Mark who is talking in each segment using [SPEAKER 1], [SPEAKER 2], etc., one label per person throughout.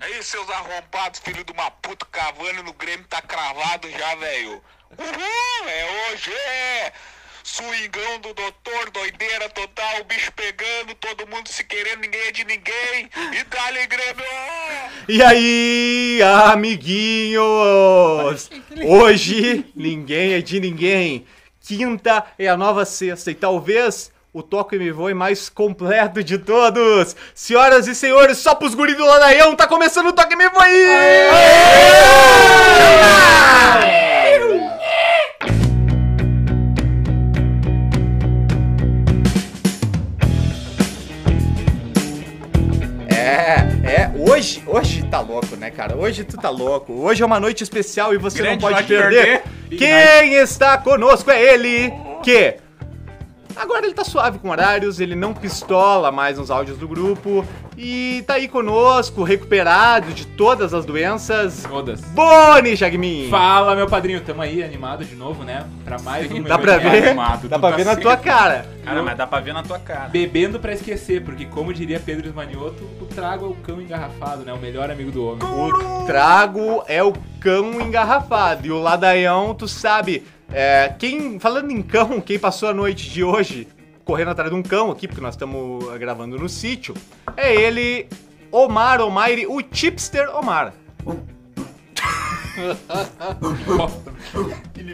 [SPEAKER 1] Aí, seus arrombados, filho de uma puta, Cavani no Grêmio tá cravado já, velho. Uhul, é hoje! Suingão do doutor, doideira total, o bicho pegando, todo mundo se querendo, ninguém é de ninguém. E dá-lhe Grêmio! é.
[SPEAKER 2] E aí, amiguinhos! Hoje ninguém é de ninguém. Quinta é a nova sexta e talvez o Toque Me Voe mais completo de todos. Senhoras e senhores, só pros guris do Lanaião, tá começando o Toque Me Voe! É, é, hoje, hoje tá louco, né, cara? Hoje tu tá louco. Hoje é uma noite especial e você
[SPEAKER 3] Grande
[SPEAKER 2] não pode
[SPEAKER 3] Rock
[SPEAKER 2] perder.
[SPEAKER 3] Jordan, Big
[SPEAKER 2] Quem está conosco é ele, que Agora ele tá suave com horários, ele não pistola mais nos áudios do grupo e tá aí conosco, recuperado de todas as doenças.
[SPEAKER 3] Todas.
[SPEAKER 2] Boni Jagmin!
[SPEAKER 3] Fala, meu padrinho. Tamo aí animado de novo, né? Pra mais um
[SPEAKER 2] Dá
[SPEAKER 3] meu
[SPEAKER 2] pra
[SPEAKER 3] podcast.
[SPEAKER 2] ver?
[SPEAKER 3] Animado,
[SPEAKER 2] Dá
[SPEAKER 3] tu
[SPEAKER 2] pra
[SPEAKER 3] tá
[SPEAKER 2] ver na
[SPEAKER 3] sempre
[SPEAKER 2] tua cara.
[SPEAKER 4] Cara, mas dá pra ver na tua cara.
[SPEAKER 3] Bebendo pra esquecer, porque como diria Pedro Esmanioto, o trago é o cão engarrafado, né? O melhor amigo do homem.
[SPEAKER 2] O trago é o cão engarrafado e o ladaião, tu sabe, é, quem falando em cão, quem passou a noite de hoje correndo atrás de um cão aqui, porque nós estamos gravando no sítio, é ele, Omar Omaire, o chipster Omar.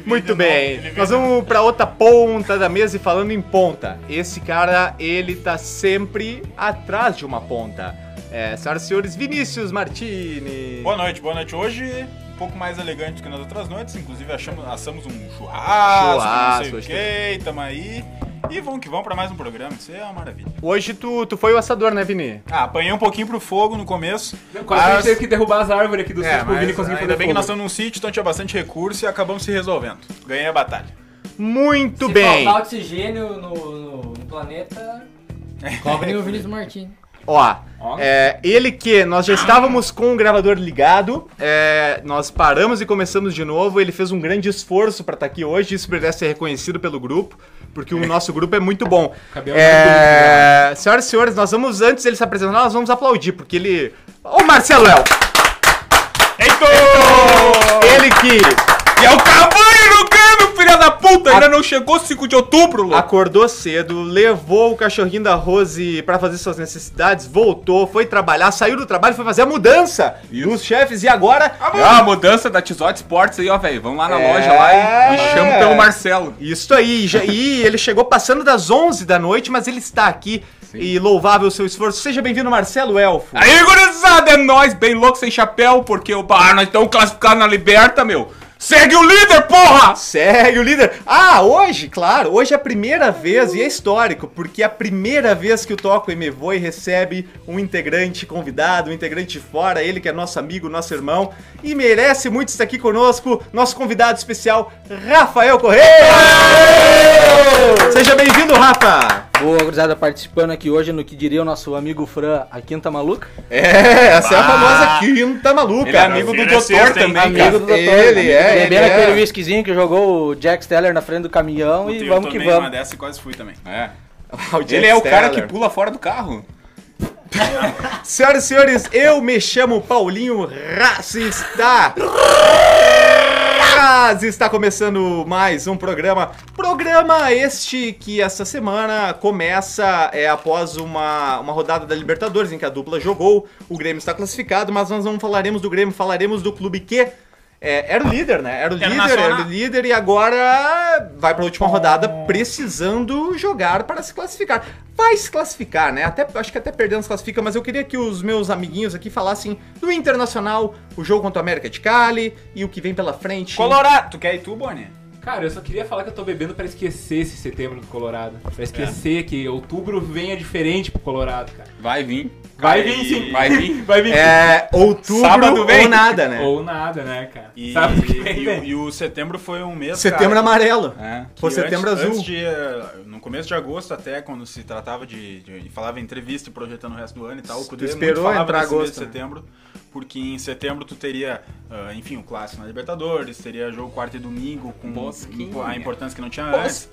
[SPEAKER 2] Muito bem, nós vamos pra outra ponta da mesa e falando em ponta. Esse cara, ele tá sempre atrás de uma ponta. É, senhoras e senhores, Vinícius Martini.
[SPEAKER 4] Boa noite, boa noite. Hoje, um pouco mais elegante do que nas outras noites. Inclusive, achamos, assamos um churrasco,
[SPEAKER 2] Churrasco,
[SPEAKER 4] não
[SPEAKER 2] hoje
[SPEAKER 4] sei o que, tamo aí. E vamos que vamos pra mais um programa. Isso é uma maravilha.
[SPEAKER 2] Hoje tu, tu foi o assador, né, Vini?
[SPEAKER 4] Ah, apanhei um pouquinho pro fogo no começo.
[SPEAKER 3] Quase a gente
[SPEAKER 4] mas-
[SPEAKER 3] teve que derrubar as árvores aqui do
[SPEAKER 4] É,
[SPEAKER 3] sítio pro
[SPEAKER 4] mas
[SPEAKER 3] Vini conseguir fazer
[SPEAKER 4] ainda bem que
[SPEAKER 3] fogo.
[SPEAKER 4] nós estamos num sítio, então tinha bastante recurso e acabamos se resolvendo. Ganhei a batalha.
[SPEAKER 2] Muito
[SPEAKER 5] Se
[SPEAKER 2] bem.
[SPEAKER 5] faltar oxigênio no, no, no planeta, cobre o Vinícius Martins.
[SPEAKER 2] Ó,
[SPEAKER 3] Ó.
[SPEAKER 2] é, ele que nós já estávamos com o gravador ligado, é, nós paramos e começamos de novo. Ele fez um grande esforço pra estar aqui hoje. Isso merece ser reconhecido pelo grupo, porque o nosso grupo é muito bom.
[SPEAKER 3] Cabelo né?
[SPEAKER 2] É, senhoras e senhores, nós vamos, antes dele se apresentar, nós vamos aplaudir, porque ele. Ô, Marcelo El!
[SPEAKER 4] Eita!
[SPEAKER 2] Ele que
[SPEAKER 4] E é o Cavani no cano, filha da puta! Ainda não chegou 5 de outubro, louco!
[SPEAKER 2] acordou cedo, levou o cachorrinho da Rose pra fazer suas necessidades, voltou, foi trabalhar, saiu do trabalho, foi fazer a mudança dos chefes e agora.
[SPEAKER 6] Ah, a mudança da Tizote Sports aí, ó, velho. Vamos lá na
[SPEAKER 2] É.
[SPEAKER 6] loja lá e, e chama pelo Marcelo.
[SPEAKER 2] Isso aí, já, e ele chegou passando das 11 da noite, mas ele está aqui e louvável o seu esforço. Seja bem-vindo, Marcelo Elfo.
[SPEAKER 6] Aí, gurizada, é nóis, bem louco, sem chapéu, porque o Bar, nós estamos classificados na Liberta, meu. Segue o líder, porra!
[SPEAKER 2] Sério, líder? Ah, hoje, claro, hoje é a primeira vez, e é histórico, porque é a primeira vez que o Toco e Mevoi recebe um integrante convidado, um integrante de fora, ele que é nosso amigo, nosso irmão, e merece muito estar aqui conosco, nosso convidado especial, Rafael Correia! Seja bem-vindo, Rafa!
[SPEAKER 7] Boa, gurizada, participando aqui hoje no que diria o nosso amigo Fran, a Quinta Maluca.
[SPEAKER 2] É, essa é a
[SPEAKER 4] Bah!
[SPEAKER 2] famosa quinta maluca.
[SPEAKER 6] Ele é amigo do
[SPEAKER 4] Ele é
[SPEAKER 6] doutor
[SPEAKER 4] sexta, hein?
[SPEAKER 6] também,
[SPEAKER 4] Amigo
[SPEAKER 6] cara.
[SPEAKER 7] do doutor.
[SPEAKER 2] ele
[SPEAKER 7] amigo-
[SPEAKER 2] é,
[SPEAKER 7] Bebendo
[SPEAKER 2] ele
[SPEAKER 7] aquele
[SPEAKER 2] é.
[SPEAKER 7] whiskyzinho que jogou o Jack Steller na frente do caminhão e
[SPEAKER 4] Puta, eu
[SPEAKER 7] vamos que
[SPEAKER 4] tomei uma
[SPEAKER 7] vamos.
[SPEAKER 4] dessa e quase fui também.
[SPEAKER 6] É.
[SPEAKER 2] O Jack
[SPEAKER 6] Ele é o cara que
[SPEAKER 2] Steller.
[SPEAKER 6] pula fora do carro.
[SPEAKER 2] Senhoras e senhores, eu me chamo Paulinho Racista. Mas está começando mais um programa. Programa este que essa semana começa é, após uma, uma rodada da Libertadores em que a dupla jogou. O Grêmio está classificado, mas nós não falaremos do Grêmio, falaremos do clube que é, era o líder, né? Era o líder,
[SPEAKER 4] Internacional.
[SPEAKER 2] era o líder e agora vai para a última rodada precisando jogar para se classificar. Vai se classificar, né? Até, acho que até perdendo se classifica, mas eu queria que os meus amiguinhos aqui falassem do Internacional, o jogo contra o América de Cali e o que vem pela frente.
[SPEAKER 4] Colorado, tu quer ir tu, Boni?
[SPEAKER 3] Cara, eu só queria falar que eu tô bebendo pra esquecer esse setembro do Colorado. Pra
[SPEAKER 4] É.
[SPEAKER 3] esquecer que outubro venha diferente pro Colorado, cara.
[SPEAKER 6] Vai vir.
[SPEAKER 3] Vai
[SPEAKER 4] Aí.
[SPEAKER 3] vir sim.
[SPEAKER 6] Vai vir.
[SPEAKER 3] Vai vir
[SPEAKER 2] É, outubro
[SPEAKER 6] Sábado
[SPEAKER 2] ou
[SPEAKER 6] vem.
[SPEAKER 2] nada, né?
[SPEAKER 3] Ou nada, né, cara?
[SPEAKER 4] É. E,
[SPEAKER 3] Sabe o que
[SPEAKER 4] e-
[SPEAKER 3] é?
[SPEAKER 4] e o setembro foi um mês.
[SPEAKER 2] Setembro
[SPEAKER 4] cara,
[SPEAKER 2] amarelo.
[SPEAKER 6] É.
[SPEAKER 2] Foi
[SPEAKER 4] que
[SPEAKER 2] setembro
[SPEAKER 4] antes-
[SPEAKER 2] azul.
[SPEAKER 4] antes de, eh, no começo de agosto, até quando se tratava de. de- falava em entrevista e projetando o resto do ano e tal, o
[SPEAKER 2] Tu
[SPEAKER 4] Cudê muito
[SPEAKER 2] esperou
[SPEAKER 4] falava
[SPEAKER 2] entrar
[SPEAKER 4] desse mês
[SPEAKER 2] agosto,
[SPEAKER 4] de
[SPEAKER 2] né?
[SPEAKER 4] setembro. Porque em setembro tu teria, ah, enfim, o clássico na Libertadores, teria jogo quarta e domingo com
[SPEAKER 6] Bosquinha.
[SPEAKER 4] a importância que não tinha antes.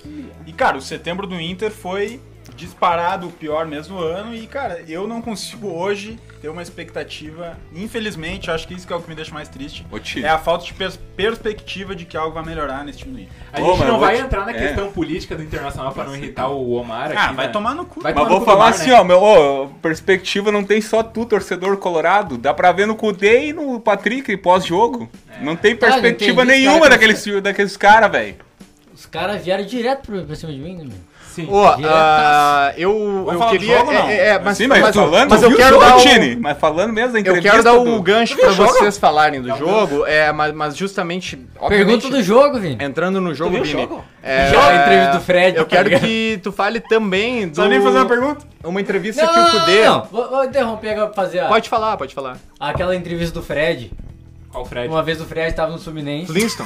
[SPEAKER 4] E cara, o setembro do Inter foi disparado o pior mesmo ano. E, cara, eu não consigo hoje ter uma expectativa. Infelizmente, acho que isso que é o que me deixa mais triste.
[SPEAKER 1] Ô, Tio.
[SPEAKER 4] É a falta de pers- perspectiva de que algo vai melhorar nesse time do Inter.
[SPEAKER 3] A
[SPEAKER 1] Ô,
[SPEAKER 3] gente
[SPEAKER 1] mas
[SPEAKER 3] não
[SPEAKER 1] vou
[SPEAKER 3] vai
[SPEAKER 1] te-
[SPEAKER 3] entrar na
[SPEAKER 1] é.
[SPEAKER 3] questão política do Internacional pra não irritar o Omar aqui.
[SPEAKER 4] Ah, vai
[SPEAKER 3] né?
[SPEAKER 4] tomar no cu.
[SPEAKER 3] Vai
[SPEAKER 1] Mas
[SPEAKER 3] tomar no
[SPEAKER 1] vou
[SPEAKER 3] cu do
[SPEAKER 1] falar
[SPEAKER 3] Omar,
[SPEAKER 1] assim,
[SPEAKER 3] né?
[SPEAKER 1] ó, meu, ô, perspectiva não tem só tu, torcedor colorado. Dá pra ver no Kudê e no Patrick pós-jogo. Não tem
[SPEAKER 7] Cara,
[SPEAKER 1] perspectiva
[SPEAKER 8] Ah,
[SPEAKER 7] entendi,
[SPEAKER 1] nenhuma
[SPEAKER 7] cara,
[SPEAKER 1] daqueles, daqueles caras, velho.
[SPEAKER 7] Os caras vieram direto pra, pra cima de mim, né, meu?
[SPEAKER 3] Sim.
[SPEAKER 2] Ô, ah, eu, eu
[SPEAKER 4] falar do
[SPEAKER 2] queria.
[SPEAKER 4] jogo, não?
[SPEAKER 2] é, é, é, mas,
[SPEAKER 1] Sim, mas,
[SPEAKER 2] mas-
[SPEAKER 1] falando,
[SPEAKER 2] mas
[SPEAKER 1] tu
[SPEAKER 2] eu
[SPEAKER 1] viu
[SPEAKER 2] quero
[SPEAKER 1] o
[SPEAKER 2] dar um
[SPEAKER 1] jogo,
[SPEAKER 2] o,
[SPEAKER 1] Tini? Mas falando mesmo da
[SPEAKER 2] Eu
[SPEAKER 1] entrevista
[SPEAKER 2] quero dar
[SPEAKER 1] do-
[SPEAKER 2] o gancho pra
[SPEAKER 1] jogo?
[SPEAKER 2] vocês falarem do jogo, é, mas, mas justamente.
[SPEAKER 7] Pergunta
[SPEAKER 2] obviamente,
[SPEAKER 7] do jogo, Vini.
[SPEAKER 2] Entrando no jogo,
[SPEAKER 8] viu o
[SPEAKER 2] Bini.
[SPEAKER 8] jogo?
[SPEAKER 2] é,
[SPEAKER 7] Já a entrevista do Fred,
[SPEAKER 2] Eu
[SPEAKER 7] tá
[SPEAKER 2] quero
[SPEAKER 7] ligado?
[SPEAKER 2] que tu fale também do.
[SPEAKER 4] Só nem fazer uma pergunta?
[SPEAKER 2] Uma entrevista que o Kudê.
[SPEAKER 7] Vou, vou interromper agora pra fazer a-
[SPEAKER 2] Pode falar, pode falar.
[SPEAKER 7] aquela entrevista do Fred.
[SPEAKER 3] Qual o Fred?
[SPEAKER 7] Uma vez o Fred tava no Fluminense.
[SPEAKER 2] Linston.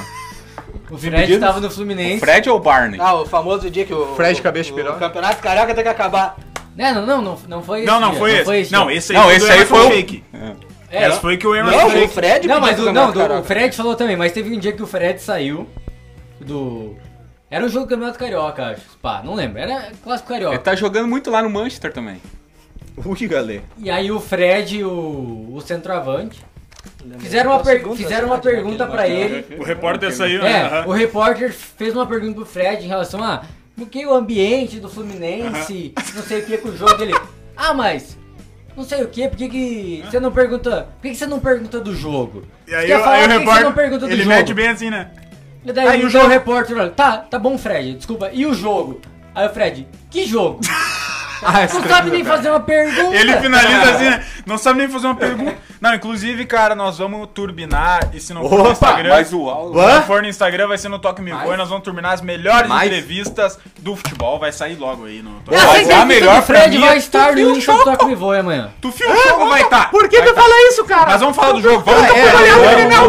[SPEAKER 7] O Fred tava no Fluminense.
[SPEAKER 1] Fred ou Barney?
[SPEAKER 8] Ah, o famoso dia que o.
[SPEAKER 2] Fred Cabeça de
[SPEAKER 8] o
[SPEAKER 2] Piroca.
[SPEAKER 8] campeonato carioca tem que acabar.
[SPEAKER 7] Né, Não, não, não, não foi esse.
[SPEAKER 4] Não, não
[SPEAKER 7] dia,
[SPEAKER 4] foi esse. Não,
[SPEAKER 7] dia.
[SPEAKER 4] esse aí
[SPEAKER 1] Não,
[SPEAKER 4] foi
[SPEAKER 1] esse
[SPEAKER 4] do
[SPEAKER 1] aí
[SPEAKER 4] Emerson
[SPEAKER 1] foi o-
[SPEAKER 4] Sheik.
[SPEAKER 7] É,
[SPEAKER 4] Esse foi que o
[SPEAKER 8] Não,
[SPEAKER 4] Emerson
[SPEAKER 8] o
[SPEAKER 4] Sheik.
[SPEAKER 8] Fred
[SPEAKER 7] Não, mas
[SPEAKER 8] podia
[SPEAKER 7] o,
[SPEAKER 8] jogar
[SPEAKER 7] não,
[SPEAKER 8] no
[SPEAKER 7] do-
[SPEAKER 8] Carioca.
[SPEAKER 7] o Fred falou também, mas teve um dia que o Fred saiu do. Era o jogo do Campeonato Carioca, acho. Pá, não lembro. Era clássico carioca.
[SPEAKER 2] É,
[SPEAKER 1] Ele tá jogando muito lá no Manchester também.
[SPEAKER 2] Ui, galera.
[SPEAKER 7] E aí o Fred, e o, o centroavante, fizeram uma,
[SPEAKER 8] Lembra?
[SPEAKER 7] per-
[SPEAKER 8] Segunda
[SPEAKER 7] fizeram uma
[SPEAKER 8] cidade,
[SPEAKER 7] pergunta
[SPEAKER 8] né?
[SPEAKER 7] pra ele.
[SPEAKER 4] O repórter saiu, né?
[SPEAKER 7] É,
[SPEAKER 4] Aham.
[SPEAKER 7] o repórter fez uma pergunta pro Fred em relação a por que o ambiente do Fluminense, não sei o que com o jogo dele. Ah, mas não sei o que, por que, que você não pergunta. Por que, que você não pergunta do jogo?
[SPEAKER 4] E aí,
[SPEAKER 7] Você quer
[SPEAKER 4] o-
[SPEAKER 7] falar,
[SPEAKER 4] aí
[SPEAKER 7] por
[SPEAKER 4] o
[SPEAKER 7] que que você não
[SPEAKER 4] repórter,
[SPEAKER 7] pergunta do
[SPEAKER 4] ele
[SPEAKER 7] jogo?
[SPEAKER 4] mete bem assim, né?
[SPEAKER 7] E daí
[SPEAKER 4] Aí o
[SPEAKER 7] o
[SPEAKER 4] jogo-
[SPEAKER 7] repórter olha, tá, tá bom, Fred, desculpa. E o jogo? Aí o Fred, que jogo? é
[SPEAKER 2] Ah,
[SPEAKER 7] Não sabe nem fazer uma pergunta.
[SPEAKER 4] Ele finaliza assim, né? Não sabe nem fazer uma pergunta. Não, inclusive, cara, nós vamos turbinar. E se não for no
[SPEAKER 2] Opa,
[SPEAKER 4] Instagram.
[SPEAKER 1] Mas o Aldo...
[SPEAKER 4] Se não
[SPEAKER 2] Hã?
[SPEAKER 4] for no Instagram, vai ser no Toque Me Voe. Nós vamos turbinar as melhores
[SPEAKER 2] Mais?
[SPEAKER 4] entrevistas do futebol. Vai sair logo aí no Toque Me
[SPEAKER 7] Essa
[SPEAKER 4] Voe.
[SPEAKER 1] Mas
[SPEAKER 7] entrevista
[SPEAKER 1] a melhor
[SPEAKER 7] do Fred
[SPEAKER 1] pra mim é
[SPEAKER 7] vai estar
[SPEAKER 1] tu
[SPEAKER 7] no Insta do Toque Me Voe amanhã.
[SPEAKER 4] Tu fio o jogo, vai estar.
[SPEAKER 2] Por que tu fala isso, cara?
[SPEAKER 4] Mas vamos falar do jogo. Vamos
[SPEAKER 2] Ah, é,
[SPEAKER 4] turbinar
[SPEAKER 2] eu-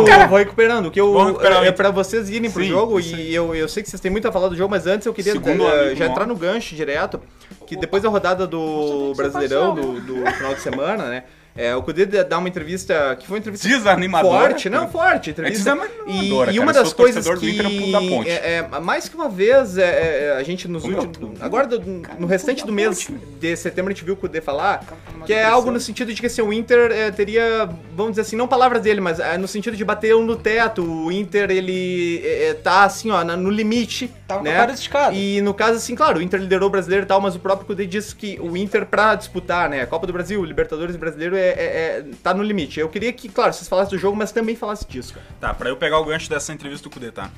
[SPEAKER 4] o
[SPEAKER 2] eu-
[SPEAKER 4] jogo.
[SPEAKER 2] eu Vou recuperando. O que eu,
[SPEAKER 4] Vamos recuperar o
[SPEAKER 2] é
[SPEAKER 4] Inter.
[SPEAKER 2] pra vocês irem pro
[SPEAKER 4] Sim,
[SPEAKER 2] jogo, e eu, eu sei que vocês têm muito a falar do jogo, mas antes eu queria
[SPEAKER 1] Segundo
[SPEAKER 2] eh,
[SPEAKER 1] amigo
[SPEAKER 2] já entrar
[SPEAKER 1] nosso.
[SPEAKER 2] no gancho direto, que depois da rodada do Brasileirão, do, do final de semana, né? é, o Cudê dá uma entrevista, que foi uma entrevista
[SPEAKER 1] Desanimadora.
[SPEAKER 2] forte, não, forte, entrevista.
[SPEAKER 1] desanimadora,
[SPEAKER 2] E,
[SPEAKER 1] cara.
[SPEAKER 2] é e uma
[SPEAKER 1] Eu sou
[SPEAKER 2] das coisas
[SPEAKER 1] torcedor do
[SPEAKER 2] que,
[SPEAKER 1] Inter no Pulo da Ponte.
[SPEAKER 2] é, é, mais que uma vez, é, é, é, a gente nos
[SPEAKER 1] Ô, meu,
[SPEAKER 2] últimos,
[SPEAKER 1] tu-
[SPEAKER 2] agora do- no restante do mês de setembro a gente viu o Cudê falar, que é
[SPEAKER 1] depressão.
[SPEAKER 2] algo no sentido de que assim, o Inter eh, teria, vamos dizer assim, não palavras dele, mas eh, no sentido de bater um no teto. O Inter, ele eh, eh, tá assim, ó, na- no limite.
[SPEAKER 8] Tava
[SPEAKER 2] né?
[SPEAKER 8] com a cara esticada.
[SPEAKER 2] E no caso, assim, claro, o Inter liderou o brasileiro e tal, mas o próprio Cudê disse que o Inter, pra disputar, né, a Copa do Brasil, o Libertadores e o brasileiro, é, é- é- tá no limite. Eu queria que, claro, vocês falassem do jogo, mas também falassem disso, cara.
[SPEAKER 4] Tá, pra eu pegar o gancho dessa entrevista do Kudê, tá?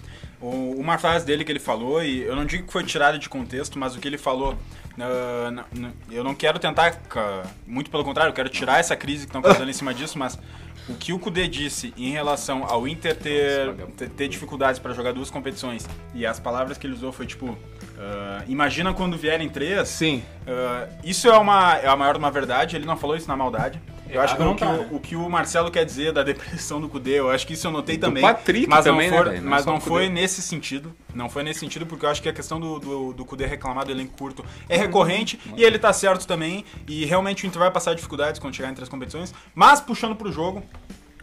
[SPEAKER 4] O, uma frase dele que ele falou, e eu não digo que foi tirada de contexto, mas o que ele falou. ah, n- n- eu não quero tentar, ca- muito pelo contrário, eu quero tirar essa crise que estão causando em cima disso, mas o que o Kudê disse em relação ao Inter ter, ter, ter dificuldades pra jogar duas competições, e as palavras que ele usou foi tipo: ah, Imagina quando vierem três.
[SPEAKER 2] Sim.
[SPEAKER 4] Ah, isso é, uma, é a maior de uma verdade, ele não falou isso na maldade. Eu
[SPEAKER 3] Errado
[SPEAKER 4] acho que,
[SPEAKER 3] não
[SPEAKER 4] o, que
[SPEAKER 3] tá,
[SPEAKER 4] o-
[SPEAKER 3] né?
[SPEAKER 4] o que o Marcelo quer dizer da depressão do Cudê, eu acho que isso eu notei
[SPEAKER 1] do
[SPEAKER 4] também.
[SPEAKER 1] Patrick
[SPEAKER 4] mas
[SPEAKER 1] também, né,
[SPEAKER 4] não, for-
[SPEAKER 1] velho? Não é
[SPEAKER 4] mas
[SPEAKER 1] só
[SPEAKER 4] não
[SPEAKER 1] o Kudê.
[SPEAKER 4] foi nesse sentido. Não foi nesse sentido, porque eu acho que a questão do, do, do Cudê reclamar do elenco curto é recorrente
[SPEAKER 1] Uhum.
[SPEAKER 4] e ele tá certo também. E realmente o Inter vai passar dificuldades quando chegar entre as competições. Mas puxando pro jogo,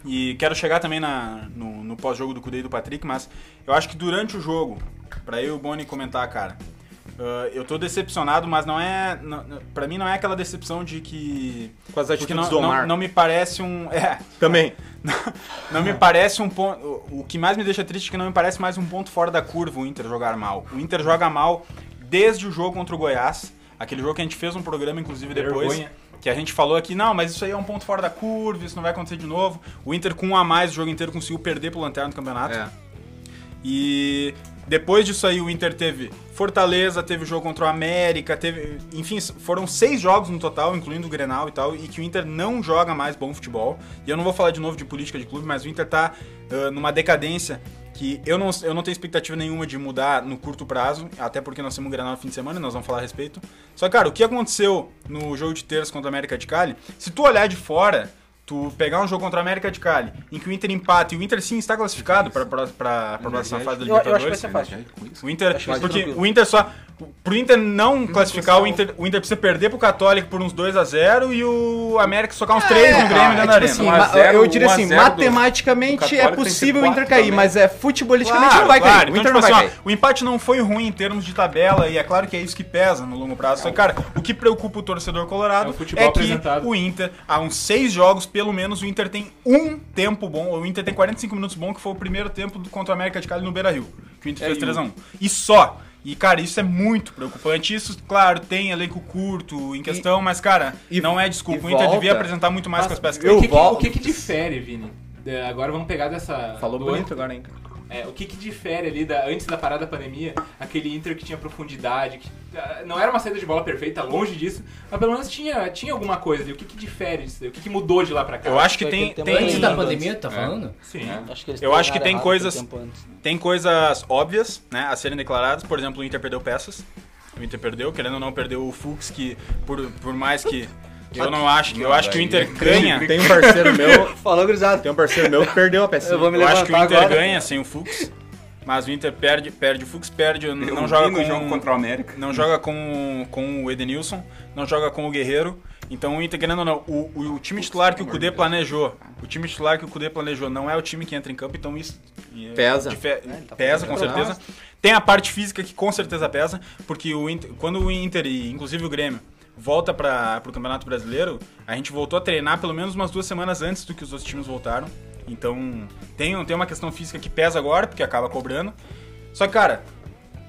[SPEAKER 4] e quero chegar também na- no, no pós-jogo do Cudê e do Patrick, mas eu acho que durante o jogo, pra eu e o Boni comentar, cara, ah, eu tô decepcionado, mas não é. Não, não- pra mim não é aquela decepção de que.
[SPEAKER 2] Com as
[SPEAKER 4] porque
[SPEAKER 2] atitudes
[SPEAKER 4] não,
[SPEAKER 2] do
[SPEAKER 4] não-
[SPEAKER 2] Omar.
[SPEAKER 4] não me parece um. É.
[SPEAKER 2] Também.
[SPEAKER 4] Não, não me parece um ponto. O o que mais me deixa triste é que não me parece mais um ponto fora da curva o Inter jogar mal. O Inter joga mal desde o jogo contra o Goiás. Aquele jogo que a gente fez um programa, inclusive, depois.
[SPEAKER 3] Vergonha.
[SPEAKER 4] Que a gente falou aqui, não, mas isso aí é um ponto fora da curva, isso não vai acontecer de novo. O Inter com um a mais o jogo inteiro conseguiu perder pro Lanterna do campeonato. E depois disso aí o Inter teve Fortaleza, teve jogo contra o América, teve. Enfim, s- foram seis jogos no total, incluindo o Grenal e tal, e que o Inter não joga mais bom futebol. E eu não vou falar de novo de política de clube, mas o Inter tá ah, numa decadência que eu não, eu não tenho expectativa nenhuma de mudar no curto prazo, até porque nós temos um Grenal no fim de semana e nós vamos falar a respeito. Só que, cara, o que aconteceu no jogo de terça contra o América de Cali, se tu olhar de fora, tu tu pegar um jogo contra a América de Cali, em que o Inter empata e o Inter sim está classificado para a próxima fase da
[SPEAKER 8] Eu, eu acho que vai
[SPEAKER 4] Libertadores.
[SPEAKER 8] ser fácil.
[SPEAKER 4] O Inter,
[SPEAKER 8] Acho que vai ser
[SPEAKER 4] porque
[SPEAKER 8] tranquilo.
[SPEAKER 4] o Inter só pro Inter não classificar, o Inter, o Inter precisa perder pro Católico por uns 2 a 0 e o América socar uns 3 no Grêmio né, dentro da
[SPEAKER 9] tipo
[SPEAKER 4] arena.
[SPEAKER 9] assim,
[SPEAKER 10] Um a
[SPEAKER 9] ma-
[SPEAKER 10] zero,
[SPEAKER 9] eu diria
[SPEAKER 10] um a
[SPEAKER 9] assim,
[SPEAKER 10] zero do- do
[SPEAKER 9] matematicamente
[SPEAKER 10] Católica
[SPEAKER 9] é
[SPEAKER 10] tem que ser
[SPEAKER 9] possível o Inter
[SPEAKER 10] quatro
[SPEAKER 9] cair,
[SPEAKER 10] também.
[SPEAKER 9] mas é futebolisticamente
[SPEAKER 4] Claro,
[SPEAKER 9] não vai
[SPEAKER 4] claro.
[SPEAKER 9] cair. O
[SPEAKER 4] Então,
[SPEAKER 9] Inter
[SPEAKER 4] tipo
[SPEAKER 9] não vai
[SPEAKER 4] assim, ó,
[SPEAKER 9] cair.
[SPEAKER 4] o empate não foi ruim em termos de tabela, e é claro que é isso que pesa no longo prazo. Só que, cara, o que preocupa o torcedor
[SPEAKER 3] É
[SPEAKER 4] colorado
[SPEAKER 3] o futebol
[SPEAKER 4] é, que
[SPEAKER 3] apresentado.
[SPEAKER 4] o Inter, há uns seis jogos, pelo menos, o Inter tem um tempo bom, o Inter tem 45 minutos bom, que foi o primeiro tempo do- contra o América de Cali no Beira Rio. Que o Inter fez 3x1. E só. E, cara, isso é muito preocupante. Isso, claro, tem elenco curto em questão, mas, cara,
[SPEAKER 9] e-
[SPEAKER 4] não é desculpa.
[SPEAKER 9] e
[SPEAKER 4] O Inter devia
[SPEAKER 9] volta.
[SPEAKER 4] apresentar muito mais com as peças que
[SPEAKER 9] eu
[SPEAKER 4] tem.
[SPEAKER 3] o que, que-
[SPEAKER 9] volto.
[SPEAKER 3] o que que difere, Vini? É, Agora vamos pegar dessa.
[SPEAKER 4] Falou
[SPEAKER 3] do
[SPEAKER 4] bonito agora, hein?
[SPEAKER 3] É, o que, que difere ali da, antes da parada da pandemia, aquele Inter que tinha profundidade, que ah, não era uma saída de bola perfeita, longe disso, mas pelo menos tinha, tinha alguma coisa ali. O que, que difere disso? daí? O que, que mudou de lá pra cá?
[SPEAKER 4] Eu acho que
[SPEAKER 8] Foi
[SPEAKER 4] tem.
[SPEAKER 8] aquele
[SPEAKER 4] tem-
[SPEAKER 8] tempo
[SPEAKER 7] Antes da
[SPEAKER 8] Antes.
[SPEAKER 7] pandemia, tá falando?
[SPEAKER 3] Sim.
[SPEAKER 8] Acho que eles
[SPEAKER 4] Eu acho que
[SPEAKER 8] treinaram
[SPEAKER 4] tem
[SPEAKER 8] errado
[SPEAKER 4] coisas-
[SPEAKER 8] um tempo antes.
[SPEAKER 4] Tem coisas óbvias, né, a serem declaradas. Por exemplo, o Inter perdeu peças. O Inter perdeu, querendo ou não, perdeu o Fux, que por, por mais que eu não acho que eu acho que o Inter ganha.
[SPEAKER 9] Tem um parceiro meu,
[SPEAKER 8] Falou, gurizada.
[SPEAKER 9] tem um parceiro meu que perdeu a peça.
[SPEAKER 8] Eu vou me
[SPEAKER 4] Eu acho que o
[SPEAKER 8] levantar
[SPEAKER 4] Inter
[SPEAKER 8] agora.
[SPEAKER 4] ganha sem o Fux, mas o Inter perde, perde o Fux, perde,
[SPEAKER 10] Eu
[SPEAKER 4] não
[SPEAKER 10] vi
[SPEAKER 4] joga
[SPEAKER 10] no
[SPEAKER 4] com
[SPEAKER 10] jogo contra o América.
[SPEAKER 4] não joga com, com o Edenilson, não joga com o Guerreiro. Então o Inter, querendo ou não, o, o, o time titular que o Cudê planejou, o time titular que o Cudê planejou não é o time que entra em campo, então isso é,
[SPEAKER 9] Pesa.
[SPEAKER 4] dife- pesa, com certeza. Tem a parte física que com certeza pesa, porque o Inter- quando o Inter e inclusive o Grêmio volta para o Campeonato Brasileiro, a gente voltou a treinar pelo menos umas duas semanas antes do que os outros times voltaram. Então tem, tem uma questão física que pesa agora, porque acaba cobrando. Só que, cara,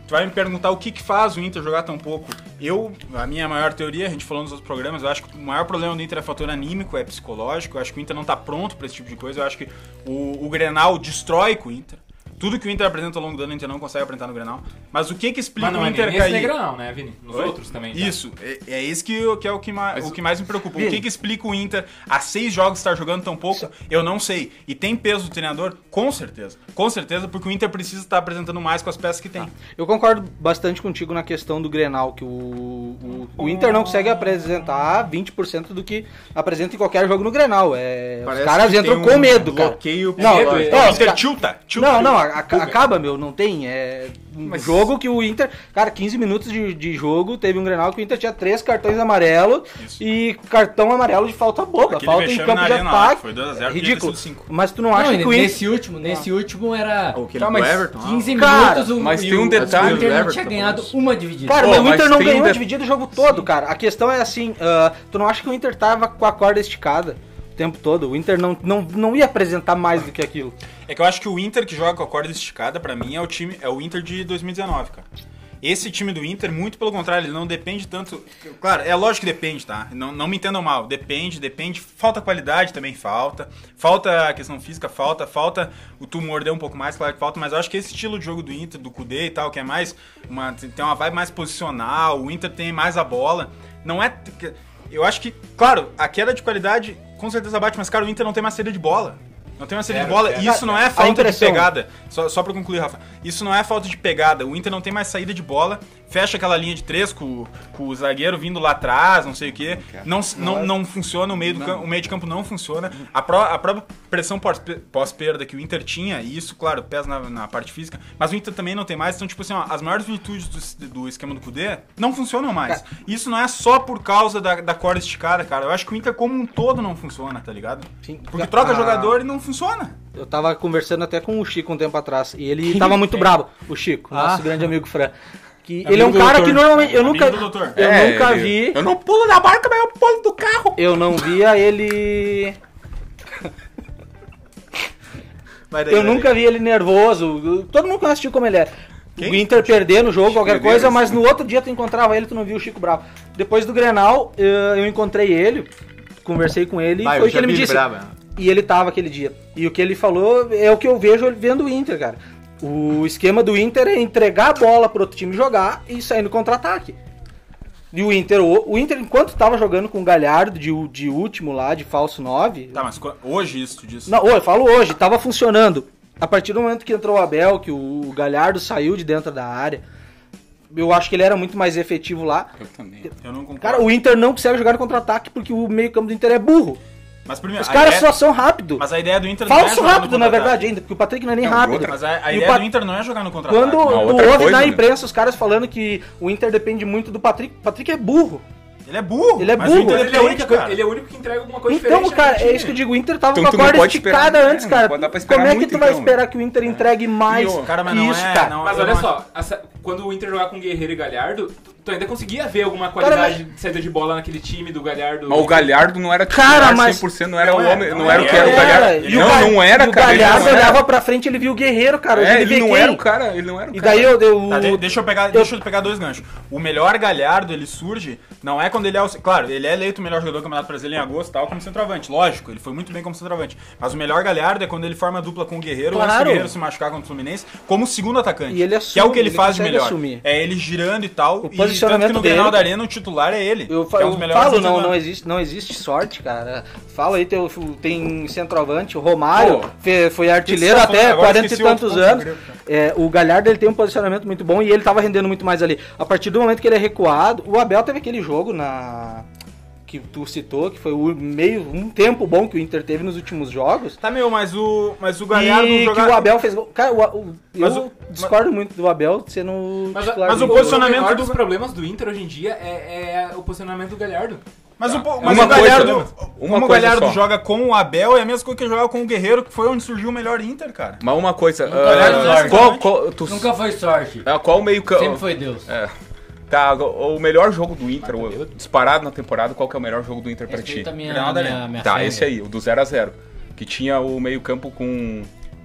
[SPEAKER 4] Tu vai me perguntar o que, que faz o Inter jogar tão pouco. Eu, a minha maior teoria, a gente falou nos outros programas, eu acho que o maior problema do Inter é fator anímico, é psicológico. Eu acho que o Inter não tá pronto pra esse tipo de coisa. Eu acho que o, o Grenal destrói com o Inter. Tudo que o Inter apresenta ao longo do ano, o Inter não consegue apresentar no Grenal. Mas o que que explica
[SPEAKER 3] Mas não
[SPEAKER 4] o
[SPEAKER 3] é
[SPEAKER 4] Inter
[SPEAKER 3] nem esse
[SPEAKER 4] cair?
[SPEAKER 3] negrão, né, Vini? Nos
[SPEAKER 4] Oi?
[SPEAKER 3] outros também. tá?
[SPEAKER 4] Isso, é, é isso que, eu- que é o que, ma- o que mais me preocupa. O
[SPEAKER 8] Vini.
[SPEAKER 4] que, que explica o Inter a seis jogos estar jogando tão pouco? Eu não sei. E tem peso do treinador? Com certeza. Com certeza, porque o Inter precisa estar apresentando mais com as peças que tem.
[SPEAKER 8] Eu concordo bastante contigo na questão do Grenal, que o, o, o Inter não consegue apresentar 20% do que apresenta em qualquer jogo no Grenal. É, os
[SPEAKER 9] Parece
[SPEAKER 8] caras
[SPEAKER 9] que tem
[SPEAKER 8] entram
[SPEAKER 9] um
[SPEAKER 8] com medo, cara.
[SPEAKER 9] bloqueio
[SPEAKER 8] não,
[SPEAKER 3] medo,
[SPEAKER 8] não,
[SPEAKER 3] é.
[SPEAKER 8] não,
[SPEAKER 4] O
[SPEAKER 8] os
[SPEAKER 4] Inter
[SPEAKER 8] ca-
[SPEAKER 4] tilta, tilta.
[SPEAKER 8] não, não, a- a- acaba, meu, não tem. É um jogo que o Inter. Cara, 15 minutos de, de jogo, teve um Grenal que o Inter tinha três cartões amarelos e cartão amarelo de falta boba.
[SPEAKER 4] Aquele
[SPEAKER 8] falta em
[SPEAKER 4] vexame
[SPEAKER 8] campo
[SPEAKER 4] na
[SPEAKER 8] de
[SPEAKER 4] arena lá, que
[SPEAKER 8] ataque.
[SPEAKER 4] foi 2 a 0,
[SPEAKER 8] É
[SPEAKER 4] podia ter
[SPEAKER 8] ridículo.
[SPEAKER 4] sido cinco.
[SPEAKER 8] Mas tu não
[SPEAKER 7] Não,
[SPEAKER 8] acha que o Inter.
[SPEAKER 7] nesse último, nesse último
[SPEAKER 10] Ah,
[SPEAKER 7] era
[SPEAKER 9] O que
[SPEAKER 8] Tá,
[SPEAKER 9] do
[SPEAKER 8] mas
[SPEAKER 9] Everton? lá.
[SPEAKER 7] 15
[SPEAKER 8] Cara,
[SPEAKER 7] minutos. o-
[SPEAKER 10] mas
[SPEAKER 7] e
[SPEAKER 10] tem um
[SPEAKER 7] o-
[SPEAKER 10] detalhe,
[SPEAKER 7] O Inter não
[SPEAKER 9] Everton,
[SPEAKER 7] tinha
[SPEAKER 9] pelo
[SPEAKER 7] ganhado
[SPEAKER 9] menos.
[SPEAKER 7] uma dividida.
[SPEAKER 8] Cara,
[SPEAKER 10] Pô,
[SPEAKER 8] mas o
[SPEAKER 10] mas
[SPEAKER 8] Inter não
[SPEAKER 10] tem
[SPEAKER 8] ganhou
[SPEAKER 10] de-
[SPEAKER 8] a dividida o jogo todo, cara. A questão é assim, ah, tu não acha que o Inter tava com a corda esticada o tempo todo? O Inter não, não, não ia apresentar mais do que aquilo.
[SPEAKER 4] É que eu acho que o Inter que joga com a corda esticada, pra mim, é o time, é o Inter de 2019, cara. Esse time do Inter, muito pelo contrário, ele não depende tanto. Claro, é lógico que depende, tá? Não, não me entendam mal. Depende, depende. Falta qualidade também, falta. Falta a questão física, falta. Falta o tu morder um pouco mais, claro que falta. Mas eu acho que esse estilo de jogo do Inter, do Kudê e tal, que é mais. Uma, tem uma vibe mais posicional, o Inter tem mais a bola. Não é. Eu acho que, claro, a queda de qualidade com certeza bate, mas, cara, o Inter não tem mais saída de bola. Não tem mais saída de
[SPEAKER 3] Zero,
[SPEAKER 4] bola.
[SPEAKER 3] zero.
[SPEAKER 4] E isso não é
[SPEAKER 8] A
[SPEAKER 4] falta de
[SPEAKER 8] impressão.
[SPEAKER 4] pegada. Só, só pra concluir, Rafa. Isso não é falta de pegada. O Inter não tem mais saída de bola. Fecha aquela linha de três com, com o zagueiro vindo lá atrás, não sei o quê. Não, s- não, é. não funciona, o meio, do cam- o meio de campo não funciona. A, pró- a própria pressão pós- pós-perda que o Inter tinha, e isso, claro, pesa na, na parte física, mas o Inter também não tem mais. Então, tipo assim, ó, as maiores virtudes do, s- do esquema do Kudê não funcionam mais. Isso não é só por causa da, da corda esticada, cara. Eu acho que o Inter como um todo não funciona, tá ligado?
[SPEAKER 8] Sim.
[SPEAKER 4] Porque troca
[SPEAKER 8] Ah.
[SPEAKER 4] jogador e não funciona.
[SPEAKER 8] Eu tava conversando até com o Chico um tempo atrás e ele tava muito brabo, o Chico, nosso grande amigo Fran. Que ele é um
[SPEAKER 10] do
[SPEAKER 8] cara
[SPEAKER 10] doutor.
[SPEAKER 8] que normalmente eu nunca
[SPEAKER 4] do doutor.
[SPEAKER 8] eu
[SPEAKER 10] É,
[SPEAKER 8] nunca
[SPEAKER 10] ele-
[SPEAKER 8] vi,
[SPEAKER 10] Eu não pulo da barca, mas eu pulo do carro.
[SPEAKER 8] eu não via ele
[SPEAKER 9] Vai daí,
[SPEAKER 8] Eu
[SPEAKER 9] vai daí.
[SPEAKER 8] nunca vi ele nervoso. Todo mundo conhece o Chico como ele é.
[SPEAKER 4] Quem?
[SPEAKER 8] O Inter perdendo o jogo, qualquer
[SPEAKER 10] Medeiros.
[SPEAKER 8] coisa, mas no outro dia tu encontrava ele, tu não viu o Chico bravo. Depois do Grenal, eh, eu encontrei ele, conversei com ele,
[SPEAKER 9] Vai,
[SPEAKER 8] e
[SPEAKER 9] eu
[SPEAKER 8] foi o que
[SPEAKER 9] já
[SPEAKER 8] ele me
[SPEAKER 9] vi né?
[SPEAKER 8] disse.
[SPEAKER 9] brava.
[SPEAKER 8] E ele tava aquele dia. E o que ele falou é o que eu vejo ele vendo o Inter, cara. O esquema do Inter é entregar a bola pro outro time jogar e sair no contra-ataque. E o Inter, o o Inter, enquanto tava jogando com o Galhardo de, u- de último lá, de falso 9,
[SPEAKER 4] Tá, mas co- hoje isso tu disse.
[SPEAKER 8] não, ô, eu falo hoje, tava funcionando. A partir do momento que entrou o Abel, que o Galhardo saiu de dentro da área, eu acho que ele era muito mais efetivo lá.
[SPEAKER 10] Eu também.
[SPEAKER 4] Eu não concordo.
[SPEAKER 8] Cara, o Inter não consegue jogar no contra-ataque porque o meio-campo do Inter é burro.
[SPEAKER 4] Mas primeiro.
[SPEAKER 8] Os
[SPEAKER 4] a
[SPEAKER 8] caras
[SPEAKER 4] ideia-
[SPEAKER 8] só são rápido.
[SPEAKER 4] Mas a ideia do Inter não é
[SPEAKER 8] Falso
[SPEAKER 4] jogar no
[SPEAKER 8] rápido, na
[SPEAKER 4] contra-ataque. um
[SPEAKER 8] verdade, ainda, porque o Patrick não é nem
[SPEAKER 10] Não,
[SPEAKER 8] rápido.
[SPEAKER 10] outra.
[SPEAKER 4] Mas a, a
[SPEAKER 8] E o
[SPEAKER 4] ideia
[SPEAKER 8] Pat-
[SPEAKER 4] do Inter não é jogar no contra-ataque.
[SPEAKER 8] Quando
[SPEAKER 10] Não,
[SPEAKER 8] tu
[SPEAKER 10] outra
[SPEAKER 8] ouve
[SPEAKER 10] coisa,
[SPEAKER 8] na
[SPEAKER 10] né?
[SPEAKER 8] imprensa os caras falando que o Inter depende muito do Patrick, o Patrick é burro.
[SPEAKER 4] Ele é burro.
[SPEAKER 8] Ele é
[SPEAKER 4] mas
[SPEAKER 8] burro.
[SPEAKER 4] o Inter
[SPEAKER 3] Mas ele, é a única
[SPEAKER 4] cara.
[SPEAKER 3] coisa- ele é o único que entrega alguma coisa
[SPEAKER 8] Então,
[SPEAKER 3] diferente.
[SPEAKER 8] cara,
[SPEAKER 3] né,
[SPEAKER 8] é
[SPEAKER 3] time.
[SPEAKER 8] isso que eu digo, o Inter tava
[SPEAKER 10] Então tu
[SPEAKER 8] com a
[SPEAKER 10] não
[SPEAKER 8] corda
[SPEAKER 10] pode esperar,
[SPEAKER 8] esticada
[SPEAKER 10] né?
[SPEAKER 8] antes, cara.
[SPEAKER 10] Não dá pra esperar
[SPEAKER 8] Como é que
[SPEAKER 10] muito,
[SPEAKER 8] tu vai
[SPEAKER 10] então.
[SPEAKER 8] esperar que o Inter entregue mais
[SPEAKER 4] Meu, cara, mas não
[SPEAKER 8] isso,
[SPEAKER 4] é-
[SPEAKER 8] cara?
[SPEAKER 4] não-
[SPEAKER 3] Mas
[SPEAKER 4] eu
[SPEAKER 3] olha
[SPEAKER 4] acho-
[SPEAKER 3] só, essa- quando o Inter jogar com Guerreiro e Galhardo, tu- tu ainda conseguia ver alguma qualidade de saída de bola naquele time do Galhardo.
[SPEAKER 10] Mas o Galhardo não era
[SPEAKER 8] Cara,
[SPEAKER 10] titular
[SPEAKER 8] mas- é,
[SPEAKER 10] 100%, não era
[SPEAKER 4] Não
[SPEAKER 10] o
[SPEAKER 4] era,
[SPEAKER 10] homem,
[SPEAKER 4] não
[SPEAKER 10] não era o que era o
[SPEAKER 8] Era,
[SPEAKER 10] Galhardo.
[SPEAKER 8] e o
[SPEAKER 10] Não,
[SPEAKER 8] Gal-
[SPEAKER 10] não
[SPEAKER 8] e
[SPEAKER 10] era,
[SPEAKER 8] o
[SPEAKER 10] cara. ele não
[SPEAKER 8] Galhardo
[SPEAKER 10] era.
[SPEAKER 8] olhava pra frente, ele viu o Guerreiro, cara. hoje
[SPEAKER 10] É,
[SPEAKER 8] vê
[SPEAKER 10] ele não
[SPEAKER 8] quem?
[SPEAKER 10] era o cara, ele não era o
[SPEAKER 8] E
[SPEAKER 10] cara.
[SPEAKER 8] daí eu, eu
[SPEAKER 4] Tá, de- deixa eu pegar, deixa eu pegar dois ganchos. O melhor Galhardo, ele surge, não é quando ele é o, claro, ele é eleito o melhor jogador do Campeonato Brasileiro em agosto, e tal, como centroavante, lógico, ele foi muito bem como centroavante. Mas o melhor Galhardo é quando ele forma a dupla com o Guerreiro, antes do
[SPEAKER 8] Claro.
[SPEAKER 4] Guerreiro se machucar contra o Fluminense, como segundo atacante.
[SPEAKER 8] E
[SPEAKER 4] que é o
[SPEAKER 8] ele assume,
[SPEAKER 4] que ele,
[SPEAKER 8] ele
[SPEAKER 4] faz de
[SPEAKER 8] consegue
[SPEAKER 4] melhor.
[SPEAKER 8] assumir.
[SPEAKER 4] É ele girando e tal,
[SPEAKER 8] O
[SPEAKER 4] e tanto
[SPEAKER 8] posicionamento
[SPEAKER 4] que no
[SPEAKER 8] dele-
[SPEAKER 4] Grenal da Arena o titular é ele.
[SPEAKER 8] Eu,
[SPEAKER 4] que
[SPEAKER 8] fa-
[SPEAKER 4] é um
[SPEAKER 8] eu
[SPEAKER 4] dos melhores
[SPEAKER 8] falo, não,
[SPEAKER 4] centroavantes.
[SPEAKER 8] não, existe, não existe sorte, cara. Fala aí, teu, tem um centroavante, o Romário,
[SPEAKER 10] Pô.
[SPEAKER 8] fe- foi artilheiro
[SPEAKER 4] Isso que você tá
[SPEAKER 8] até
[SPEAKER 4] falando, agora
[SPEAKER 8] 40 e
[SPEAKER 4] esqueci outro
[SPEAKER 8] tantos
[SPEAKER 4] ponto, tá.
[SPEAKER 8] anos.
[SPEAKER 4] meu
[SPEAKER 8] É, o Galhardo ele tem um posicionamento muito bom e ele tava rendendo muito mais ali. A partir do momento que ele é recuado, o Abel teve aquele jogo na que tu citou, que foi o meio um tempo bom que o Inter teve nos últimos jogos.
[SPEAKER 4] Tá meu, mas o mas o Galhardo
[SPEAKER 8] e
[SPEAKER 4] jogar-
[SPEAKER 8] que o Abel fez. gol. Cara, o, o-
[SPEAKER 4] Mas
[SPEAKER 8] eu
[SPEAKER 4] o-
[SPEAKER 8] discordo muito do Abel sendo o
[SPEAKER 3] Mas,
[SPEAKER 8] titular
[SPEAKER 4] mas
[SPEAKER 8] do
[SPEAKER 4] o
[SPEAKER 8] Inter.
[SPEAKER 4] posicionamento
[SPEAKER 3] O menor
[SPEAKER 4] do-
[SPEAKER 3] dos problemas do Inter hoje em dia é, é o posicionamento do Galhardo.
[SPEAKER 4] Mas, o,
[SPEAKER 8] Ah,
[SPEAKER 10] Tá.
[SPEAKER 4] mas
[SPEAKER 10] Uma
[SPEAKER 4] o Galhardo,
[SPEAKER 8] né?
[SPEAKER 10] coisa, uma
[SPEAKER 4] como o
[SPEAKER 10] coisa
[SPEAKER 4] Galhardo
[SPEAKER 10] só.
[SPEAKER 4] joga com o Abel, é a mesma coisa que ele jogava com o Guerreiro, que foi onde surgiu o melhor Inter, cara.
[SPEAKER 10] Mas uma coisa,
[SPEAKER 4] era
[SPEAKER 10] ah,
[SPEAKER 4] titular,
[SPEAKER 10] qual,
[SPEAKER 4] centroavante.
[SPEAKER 10] qual, tu-
[SPEAKER 7] Nunca foi sorte.
[SPEAKER 10] ah, qual meio campo?
[SPEAKER 7] Sempre foi Deus.
[SPEAKER 10] É. Tá, o o melhor jogo do Inter, o- disparado na temporada, qual que é o melhor jogo do Inter pra ti?
[SPEAKER 7] Respeita a minha,
[SPEAKER 4] Granada,
[SPEAKER 7] minha,
[SPEAKER 4] né?
[SPEAKER 7] minha
[SPEAKER 10] Tá,
[SPEAKER 7] fé,
[SPEAKER 10] esse
[SPEAKER 7] né?
[SPEAKER 10] aí, o do 0 a 0 Que tinha o meio-campo com.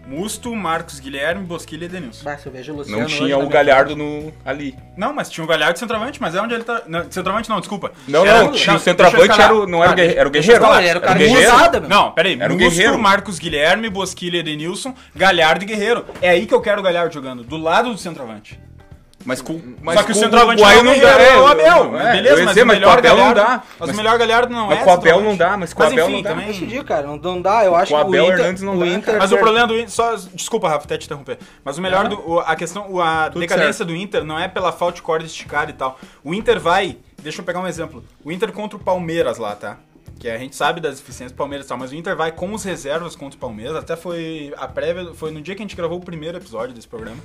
[SPEAKER 4] Musto, Marcos Guilherme, Bosquilha e Denilson.
[SPEAKER 8] Bah, se eu vejo o
[SPEAKER 10] Não
[SPEAKER 8] Luciano hoje tá
[SPEAKER 10] tinha
[SPEAKER 8] na
[SPEAKER 10] o
[SPEAKER 8] minha
[SPEAKER 10] Galhardo no, ali.
[SPEAKER 4] Não, mas tinha o Galhardo de centroavante, mas é onde ele tá. Não, centroavante não, desculpa.
[SPEAKER 10] Não,
[SPEAKER 4] Era-
[SPEAKER 10] não, tinha o
[SPEAKER 4] deixa eu
[SPEAKER 10] centroavante,
[SPEAKER 4] escalar.
[SPEAKER 10] era o, não era
[SPEAKER 4] Tá,
[SPEAKER 10] o Guerreiro. Era o
[SPEAKER 4] deixa eu
[SPEAKER 10] Guerreiro.
[SPEAKER 4] escalar,
[SPEAKER 8] era o
[SPEAKER 10] Era o
[SPEAKER 8] cara
[SPEAKER 10] Guerreiro.
[SPEAKER 8] usado. Nada, meu.
[SPEAKER 4] Não, peraí.
[SPEAKER 10] Era o
[SPEAKER 4] Musto,
[SPEAKER 10] Guerreiro.
[SPEAKER 4] Marcos Guilherme, Bosquilha e Denilson, Galhardo e Guerreiro. É aí que eu quero o Galhardo jogando, do lado do centroavante.
[SPEAKER 10] Mas com, mas
[SPEAKER 4] Só que o
[SPEAKER 10] com
[SPEAKER 4] centroavante
[SPEAKER 10] Uruguai
[SPEAKER 4] não é o
[SPEAKER 10] dá,
[SPEAKER 4] Guerreiro, é, o
[SPEAKER 10] não,
[SPEAKER 4] Abel.
[SPEAKER 10] é, eu
[SPEAKER 4] beleza,
[SPEAKER 10] ia
[SPEAKER 4] mas,
[SPEAKER 10] dizer,
[SPEAKER 4] o melhor
[SPEAKER 10] com o Abel
[SPEAKER 4] Galhardo.
[SPEAKER 10] não dá.
[SPEAKER 4] Mas,
[SPEAKER 10] Mas-
[SPEAKER 4] o melhor Galhardo não
[SPEAKER 10] mas
[SPEAKER 4] é.
[SPEAKER 10] com o Abel não
[SPEAKER 4] centroavante.
[SPEAKER 10] dá, mas com o Abel não dá.
[SPEAKER 4] também-
[SPEAKER 8] Hoje em dia, cara, não, não dá. Eu acho
[SPEAKER 10] o
[SPEAKER 8] que
[SPEAKER 10] Abel
[SPEAKER 8] o Inter,
[SPEAKER 10] Hernandes não
[SPEAKER 8] o
[SPEAKER 10] dá,
[SPEAKER 8] Inter
[SPEAKER 10] cara.
[SPEAKER 4] Mas o
[SPEAKER 8] per-
[SPEAKER 4] problema do Inter, só, desculpa, Rafa, até te interromper. Mas o melhor do. o- A questão, o- a decadência do Inter não é pela falta de corda esticada e tal. O Inter vai. Deixa eu pegar um exemplo. O Inter contra o Palmeiras lá, tá? Que a gente sabe das deficiências do Palmeiras e tal, mas o Inter vai com os reservas contra o Palmeiras. Até foi a prévia, foi no dia que a gente gravou o primeiro episódio desse programa.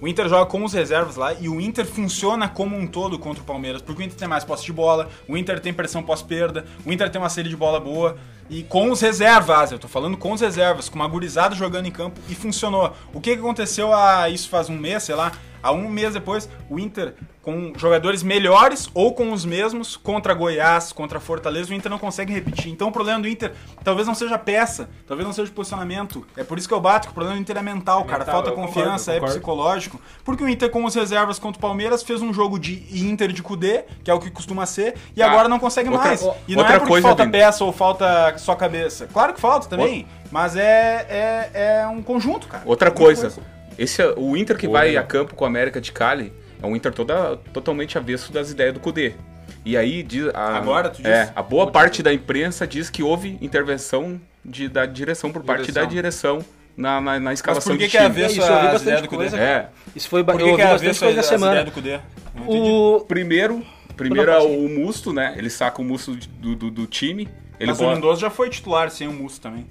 [SPEAKER 4] O Inter joga com os reservas lá e o Inter funciona como um todo contra o Palmeiras, porque o Inter tem mais posse de bola, o Inter tem pressão pós-perda, o Inter tem uma série de bola boa e com os reservas, eu tô falando com os reservas, com uma gurizada jogando em campo e funcionou. O que, que aconteceu a isso faz um mês, sei lá, a um mês depois, o Inter com jogadores melhores ou com os mesmos contra Goiás, contra Fortaleza, o Inter não consegue repetir. Então o problema do Inter talvez não seja a peça, talvez não seja o posicionamento. É por isso que eu bato que o problema do Inter é mental, cara.
[SPEAKER 3] mental,
[SPEAKER 4] Falta
[SPEAKER 3] eu concordo,
[SPEAKER 4] confiança,
[SPEAKER 3] eu
[SPEAKER 4] é
[SPEAKER 3] concordo.
[SPEAKER 4] psicológico psicológico, porque o Inter com os reservas contra o Palmeiras fez um jogo de Inter de Cudê, que é o que costuma ser, e
[SPEAKER 10] Tá.
[SPEAKER 4] agora não consegue
[SPEAKER 10] Outra-
[SPEAKER 4] mais.
[SPEAKER 10] o-
[SPEAKER 4] E não
[SPEAKER 10] outra
[SPEAKER 4] é porque
[SPEAKER 10] coisa,
[SPEAKER 4] falta
[SPEAKER 10] Dino.
[SPEAKER 4] peça ou falta só cabeça. Claro que falta também, mas é, é, é um conjunto, cara.
[SPEAKER 10] Outra
[SPEAKER 4] Uma
[SPEAKER 10] coisa, esse é- o Inter que
[SPEAKER 4] né?
[SPEAKER 10] vai a campo com a América de Cali é um Inter toda, totalmente avesso das ideias do Cudê. E aí diz a,
[SPEAKER 4] Agora, tu
[SPEAKER 10] é,
[SPEAKER 4] diz?
[SPEAKER 10] a boa parte da imprensa diz que houve intervenção de, da direção por parte da direção na, na, na
[SPEAKER 4] Mas
[SPEAKER 10] escalação
[SPEAKER 4] por que,
[SPEAKER 10] do
[SPEAKER 4] que é
[SPEAKER 10] time.
[SPEAKER 4] avesso
[SPEAKER 8] Isso, eu vi
[SPEAKER 4] às
[SPEAKER 8] bastante
[SPEAKER 4] ideias do Cudê?
[SPEAKER 8] coisa,
[SPEAKER 10] É,
[SPEAKER 8] Isso foi ba-
[SPEAKER 4] Por
[SPEAKER 8] eu
[SPEAKER 4] que, que
[SPEAKER 8] ouvi
[SPEAKER 4] é
[SPEAKER 8] bastante
[SPEAKER 4] avesso às
[SPEAKER 8] coisa da
[SPEAKER 4] ideias
[SPEAKER 8] semana.
[SPEAKER 4] do Cudê? Não entendi.
[SPEAKER 8] O
[SPEAKER 10] primeiro, primeiro
[SPEAKER 8] Não,
[SPEAKER 10] é
[SPEAKER 8] não,
[SPEAKER 10] o Musto, né? Ele saca o Musto de- do, do, do time. Ele
[SPEAKER 4] Mas o
[SPEAKER 10] bota,
[SPEAKER 4] Lindoso já foi titular sem o Musso também.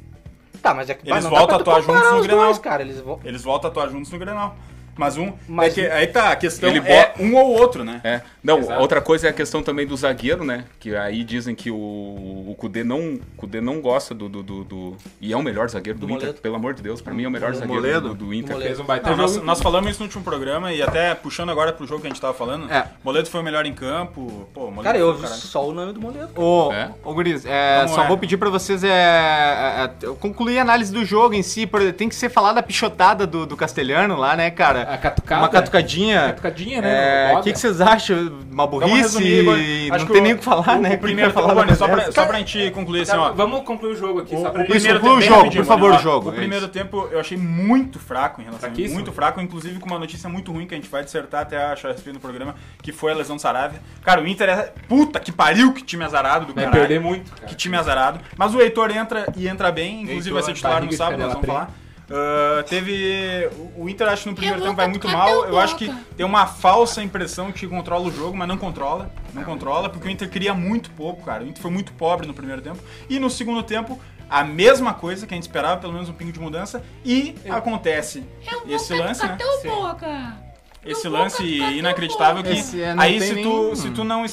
[SPEAKER 8] tá, mas é que
[SPEAKER 4] Eles
[SPEAKER 8] não
[SPEAKER 4] voltam
[SPEAKER 8] dá
[SPEAKER 4] a
[SPEAKER 8] pra tu
[SPEAKER 4] atuar
[SPEAKER 8] comparar
[SPEAKER 4] juntos no
[SPEAKER 8] os
[SPEAKER 4] Grenal.
[SPEAKER 8] dois, cara, eles vão
[SPEAKER 4] Eles voltam a atuar juntos no Grenal. Mas um.
[SPEAKER 8] Mas
[SPEAKER 4] é que, aí tá, a questão
[SPEAKER 10] Ele
[SPEAKER 4] é
[SPEAKER 10] bota-
[SPEAKER 4] um ou outro, né?
[SPEAKER 10] É. Não,
[SPEAKER 4] Exato.
[SPEAKER 10] outra coisa é a questão também do zagueiro, né? Que aí dizem que o, o Kudê, não, o Kudê não gosta do, do, do- do- E é o melhor zagueiro do, Inter,
[SPEAKER 8] Moledo.
[SPEAKER 10] pelo amor de Deus. Pra mim é o melhor zagueiro
[SPEAKER 9] Moledo?
[SPEAKER 10] do, do Inter.
[SPEAKER 8] Moledo.
[SPEAKER 3] Fez um baita
[SPEAKER 4] Não, assim, nós,
[SPEAKER 3] jogo.
[SPEAKER 4] nós falamos isso no último programa e até puxando agora pro jogo que a gente tava falando,
[SPEAKER 9] É.
[SPEAKER 4] Moledo foi o melhor em campo. Pô, Moledo
[SPEAKER 8] Cara, eu
[SPEAKER 4] foi
[SPEAKER 8] ouvi
[SPEAKER 4] do caralho.
[SPEAKER 8] só o nome do Moledo.
[SPEAKER 9] Ô,
[SPEAKER 10] É?
[SPEAKER 9] ô Guriz, é,
[SPEAKER 4] Vamos
[SPEAKER 9] só
[SPEAKER 4] lá.
[SPEAKER 9] vou pedir pra vocês é, é, é, concluir a análise do jogo em si. por- tem que ser falada a pichotada do, do castelhano lá, né, cara?
[SPEAKER 3] A catucada.
[SPEAKER 9] Uma catucadinha.
[SPEAKER 3] Catucadinha, né?
[SPEAKER 9] É,
[SPEAKER 3] no
[SPEAKER 9] O que,
[SPEAKER 3] Boga.
[SPEAKER 9] que vocês acham? Uma
[SPEAKER 4] Então, Vamos
[SPEAKER 9] burrice?
[SPEAKER 4] resumir, Igor. Acho
[SPEAKER 9] não tem
[SPEAKER 4] o-
[SPEAKER 9] nem o que falar,
[SPEAKER 4] o-
[SPEAKER 9] né?
[SPEAKER 4] O primeiro
[SPEAKER 9] falar
[SPEAKER 4] falar, só, pra,
[SPEAKER 9] dessa?
[SPEAKER 4] só pra gente concluir assim,
[SPEAKER 3] Tá,
[SPEAKER 4] ó.
[SPEAKER 3] Vamos concluir o jogo aqui, só pra
[SPEAKER 9] Isso,
[SPEAKER 4] primeiro
[SPEAKER 9] conclua o
[SPEAKER 4] tempo- bem
[SPEAKER 9] jogo,
[SPEAKER 4] rapidinho,
[SPEAKER 9] por favor,
[SPEAKER 4] Moledo.
[SPEAKER 9] o jogo,
[SPEAKER 4] O
[SPEAKER 9] é
[SPEAKER 4] primeiro
[SPEAKER 9] isso.
[SPEAKER 4] tempo eu achei muito fraco em relação a mim,
[SPEAKER 3] Fraquíssimo.
[SPEAKER 4] muito fraco, inclusive com uma notícia muito ruim que a gente vai dissertar até achar a respeito do programa, que foi a lesão do Saravia. Cara, o Inter é puta que pariu que time azarado do
[SPEAKER 3] Vai
[SPEAKER 4] caralho.
[SPEAKER 3] perder muito,
[SPEAKER 4] Que
[SPEAKER 3] cara.
[SPEAKER 4] time azarado. Mas o Heitor entra e entra bem, inclusive
[SPEAKER 3] Heitor,
[SPEAKER 4] vai ser titular no
[SPEAKER 3] barriga de
[SPEAKER 4] sábado, nós
[SPEAKER 3] canela
[SPEAKER 4] vamos falar. Ah, teve. o- O Inter, acho, no primeiro tempo vai muito mal. Eu acho que tem uma falsa impressão que controla o jogo, mas não controla. Não controla, porque o Inter queria muito pouco, cara. O Inter foi muito pobre no primeiro tempo. E no segundo tempo, a mesma coisa que a gente esperava, pelo menos um pingo de mudança. E acontece esse lance, né?
[SPEAKER 11] Teu boca.
[SPEAKER 4] Esse
[SPEAKER 11] Eu vou
[SPEAKER 4] lance
[SPEAKER 11] catar teu
[SPEAKER 4] inacreditável que.
[SPEAKER 11] Esse
[SPEAKER 2] é, não
[SPEAKER 4] aí,
[SPEAKER 2] tem
[SPEAKER 4] se tu,
[SPEAKER 2] nenhum.
[SPEAKER 4] se tu não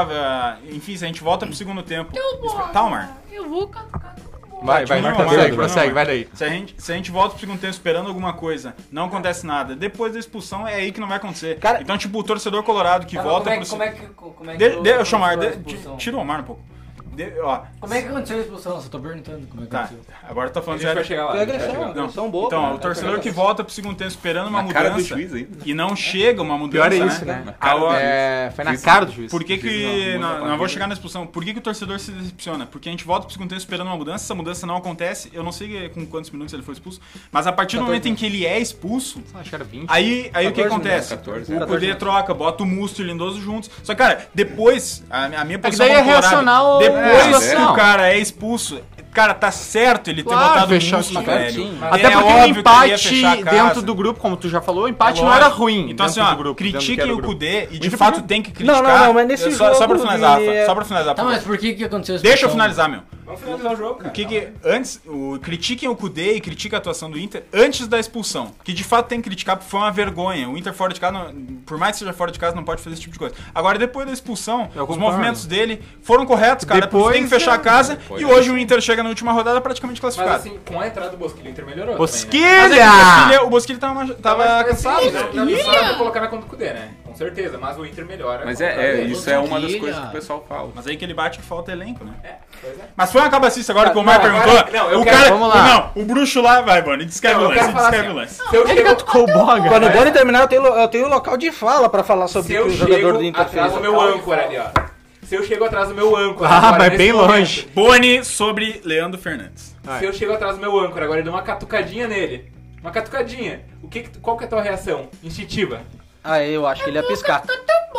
[SPEAKER 4] esperava. Enfim, se a gente volta pro segundo tempo. Tá,
[SPEAKER 11] Teu boca.
[SPEAKER 4] Talmar.
[SPEAKER 11] Eu vou catar teu boca.
[SPEAKER 2] Vai, vai,
[SPEAKER 4] Não,
[SPEAKER 2] Marta,
[SPEAKER 4] não,
[SPEAKER 2] segue,
[SPEAKER 4] não,
[SPEAKER 2] prossegue,
[SPEAKER 4] não.
[SPEAKER 2] vai daí.
[SPEAKER 4] Se a, gente, se a gente volta pro segundo tempo esperando alguma coisa, não acontece nada. Depois da expulsão é aí que não vai acontecer.
[SPEAKER 8] Cara-
[SPEAKER 4] então, tipo, o torcedor colorado que
[SPEAKER 7] Mas
[SPEAKER 4] volta
[SPEAKER 7] como é,
[SPEAKER 4] pro.
[SPEAKER 7] que- como é que. Como é que.
[SPEAKER 4] De, de,
[SPEAKER 7] aconteceu
[SPEAKER 4] eu chamar,
[SPEAKER 7] a
[SPEAKER 4] de,
[SPEAKER 7] expulsão?
[SPEAKER 4] ti- tira o Omar um pouco. De- ó,
[SPEAKER 7] Como é que aconteceu a expulsão? Só tô perguntando como é que
[SPEAKER 4] tá.
[SPEAKER 7] aconteceu.
[SPEAKER 4] Agora tá
[SPEAKER 3] A
[SPEAKER 4] falando
[SPEAKER 3] gente vai
[SPEAKER 4] sério.
[SPEAKER 3] chegar lá.
[SPEAKER 8] Foi
[SPEAKER 3] a gente vai
[SPEAKER 8] agressão,
[SPEAKER 3] chegar lá.
[SPEAKER 8] agressão boba.
[SPEAKER 4] Então,
[SPEAKER 8] né?
[SPEAKER 4] o torcedor
[SPEAKER 2] é
[SPEAKER 4] que volta pro segundo tempo esperando uma
[SPEAKER 10] Na
[SPEAKER 4] mudança
[SPEAKER 10] cara do juiz ainda.
[SPEAKER 4] e não chega uma mudança,
[SPEAKER 2] Pior é isso,
[SPEAKER 4] né?
[SPEAKER 2] né?
[SPEAKER 4] A hora-
[SPEAKER 2] É, foi na
[SPEAKER 10] Juiz-
[SPEAKER 2] cara do juiz.
[SPEAKER 4] Por que que...
[SPEAKER 10] Juiz
[SPEAKER 4] Não,
[SPEAKER 10] não, não
[SPEAKER 4] não,
[SPEAKER 10] tá
[SPEAKER 4] vou
[SPEAKER 10] vivo.
[SPEAKER 4] chegar na expulsão. Por que que o torcedor se decepciona? Porque a gente volta pro segundo tempo esperando uma mudança, essa mudança não acontece. Eu não sei com quantos minutos ele foi expulso, mas a partir do momento em que ele é expulso,
[SPEAKER 2] Acho que era né? 20.
[SPEAKER 4] Aí, aí o que
[SPEAKER 8] 14
[SPEAKER 4] acontece?
[SPEAKER 10] minutos,
[SPEAKER 2] é.
[SPEAKER 10] 14,
[SPEAKER 4] o
[SPEAKER 8] 14
[SPEAKER 4] Kudê
[SPEAKER 8] minutos.
[SPEAKER 4] troca, bota o Musto e o Lindoso juntos. Só que, cara, depois, a, a minha posição
[SPEAKER 2] daí
[SPEAKER 4] como
[SPEAKER 2] é
[SPEAKER 4] colorado,
[SPEAKER 2] reacional
[SPEAKER 4] Depois que
[SPEAKER 2] situação.
[SPEAKER 4] o cara é expulso, cara, tá certo ele ter
[SPEAKER 2] Claro,
[SPEAKER 4] botado o
[SPEAKER 2] fechar
[SPEAKER 4] Musto,
[SPEAKER 2] o time
[SPEAKER 4] velho.
[SPEAKER 2] certinho. Até
[SPEAKER 4] É
[SPEAKER 2] porque o
[SPEAKER 4] óbvio que ele ia
[SPEAKER 2] empate
[SPEAKER 4] fechar a casa.
[SPEAKER 2] dentro do grupo, como tu já falou, o
[SPEAKER 4] É
[SPEAKER 2] empate não
[SPEAKER 4] lógico.
[SPEAKER 2] era ruim.
[SPEAKER 4] Então, assim,
[SPEAKER 2] dentro
[SPEAKER 4] ó,
[SPEAKER 2] do grupo, dentro
[SPEAKER 4] critiquem
[SPEAKER 2] do
[SPEAKER 4] o
[SPEAKER 2] grupo.
[SPEAKER 4] Kudê e de
[SPEAKER 2] Inter-
[SPEAKER 4] fato tem que
[SPEAKER 8] Não,
[SPEAKER 4] criticar.
[SPEAKER 8] não, não, mas nesse
[SPEAKER 4] só, só pra
[SPEAKER 8] jogo
[SPEAKER 4] finalizar,
[SPEAKER 8] ele
[SPEAKER 4] Rafa,
[SPEAKER 8] é-
[SPEAKER 4] só pra finalizar. por
[SPEAKER 7] Tá, mas
[SPEAKER 4] favor.
[SPEAKER 7] por que que aconteceu a expulsão?
[SPEAKER 2] então,
[SPEAKER 4] Deixa eu finalizar, meu.
[SPEAKER 3] Vamos finalizar o jogo, cara.
[SPEAKER 4] O que que- antes, o, critiquem o Kudê e critiquem a atuação do Inter antes da expulsão. Que de fato tem que criticar porque foi uma vergonha. O Inter fora de casa, não- por mais que seja fora de casa, não pode fazer esse tipo de coisa. Agora, depois da expulsão,
[SPEAKER 2] Eu
[SPEAKER 4] os
[SPEAKER 2] concordo.
[SPEAKER 4] movimentos dele foram corretos, cara. Depois,
[SPEAKER 2] Depois,
[SPEAKER 4] tem que fechar a casa
[SPEAKER 10] Depois
[SPEAKER 4] e
[SPEAKER 10] é
[SPEAKER 4] hoje o Inter chega na última rodada praticamente
[SPEAKER 3] Mas
[SPEAKER 4] classificado.
[SPEAKER 3] assim, com a entrada do Bosquilho, o Inter melhorou. né?
[SPEAKER 2] Bosquilha!
[SPEAKER 4] Mas é que o Bosquilha- o Bosquilho tava, tava cansado.
[SPEAKER 3] Não, né? não, isso não dá pra colocar na conta do Cudê, né? Com certeza, mas o Inter melhora.
[SPEAKER 10] Mas
[SPEAKER 3] com a
[SPEAKER 10] é,
[SPEAKER 3] entrada
[SPEAKER 10] é,
[SPEAKER 3] dele.
[SPEAKER 10] isso é uma das
[SPEAKER 7] Quilha.
[SPEAKER 10] coisas que o pessoal fala.
[SPEAKER 4] Mas aí que ele bate que falta elenco, né?
[SPEAKER 3] É, pois é.
[SPEAKER 4] Mas foi uma cabacista agora que o Omar
[SPEAKER 3] Não, agora-
[SPEAKER 4] perguntou.
[SPEAKER 3] não, eu
[SPEAKER 4] o
[SPEAKER 3] quero-
[SPEAKER 4] cara,
[SPEAKER 2] vamos lá.
[SPEAKER 4] Não, o bruxo lá, vai, Bonnie, descreve
[SPEAKER 3] Não,
[SPEAKER 4] o
[SPEAKER 3] eu
[SPEAKER 4] lance,
[SPEAKER 3] quero falar
[SPEAKER 4] descreve
[SPEAKER 3] assim,
[SPEAKER 4] o lance.
[SPEAKER 3] Se eu chego,
[SPEAKER 2] Tocou boga.
[SPEAKER 8] Quando o Boni terminar, eu tenho, eu tenho o local de fala pra falar
[SPEAKER 3] se
[SPEAKER 8] sobre o
[SPEAKER 3] eu
[SPEAKER 8] que o jogador do
[SPEAKER 3] chego
[SPEAKER 8] Inter fez.
[SPEAKER 3] atrás do meu âncora ali, ó. Se eu chego atrás do meu âncora.
[SPEAKER 2] Ah,
[SPEAKER 3] agora,
[SPEAKER 2] vai
[SPEAKER 3] nesse
[SPEAKER 2] bem
[SPEAKER 3] momento,
[SPEAKER 2] longe.
[SPEAKER 4] Boni sobre Leandro Fernandes.
[SPEAKER 2] Vai.
[SPEAKER 3] Se eu chego atrás do meu âncora agora e dou uma catucadinha nele. Uma catucadinha. O que, que tu- qual que é a tua reação? Instintiva.
[SPEAKER 8] Ah, eu acho que ele ia piscar.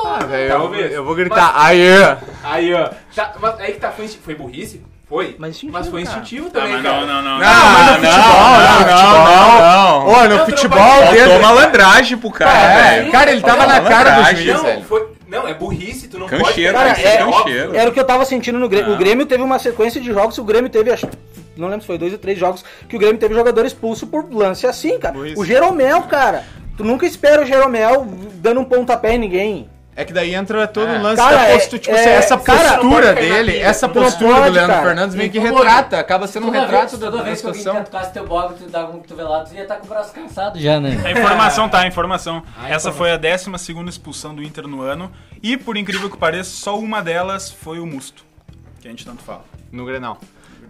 [SPEAKER 2] Ah, velho,
[SPEAKER 4] Tá,
[SPEAKER 2] eu,
[SPEAKER 3] Talvez.
[SPEAKER 2] eu vou gritar, aê!
[SPEAKER 3] Aí, ó. Tá, mas aí que tá, foi, insti- foi burrice? Foi.
[SPEAKER 8] Mas instintivo,
[SPEAKER 3] foi
[SPEAKER 8] cara.
[SPEAKER 3] instintivo
[SPEAKER 4] Ah,
[SPEAKER 3] também,
[SPEAKER 4] mas
[SPEAKER 3] cara.
[SPEAKER 4] não, não, não.
[SPEAKER 2] mas no
[SPEAKER 10] né?
[SPEAKER 4] Tipo,
[SPEAKER 2] futebol, não, não, Ô, no
[SPEAKER 3] não
[SPEAKER 2] futebol,
[SPEAKER 3] pode-
[SPEAKER 2] dentro...
[SPEAKER 10] Faltou malandragem pro cara, né?
[SPEAKER 2] É,
[SPEAKER 10] velho.
[SPEAKER 2] cara, ele tava na
[SPEAKER 10] Faltou
[SPEAKER 2] cara do
[SPEAKER 10] malandragem.
[SPEAKER 2] juiz,
[SPEAKER 3] Não,
[SPEAKER 2] velho.
[SPEAKER 3] foi, não, é burrice, tu não
[SPEAKER 10] Cancheiro,
[SPEAKER 3] pode...
[SPEAKER 10] cara,
[SPEAKER 3] pegar,
[SPEAKER 10] é
[SPEAKER 3] isso óbvio.
[SPEAKER 10] cancheiro.
[SPEAKER 8] Era o que eu tava sentindo no
[SPEAKER 4] Ah.
[SPEAKER 8] Grêmio. O Grêmio teve uma sequência de jogos, o Grêmio teve, acho, não lembro se foi dois ou três jogos, que o Grêmio teve jogador expulso por lance assim, cara. O Jeromel, cara. Tu nunca espera o Jeromel dando um pontapé em ninguém.
[SPEAKER 2] É que daí entra todo o lance
[SPEAKER 8] Cara,
[SPEAKER 2] da
[SPEAKER 8] é-
[SPEAKER 2] postura, tipo,
[SPEAKER 8] é-
[SPEAKER 2] essa
[SPEAKER 8] cara,
[SPEAKER 2] postura
[SPEAKER 3] pode cair na
[SPEAKER 2] dele,
[SPEAKER 3] pilha,
[SPEAKER 2] essa
[SPEAKER 8] não
[SPEAKER 2] postura
[SPEAKER 8] pode,
[SPEAKER 2] do Leandro
[SPEAKER 8] cara.
[SPEAKER 2] Fernandes meio que
[SPEAKER 7] Toda
[SPEAKER 2] retrata, acaba sendo um
[SPEAKER 7] Toda
[SPEAKER 2] retrato
[SPEAKER 7] vez- toda
[SPEAKER 2] da, da
[SPEAKER 7] vez que alguém
[SPEAKER 2] situação.
[SPEAKER 7] catucasse teu boga, tu dava um cotovelado, tu ia estar com o braço cansado já, né?
[SPEAKER 4] A informação tá, a informação.
[SPEAKER 2] Ah,
[SPEAKER 4] Essa
[SPEAKER 2] então
[SPEAKER 4] foi a 12 expulsão do Inter no ano. E, por incrível que pareça, só uma delas foi o Musto, que a gente tanto fala.
[SPEAKER 2] No Grenal.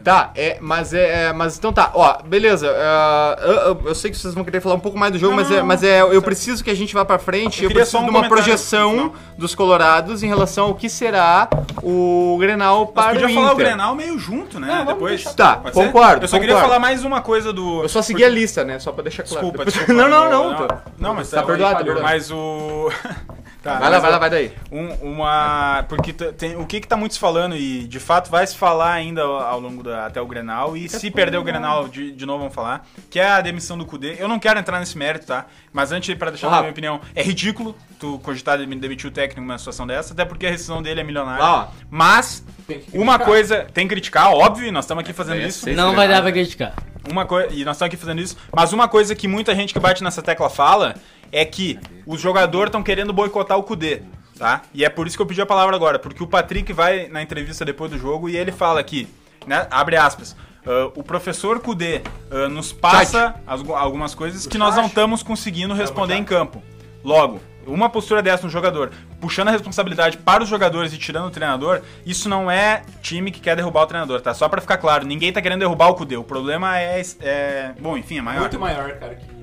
[SPEAKER 2] Tá, é, mas é, é, Mas então tá, ó, beleza. é, eu, eu- eu sei que vocês vão querer falar um pouco mais do jogo, mas, é, mas é, eu preciso que a gente vá pra frente. Eu,
[SPEAKER 4] queria
[SPEAKER 2] preciso
[SPEAKER 4] só um
[SPEAKER 2] de uma
[SPEAKER 4] comentário
[SPEAKER 2] projeção dos Colorados em relação ao que será o Grenal
[SPEAKER 4] Mas
[SPEAKER 2] para
[SPEAKER 4] podia
[SPEAKER 2] o Inter.
[SPEAKER 4] falar o Grenal meio junto, né? Depois.
[SPEAKER 2] Tá,
[SPEAKER 4] Pode ser?
[SPEAKER 2] concordo.
[SPEAKER 4] Eu só queria
[SPEAKER 2] concordo.
[SPEAKER 4] falar mais uma coisa do.
[SPEAKER 2] Eu só segui a lista, né? Só pra deixar claro.
[SPEAKER 4] Desculpa,
[SPEAKER 2] Depois-
[SPEAKER 4] desculpa.
[SPEAKER 2] Não, não, não.
[SPEAKER 4] Não,
[SPEAKER 2] tô-
[SPEAKER 4] não, mas
[SPEAKER 2] tá
[SPEAKER 4] tá
[SPEAKER 2] perdoado, tá
[SPEAKER 4] falhou.
[SPEAKER 2] perdoado.
[SPEAKER 4] Mas o. Tá,
[SPEAKER 2] Vai lá,
[SPEAKER 4] mas
[SPEAKER 2] vai
[SPEAKER 4] o-
[SPEAKER 2] lá, vai daí.
[SPEAKER 4] Um- uma. Porque t- tem, o que, que tá muito se falando e de fato vai se falar ainda ao, ao longo da, até o Grenal. E se perder o Grenal, de, de novo vamos falar. Que é a demissão do Cudê. Eu não quero entrar nesse mérito, tá? Mas antes, pra deixar
[SPEAKER 2] Ô,
[SPEAKER 4] na
[SPEAKER 2] Rafa.
[SPEAKER 4] minha opinião, é ridículo tu cogitar de demitir o técnico numa situação dessa, até porque a rescisão dele é milionária.
[SPEAKER 2] Ó.
[SPEAKER 4] Mas.
[SPEAKER 3] Tem que
[SPEAKER 4] Uma
[SPEAKER 3] criticar.
[SPEAKER 4] coisa, tem que criticar, óbvio, nós estamos aqui fazendo
[SPEAKER 10] é
[SPEAKER 4] isso.
[SPEAKER 10] sempre-
[SPEAKER 7] Não vai dar pra criticar.
[SPEAKER 4] Uma coisa, e nós estamos aqui fazendo isso, mas uma coisa que muita gente que bate nessa tecla fala é que os jogadores estão querendo boicotar o Kudê, tá? E é por isso que eu pedi a palavra agora, porque o Patrick vai na entrevista depois do jogo e ele fala aqui, né, abre aspas, "Ah, o professor Kudê ah, nos passa as- algumas coisas que nós não estamos conseguindo responder em campo. Logo, uma postura dessa no jogador, puxando a responsabilidade para os jogadores e tirando o treinador, isso não é time que quer derrubar o treinador, tá? Só pra ficar claro, ninguém tá querendo derrubar o Cudê. O problema é. é- bom, enfim, é maior.
[SPEAKER 3] Muito maior, cara, que...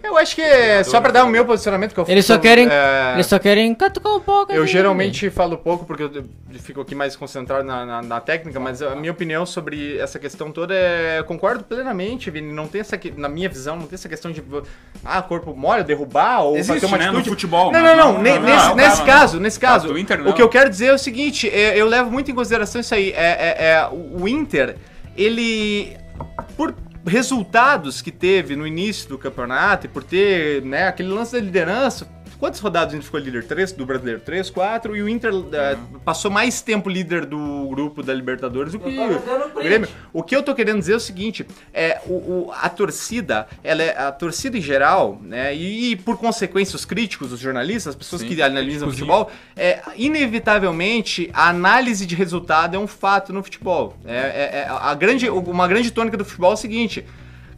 [SPEAKER 2] Eu acho que é só pra dar o meu posicionamento que eu
[SPEAKER 7] Eles só
[SPEAKER 2] eu-
[SPEAKER 7] querem.
[SPEAKER 2] é,
[SPEAKER 7] Eles só querem catucar o boga.
[SPEAKER 2] Eu
[SPEAKER 7] né?
[SPEAKER 2] geralmente falo pouco porque eu fico aqui mais concentrado na, na- na técnica, mas a minha opinião sobre essa questão toda é. Concordo plenamente, Vini. Não tem essa. que- Na minha visão, não tem essa questão de. Ah, corpo mole, derrubar ou
[SPEAKER 4] Existe,
[SPEAKER 2] fazer uma
[SPEAKER 4] né, no
[SPEAKER 2] atitude.
[SPEAKER 4] futebol,
[SPEAKER 2] Não,
[SPEAKER 4] mas
[SPEAKER 2] não, não.
[SPEAKER 4] não-
[SPEAKER 2] ne-
[SPEAKER 4] não, não,
[SPEAKER 2] nesse
[SPEAKER 4] não,
[SPEAKER 2] nesse
[SPEAKER 4] não,
[SPEAKER 2] caso, nesse caso.
[SPEAKER 10] Tá, do Inter,
[SPEAKER 2] o
[SPEAKER 10] não.
[SPEAKER 2] que eu quero dizer é o seguinte: é, eu levo muito em consideração isso aí. É, é- é o o Inter, ele. Por resultados que teve no início do campeonato e por ter né, aquele lance da liderança. Quantas rodadas a gente ficou líder? Três do Brasileiro? Três, quatro. E o Inter eh, passou mais tempo líder do grupo da Libertadores do que
[SPEAKER 7] tava dando
[SPEAKER 2] o
[SPEAKER 7] print.
[SPEAKER 2] Grêmio. O que eu tô querendo dizer é o seguinte: é, o, o- a torcida, ela é, a torcida em geral, né? E, e por consequência, os críticos, os jornalistas, as pessoas que analisam o
[SPEAKER 4] Tipo,
[SPEAKER 2] futebol, é, inevitavelmente a análise de resultado é um fato no futebol. É, é- é a grande, uma grande tônica do futebol é o seguinte.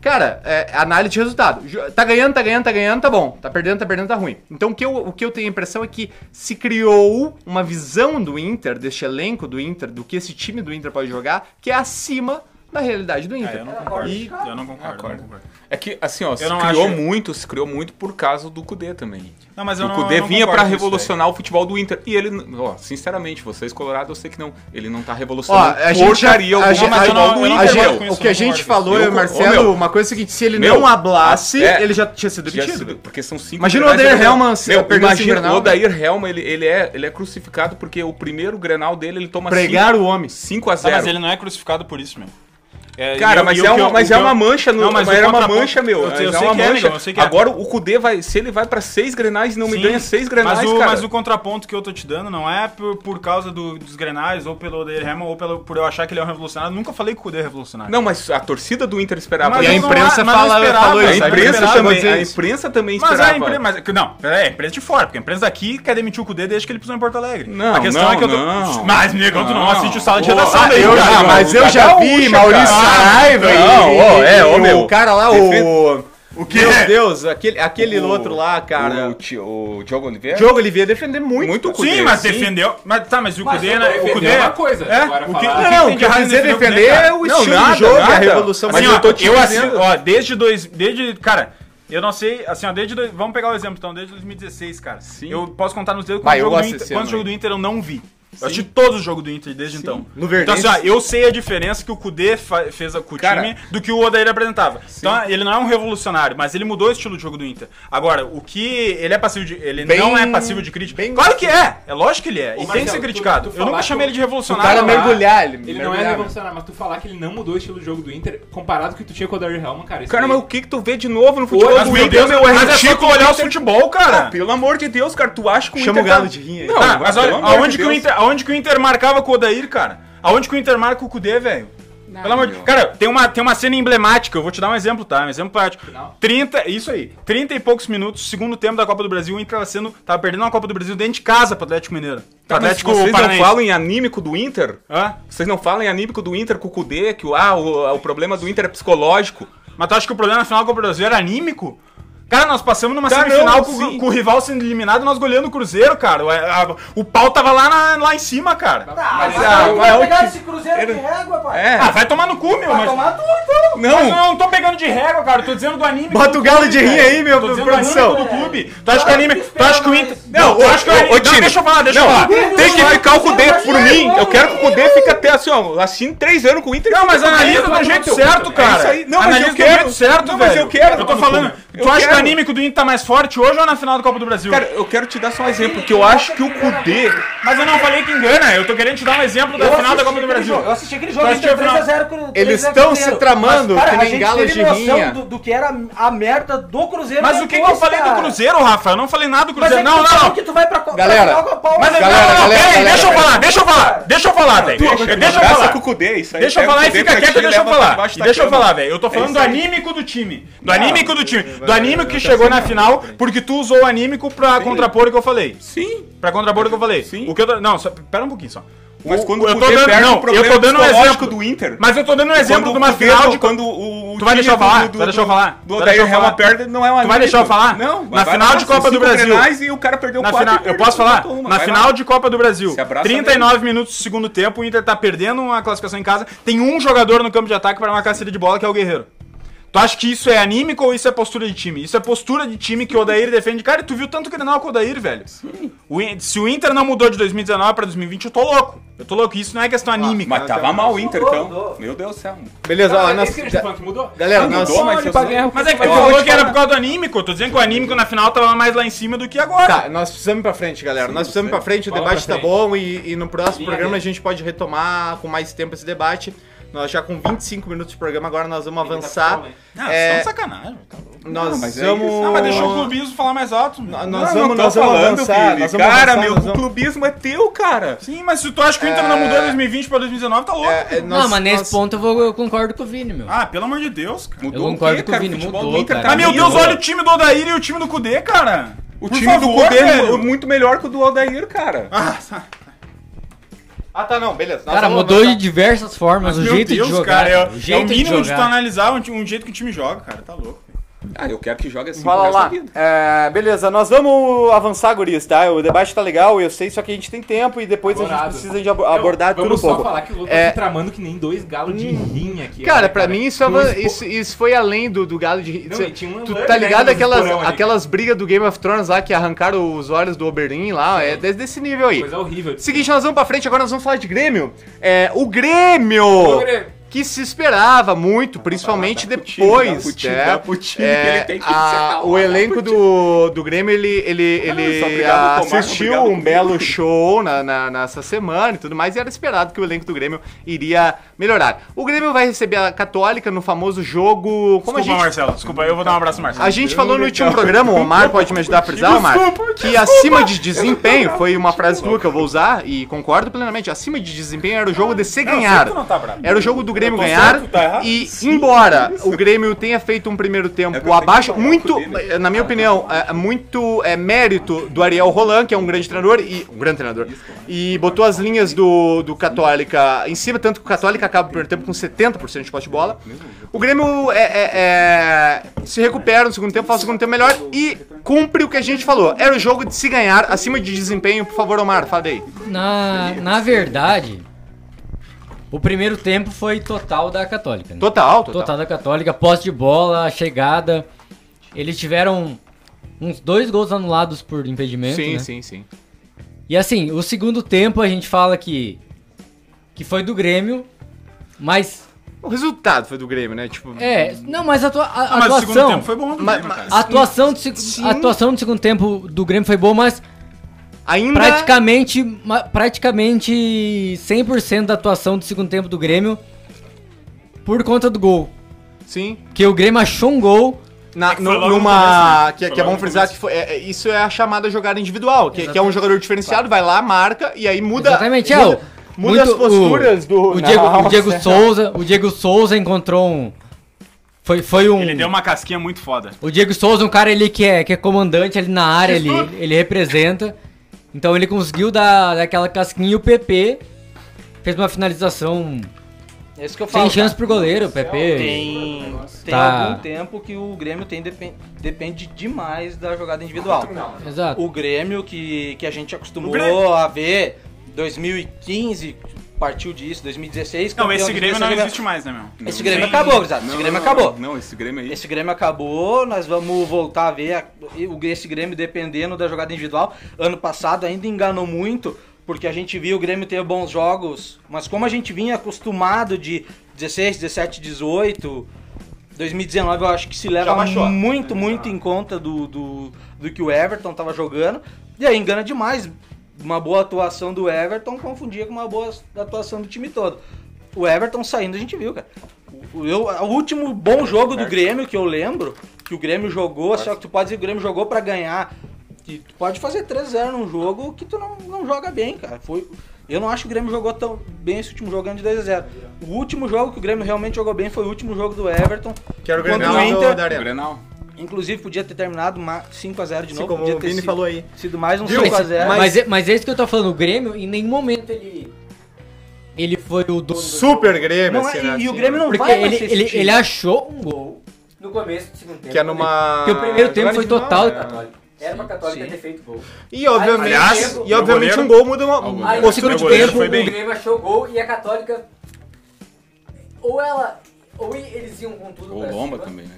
[SPEAKER 2] Cara, é, análise de resultado. Jo- Tá ganhando, tá ganhando, tá ganhando, tá bom. Tá perdendo, tá perdendo, tá ruim. Então o que, eu, o que eu tenho a impressão é que se criou uma visão do Inter, deste elenco do Inter, do que esse time do Inter pode jogar, que é acima da realidade do
[SPEAKER 4] É,
[SPEAKER 2] Inter.
[SPEAKER 4] eu não concordo.
[SPEAKER 2] E-
[SPEAKER 4] Eu não concordo. eu não concordo.
[SPEAKER 10] É que, assim, ó, se
[SPEAKER 4] não
[SPEAKER 10] criou
[SPEAKER 4] acho-
[SPEAKER 10] muito, se criou muito por causa do Cudê também.
[SPEAKER 4] Não, mas
[SPEAKER 10] E
[SPEAKER 4] eu
[SPEAKER 10] o
[SPEAKER 4] não-
[SPEAKER 10] Cudê
[SPEAKER 4] eu não
[SPEAKER 10] vinha
[SPEAKER 4] concordo
[SPEAKER 10] pra
[SPEAKER 4] com isso
[SPEAKER 10] revolucionar o futebol do Inter. E ele, ó, sinceramente, vocês colorado, eu sei que não. Ele não tá
[SPEAKER 2] Ó,
[SPEAKER 10] revolucionando
[SPEAKER 2] a gente
[SPEAKER 10] porcaria alguma,
[SPEAKER 2] gente-
[SPEAKER 10] mas
[SPEAKER 2] a-
[SPEAKER 10] o futebol do
[SPEAKER 4] eu não
[SPEAKER 2] a
[SPEAKER 10] Inter,
[SPEAKER 2] gente-
[SPEAKER 4] concordo
[SPEAKER 10] meu.
[SPEAKER 4] com isso,
[SPEAKER 2] O que a
[SPEAKER 4] não
[SPEAKER 2] gente
[SPEAKER 4] concordo
[SPEAKER 2] falou, eu,
[SPEAKER 10] com isso.
[SPEAKER 2] e o
[SPEAKER 10] Ô,
[SPEAKER 2] Marcelo,
[SPEAKER 10] meu.
[SPEAKER 2] uma coisa é o seguinte, se ele
[SPEAKER 10] Meu,
[SPEAKER 2] não ablasse,
[SPEAKER 10] é.
[SPEAKER 2] ele já tinha sido
[SPEAKER 10] Tinha
[SPEAKER 2] demitido.
[SPEAKER 10] sido- porque são cinco
[SPEAKER 2] Imagina o
[SPEAKER 10] Grenais,
[SPEAKER 2] Odair
[SPEAKER 10] né?
[SPEAKER 2] Helman se-
[SPEAKER 10] Meu,
[SPEAKER 2] perdendo esse
[SPEAKER 10] imagina
[SPEAKER 2] Grenal,
[SPEAKER 10] o
[SPEAKER 2] né?
[SPEAKER 10] Odair Helman, ele, ele, é, ele é crucificado porque o primeiro Grenal dele, ele toma
[SPEAKER 2] Pregar o homem.
[SPEAKER 10] 5 a
[SPEAKER 4] Tá,
[SPEAKER 10] 0
[SPEAKER 4] mas ele não é crucificado por isso, meu. É,
[SPEAKER 10] Cara,
[SPEAKER 4] e eu-
[SPEAKER 10] mas,
[SPEAKER 4] e o
[SPEAKER 10] é
[SPEAKER 4] que
[SPEAKER 10] uma,
[SPEAKER 4] eu-
[SPEAKER 10] mas
[SPEAKER 4] o
[SPEAKER 10] é
[SPEAKER 4] que eu-
[SPEAKER 10] uma mancha, no,
[SPEAKER 4] Não,
[SPEAKER 10] mas,
[SPEAKER 4] mas o
[SPEAKER 10] era uma
[SPEAKER 4] contraponto-
[SPEAKER 10] mancha, meu.
[SPEAKER 4] Eu, sei- eu
[SPEAKER 10] Mas é
[SPEAKER 4] sei
[SPEAKER 10] uma
[SPEAKER 4] que é,
[SPEAKER 10] mancha.
[SPEAKER 4] Negão, eu sei que é.
[SPEAKER 10] Agora o Cudê vai, se ele vai pra seis grenais e não me
[SPEAKER 4] Sim,
[SPEAKER 10] ganha seis grenais,
[SPEAKER 4] mas o,
[SPEAKER 10] cara.
[SPEAKER 4] Mas o contraponto que eu tô te dando não é por, por causa do- dos grenais, ou pelo Odair Hamel, ou pelo, por eu achar que ele é um revolucionário. Eu nunca falei que o Cudê é revolucionário.
[SPEAKER 10] Não, mas a torcida do Inter esperava.
[SPEAKER 4] Mas
[SPEAKER 2] E a
[SPEAKER 4] eu
[SPEAKER 10] isso.
[SPEAKER 4] não-
[SPEAKER 2] imprensa
[SPEAKER 4] mas eu
[SPEAKER 2] fala-
[SPEAKER 4] esperava,
[SPEAKER 2] falou
[SPEAKER 10] a
[SPEAKER 2] isso,
[SPEAKER 4] mas eu
[SPEAKER 10] imprensa
[SPEAKER 4] esperava
[SPEAKER 10] também,
[SPEAKER 4] dizer
[SPEAKER 10] a
[SPEAKER 4] isso.
[SPEAKER 10] imprensa também
[SPEAKER 4] Mas
[SPEAKER 10] esperava.
[SPEAKER 4] a imprensa. Mas, não, é, a imprensa de fora, porque a imprensa daqui quer demitir o Cudê desde que ele pisou em Porto Alegre.
[SPEAKER 10] Não,
[SPEAKER 4] a questão
[SPEAKER 10] não,
[SPEAKER 4] é que eu tô.
[SPEAKER 10] não.
[SPEAKER 4] Mas, negão, tu não
[SPEAKER 10] Não.
[SPEAKER 4] assiste o sala de
[SPEAKER 10] Ô,
[SPEAKER 4] redação
[SPEAKER 10] ah,
[SPEAKER 4] daí,
[SPEAKER 2] Eu
[SPEAKER 4] cara.
[SPEAKER 2] já, mas eu já vi Maurício Saraiva e,
[SPEAKER 10] um Não, ó, é, ó,
[SPEAKER 2] e
[SPEAKER 10] meu.
[SPEAKER 2] o cara lá, o... O
[SPEAKER 10] quê?
[SPEAKER 2] Meu Deus, aquele, aquele outro lá,
[SPEAKER 10] O,
[SPEAKER 2] cara.
[SPEAKER 10] Ti- o Diogo Oliveira?
[SPEAKER 2] Diogo Oliveira defender muito.
[SPEAKER 10] Muito
[SPEAKER 2] cara.
[SPEAKER 10] o Cudê,
[SPEAKER 4] Sim, mas
[SPEAKER 10] sim.
[SPEAKER 4] defendeu. Mas tá, mas o
[SPEAKER 3] Mas
[SPEAKER 4] Cudê,
[SPEAKER 3] eu
[SPEAKER 4] né?
[SPEAKER 3] tô-
[SPEAKER 4] O
[SPEAKER 3] defender
[SPEAKER 4] Cudê
[SPEAKER 3] é uma coisa,
[SPEAKER 4] É,
[SPEAKER 3] agora
[SPEAKER 4] o que,
[SPEAKER 3] falar-
[SPEAKER 4] o que
[SPEAKER 2] Não,
[SPEAKER 4] tem
[SPEAKER 2] o que eu
[SPEAKER 4] errado
[SPEAKER 2] quis dizer
[SPEAKER 4] nesse
[SPEAKER 2] defender
[SPEAKER 4] Cudê, cara?
[SPEAKER 2] é o
[SPEAKER 10] né, Não,
[SPEAKER 2] estilo
[SPEAKER 10] nada,
[SPEAKER 2] de jogo, é a
[SPEAKER 10] nada.
[SPEAKER 2] revolução.
[SPEAKER 4] Mas
[SPEAKER 10] Mas
[SPEAKER 4] assim,
[SPEAKER 10] eu
[SPEAKER 4] ó,
[SPEAKER 10] tô
[SPEAKER 4] eu,
[SPEAKER 10] te
[SPEAKER 4] assi-
[SPEAKER 10] dizendo.
[SPEAKER 4] ó, desde dois, desde, cara, eu não sei, assim, ó, desde dois, vamos pegar o exemplo, então, desde 2016, cara.
[SPEAKER 10] Sim.
[SPEAKER 4] Eu posso contar nos dedos
[SPEAKER 2] Vai,
[SPEAKER 4] quantos
[SPEAKER 2] eu
[SPEAKER 4] jogo, do
[SPEAKER 2] gosto
[SPEAKER 4] Inter,
[SPEAKER 2] desse
[SPEAKER 4] quantos
[SPEAKER 2] ano
[SPEAKER 4] jogo do
[SPEAKER 2] aí.
[SPEAKER 4] Inter eu não vi. Eu assisti todos os jogos do Inter desde então.
[SPEAKER 2] No Verdense.
[SPEAKER 4] Então, assim, ó, eu sei a diferença que o Kudê fa- fez com o
[SPEAKER 10] Cara.
[SPEAKER 4] time do que o Odair apresentava. Então, ele não é um revolucionário, mas ele mudou o estilo de jogo do Inter. Agora, o que ele é passivo de, ele
[SPEAKER 2] Bem-
[SPEAKER 4] não é passivo de crítica.
[SPEAKER 2] bem-
[SPEAKER 4] Claro que é, é lógico que ele é.
[SPEAKER 3] Ô,
[SPEAKER 4] E tem
[SPEAKER 3] Marcelo,
[SPEAKER 4] que ser
[SPEAKER 3] tu-
[SPEAKER 4] criticado.
[SPEAKER 3] tu
[SPEAKER 4] Eu nunca
[SPEAKER 3] falar
[SPEAKER 4] chamei
[SPEAKER 3] que
[SPEAKER 4] ele de
[SPEAKER 2] O
[SPEAKER 4] revolucionário.
[SPEAKER 2] cara
[SPEAKER 4] não.
[SPEAKER 2] mergulhar, ele,
[SPEAKER 3] Ele não é
[SPEAKER 2] mergulhar.
[SPEAKER 3] revolucionário, mas tu falar que ele não mudou o estilo de jogo do Inter, comparado com o que tu tinha com o Darryl Hellman, cara. isso
[SPEAKER 10] Cara,
[SPEAKER 3] daí-
[SPEAKER 10] mas o que que tu vê de novo no futebol
[SPEAKER 4] Mas,
[SPEAKER 10] do
[SPEAKER 4] meu
[SPEAKER 10] Inter,
[SPEAKER 4] Deus,
[SPEAKER 10] meu? É
[SPEAKER 4] mas é só
[SPEAKER 10] ridículo
[SPEAKER 4] tu olhar
[SPEAKER 10] o
[SPEAKER 4] os futebol, cara.
[SPEAKER 10] Ah, Pelo amor de Deus, cara, tu acha que o
[SPEAKER 2] Chama o
[SPEAKER 10] Inter tá-
[SPEAKER 2] galo de rinha aí.
[SPEAKER 10] Não,
[SPEAKER 4] Tá, mas olha,
[SPEAKER 10] pelo amor
[SPEAKER 4] aonde
[SPEAKER 10] de
[SPEAKER 4] que, o
[SPEAKER 10] Deus.
[SPEAKER 4] Inter, aonde que o Inter marcava com o Odair, cara? Aonde que o Inter marca com o Kudê, velho? Pelo amor de
[SPEAKER 10] meu.
[SPEAKER 4] Cara, tem uma, tem uma cena emblemática, eu vou te dar um exemplo, tá? Um exemplo prático.
[SPEAKER 3] Final.
[SPEAKER 4] 30, isso aí, 30 e poucos minutos, segundo tempo da Copa do Brasil, o Inter tava sendo, tava perdendo a Copa do Brasil dentro de casa pro Atlético Mineiro. Pro
[SPEAKER 10] Tá, mas
[SPEAKER 4] Atlético
[SPEAKER 10] vocês não
[SPEAKER 4] Paranaense.
[SPEAKER 10] falam em anímico do Inter?
[SPEAKER 4] Hã?
[SPEAKER 10] Vocês não falam em anímico do Inter com o Cudê, que ah, o, o problema do Inter é psicológico.
[SPEAKER 4] Mas tu acha que o problema na final da Copa do Brasil era anímico? Cara, nós passamos numa
[SPEAKER 10] Tá,
[SPEAKER 4] semifinal
[SPEAKER 10] não,
[SPEAKER 4] com,
[SPEAKER 10] sim.
[SPEAKER 4] com o rival sendo eliminado, nós goleando o Cruzeiro, cara. O, a- o pau tava lá, na- lá em cima, cara.
[SPEAKER 7] Mas,
[SPEAKER 10] ah,
[SPEAKER 7] aí tu
[SPEAKER 10] mas
[SPEAKER 7] vai
[SPEAKER 10] o
[SPEAKER 7] pegar
[SPEAKER 10] que-
[SPEAKER 7] esse cruzeiro de régua, pai.
[SPEAKER 10] É.
[SPEAKER 4] Ah, vai tomar no cu, meu.
[SPEAKER 7] Vai
[SPEAKER 4] Mas...
[SPEAKER 7] tomar tu, então.
[SPEAKER 4] Não. Mas eu não tô pegando de régua, cara. Eu tô dizendo do anime.
[SPEAKER 2] Bota o galo de rim aí, meu,
[SPEAKER 4] Tô dizendo do
[SPEAKER 2] produção.
[SPEAKER 4] anime do clube. Tu acha que o anime... Tu acha que o Inter...
[SPEAKER 10] Não,
[SPEAKER 4] tu acha que o
[SPEAKER 10] ô, ô,
[SPEAKER 4] Não,
[SPEAKER 10] time.
[SPEAKER 4] deixa eu falar, deixa
[SPEAKER 10] Não,
[SPEAKER 4] eu falar.
[SPEAKER 10] Tem que ficar o Cudê por mim. Eu quero que o Cudê fique até assim, ó. Assim, três anos com o Inter.
[SPEAKER 4] Não, mas
[SPEAKER 10] fica com o
[SPEAKER 4] analisa
[SPEAKER 10] Inter.
[SPEAKER 4] do jeito certo, cara.
[SPEAKER 10] É isso aí. Não, mas
[SPEAKER 4] analisa
[SPEAKER 10] eu quero.
[SPEAKER 4] do jeito certo,
[SPEAKER 10] não,
[SPEAKER 4] velho.
[SPEAKER 10] mas eu quero.
[SPEAKER 4] Eu tô falando...
[SPEAKER 10] Eu
[SPEAKER 4] tu acha que
[SPEAKER 10] quero.
[SPEAKER 4] o anímico do Inter tá mais forte hoje ou na final da Copa do Brasil?
[SPEAKER 10] Cara, eu quero te dar só um exemplo, que eu acho que o Cudê...
[SPEAKER 4] Mas eu não falei que engana. Eu tô querendo te dar um exemplo da final da Copa do Brasil.
[SPEAKER 8] Eu assisti aquele jogo
[SPEAKER 4] Tu
[SPEAKER 8] Inter
[SPEAKER 4] assistiu a final?
[SPEAKER 8] 3x0 Cruzeiro.
[SPEAKER 2] Eles estão se tramando
[SPEAKER 8] Cara,
[SPEAKER 2] que
[SPEAKER 8] a
[SPEAKER 2] nem
[SPEAKER 8] gente
[SPEAKER 2] galos
[SPEAKER 8] teve
[SPEAKER 2] de rinha.
[SPEAKER 8] noção do, do que era a merda do Cruzeiro.
[SPEAKER 4] Mas o que, que eu
[SPEAKER 8] depois,
[SPEAKER 4] falei do
[SPEAKER 8] cara.
[SPEAKER 4] Cruzeiro, Rafa? Eu não falei nada do
[SPEAKER 8] Mas
[SPEAKER 4] Cruzeiro.
[SPEAKER 8] é que
[SPEAKER 4] não,
[SPEAKER 8] tu
[SPEAKER 4] não,
[SPEAKER 8] falou
[SPEAKER 4] não.
[SPEAKER 8] que tu vai pra co- pra
[SPEAKER 2] Galera,
[SPEAKER 8] final com a Paula.
[SPEAKER 4] Mas é eu-
[SPEAKER 2] Galera,
[SPEAKER 4] não, não,
[SPEAKER 2] galera,
[SPEAKER 4] peraí,
[SPEAKER 2] galera,
[SPEAKER 4] deixa eu
[SPEAKER 2] galera.
[SPEAKER 4] falar, deixa eu falar, deixa eu falar, velho. Deixa eu
[SPEAKER 10] Abraça
[SPEAKER 4] falar.
[SPEAKER 10] com o Cudê, isso aí.
[SPEAKER 4] Deixa eu
[SPEAKER 10] Tá, Pega o
[SPEAKER 4] falar e
[SPEAKER 10] Cudê
[SPEAKER 4] fica
[SPEAKER 10] pra ti,
[SPEAKER 4] quieto, deixa eu
[SPEAKER 10] leva pra tá
[SPEAKER 4] falar.
[SPEAKER 10] debaixo
[SPEAKER 4] E
[SPEAKER 10] da
[SPEAKER 4] Deixa eu
[SPEAKER 10] cama.
[SPEAKER 4] falar, velho. Eu tô falando do anímico do time. Do anímico do time. Do anímico que chegou na final, porque tu usou o anímico pra contrapor o que eu falei.
[SPEAKER 10] Sim.
[SPEAKER 4] Pra contrapor o que eu falei.
[SPEAKER 10] Sim.
[SPEAKER 4] O que eu tô- Não, só- pera um pouquinho só.
[SPEAKER 10] Mas
[SPEAKER 4] O-
[SPEAKER 10] quando
[SPEAKER 4] eu
[SPEAKER 10] o
[SPEAKER 4] tô
[SPEAKER 10] Cudê
[SPEAKER 4] dando,
[SPEAKER 10] perde
[SPEAKER 4] não,
[SPEAKER 10] o problema
[SPEAKER 4] eu tô dando um
[SPEAKER 10] psicológico
[SPEAKER 4] exemplo
[SPEAKER 10] do Inter.
[SPEAKER 4] Mas eu tô dando um exemplo
[SPEAKER 10] Quando
[SPEAKER 4] de uma
[SPEAKER 10] o Cudê-
[SPEAKER 4] final de
[SPEAKER 10] Quando o, o
[SPEAKER 4] Tu vai
[SPEAKER 10] time
[SPEAKER 4] deixar eu
[SPEAKER 10] do-
[SPEAKER 4] falar?
[SPEAKER 10] do-
[SPEAKER 4] Tu vai deixar eu falar?
[SPEAKER 10] Do
[SPEAKER 4] Tu vai deixar
[SPEAKER 10] Odair
[SPEAKER 4] eu
[SPEAKER 10] Helma
[SPEAKER 4] falar?
[SPEAKER 10] perde, não é um
[SPEAKER 4] Tu vai deixar eu falar?
[SPEAKER 10] Não.
[SPEAKER 4] Na final de Copa do Brasil.
[SPEAKER 10] E o cara perdeu
[SPEAKER 4] Na
[SPEAKER 10] Então quatro
[SPEAKER 4] final,
[SPEAKER 10] e
[SPEAKER 4] eu
[SPEAKER 10] perdeu
[SPEAKER 4] posso falar?
[SPEAKER 10] quatro a uma.
[SPEAKER 4] Na
[SPEAKER 10] Vai lá.
[SPEAKER 4] final de Copa do Brasil,
[SPEAKER 10] Se abraça
[SPEAKER 4] 39 minutos do segundo tempo, o Inter tá perdendo uma classificação em casa, tem um jogador no campo de ataque para marcar a saída de bola, que é o Guerreiro. Tu acha que isso é anímico ou isso é postura de time? Isso é postura de time que o Odair defende. Cara, tu viu tanto Grenal com o Odair, velho. O In- se o Inter não mudou de 2019 pra 2020, eu tô louco. Eu tô louco. Isso não é questão anímica.
[SPEAKER 10] Ah, Mas tá tava mal o Inter, então. Meu Deus do céu.
[SPEAKER 2] Beleza,
[SPEAKER 3] Ah,
[SPEAKER 2] ó,
[SPEAKER 3] é
[SPEAKER 2] nós-
[SPEAKER 3] isso que a gente tá falando que mudou?
[SPEAKER 2] galera,
[SPEAKER 10] Não
[SPEAKER 2] nós...
[SPEAKER 10] mudou, mas eu-
[SPEAKER 4] Mas é que tu falou que era por causa do anímico. Eu tô dizendo que o anímico na final tava mais lá em cima do que agora.
[SPEAKER 2] Tá, nós precisamos ir pra frente, galera. nós precisamos ir pra frente, o
[SPEAKER 3] Fala
[SPEAKER 2] debate
[SPEAKER 3] pra
[SPEAKER 2] tá
[SPEAKER 3] frente.
[SPEAKER 2] bom e, e no próximo
[SPEAKER 3] Linha
[SPEAKER 2] programa
[SPEAKER 3] reta.
[SPEAKER 2] a gente pode retomar com mais tempo esse debate. Nós já com 25 minutos de programa, agora nós vamos
[SPEAKER 3] Ele tá
[SPEAKER 2] avançar.
[SPEAKER 3] com fome.
[SPEAKER 4] Ah,
[SPEAKER 2] É.
[SPEAKER 4] é... só sacanagem. Tá louco.
[SPEAKER 2] Nós
[SPEAKER 10] um mas é
[SPEAKER 2] vamos.
[SPEAKER 10] isso.
[SPEAKER 4] Ah, mas deixou o clubismo falar mais alto.
[SPEAKER 2] Nós
[SPEAKER 4] Não,
[SPEAKER 2] vamos,
[SPEAKER 4] não
[SPEAKER 10] Não
[SPEAKER 4] tô-
[SPEAKER 10] tô
[SPEAKER 2] nós vamos
[SPEAKER 10] falando,
[SPEAKER 2] avançar,
[SPEAKER 10] filho.
[SPEAKER 2] nós vamos
[SPEAKER 10] Cara,
[SPEAKER 2] avançar,
[SPEAKER 10] meu,
[SPEAKER 2] nós
[SPEAKER 10] o
[SPEAKER 2] vamos-
[SPEAKER 10] clubismo é teu, cara.
[SPEAKER 4] Sim, mas se tu acha que o Inter não mudou de 2020 pra 2019, tá louco.
[SPEAKER 2] É, é, nós-
[SPEAKER 7] não, mas nesse
[SPEAKER 2] nós-
[SPEAKER 7] ponto eu, vou, eu concordo com o Vini, meu.
[SPEAKER 4] Ah, pelo amor de Deus, cara.
[SPEAKER 10] Mudou
[SPEAKER 7] eu concordo
[SPEAKER 10] o quê,
[SPEAKER 7] com o
[SPEAKER 10] cara?
[SPEAKER 7] Vini,
[SPEAKER 10] futebol
[SPEAKER 7] mudou,
[SPEAKER 10] do Inter
[SPEAKER 7] cara.
[SPEAKER 10] tá
[SPEAKER 4] Ah, meu
[SPEAKER 10] horrível.
[SPEAKER 4] Deus, olha o time do Odair e o time do Kudê, cara.
[SPEAKER 10] O
[SPEAKER 4] Por
[SPEAKER 10] time do
[SPEAKER 4] favor,
[SPEAKER 10] Kudê é
[SPEAKER 4] velho.
[SPEAKER 10] mu- muito melhor que o do Aldair, cara.
[SPEAKER 4] Ah,
[SPEAKER 2] Ah, tá, não, beleza. Nós
[SPEAKER 7] Cara,
[SPEAKER 2] vamos
[SPEAKER 7] mudou
[SPEAKER 2] avançar.
[SPEAKER 7] de diversas formas o
[SPEAKER 4] meu
[SPEAKER 7] jeito
[SPEAKER 4] Deus,
[SPEAKER 7] de jogar.
[SPEAKER 4] cara. É,
[SPEAKER 7] o
[SPEAKER 4] é o
[SPEAKER 7] jeito de
[SPEAKER 4] mínimo de, tu
[SPEAKER 7] jogar.
[SPEAKER 4] analisar um, ti- um jeito que o time joga, cara. Tá louco.
[SPEAKER 10] Ah, eu quero que jogue assim
[SPEAKER 9] Fala
[SPEAKER 10] pro resto da
[SPEAKER 9] lá.
[SPEAKER 10] vida.
[SPEAKER 9] É, beleza, nós vamos avançar, guris, tá? O debate tá legal, eu sei, só que a gente tem tempo e depois a gente
[SPEAKER 3] Colorado.
[SPEAKER 9] precisa de ab- abordar tudo
[SPEAKER 3] Então, Vamos
[SPEAKER 9] um
[SPEAKER 3] só
[SPEAKER 9] pouco.
[SPEAKER 3] falar que o Lula
[SPEAKER 9] É.
[SPEAKER 3] tá se tramando que nem dois galos de linha aqui.
[SPEAKER 2] Cara,
[SPEAKER 3] né,
[SPEAKER 2] pra mim isso, é
[SPEAKER 3] Tinha um
[SPEAKER 2] uma-
[SPEAKER 3] espo-
[SPEAKER 2] isso, isso foi além do, do galo de.
[SPEAKER 3] Não,
[SPEAKER 2] isso-
[SPEAKER 3] e tinha um
[SPEAKER 2] tu
[SPEAKER 3] lance
[SPEAKER 2] tá
[SPEAKER 3] ainda
[SPEAKER 2] ligado
[SPEAKER 3] dos
[SPEAKER 2] aquelas,
[SPEAKER 3] porão ali,
[SPEAKER 2] aquelas brigas do Game of Thrones lá que arrancaram os olhos do Oberlin lá? É desde esse nível aí.
[SPEAKER 3] Coisa horrível.
[SPEAKER 2] Seguinte, nós vamos pra frente, agora nós vamos falar de Grêmio. É, o Grêmio!
[SPEAKER 3] Ô, Grêmio.
[SPEAKER 2] Que se esperava muito, principalmente
[SPEAKER 10] dá pro time, dá pro
[SPEAKER 2] depois.
[SPEAKER 10] time,
[SPEAKER 2] né?
[SPEAKER 10] dá pro time,
[SPEAKER 2] É,
[SPEAKER 10] ele tem que
[SPEAKER 2] a-
[SPEAKER 10] se acalmar,
[SPEAKER 2] O
[SPEAKER 10] dá
[SPEAKER 2] elenco
[SPEAKER 10] pro
[SPEAKER 2] do, do Grêmio, ele, ele,
[SPEAKER 10] só
[SPEAKER 2] ele
[SPEAKER 10] obrigado a tomar,
[SPEAKER 2] assistiu
[SPEAKER 10] obrigado a
[SPEAKER 2] um
[SPEAKER 10] comer.
[SPEAKER 2] belo show na, na- nessa semana e tudo mais, e era esperado que o elenco do Grêmio iria melhorar. O Grêmio vai receber a Católica no famoso jogo. Como
[SPEAKER 4] desculpa,
[SPEAKER 2] a gente
[SPEAKER 4] Marcelo. Desculpa, eu vou dar um abraço, Marcelo.
[SPEAKER 2] a gente falou no último programa, o Omar pode me ajudar a frisar, Omar, que acima de desempenho, foi uma frase tua que eu vou usar e concordo plenamente, acima de desempenho era o jogo de se
[SPEAKER 4] Não, eu sei
[SPEAKER 2] ganhar.
[SPEAKER 4] que tu não tá bravo.
[SPEAKER 2] Era o jogo do Grêmio
[SPEAKER 4] Eu tô
[SPEAKER 2] ganhar
[SPEAKER 4] certo, tá errado?
[SPEAKER 2] e, embora o Grêmio tenha feito um primeiro tempo
[SPEAKER 10] É que eu
[SPEAKER 2] abaixo,
[SPEAKER 10] tenho que
[SPEAKER 2] muito,
[SPEAKER 10] olhar pro Grêmio.
[SPEAKER 2] na minha opinião, é, muito é, mérito do Ariel Roland, que é um grande treinador e um grande treinador, e botou as linhas do, do Católica em cima, tanto que o Católica acaba o primeiro tempo com 70% de posse de bola. O Grêmio é- é- é, se recupera no segundo tempo, faz o segundo tempo melhor e cumpre o que a gente falou. Era o jogo de se ganhar acima de desempenho. Por favor, Omar, fala aí.
[SPEAKER 7] Na, na verdade, o primeiro tempo foi total da Católica. né?
[SPEAKER 2] Total, total.
[SPEAKER 7] Total da Católica, posse de bola, chegada. Eles tiveram uns dois gols anulados por impedimento,
[SPEAKER 2] Sim,
[SPEAKER 7] né?
[SPEAKER 2] sim, sim.
[SPEAKER 7] E assim, o segundo tempo a gente fala que que foi do Grêmio, mas
[SPEAKER 2] O resultado foi do Grêmio, né? Tipo,
[SPEAKER 7] é, não, mas a, atua- a- a
[SPEAKER 4] Ah, mas o segundo
[SPEAKER 7] atuação,
[SPEAKER 4] tempo foi assim. bom. né,
[SPEAKER 2] Mas-
[SPEAKER 4] Mas,
[SPEAKER 2] mas-
[SPEAKER 7] a atuação do seg- a atuação do segundo tempo do Grêmio foi boa, mas
[SPEAKER 2] ainda
[SPEAKER 7] praticamente ma- praticamente 100% da atuação do segundo tempo do Grêmio por conta do gol.
[SPEAKER 2] Sim.
[SPEAKER 7] Que o Grêmio achou um gol.
[SPEAKER 2] Na,
[SPEAKER 4] É que
[SPEAKER 2] nu-
[SPEAKER 4] foi logo no começo,
[SPEAKER 2] numa.
[SPEAKER 4] né?
[SPEAKER 2] Que,
[SPEAKER 4] Foi
[SPEAKER 2] que é
[SPEAKER 4] logo
[SPEAKER 2] bom
[SPEAKER 4] no
[SPEAKER 2] frisar
[SPEAKER 4] começo.
[SPEAKER 2] que foi- é- é- isso é a chamada jogada individual, que, que é um jogador diferenciado, vai lá, marca e aí muda.
[SPEAKER 7] Exatamente, é,
[SPEAKER 2] muda,
[SPEAKER 7] o-
[SPEAKER 2] muda as
[SPEAKER 7] muito-
[SPEAKER 2] posturas do.
[SPEAKER 7] O Diego,
[SPEAKER 2] Nossa.
[SPEAKER 7] o Diego Souza, o Diego Souza encontrou um foi foi um
[SPEAKER 4] Ele deu uma casquinha muito foda.
[SPEAKER 7] O Diego Souza é um cara ali que é, que é comandante ali na área, ele, ele representa. Então ele conseguiu dar, dar aquela casquinha e o PP fez uma finalização
[SPEAKER 8] É isso que eu falo.
[SPEAKER 7] sem chance
[SPEAKER 8] cara.
[SPEAKER 7] pro goleiro. O PP.
[SPEAKER 8] Tem, tem
[SPEAKER 7] Tá.
[SPEAKER 8] algum tempo que o Grêmio tem depen- depende demais da jogada individual.
[SPEAKER 7] Exato.
[SPEAKER 8] O Grêmio que, que a gente acostumou
[SPEAKER 4] O Grêmio.
[SPEAKER 8] a ver 2015 partiu disso, 2016.
[SPEAKER 4] Não,
[SPEAKER 8] campeão
[SPEAKER 4] esse
[SPEAKER 8] de
[SPEAKER 4] Grêmio
[SPEAKER 8] 2016,
[SPEAKER 4] não existe mais, né, meu?
[SPEAKER 8] Esse
[SPEAKER 4] Não
[SPEAKER 8] Grêmio
[SPEAKER 4] tem-
[SPEAKER 8] acabou, gurizada. Esse
[SPEAKER 10] Não,
[SPEAKER 8] Grêmio
[SPEAKER 10] não,
[SPEAKER 8] acabou.
[SPEAKER 10] Não, esse Grêmio aí.
[SPEAKER 8] Esse Grêmio acabou, nós vamos voltar a ver a- o- esse Grêmio dependendo da jogada individual. Ano passado ainda enganou muito, porque a gente viu o Grêmio ter bons jogos, mas como a gente vinha acostumado de 16, 17, 18, 2019 eu acho que se leva
[SPEAKER 2] baixou.
[SPEAKER 10] É,
[SPEAKER 8] muito, muito em conta do, do, do que o Everton tava jogando. E aí engana demais. Uma boa atuação do Everton confundia com uma boa atuação do time todo. O Everton saindo, a gente viu, cara. O, eu- o último
[SPEAKER 2] É,
[SPEAKER 8] bom jogo do Grêmio que eu lembro, que o Grêmio jogou, só que tu pode dizer que o Grêmio jogou pra ganhar. E tu pode fazer 3-0 num jogo que tu não, não joga bem, cara. Foi, eu não acho que o Grêmio jogou tão bem esse último jogo antes de 2x0. O último jogo que o Grêmio realmente jogou bem foi o último jogo do Everton.
[SPEAKER 2] Que era o
[SPEAKER 8] contra
[SPEAKER 2] Grêmio
[SPEAKER 8] o Inter.
[SPEAKER 2] da Arena.
[SPEAKER 10] Grenal.
[SPEAKER 8] Inclusive, podia ter terminado ma- 5x0 de
[SPEAKER 2] Assim
[SPEAKER 8] novo.
[SPEAKER 2] como
[SPEAKER 8] podia
[SPEAKER 2] o
[SPEAKER 8] ter
[SPEAKER 2] Vini
[SPEAKER 8] sido,
[SPEAKER 2] falou aí.
[SPEAKER 8] sido mais um
[SPEAKER 2] Viu?
[SPEAKER 7] Mas,
[SPEAKER 8] 5x0.
[SPEAKER 7] mas, é- mas é isso que eu tô falando. O Grêmio, em nenhum momento ele. Ele foi o dono. do-
[SPEAKER 2] Super Grêmio,
[SPEAKER 8] Não é-
[SPEAKER 2] assim, né?
[SPEAKER 8] e, e o Grêmio não
[SPEAKER 7] Porque
[SPEAKER 8] vai mais
[SPEAKER 7] ele,
[SPEAKER 8] ser esse
[SPEAKER 7] ele,
[SPEAKER 8] time.
[SPEAKER 7] ele achou um gol no começo do segundo tempo.
[SPEAKER 2] Que é numa.
[SPEAKER 7] Porque o primeiro tempo
[SPEAKER 2] jogada
[SPEAKER 7] foi
[SPEAKER 2] individual,
[SPEAKER 7] total.
[SPEAKER 2] né?
[SPEAKER 7] Era pra Católica
[SPEAKER 8] sim.
[SPEAKER 7] ter feito gol.
[SPEAKER 2] E obviamente,
[SPEAKER 4] Aliás,
[SPEAKER 2] e, obviamente
[SPEAKER 4] meu
[SPEAKER 2] um gol muda uma.
[SPEAKER 10] Algum.
[SPEAKER 7] Aí
[SPEAKER 2] uma
[SPEAKER 7] no
[SPEAKER 2] postura
[SPEAKER 7] segundo
[SPEAKER 2] de
[SPEAKER 4] o goleiro
[SPEAKER 7] tempo,
[SPEAKER 4] foi bem.
[SPEAKER 7] o Grêmio achou gol e a Católica. Ou ela. Ou eles iam com tudo
[SPEAKER 10] Ou
[SPEAKER 7] pra
[SPEAKER 10] Lomba
[SPEAKER 7] cima,
[SPEAKER 10] também, né?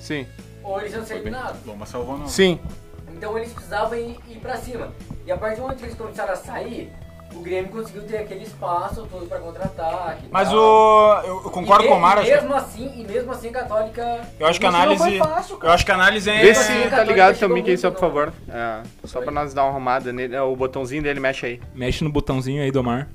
[SPEAKER 2] Sim.
[SPEAKER 7] Ou eles iam ser
[SPEAKER 10] bem.
[SPEAKER 7] eliminados.
[SPEAKER 4] Lomba salvou, não.
[SPEAKER 2] Sim.
[SPEAKER 7] Então eles precisavam ir, ir pra cima. E a partir do momento que eles começaram a sair, o Grêmio conseguiu ter aquele espaço todo pra contra-ataque. e
[SPEAKER 4] Mas o.
[SPEAKER 7] tal.
[SPEAKER 4] Eu eu
[SPEAKER 7] E
[SPEAKER 4] concordo
[SPEAKER 7] me-
[SPEAKER 4] com o Omar.
[SPEAKER 7] e
[SPEAKER 4] acho que-
[SPEAKER 7] mesmo assim, e mesmo assim a Católica.
[SPEAKER 4] Eu acho que a
[SPEAKER 8] Mas não
[SPEAKER 4] análise.
[SPEAKER 8] foi fácil, cara.
[SPEAKER 4] Eu acho que a análise é.
[SPEAKER 2] Vê se tá
[SPEAKER 7] Católica
[SPEAKER 2] ligado
[SPEAKER 7] chegou
[SPEAKER 2] também que é isso,
[SPEAKER 7] muito
[SPEAKER 2] por favor. É, só pra nós dar uma arrumada nele. é, O botãozinho dele mexe aí.
[SPEAKER 3] Mexe no botãozinho aí do Omar.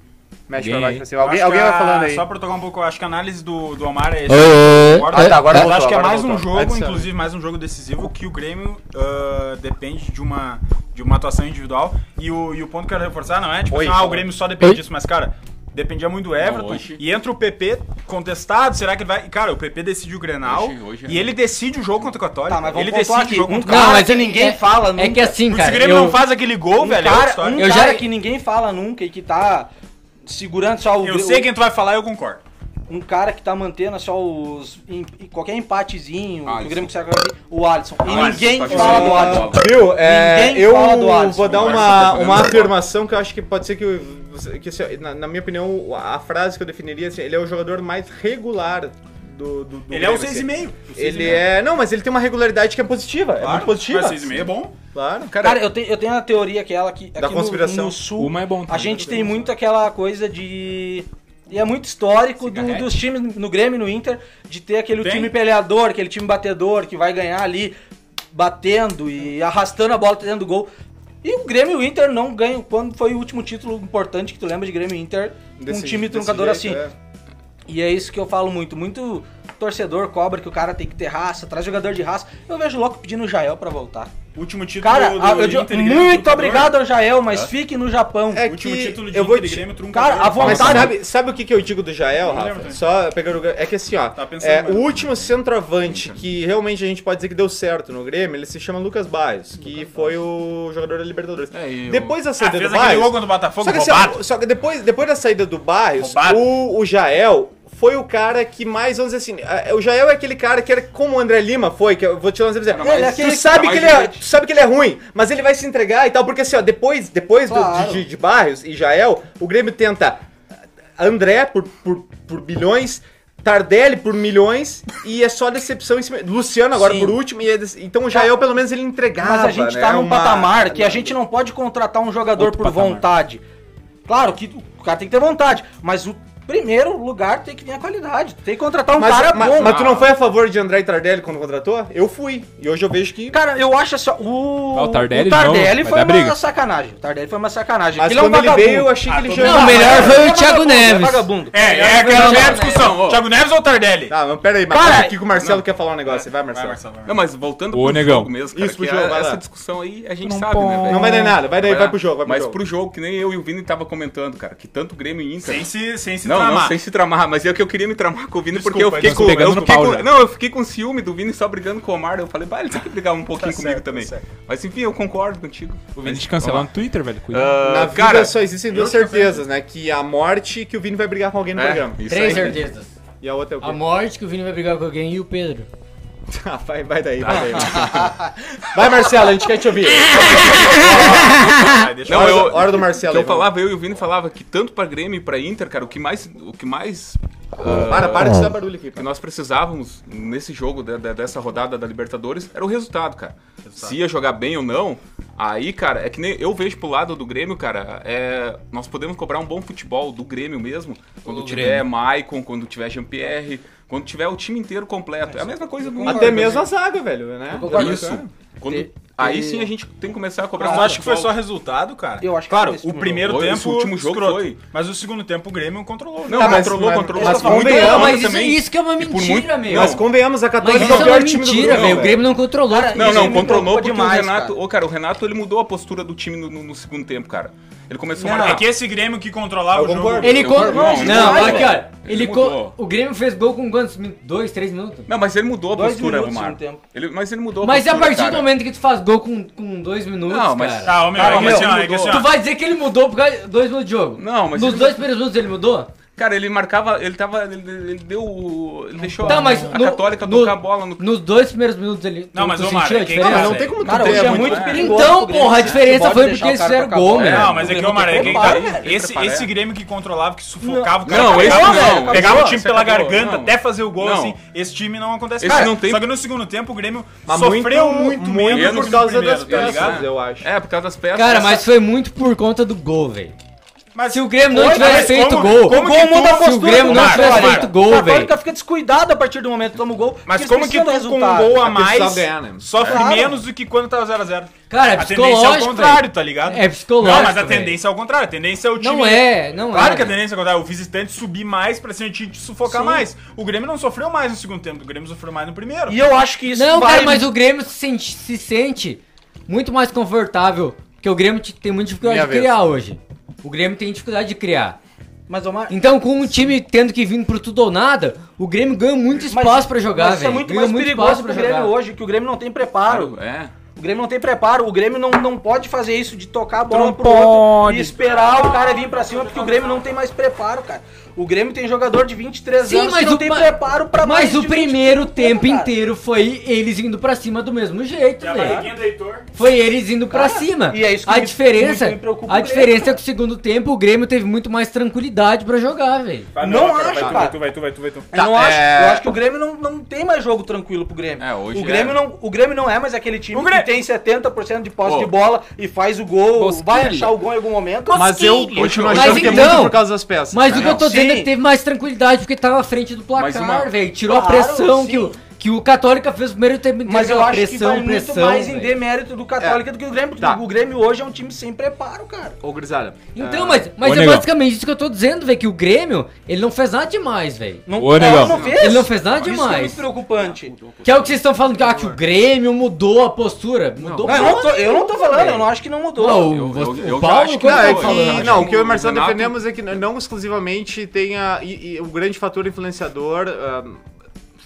[SPEAKER 12] mexe
[SPEAKER 10] Ninguém
[SPEAKER 12] pra baixo
[SPEAKER 10] aí.
[SPEAKER 12] pra cima. Alguém,
[SPEAKER 4] Eu acho
[SPEAKER 12] alguém
[SPEAKER 4] que
[SPEAKER 12] vai
[SPEAKER 4] a-
[SPEAKER 12] falando aí.
[SPEAKER 4] Só pra tocar um pouco, eu acho que a análise do, do Omar é
[SPEAKER 7] Oi,
[SPEAKER 4] esse.
[SPEAKER 7] oi, oi. Ah, tá,
[SPEAKER 12] agora
[SPEAKER 4] eu
[SPEAKER 12] voltou,
[SPEAKER 4] acho que é
[SPEAKER 12] agora
[SPEAKER 4] mais um
[SPEAKER 12] voltou.
[SPEAKER 4] jogo,
[SPEAKER 12] Adiciona.
[SPEAKER 4] inclusive mais um jogo decisivo, que o Grêmio ah, depende de uma, de uma atuação individual. E o, e o ponto que eu quero reforçar não é tipo
[SPEAKER 12] Oi,
[SPEAKER 4] assim, ah, o
[SPEAKER 12] falou.
[SPEAKER 4] Grêmio só depende disso, mas cara, dependia muito do Everton.
[SPEAKER 10] hoje-
[SPEAKER 4] E entra o PP contestado, será que ele vai. Cara, o PP decide o Grenal
[SPEAKER 10] Hoje- hoje é.
[SPEAKER 4] e ele decide o jogo contra o Católica.
[SPEAKER 8] Tá, mas vamos
[SPEAKER 4] ele
[SPEAKER 8] pontuar
[SPEAKER 4] decide
[SPEAKER 8] aqui.
[SPEAKER 4] o jogo
[SPEAKER 8] Um
[SPEAKER 4] contra o
[SPEAKER 8] cara
[SPEAKER 4] Católica.
[SPEAKER 7] mas
[SPEAKER 8] que
[SPEAKER 7] é-
[SPEAKER 8] ninguém
[SPEAKER 7] é-
[SPEAKER 8] fala
[SPEAKER 7] É
[SPEAKER 8] nunca.
[SPEAKER 7] que assim,
[SPEAKER 4] Se o
[SPEAKER 7] cara.
[SPEAKER 4] Grêmio
[SPEAKER 7] eu-
[SPEAKER 4] não faz aquele gol, velho, é outra
[SPEAKER 8] cara,
[SPEAKER 4] história.
[SPEAKER 8] um
[SPEAKER 7] Eu já-
[SPEAKER 8] cara que ninguém fala nunca e que tá segurando só o...
[SPEAKER 4] Eu sei quem tu vai falar e eu concordo.
[SPEAKER 8] Um cara que tá mantendo só os... em- em qualquer empatezinho, o
[SPEAKER 10] Alisson.
[SPEAKER 8] Grêmio que consegue o Alisson. E
[SPEAKER 10] Alisson,
[SPEAKER 8] ninguém
[SPEAKER 10] tá
[SPEAKER 8] fala
[SPEAKER 10] jogando
[SPEAKER 8] do Alisson.
[SPEAKER 10] bola.
[SPEAKER 2] Viu? É,
[SPEAKER 8] Ninguém
[SPEAKER 2] eu
[SPEAKER 8] fala do Alisson.
[SPEAKER 2] vou dar
[SPEAKER 10] O Alisson
[SPEAKER 2] uma,
[SPEAKER 10] tá jogando
[SPEAKER 2] uma
[SPEAKER 10] agora.
[SPEAKER 2] afirmação que eu acho que pode ser que, você- que se- na, na minha opinião, a frase que eu definiria assim, ele é o jogador mais regular do, do, do
[SPEAKER 4] Ele é o
[SPEAKER 2] Grêmio, assim.
[SPEAKER 4] 6,5.
[SPEAKER 2] Ele é. Não, mas ele tem uma regularidade que é positiva. é muito positiva.
[SPEAKER 4] Mas 6,5 é bom.
[SPEAKER 2] Claro.
[SPEAKER 8] Cara, eu, tenho, eu tenho uma teoria que é ela que aqui no-
[SPEAKER 2] conspiração.
[SPEAKER 8] No, sul,
[SPEAKER 3] Uma é bom
[SPEAKER 8] Uh, a
[SPEAKER 3] também.
[SPEAKER 8] gente
[SPEAKER 4] né?
[SPEAKER 8] tem muito aquela coisa de e é muito histórico do-
[SPEAKER 3] Cigarrete.
[SPEAKER 8] dos times no Grêmio, e no Inter, de ter aquele
[SPEAKER 4] Tem.
[SPEAKER 8] time peleador, aquele time batedor que vai ganhar ali batendo e arrastando a bola até dentro do gol. E o Grêmio e o Inter não ganham quando foi o último título importante que tu lembra de Grêmio e Inter, um
[SPEAKER 2] Desse-
[SPEAKER 8] time
[SPEAKER 2] desse
[SPEAKER 8] truncador assim.
[SPEAKER 2] jeito, é.
[SPEAKER 8] E é isso que eu falo muito. Muito torcedor cobra que o cara tem que ter raça, traz jogador de raça. Eu vejo logo pedindo o Jael pra voltar.
[SPEAKER 4] Último título
[SPEAKER 8] Cara,
[SPEAKER 4] do,
[SPEAKER 8] a- eu
[SPEAKER 4] do
[SPEAKER 8] digo,
[SPEAKER 4] Inter, Grêmio
[SPEAKER 8] muito
[SPEAKER 4] Truncador.
[SPEAKER 8] obrigado ao Jael, mas fique no Japão.
[SPEAKER 2] É
[SPEAKER 4] Último
[SPEAKER 2] que
[SPEAKER 4] título de
[SPEAKER 2] eu vou
[SPEAKER 4] Inter e
[SPEAKER 2] te-
[SPEAKER 4] Grêmio Truncador.
[SPEAKER 8] Cara, a
[SPEAKER 2] Mas
[SPEAKER 8] vontade.
[SPEAKER 2] sabe, sabe o que, que eu digo do Jael,
[SPEAKER 4] lembro
[SPEAKER 2] Rafa?
[SPEAKER 4] também.
[SPEAKER 2] Só pegando o gancho- É que assim, ó.
[SPEAKER 4] Tá pensando,
[SPEAKER 2] é,
[SPEAKER 4] mano.
[SPEAKER 2] o último centroavante que realmente a gente pode dizer que deu certo no Grêmio, ele se chama Lucas Barros, que foi o jogador da Libertadores.
[SPEAKER 10] É, e o-
[SPEAKER 2] Depois da
[SPEAKER 4] Ah,
[SPEAKER 2] saída
[SPEAKER 4] fez
[SPEAKER 2] do
[SPEAKER 4] aquele
[SPEAKER 2] Barros.
[SPEAKER 4] gol contra o Botafogo
[SPEAKER 2] Só que, assim,
[SPEAKER 4] roubado.
[SPEAKER 2] ó, só que depois, depois da saída do Barrios,
[SPEAKER 4] Roubado.
[SPEAKER 2] o, o Jael foi o cara que mais, vamos dizer assim, a- o Jael é aquele cara que era como o André Lima foi, que eu vou te lançar pra dizer,
[SPEAKER 8] Ele é aquele
[SPEAKER 2] tu,
[SPEAKER 8] que
[SPEAKER 2] sabe
[SPEAKER 10] tá
[SPEAKER 2] que ele
[SPEAKER 10] mais
[SPEAKER 2] é, tu sabe que ele é ruim, mas ele vai se entregar e tal, porque assim, ó, depois, depois do-
[SPEAKER 8] Claro.
[SPEAKER 2] de, de Barrios e Jael, o Grêmio tenta André por, por, por bilhões, Tardelli por milhões e é só decepção em cima. Luciano agora
[SPEAKER 8] Sim.
[SPEAKER 2] por último. E é des- então o Jael, pelo menos, ele entregava.
[SPEAKER 8] Mas a gente
[SPEAKER 2] né,
[SPEAKER 8] tá num
[SPEAKER 2] uma-
[SPEAKER 8] patamar que a gente não pode contratar um jogador
[SPEAKER 10] Outro
[SPEAKER 8] por
[SPEAKER 10] patamar.
[SPEAKER 8] vontade. Claro que o cara tem que ter vontade, mas o primeiro lugar tem que ter a qualidade. Tem que contratar um
[SPEAKER 2] Mas,
[SPEAKER 8] cara
[SPEAKER 2] mas-
[SPEAKER 8] bom.
[SPEAKER 2] mas tu não foi a favor de André e Tardelli quando contratou? Eu fui. E hoje eu vejo que.
[SPEAKER 8] Cara, eu acho só. O,
[SPEAKER 3] Ah, o Tardelli não, vai
[SPEAKER 8] foi
[SPEAKER 3] dar
[SPEAKER 8] uma
[SPEAKER 3] briga.
[SPEAKER 8] sacanagem. O Tardelli foi uma sacanagem.
[SPEAKER 2] Mas
[SPEAKER 8] Ele é um Ah,
[SPEAKER 2] quando ele
[SPEAKER 8] vagabundo.
[SPEAKER 2] veio, eu achei que ele já.
[SPEAKER 7] Não, o melhor foi o Thiago
[SPEAKER 8] É
[SPEAKER 7] Neves.
[SPEAKER 8] vagabundo.
[SPEAKER 4] É, é aquela velha discussão. ô. Thiago Neves ou Tardelli?
[SPEAKER 2] Tá, mas pera aí, mas
[SPEAKER 8] Cara,
[SPEAKER 2] calma aqui que o Marcelo quer falar um negócio. Vai, Marcelo.
[SPEAKER 4] Vai, Marcelo. vai,
[SPEAKER 10] Não, mas voltando
[SPEAKER 3] Ô,
[SPEAKER 10] pro
[SPEAKER 3] negão.
[SPEAKER 10] jogo mesmo, cara,
[SPEAKER 2] Isso, pro
[SPEAKER 10] que
[SPEAKER 2] jogo,
[SPEAKER 10] a-
[SPEAKER 2] vai lá.
[SPEAKER 10] essa discussão aí a gente sabe, né, velho?
[SPEAKER 2] Não vai dar em nada, vai daí, vai pro jogo. Vai pro
[SPEAKER 10] mas
[SPEAKER 2] jogo.
[SPEAKER 10] pro jogo, que nem eu e o Vini tava comentando, cara, que tanto Grêmio e Inter...
[SPEAKER 4] Sem se, sem se
[SPEAKER 10] não,
[SPEAKER 4] tramar.
[SPEAKER 10] não, sem se tramar, mas é que eu queria me tramar com o Vini
[SPEAKER 4] Desculpa,
[SPEAKER 10] porque eu fiquei
[SPEAKER 4] nós
[SPEAKER 10] com.
[SPEAKER 4] pegando
[SPEAKER 10] Eu
[SPEAKER 4] no
[SPEAKER 10] fiquei
[SPEAKER 4] pau né?
[SPEAKER 10] com
[SPEAKER 4] já.
[SPEAKER 10] não, eu fiquei com ciúme do Vini só brigando com o Omar. Eu falei, bah, ele tem que brigar um pouquinho comigo
[SPEAKER 4] certo,
[SPEAKER 10] também.
[SPEAKER 4] tá certo.
[SPEAKER 10] Mas enfim, eu concordo contigo.
[SPEAKER 3] O Vini te cancelar no Twitter, velho. Cuidado.
[SPEAKER 10] Ah,
[SPEAKER 2] Na vida
[SPEAKER 10] cara,
[SPEAKER 2] só existem duas certezas, né? Que a morte e que o Vini vai brigar com alguém no
[SPEAKER 10] é,
[SPEAKER 2] programa.
[SPEAKER 10] isso
[SPEAKER 7] Três
[SPEAKER 10] aí.
[SPEAKER 7] certezas.
[SPEAKER 2] E a outra é o quê?
[SPEAKER 7] A morte que o Vini vai brigar com alguém e o Pedro.
[SPEAKER 2] Ah, vai, vai daí, vai daí. Marcelo. vai, Marcelo, a gente quer te ouvir.
[SPEAKER 4] Vai, deixa eu-
[SPEAKER 10] Não,
[SPEAKER 2] Hora-
[SPEAKER 10] eu,
[SPEAKER 2] hora do Marcelo
[SPEAKER 10] que eu
[SPEAKER 2] aí, vamos.
[SPEAKER 10] falava, eu e o Vini falava que tanto pra Grêmio e pra Inter, cara, o que mais. O que mais.
[SPEAKER 2] Para, para de dar barulho aqui.
[SPEAKER 10] O que
[SPEAKER 2] cara.
[SPEAKER 10] nós precisávamos nesse jogo, de- de- dessa rodada da Libertadores, era o resultado, cara. Se ia jogar bem ou não, aí, cara, é que nem eu vejo pro lado do Grêmio, cara, é, nós podemos cobrar um bom futebol do Grêmio mesmo, quando tiver Maicon, quando tiver Jean-Pierre, quando tiver o time inteiro completo. É a mesma coisa do
[SPEAKER 2] Até mesmo a zaga, velho, né?
[SPEAKER 10] Isso. Quando, aí sim a gente tem que começar a cobrar
[SPEAKER 4] Mas
[SPEAKER 10] um
[SPEAKER 4] eu
[SPEAKER 10] bom
[SPEAKER 4] acho que foi
[SPEAKER 10] futebol.
[SPEAKER 4] só resultado, cara.
[SPEAKER 8] Eu acho que
[SPEAKER 4] claro,
[SPEAKER 8] foi esse
[SPEAKER 4] o primeiro
[SPEAKER 10] jogo.
[SPEAKER 4] tempo,
[SPEAKER 10] Esse último jogo
[SPEAKER 4] escroto.
[SPEAKER 10] foi.
[SPEAKER 4] Mas o segundo tempo o Grêmio controlou.
[SPEAKER 10] Não,
[SPEAKER 4] né?
[SPEAKER 2] Tá, mas-
[SPEAKER 10] controlou,
[SPEAKER 2] mas-
[SPEAKER 10] controlou.
[SPEAKER 2] mas
[SPEAKER 10] muito
[SPEAKER 2] convenhamos,
[SPEAKER 10] bom
[SPEAKER 7] Não, mas isso,
[SPEAKER 10] também.
[SPEAKER 7] isso que é uma
[SPEAKER 10] E por
[SPEAKER 7] mentira, meu.
[SPEAKER 2] Mas convenhamos, a
[SPEAKER 7] Mas
[SPEAKER 2] Católica
[SPEAKER 7] isso
[SPEAKER 2] é o
[SPEAKER 7] é uma
[SPEAKER 2] pior time do
[SPEAKER 7] mentira,
[SPEAKER 2] grupo,
[SPEAKER 7] velho. O Grêmio não controlou.
[SPEAKER 8] Cara,
[SPEAKER 10] Não,
[SPEAKER 8] Isso
[SPEAKER 10] não,
[SPEAKER 8] me
[SPEAKER 10] controlou
[SPEAKER 8] preocupa
[SPEAKER 10] porque
[SPEAKER 8] demais,
[SPEAKER 10] o Renato.
[SPEAKER 8] cara.
[SPEAKER 10] Ô, cara, o Renato ele mudou a postura do time no, no- no segundo tempo, cara. Ele começou a
[SPEAKER 4] Não,
[SPEAKER 10] marcar.
[SPEAKER 4] É que esse Grêmio que controlava
[SPEAKER 2] Eu
[SPEAKER 4] o jogo.
[SPEAKER 2] concordo.
[SPEAKER 7] Ele
[SPEAKER 10] Eu
[SPEAKER 7] co...
[SPEAKER 10] concordo,
[SPEAKER 7] Não,
[SPEAKER 10] não,
[SPEAKER 7] não,
[SPEAKER 10] não,
[SPEAKER 7] olha aqui,
[SPEAKER 10] não.
[SPEAKER 7] olha. Ele
[SPEAKER 10] Ele
[SPEAKER 7] co-
[SPEAKER 10] mudou.
[SPEAKER 7] O Grêmio fez gol com quantos minutos? Dois, três minutos?
[SPEAKER 10] Não, mas ele mudou a
[SPEAKER 8] Dois
[SPEAKER 10] postura,
[SPEAKER 8] minutos no
[SPEAKER 10] Omar.
[SPEAKER 8] segundo tempo.
[SPEAKER 10] Ele, mas ele mudou a
[SPEAKER 7] Mas é a
[SPEAKER 10] postura.
[SPEAKER 7] partir
[SPEAKER 10] cara.
[SPEAKER 7] do momento que tu faz gol com, com dois minutos,
[SPEAKER 10] Não, mas-
[SPEAKER 7] cara,
[SPEAKER 4] Tá, ô, meu,
[SPEAKER 10] Cara,
[SPEAKER 4] é que
[SPEAKER 10] meu,
[SPEAKER 4] assim, ó,
[SPEAKER 10] ele
[SPEAKER 4] é que assim,
[SPEAKER 10] mudou.
[SPEAKER 4] ó.
[SPEAKER 7] tu vai dizer que ele mudou por causa de dois minutos de jogo.
[SPEAKER 10] Não, mas
[SPEAKER 7] Nos
[SPEAKER 10] ele-
[SPEAKER 7] dois primeiros minutos ele mudou?
[SPEAKER 10] Cara, ele marcava, ele tava. Ele, ele deu. o- Ele deixou
[SPEAKER 7] Tá,
[SPEAKER 10] a,
[SPEAKER 7] mas
[SPEAKER 10] a
[SPEAKER 7] no-
[SPEAKER 10] Católica
[SPEAKER 7] no-
[SPEAKER 10] tocar a bola no.
[SPEAKER 7] Nos dois primeiros minutos ele.
[SPEAKER 4] Não,
[SPEAKER 7] tu-
[SPEAKER 4] mas,
[SPEAKER 7] tu
[SPEAKER 4] Omar,
[SPEAKER 7] sentiu a
[SPEAKER 4] é que-
[SPEAKER 7] diferença?
[SPEAKER 4] Não,
[SPEAKER 2] Não tem como tu
[SPEAKER 8] Cara, hoje
[SPEAKER 2] ter
[SPEAKER 8] é
[SPEAKER 2] muito-
[SPEAKER 8] muito
[SPEAKER 2] é.
[SPEAKER 8] perigoso.
[SPEAKER 7] Então,
[SPEAKER 8] pro Grêmio.
[SPEAKER 7] porra, a diferença
[SPEAKER 8] Pode
[SPEAKER 7] foi
[SPEAKER 8] deixar
[SPEAKER 7] porque eles
[SPEAKER 8] o cara né?
[SPEAKER 7] fizeram
[SPEAKER 8] tocar a
[SPEAKER 7] gol,
[SPEAKER 8] bola.
[SPEAKER 7] meu.
[SPEAKER 4] Não, mas é
[SPEAKER 8] O
[SPEAKER 4] que,
[SPEAKER 8] Grêmio
[SPEAKER 4] Omar, é que
[SPEAKER 8] prepara,
[SPEAKER 4] tá-
[SPEAKER 10] velho.
[SPEAKER 4] esse,
[SPEAKER 10] Prepara,
[SPEAKER 4] esse
[SPEAKER 10] é.
[SPEAKER 4] Grêmio que controlava, que sufocava o cara.
[SPEAKER 10] Não, esse
[SPEAKER 4] pegava,
[SPEAKER 10] não, acabou.
[SPEAKER 4] Pegava o time
[SPEAKER 10] Esse
[SPEAKER 4] pela
[SPEAKER 10] acabou,
[SPEAKER 4] garganta
[SPEAKER 10] não.
[SPEAKER 4] até fazer o gol,
[SPEAKER 10] Não.
[SPEAKER 4] assim. Esse time não acontece.
[SPEAKER 10] Esse
[SPEAKER 4] Cara,
[SPEAKER 10] não tem-
[SPEAKER 4] Só que no segundo tempo o Grêmio
[SPEAKER 2] Mas
[SPEAKER 4] sofreu
[SPEAKER 2] tá muito,
[SPEAKER 4] muito,
[SPEAKER 2] muito
[SPEAKER 4] menos
[SPEAKER 2] por
[SPEAKER 4] que no
[SPEAKER 2] causa
[SPEAKER 4] primeiro,
[SPEAKER 2] das
[SPEAKER 4] tá ligado?
[SPEAKER 2] peças, eu acho.
[SPEAKER 10] É, por causa das peças.
[SPEAKER 7] Cara,
[SPEAKER 10] Essa-
[SPEAKER 7] mas foi muito por conta do gol, velho.
[SPEAKER 4] Mas
[SPEAKER 7] Se o Grêmio não
[SPEAKER 4] Oi,
[SPEAKER 7] tivesse
[SPEAKER 4] mas
[SPEAKER 7] feito
[SPEAKER 4] como-
[SPEAKER 7] gol,
[SPEAKER 4] como
[SPEAKER 7] como
[SPEAKER 4] que
[SPEAKER 8] muda
[SPEAKER 4] tu-
[SPEAKER 8] a
[SPEAKER 7] se
[SPEAKER 8] postura
[SPEAKER 7] o Grêmio
[SPEAKER 8] do
[SPEAKER 7] não
[SPEAKER 8] Marcos,
[SPEAKER 7] tivesse
[SPEAKER 8] olha,
[SPEAKER 7] feito gol,
[SPEAKER 8] o
[SPEAKER 7] velho.
[SPEAKER 8] Católica fica descuidado a partir do momento que toma o gol.
[SPEAKER 4] Mas
[SPEAKER 8] porque eles
[SPEAKER 4] como que
[SPEAKER 8] precisam
[SPEAKER 4] tu
[SPEAKER 8] do
[SPEAKER 4] com um
[SPEAKER 8] resultado.
[SPEAKER 4] gol a
[SPEAKER 2] É precisar
[SPEAKER 4] mais
[SPEAKER 2] ganhar, né?
[SPEAKER 4] sofre
[SPEAKER 8] Claro.
[SPEAKER 4] menos do que quando tava 0x0?
[SPEAKER 7] Cara, é
[SPEAKER 4] A tendência é o
[SPEAKER 7] psicológico,
[SPEAKER 4] contrário,
[SPEAKER 7] velho.
[SPEAKER 4] tá ligado?
[SPEAKER 7] É psicológico,
[SPEAKER 4] Não, mas a
[SPEAKER 7] velho.
[SPEAKER 4] tendência é o contrário. A tendência é o time...
[SPEAKER 7] Não é, não
[SPEAKER 4] Claro
[SPEAKER 7] é.
[SPEAKER 4] que a tendência é o contrário. O visitante subir mais pra se te sufocar mais. O Grêmio não sofreu mais no segundo tempo. O Grêmio sofreu mais no primeiro.
[SPEAKER 8] E eu acho que isso
[SPEAKER 7] Não,
[SPEAKER 8] vai...
[SPEAKER 7] cara, mas o Grêmio se sente, se sente muito mais confortável. Porque o Grêmio te- tem muita dificuldade
[SPEAKER 2] Minha
[SPEAKER 7] de criar hoje. O Grêmio tem dificuldade de criar.
[SPEAKER 8] Mas, é ô, Mar-
[SPEAKER 7] Então, com um time tendo que vir pro tudo ou nada, o Grêmio ganha muito
[SPEAKER 8] mas-
[SPEAKER 7] espaço pra jogar,
[SPEAKER 8] mas isso
[SPEAKER 7] velho.
[SPEAKER 8] é muito
[SPEAKER 7] Ganha
[SPEAKER 8] mais
[SPEAKER 7] espaço
[SPEAKER 8] perigoso pro
[SPEAKER 7] pra
[SPEAKER 8] Grêmio
[SPEAKER 7] jogar.
[SPEAKER 8] hoje, que o Grêmio não tem preparo.
[SPEAKER 10] É.
[SPEAKER 8] O Grêmio não tem preparo, o Grêmio não, não pode fazer isso de tocar a bola
[SPEAKER 4] não
[SPEAKER 8] pro outro
[SPEAKER 4] pode.
[SPEAKER 8] e esperar o cara vir pra cima, porque o Grêmio não tem mais preparo, cara. O Grêmio tem jogador de 23
[SPEAKER 7] Sim,
[SPEAKER 8] anos
[SPEAKER 7] mas
[SPEAKER 8] que não
[SPEAKER 7] o,
[SPEAKER 8] tem
[SPEAKER 7] ma-
[SPEAKER 8] preparo pra
[SPEAKER 7] mas
[SPEAKER 8] mais
[SPEAKER 7] o
[SPEAKER 8] de 20
[SPEAKER 7] primeiro tempo
[SPEAKER 8] cara.
[SPEAKER 7] inteiro foi eles indo pra cima do mesmo jeito,
[SPEAKER 4] E a
[SPEAKER 7] velho.
[SPEAKER 4] barriguinha do Heitor?
[SPEAKER 7] Foi eles indo pra
[SPEAKER 8] Cara,
[SPEAKER 7] cima.
[SPEAKER 8] e é isso que
[SPEAKER 7] a
[SPEAKER 8] me-
[SPEAKER 7] diferença,
[SPEAKER 8] muito me preocupa
[SPEAKER 7] a
[SPEAKER 8] o Grêmio,
[SPEAKER 7] diferença é
[SPEAKER 8] cara.
[SPEAKER 7] que o segundo tempo o Grêmio teve muito mais tranquilidade pra jogar, velho.
[SPEAKER 4] Ah,
[SPEAKER 8] Não acho,
[SPEAKER 4] vai tu,
[SPEAKER 8] cara.
[SPEAKER 4] Vai tu, vai tu, vai tu, vai tu.
[SPEAKER 8] Eu não acho, eu acho que o Grêmio não, não tem mais jogo tranquilo pro Grêmio.
[SPEAKER 10] É, hoje
[SPEAKER 8] o Grêmio
[SPEAKER 10] é.
[SPEAKER 8] não, o Grêmio não é mais aquele time
[SPEAKER 4] O Grêmio-
[SPEAKER 8] que tem 70% de posse
[SPEAKER 10] Pô.
[SPEAKER 8] de bola e faz o gol,
[SPEAKER 10] Bosquilha.
[SPEAKER 8] vai achar o gol em algum momento.
[SPEAKER 2] Mas eu continuo
[SPEAKER 7] Mas
[SPEAKER 2] achando que é
[SPEAKER 7] então-
[SPEAKER 2] muito por causa das peças.
[SPEAKER 7] Mas o que eu tô
[SPEAKER 8] Sim.
[SPEAKER 7] dizendo é que teve mais tranquilidade porque tava à frente do
[SPEAKER 10] Mas uma-
[SPEAKER 7] placar, velho. Tirou a
[SPEAKER 8] Claro,
[SPEAKER 7] pressão
[SPEAKER 8] sim.
[SPEAKER 7] que o, que o Católica fez no primeiro tempo inteiro.
[SPEAKER 8] Mas eu
[SPEAKER 7] aquela
[SPEAKER 8] acho que vai
[SPEAKER 7] pressão,
[SPEAKER 8] muito
[SPEAKER 7] pressão,
[SPEAKER 8] mais em
[SPEAKER 7] velho.
[SPEAKER 8] demérito do Católica do que o Grêmio. porque
[SPEAKER 2] Tá.
[SPEAKER 8] O Grêmio hoje é um time sem preparo, cara.
[SPEAKER 2] Ô, Grisada.
[SPEAKER 7] Então, mas, mas
[SPEAKER 4] Ô,
[SPEAKER 7] é
[SPEAKER 4] negão.
[SPEAKER 7] basicamente isso que eu tô dizendo, velho. Que o Grêmio, ele não fez nada demais, velho.
[SPEAKER 8] Não,
[SPEAKER 4] Ô, negão.
[SPEAKER 8] não fez.
[SPEAKER 7] Ele não fez nada
[SPEAKER 8] Isso que é
[SPEAKER 7] demais.
[SPEAKER 8] muito preocupante.
[SPEAKER 7] Que é o que vocês estão falando, que, ah, que o Grêmio mudou a postura. Mudou
[SPEAKER 8] Não, eu, não tô, eu não tô falando, eu não acho que não mudou.
[SPEAKER 7] Não,
[SPEAKER 10] Eu-
[SPEAKER 7] o,
[SPEAKER 10] eu- eu
[SPEAKER 7] o
[SPEAKER 10] já
[SPEAKER 7] Paulo
[SPEAKER 10] acho que
[SPEAKER 7] quando tá
[SPEAKER 2] Não,
[SPEAKER 10] eu
[SPEAKER 2] é
[SPEAKER 7] tava
[SPEAKER 10] tô
[SPEAKER 2] que-
[SPEAKER 7] falando,
[SPEAKER 10] falando,
[SPEAKER 2] não,
[SPEAKER 10] acho
[SPEAKER 2] o que eu e o
[SPEAKER 10] o
[SPEAKER 2] Marcelo
[SPEAKER 10] Renato-
[SPEAKER 2] defendemos é que não exclusivamente tenha. E, e o grande fator influenciador ah,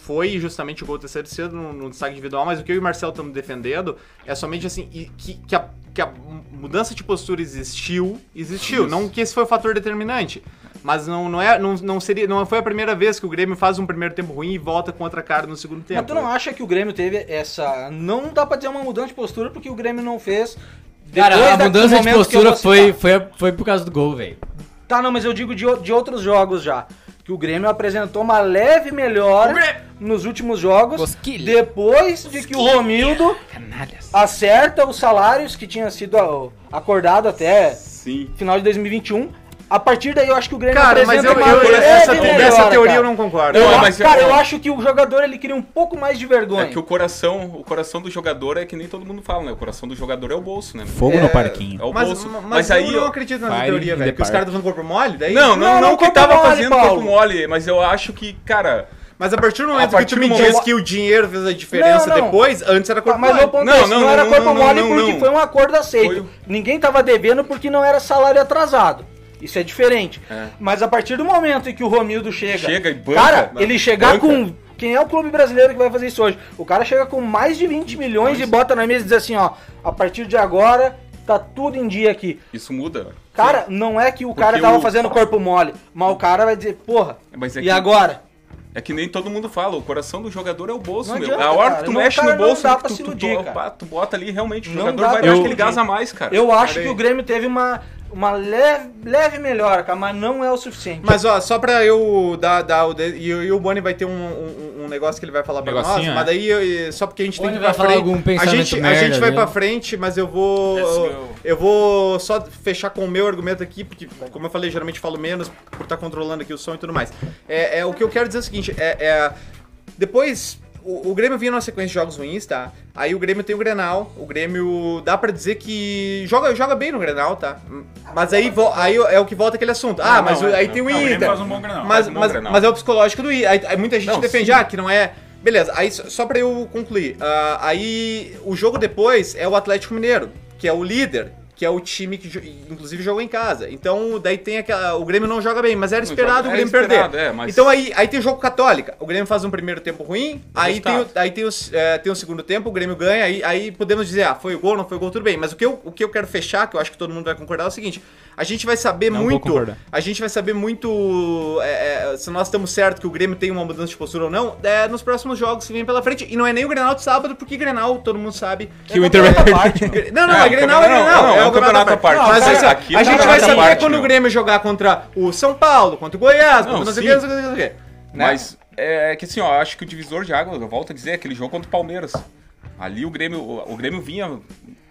[SPEAKER 2] foi justamente o gol terceiro cedo no, no destaque individual, mas o que eu e o Marcelo estamos defendendo é somente assim, e que, que a, que a mudança de postura existiu, existiu. Não que esse foi o fator determinante. Mas não, não, é, não, não seria não foi a primeira vez que o Grêmio faz um primeiro tempo ruim e volta com outra cara no segundo tempo.
[SPEAKER 8] Mas tu não acha que o Grêmio teve essa. Não dá pra dizer uma mudança de postura, porque o Grêmio não fez.
[SPEAKER 7] Cara, a
[SPEAKER 8] depois da- do
[SPEAKER 7] mudança de
[SPEAKER 8] momento que eu
[SPEAKER 7] postura
[SPEAKER 8] vou
[SPEAKER 7] foi,
[SPEAKER 8] citar.
[SPEAKER 7] foi, foi por causa do gol, velho.
[SPEAKER 8] Tá, não, mas eu digo de, o- de outros jogos já. Que o Grêmio apresentou uma leve melhora nos últimos jogos.
[SPEAKER 7] Bosquilha.
[SPEAKER 8] Depois de que o Romildo acerta os salários que tinha sido ó, acordado até
[SPEAKER 10] Sim.
[SPEAKER 8] final de 2021. A partir daí eu acho que o Grêmio
[SPEAKER 2] Cara, mas
[SPEAKER 8] apresenta
[SPEAKER 2] eu,
[SPEAKER 8] uma
[SPEAKER 2] eu-
[SPEAKER 8] leve
[SPEAKER 2] essa,
[SPEAKER 8] melhora,
[SPEAKER 2] essa teoria
[SPEAKER 8] cara.
[SPEAKER 2] eu não concordo.
[SPEAKER 8] Eu
[SPEAKER 10] Não,
[SPEAKER 8] acho-
[SPEAKER 10] mas eu-
[SPEAKER 8] cara, eu acho que o jogador ele cria um pouco mais de vergonha.
[SPEAKER 10] É que o coração, o coração do jogador é que nem todo mundo fala, né? O coração do jogador é o bolso, né?
[SPEAKER 4] Fogo no parquinho.
[SPEAKER 10] É o
[SPEAKER 2] Mas,
[SPEAKER 10] bolso.
[SPEAKER 2] mas,
[SPEAKER 10] Mas, aí.
[SPEAKER 2] eu não
[SPEAKER 10] ó,
[SPEAKER 2] acredito nessa
[SPEAKER 4] Fire
[SPEAKER 2] teoria,
[SPEAKER 4] in
[SPEAKER 2] velho.
[SPEAKER 4] the
[SPEAKER 2] Que os
[SPEAKER 4] park.
[SPEAKER 2] caras estão falando corpo mole, daí.
[SPEAKER 10] Não, não,
[SPEAKER 8] Não,
[SPEAKER 10] não,
[SPEAKER 8] não,
[SPEAKER 10] que
[SPEAKER 8] corpo
[SPEAKER 10] tava
[SPEAKER 8] mole,
[SPEAKER 10] fazendo
[SPEAKER 8] Paulo.
[SPEAKER 10] corpo mole, mas eu acho que, cara.
[SPEAKER 2] Mas a partir do
[SPEAKER 10] A
[SPEAKER 2] momento
[SPEAKER 10] partir
[SPEAKER 2] que tu
[SPEAKER 10] do
[SPEAKER 2] me
[SPEAKER 10] momento-
[SPEAKER 2] diz que o dinheiro fez a diferença
[SPEAKER 8] Não, não.
[SPEAKER 2] depois, antes era corpo
[SPEAKER 8] Mas
[SPEAKER 2] mole.
[SPEAKER 8] meu ponto
[SPEAKER 10] Não,
[SPEAKER 8] é esse,
[SPEAKER 10] não,
[SPEAKER 8] não, era
[SPEAKER 10] não,
[SPEAKER 8] corpo
[SPEAKER 10] não,
[SPEAKER 8] mole
[SPEAKER 10] não,
[SPEAKER 8] porque
[SPEAKER 10] não.
[SPEAKER 8] foi um acordo aceito.
[SPEAKER 10] Foi o-
[SPEAKER 8] Ninguém tava devendo porque não era salário atrasado. Isso é diferente.
[SPEAKER 10] É.
[SPEAKER 8] Mas a partir do momento em que o Romildo chega.
[SPEAKER 10] Chega e banca,
[SPEAKER 8] Cara,
[SPEAKER 10] né?
[SPEAKER 8] ele chegar
[SPEAKER 10] Banca.
[SPEAKER 8] com. Quem é o clube brasileiro que vai fazer isso hoje? O cara chega com mais de 20 milhões e bota na mesa e diz assim: ó, a partir de agora tá tudo em dia aqui.
[SPEAKER 10] Isso muda.
[SPEAKER 8] Cara, não é que o cara
[SPEAKER 10] Porque
[SPEAKER 8] tava
[SPEAKER 10] o-
[SPEAKER 8] fazendo corpo mole, mas o cara vai dizer, porra,
[SPEAKER 10] Mas é
[SPEAKER 8] e
[SPEAKER 10] que-
[SPEAKER 8] agora?
[SPEAKER 10] É que nem todo mundo fala, o coração do jogador é o bolso,
[SPEAKER 8] Não
[SPEAKER 10] meu.
[SPEAKER 8] adianta,
[SPEAKER 10] a hora
[SPEAKER 8] cara,
[SPEAKER 10] que tu
[SPEAKER 8] não,
[SPEAKER 10] mexe
[SPEAKER 8] cara,
[SPEAKER 10] no bolso,
[SPEAKER 8] não dá
[SPEAKER 10] tu,
[SPEAKER 8] pra
[SPEAKER 10] tu,
[SPEAKER 8] se
[SPEAKER 10] tu-
[SPEAKER 8] iludir,
[SPEAKER 10] tu-
[SPEAKER 8] cara.
[SPEAKER 10] tu bota ali, realmente, o
[SPEAKER 8] Não
[SPEAKER 10] jogador
[SPEAKER 8] dá
[SPEAKER 10] vai
[SPEAKER 8] pra
[SPEAKER 10] eu,
[SPEAKER 8] se
[SPEAKER 10] que ele
[SPEAKER 8] iludir.
[SPEAKER 10] gasa mais, cara.
[SPEAKER 8] Eu acho
[SPEAKER 2] Pera
[SPEAKER 8] que
[SPEAKER 2] aí.
[SPEAKER 8] o Grêmio teve uma, uma leve, leve melhora, cara, mas não é o suficiente.
[SPEAKER 2] Mas ó, só pra eu dar, dar o. de- E, o- e o Boni vai ter um, um- um negócio que ele vai falar pra
[SPEAKER 4] Negocinho,
[SPEAKER 2] nós,
[SPEAKER 4] é.
[SPEAKER 2] mas daí eu- e- só porque a gente tem
[SPEAKER 7] Boni
[SPEAKER 2] que ir
[SPEAKER 7] vai
[SPEAKER 2] pra
[SPEAKER 7] falar
[SPEAKER 2] frente.
[SPEAKER 7] algum
[SPEAKER 2] a
[SPEAKER 7] pensamento
[SPEAKER 2] gente, a
[SPEAKER 7] merda
[SPEAKER 2] gente vai
[SPEAKER 7] dele.
[SPEAKER 2] pra frente, mas eu vou. Eu vou só fechar com o meu argumento aqui, porque, como eu falei, geralmente falo menos por estar controlando aqui o som e tudo mais. É, é, o que eu quero dizer é o seguinte: é, é, depois. O, o Grêmio vinha numa sequência de jogos ruins, tá? Aí o Grêmio tem o Grenal. O Grêmio dá pra dizer que joga, joga bem no Grenal, tá? Mas aí, vo- aí é o que volta aquele assunto. Ah, mas o- aí tem o
[SPEAKER 4] Não, Grêmio
[SPEAKER 2] Inter.
[SPEAKER 4] faz um bom Grenal,
[SPEAKER 2] mas,
[SPEAKER 10] faz um bom
[SPEAKER 2] mas,
[SPEAKER 10] Grenal.
[SPEAKER 2] mas é o psicológico do I. Aí, aí muita gente
[SPEAKER 10] Não,
[SPEAKER 2] defende,
[SPEAKER 10] sim.
[SPEAKER 2] ah, que não é. Beleza, aí só só pra eu concluir. ah, aí o jogo depois é o Atlético Mineiro, que é o líder, que é o time que jo- inclusive jogou em casa. Então daí tem aquela. O Grêmio não joga bem, mas era
[SPEAKER 10] Não
[SPEAKER 2] esperado
[SPEAKER 10] joga-
[SPEAKER 2] o
[SPEAKER 10] era
[SPEAKER 2] Grêmio
[SPEAKER 10] esperado,
[SPEAKER 2] perder.
[SPEAKER 10] é, mas-
[SPEAKER 2] Então aí, aí tem jogo católica. O Grêmio faz um primeiro tempo ruim, aí tem, o,
[SPEAKER 10] Resultado.
[SPEAKER 2] aí tem, os, é, tem o segundo tempo, o Grêmio ganha, aí, aí podemos dizer, ah, foi o gol, não foi o gol, tudo bem. Mas o que, eu, o que eu quero fechar, que eu acho que todo mundo vai concordar, é o seguinte: a gente vai saber
[SPEAKER 4] Não vou
[SPEAKER 2] muito.
[SPEAKER 4] concordar.
[SPEAKER 2] A gente vai saber muito é, é, se nós estamos certos que o Grêmio tem uma mudança de postura ou não é, nos próximos jogos que vem pela frente. E não é nem o Grenal de sábado, porque Grenal, todo mundo sabe. é
[SPEAKER 4] Que o Inter vai perder.
[SPEAKER 2] Gre- Não, não,
[SPEAKER 10] É,
[SPEAKER 2] é,
[SPEAKER 10] o
[SPEAKER 2] Grenal, é
[SPEAKER 10] campeonato-
[SPEAKER 2] Grenal.
[SPEAKER 10] não,
[SPEAKER 2] é
[SPEAKER 10] não,
[SPEAKER 2] o campeonato à parte.
[SPEAKER 10] parte.
[SPEAKER 2] Mas
[SPEAKER 10] Não,
[SPEAKER 2] assim,
[SPEAKER 10] cara, aqui
[SPEAKER 2] a
[SPEAKER 10] é
[SPEAKER 2] gente vai
[SPEAKER 10] campeonato à
[SPEAKER 2] saber
[SPEAKER 10] parte,
[SPEAKER 2] quando
[SPEAKER 10] meu.
[SPEAKER 2] o Grêmio jogar contra o São Paulo, contra o Goiás, contra
[SPEAKER 10] Não,
[SPEAKER 2] não sei o
[SPEAKER 10] sim.
[SPEAKER 2] que, não sei o que, não sei o que.
[SPEAKER 10] Mas é que assim, ó, acho que o divisor de águas, eu volto a dizer, aquele jogo contra o Palmeiras. Ali o Grêmio, o, o Grêmio vinha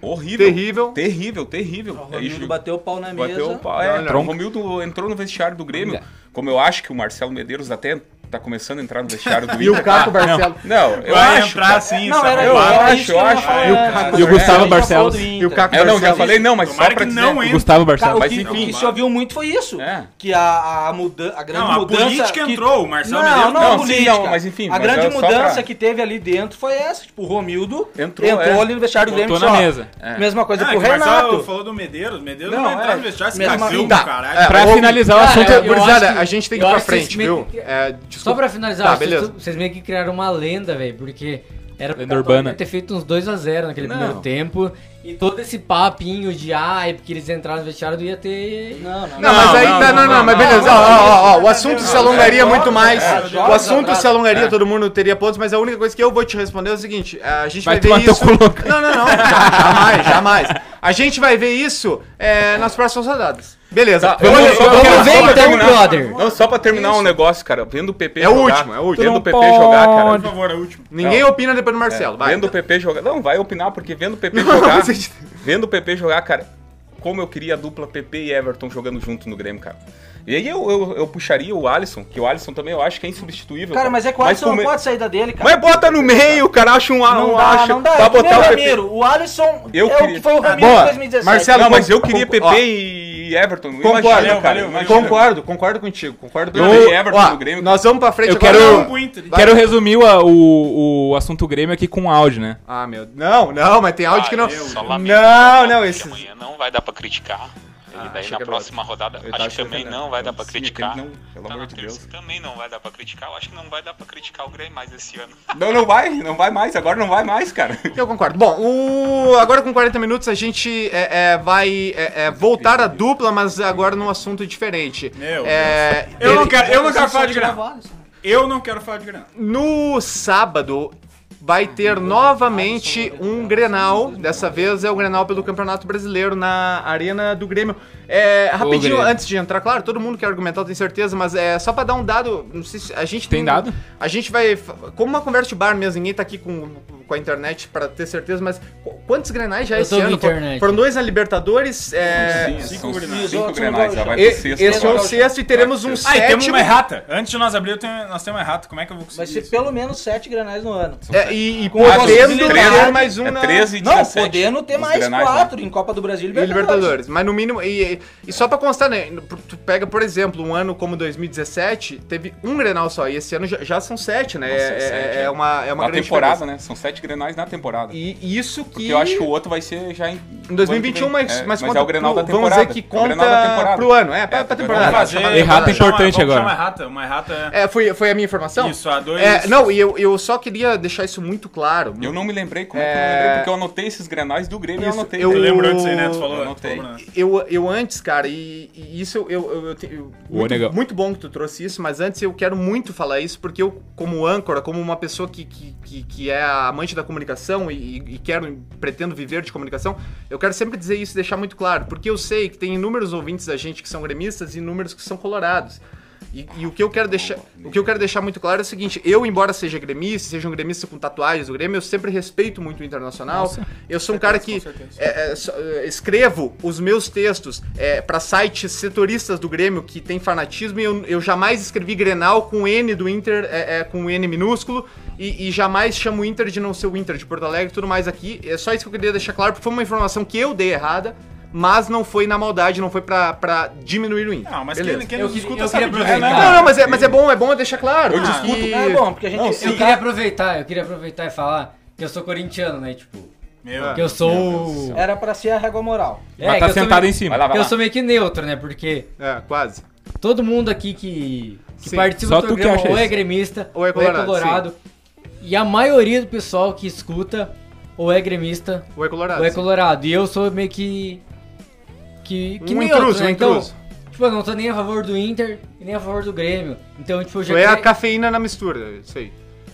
[SPEAKER 10] Horrível.
[SPEAKER 2] Terrível.
[SPEAKER 10] Terrível, terrível.
[SPEAKER 8] O
[SPEAKER 10] É isso.
[SPEAKER 8] Romildo bateu o pau na mesa.
[SPEAKER 10] Bateu o pau.
[SPEAKER 4] né?
[SPEAKER 10] É, o Romildo entrou no vestiário do Grêmio. Como eu acho que o Marcelo Medeiros até tá começando a entrar no vestiário do
[SPEAKER 2] E o
[SPEAKER 10] Inter. Ah,
[SPEAKER 2] Caco Barcelo.
[SPEAKER 10] Não, eu
[SPEAKER 4] Vai
[SPEAKER 10] acho.
[SPEAKER 4] entrar
[SPEAKER 10] cara.
[SPEAKER 4] sim,
[SPEAKER 8] Não, era
[SPEAKER 10] Eu
[SPEAKER 8] eu
[SPEAKER 10] acho,
[SPEAKER 8] acho que
[SPEAKER 10] eu
[SPEAKER 8] eu ia
[SPEAKER 10] acho.
[SPEAKER 8] falar.
[SPEAKER 10] cara.
[SPEAKER 2] E o Gustavo
[SPEAKER 8] A gente já falou
[SPEAKER 13] Barcelos.
[SPEAKER 8] do
[SPEAKER 2] E
[SPEAKER 8] Inter.
[SPEAKER 2] o Caco
[SPEAKER 10] Eu É, não, já
[SPEAKER 2] Barcelos.
[SPEAKER 10] falei não, mas só
[SPEAKER 4] Tomara
[SPEAKER 10] pra
[SPEAKER 4] que
[SPEAKER 10] dizer.
[SPEAKER 4] não
[SPEAKER 13] O
[SPEAKER 4] entre.
[SPEAKER 13] Gustavo Barcelos.
[SPEAKER 10] Mas
[SPEAKER 8] o, que,
[SPEAKER 10] enfim.
[SPEAKER 8] o que se ouviu muito foi isso.
[SPEAKER 10] É.
[SPEAKER 8] Que a, a, muda, a grande
[SPEAKER 4] Não, a
[SPEAKER 8] mudança...
[SPEAKER 4] política
[SPEAKER 8] que-
[SPEAKER 4] entrou, o Marcelo
[SPEAKER 8] não,
[SPEAKER 4] Medeiros-
[SPEAKER 8] Não,
[SPEAKER 10] Não,
[SPEAKER 8] não,
[SPEAKER 10] sim,
[SPEAKER 8] a política.
[SPEAKER 10] não, mas enfim,
[SPEAKER 8] A
[SPEAKER 10] mas
[SPEAKER 8] grande
[SPEAKER 10] é só
[SPEAKER 8] mudança
[SPEAKER 10] pra-
[SPEAKER 8] que teve ali dentro foi essa. Tipo, o Romildo
[SPEAKER 10] Entrou, é.
[SPEAKER 8] ali no vestiário do Grêmio
[SPEAKER 13] Botou
[SPEAKER 8] e disse,
[SPEAKER 13] na
[SPEAKER 8] ó,
[SPEAKER 13] mesa.
[SPEAKER 8] Mesma coisa
[SPEAKER 4] Ah,
[SPEAKER 8] pro
[SPEAKER 4] que o Marcelo
[SPEAKER 8] Renato.
[SPEAKER 4] falou do Medeiros. Medeiros não,
[SPEAKER 8] Não,
[SPEAKER 4] vai entrar
[SPEAKER 8] é.
[SPEAKER 4] no vestiário, se
[SPEAKER 8] Mesmo
[SPEAKER 4] caceu,
[SPEAKER 8] assim, tá.
[SPEAKER 4] caralho.
[SPEAKER 2] É,
[SPEAKER 13] Pra
[SPEAKER 2] Ô,
[SPEAKER 13] finalizar o
[SPEAKER 7] cara,
[SPEAKER 13] assunto,
[SPEAKER 7] eu-
[SPEAKER 13] é-
[SPEAKER 2] Gurizada,
[SPEAKER 7] acho que-
[SPEAKER 2] a gente tem que
[SPEAKER 7] eu
[SPEAKER 2] ir pra
[SPEAKER 7] acho que
[SPEAKER 2] frente,
[SPEAKER 7] vocês
[SPEAKER 2] viu?
[SPEAKER 7] meio que-
[SPEAKER 2] É,
[SPEAKER 7] Só
[SPEAKER 2] desculpa.
[SPEAKER 7] pra finalizar,
[SPEAKER 2] Tá,
[SPEAKER 7] vocês-
[SPEAKER 2] beleza.
[SPEAKER 7] vocês meio que criaram uma lenda, velho, porque era pra
[SPEAKER 13] Lenda urbana.
[SPEAKER 7] ter feito uns 2x0 naquele
[SPEAKER 10] Não.
[SPEAKER 7] primeiro tempo. E todo esse papinho de ah, é porque eles entraram no vestiário ia ter.
[SPEAKER 8] Não, não.
[SPEAKER 2] Não, mas aí tá, não, não, mas beleza. Ó, ó, ó, ó, o assunto se alongaria muito mais. O assunto se alongaria, todo mundo teria pontos, mas a única coisa que eu vou te responder é o seguinte: a gente
[SPEAKER 13] Vai
[SPEAKER 2] vai, ver
[SPEAKER 13] tomar teu
[SPEAKER 2] isso.
[SPEAKER 13] cu, Lucas.
[SPEAKER 2] Não, não, não. já- Jamais, jamais. A gente vai ver isso é, nas próximas rodadas. Beleza.
[SPEAKER 10] Tá, eu vou-
[SPEAKER 2] Olha,
[SPEAKER 10] só- eu quero-
[SPEAKER 7] Vamos ver
[SPEAKER 10] só pra
[SPEAKER 7] então,
[SPEAKER 10] terminar.
[SPEAKER 7] brother.
[SPEAKER 10] Não, só pra terminar um negócio, cara. Vendo o PP
[SPEAKER 2] É o
[SPEAKER 10] jogar.
[SPEAKER 2] último, é o último.
[SPEAKER 10] Vendo o
[SPEAKER 13] Tu não
[SPEAKER 10] PP jogar,
[SPEAKER 13] pode.
[SPEAKER 10] cara.
[SPEAKER 4] Por favor, é o último.
[SPEAKER 2] Ninguém opina depois do Marcelo. Vai.
[SPEAKER 10] Vendo o PP jogar. Não, vai opinar, porque vendo o PP jogar.
[SPEAKER 2] vocês-
[SPEAKER 10] Vendo o PP jogar, cara, como eu queria a dupla PP e Everton jogando junto no Grêmio, cara. E aí eu, eu, eu puxaria o Alisson, que o Alisson também eu acho que é insubstituível.
[SPEAKER 8] Cara, mas é que o Alisson
[SPEAKER 10] com
[SPEAKER 8] não
[SPEAKER 10] me-
[SPEAKER 8] pode sair da dele, cara.
[SPEAKER 10] Mas bota no meio, cara, acha um
[SPEAKER 8] Não
[SPEAKER 10] não
[SPEAKER 8] dá,
[SPEAKER 10] acha,
[SPEAKER 8] não dá.
[SPEAKER 10] pra
[SPEAKER 8] é que nem
[SPEAKER 10] botar o
[SPEAKER 8] o
[SPEAKER 10] PP.
[SPEAKER 8] Ramiro. O Alisson
[SPEAKER 10] Eu
[SPEAKER 8] é o
[SPEAKER 10] queria-
[SPEAKER 8] que foi o Ramiro
[SPEAKER 2] Boa.
[SPEAKER 8] em 2017.
[SPEAKER 2] Marcelo,
[SPEAKER 10] Não, mas eu queria PP
[SPEAKER 2] Ó.
[SPEAKER 10] e Everton.
[SPEAKER 2] Concordo,
[SPEAKER 10] Imagina, cara.
[SPEAKER 4] valeu,
[SPEAKER 10] imagina.
[SPEAKER 2] Concordo, concordo contigo. Concordo
[SPEAKER 10] Eu
[SPEAKER 2] contigo.
[SPEAKER 10] vi Everton
[SPEAKER 2] Ó,
[SPEAKER 10] no Grêmio.
[SPEAKER 2] Nós vamos pra frente
[SPEAKER 13] Eu
[SPEAKER 2] agora.
[SPEAKER 13] quero-
[SPEAKER 2] Não.
[SPEAKER 4] Pro Inter.
[SPEAKER 2] Vai.
[SPEAKER 13] Quero resumir o, o, o assunto Grêmio aqui com áudio, né?
[SPEAKER 2] Ah, meu. Não, não, mas tem áudio que não.
[SPEAKER 14] Ah, Só lamento,
[SPEAKER 2] Não, não,
[SPEAKER 14] que
[SPEAKER 2] esse.
[SPEAKER 14] Amanhã não vai dar pra criticar. E daí na
[SPEAKER 10] Ah, chega
[SPEAKER 14] próxima rodada,
[SPEAKER 10] Eu
[SPEAKER 14] acho
[SPEAKER 10] acho
[SPEAKER 14] que também
[SPEAKER 10] que
[SPEAKER 14] não vai dar pra
[SPEAKER 10] Sim,
[SPEAKER 14] criticar.
[SPEAKER 10] tem- não, pelo
[SPEAKER 14] Tá
[SPEAKER 10] amor
[SPEAKER 14] na
[SPEAKER 10] de
[SPEAKER 14] terça
[SPEAKER 10] Deus.
[SPEAKER 14] também não vai dar pra criticar. Eu acho que não vai dar pra criticar o Grêmio mais esse ano.
[SPEAKER 10] Não, não vai, não vai mais, agora não vai mais, cara.
[SPEAKER 2] Eu concordo. Bom, o- agora com 40 minutos a gente é, é, vai é, é, voltar à dupla, mas agora num assunto diferente.
[SPEAKER 4] Meu
[SPEAKER 2] É,
[SPEAKER 4] Eu não
[SPEAKER 2] ele-
[SPEAKER 4] quero, eu não quero falar de Granada. Eu não quero falar de Granada.
[SPEAKER 2] No sábado vai ter novamente um Grenal. Dessa vez é o Grenal pelo Campeonato Brasileiro na Arena do Grêmio. É, rapidinho,
[SPEAKER 13] Grêmio.
[SPEAKER 2] antes de entrar, claro, todo mundo quer argumentar, eu tenho certeza, mas é só pra dar um dado. Não sei se a gente
[SPEAKER 13] Tem dado?
[SPEAKER 2] a gente vai. Como uma conversa de bar mesmo, ninguém tá aqui com, com a internet pra ter certeza, mas qu- quantos grenais já
[SPEAKER 7] Eu
[SPEAKER 2] esse
[SPEAKER 7] tô com
[SPEAKER 2] ano?
[SPEAKER 7] internet.
[SPEAKER 2] Foram dois na Libertadores. É,
[SPEAKER 10] cinco
[SPEAKER 8] Grenais.
[SPEAKER 10] Cinco Grenais, já vai
[SPEAKER 2] e-
[SPEAKER 10] pro sexto.
[SPEAKER 2] esse é o
[SPEAKER 10] agora.
[SPEAKER 2] sexto e teremos um
[SPEAKER 4] Ah, e temos
[SPEAKER 2] sétimo.
[SPEAKER 4] uma errata. Antes de nós abrir, eu tenho- nós temos uma errata. Como é que eu vou conseguir
[SPEAKER 8] Vai ser
[SPEAKER 4] isso?
[SPEAKER 8] pelo menos sete granais no ano.
[SPEAKER 2] É, e e
[SPEAKER 8] a
[SPEAKER 2] podendo
[SPEAKER 8] possibilidade-
[SPEAKER 2] ter mais um
[SPEAKER 10] É
[SPEAKER 2] na-
[SPEAKER 10] 13 e
[SPEAKER 8] Não,
[SPEAKER 10] 17.
[SPEAKER 8] podendo ter
[SPEAKER 10] Os
[SPEAKER 8] mais
[SPEAKER 10] Grenais, né?
[SPEAKER 8] quatro em Copa do Brasil e
[SPEAKER 2] E
[SPEAKER 8] Libertadores.
[SPEAKER 2] Libertadores. Mas no mínimo. E, e- e só pra constar, né? Tu pega, por exemplo, um ano como 2017, teve um Grenal só. E esse ano já, já são sete, né?
[SPEAKER 10] Nossa,
[SPEAKER 2] é,
[SPEAKER 10] sete,
[SPEAKER 2] é,
[SPEAKER 10] é.
[SPEAKER 2] é uma, é uma
[SPEAKER 10] na
[SPEAKER 2] grande
[SPEAKER 10] temporada,
[SPEAKER 2] diferença.
[SPEAKER 10] né? São sete grenais na temporada.
[SPEAKER 2] E isso que.
[SPEAKER 10] Porque eu acho que o outro vai ser já em.
[SPEAKER 2] Em 2021,
[SPEAKER 10] ano que
[SPEAKER 2] mas,
[SPEAKER 10] vem. É,
[SPEAKER 2] mas,
[SPEAKER 10] é o Grenal
[SPEAKER 2] pro-
[SPEAKER 10] da temporada.
[SPEAKER 2] Vamos dizer que
[SPEAKER 10] É o
[SPEAKER 2] conta
[SPEAKER 10] Grenal da temporada.
[SPEAKER 2] pro ano. É, pra, pra
[SPEAKER 10] vamos
[SPEAKER 2] temporada.
[SPEAKER 4] Fazer-
[SPEAKER 13] Errata
[SPEAKER 2] Pra
[SPEAKER 13] é
[SPEAKER 2] temporada.
[SPEAKER 13] importante
[SPEAKER 4] Vamos puxar
[SPEAKER 13] agora.
[SPEAKER 4] Uma errata, uma errata.
[SPEAKER 2] É, foi, foi a minha informação?
[SPEAKER 4] Isso, a dois.
[SPEAKER 2] É, não, e eu, eu só queria deixar isso muito claro.
[SPEAKER 10] Eu não me lembrei como é, que eu
[SPEAKER 2] É.
[SPEAKER 10] não lembrei, porque eu anotei esses grenais do Grêmio e eu
[SPEAKER 2] Isso,
[SPEAKER 10] anotei.
[SPEAKER 2] eu-
[SPEAKER 4] Tu
[SPEAKER 10] né?
[SPEAKER 4] lembrou disso aí, né? Tu
[SPEAKER 10] Eu
[SPEAKER 4] falou. tu
[SPEAKER 10] anotei.
[SPEAKER 4] falou, né?
[SPEAKER 2] Eu, eu antes, cara, e, e isso eu. eu, eu, eu te- eu-
[SPEAKER 13] Ô,
[SPEAKER 2] muito,
[SPEAKER 13] negão.
[SPEAKER 2] muito bom que tu trouxe isso, mas antes eu quero muito falar isso, porque eu, como âncora, como uma pessoa que, que, que, que é amante da comunicação e, e quero, pretendo viver de comunicação, eu quero sempre dizer isso e deixar muito claro, porque eu sei que tem inúmeros ouvintes da gente que são gremistas e inúmeros que são colorados. E, e o, que eu quero deixar, o que eu quero deixar muito claro é o seguinte: eu, embora seja gremista, seja um gremista com tatuagens do Grêmio, eu sempre respeito muito o internacional. eu sou um cara que é, é, só, é, escrevo os meus textos é, para sites setoristas do Grêmio que tem fanatismo e eu, eu jamais escrevi Grenal com N do Inter, é, é, com N minúsculo, e, e jamais chamo o Inter de não ser o Inter de Porto Alegre e tudo mais aqui. É só isso que eu queria deixar claro, porque foi uma informação que eu dei errada, mas não foi na maldade, não foi pra, pra diminuir o Inter.
[SPEAKER 4] Não, mas
[SPEAKER 2] Beleza.
[SPEAKER 4] quem, quem
[SPEAKER 7] Eu
[SPEAKER 4] não
[SPEAKER 7] queria-
[SPEAKER 4] escuta
[SPEAKER 7] eu
[SPEAKER 4] sabe
[SPEAKER 7] queria
[SPEAKER 4] disso, né?
[SPEAKER 7] aproveitar.
[SPEAKER 2] Não, não, mas é, mas é bom, é bom deixar claro.
[SPEAKER 10] Eu
[SPEAKER 2] que-
[SPEAKER 10] discuto.
[SPEAKER 8] É bom, porque a gente...
[SPEAKER 10] Não,
[SPEAKER 8] eu
[SPEAKER 10] sim.
[SPEAKER 7] Eu
[SPEAKER 8] quero-
[SPEAKER 7] queria aproveitar, eu queria aproveitar e falar que eu sou corintiano, né? Tipo,
[SPEAKER 4] Meu.
[SPEAKER 7] que eu sou.
[SPEAKER 8] Era pra ser a régua moral.
[SPEAKER 7] É,
[SPEAKER 13] Vai
[SPEAKER 7] que
[SPEAKER 13] estar
[SPEAKER 7] eu sou
[SPEAKER 13] sentado
[SPEAKER 7] meio-
[SPEAKER 13] em cima.
[SPEAKER 10] Vai lá,
[SPEAKER 7] que
[SPEAKER 10] vai
[SPEAKER 7] eu
[SPEAKER 10] lá.
[SPEAKER 7] sou meio que neutro, né? Porque
[SPEAKER 2] É, quase.
[SPEAKER 7] todo mundo aqui que, que
[SPEAKER 2] Sim.
[SPEAKER 7] participa
[SPEAKER 13] Só
[SPEAKER 7] do
[SPEAKER 13] tu que
[SPEAKER 7] programa
[SPEAKER 13] acha
[SPEAKER 7] ou é
[SPEAKER 13] isso.
[SPEAKER 7] gremista
[SPEAKER 2] Ou é colorado,
[SPEAKER 7] E a maioria do pessoal que escuta ou é gremista
[SPEAKER 2] Ou é colorado.
[SPEAKER 7] ou é
[SPEAKER 2] sim.
[SPEAKER 7] colorado. E eu sou meio que. Que, que
[SPEAKER 2] Um
[SPEAKER 7] neutro,
[SPEAKER 2] intruso,
[SPEAKER 7] né?
[SPEAKER 2] um
[SPEAKER 7] Então,
[SPEAKER 2] intruso.
[SPEAKER 7] tipo, eu não tô nem a favor do Inter e nem a favor do Grêmio. Então, tipo, eu já
[SPEAKER 2] Ou é a
[SPEAKER 7] queria-
[SPEAKER 2] cafeína na mistura, isso aí.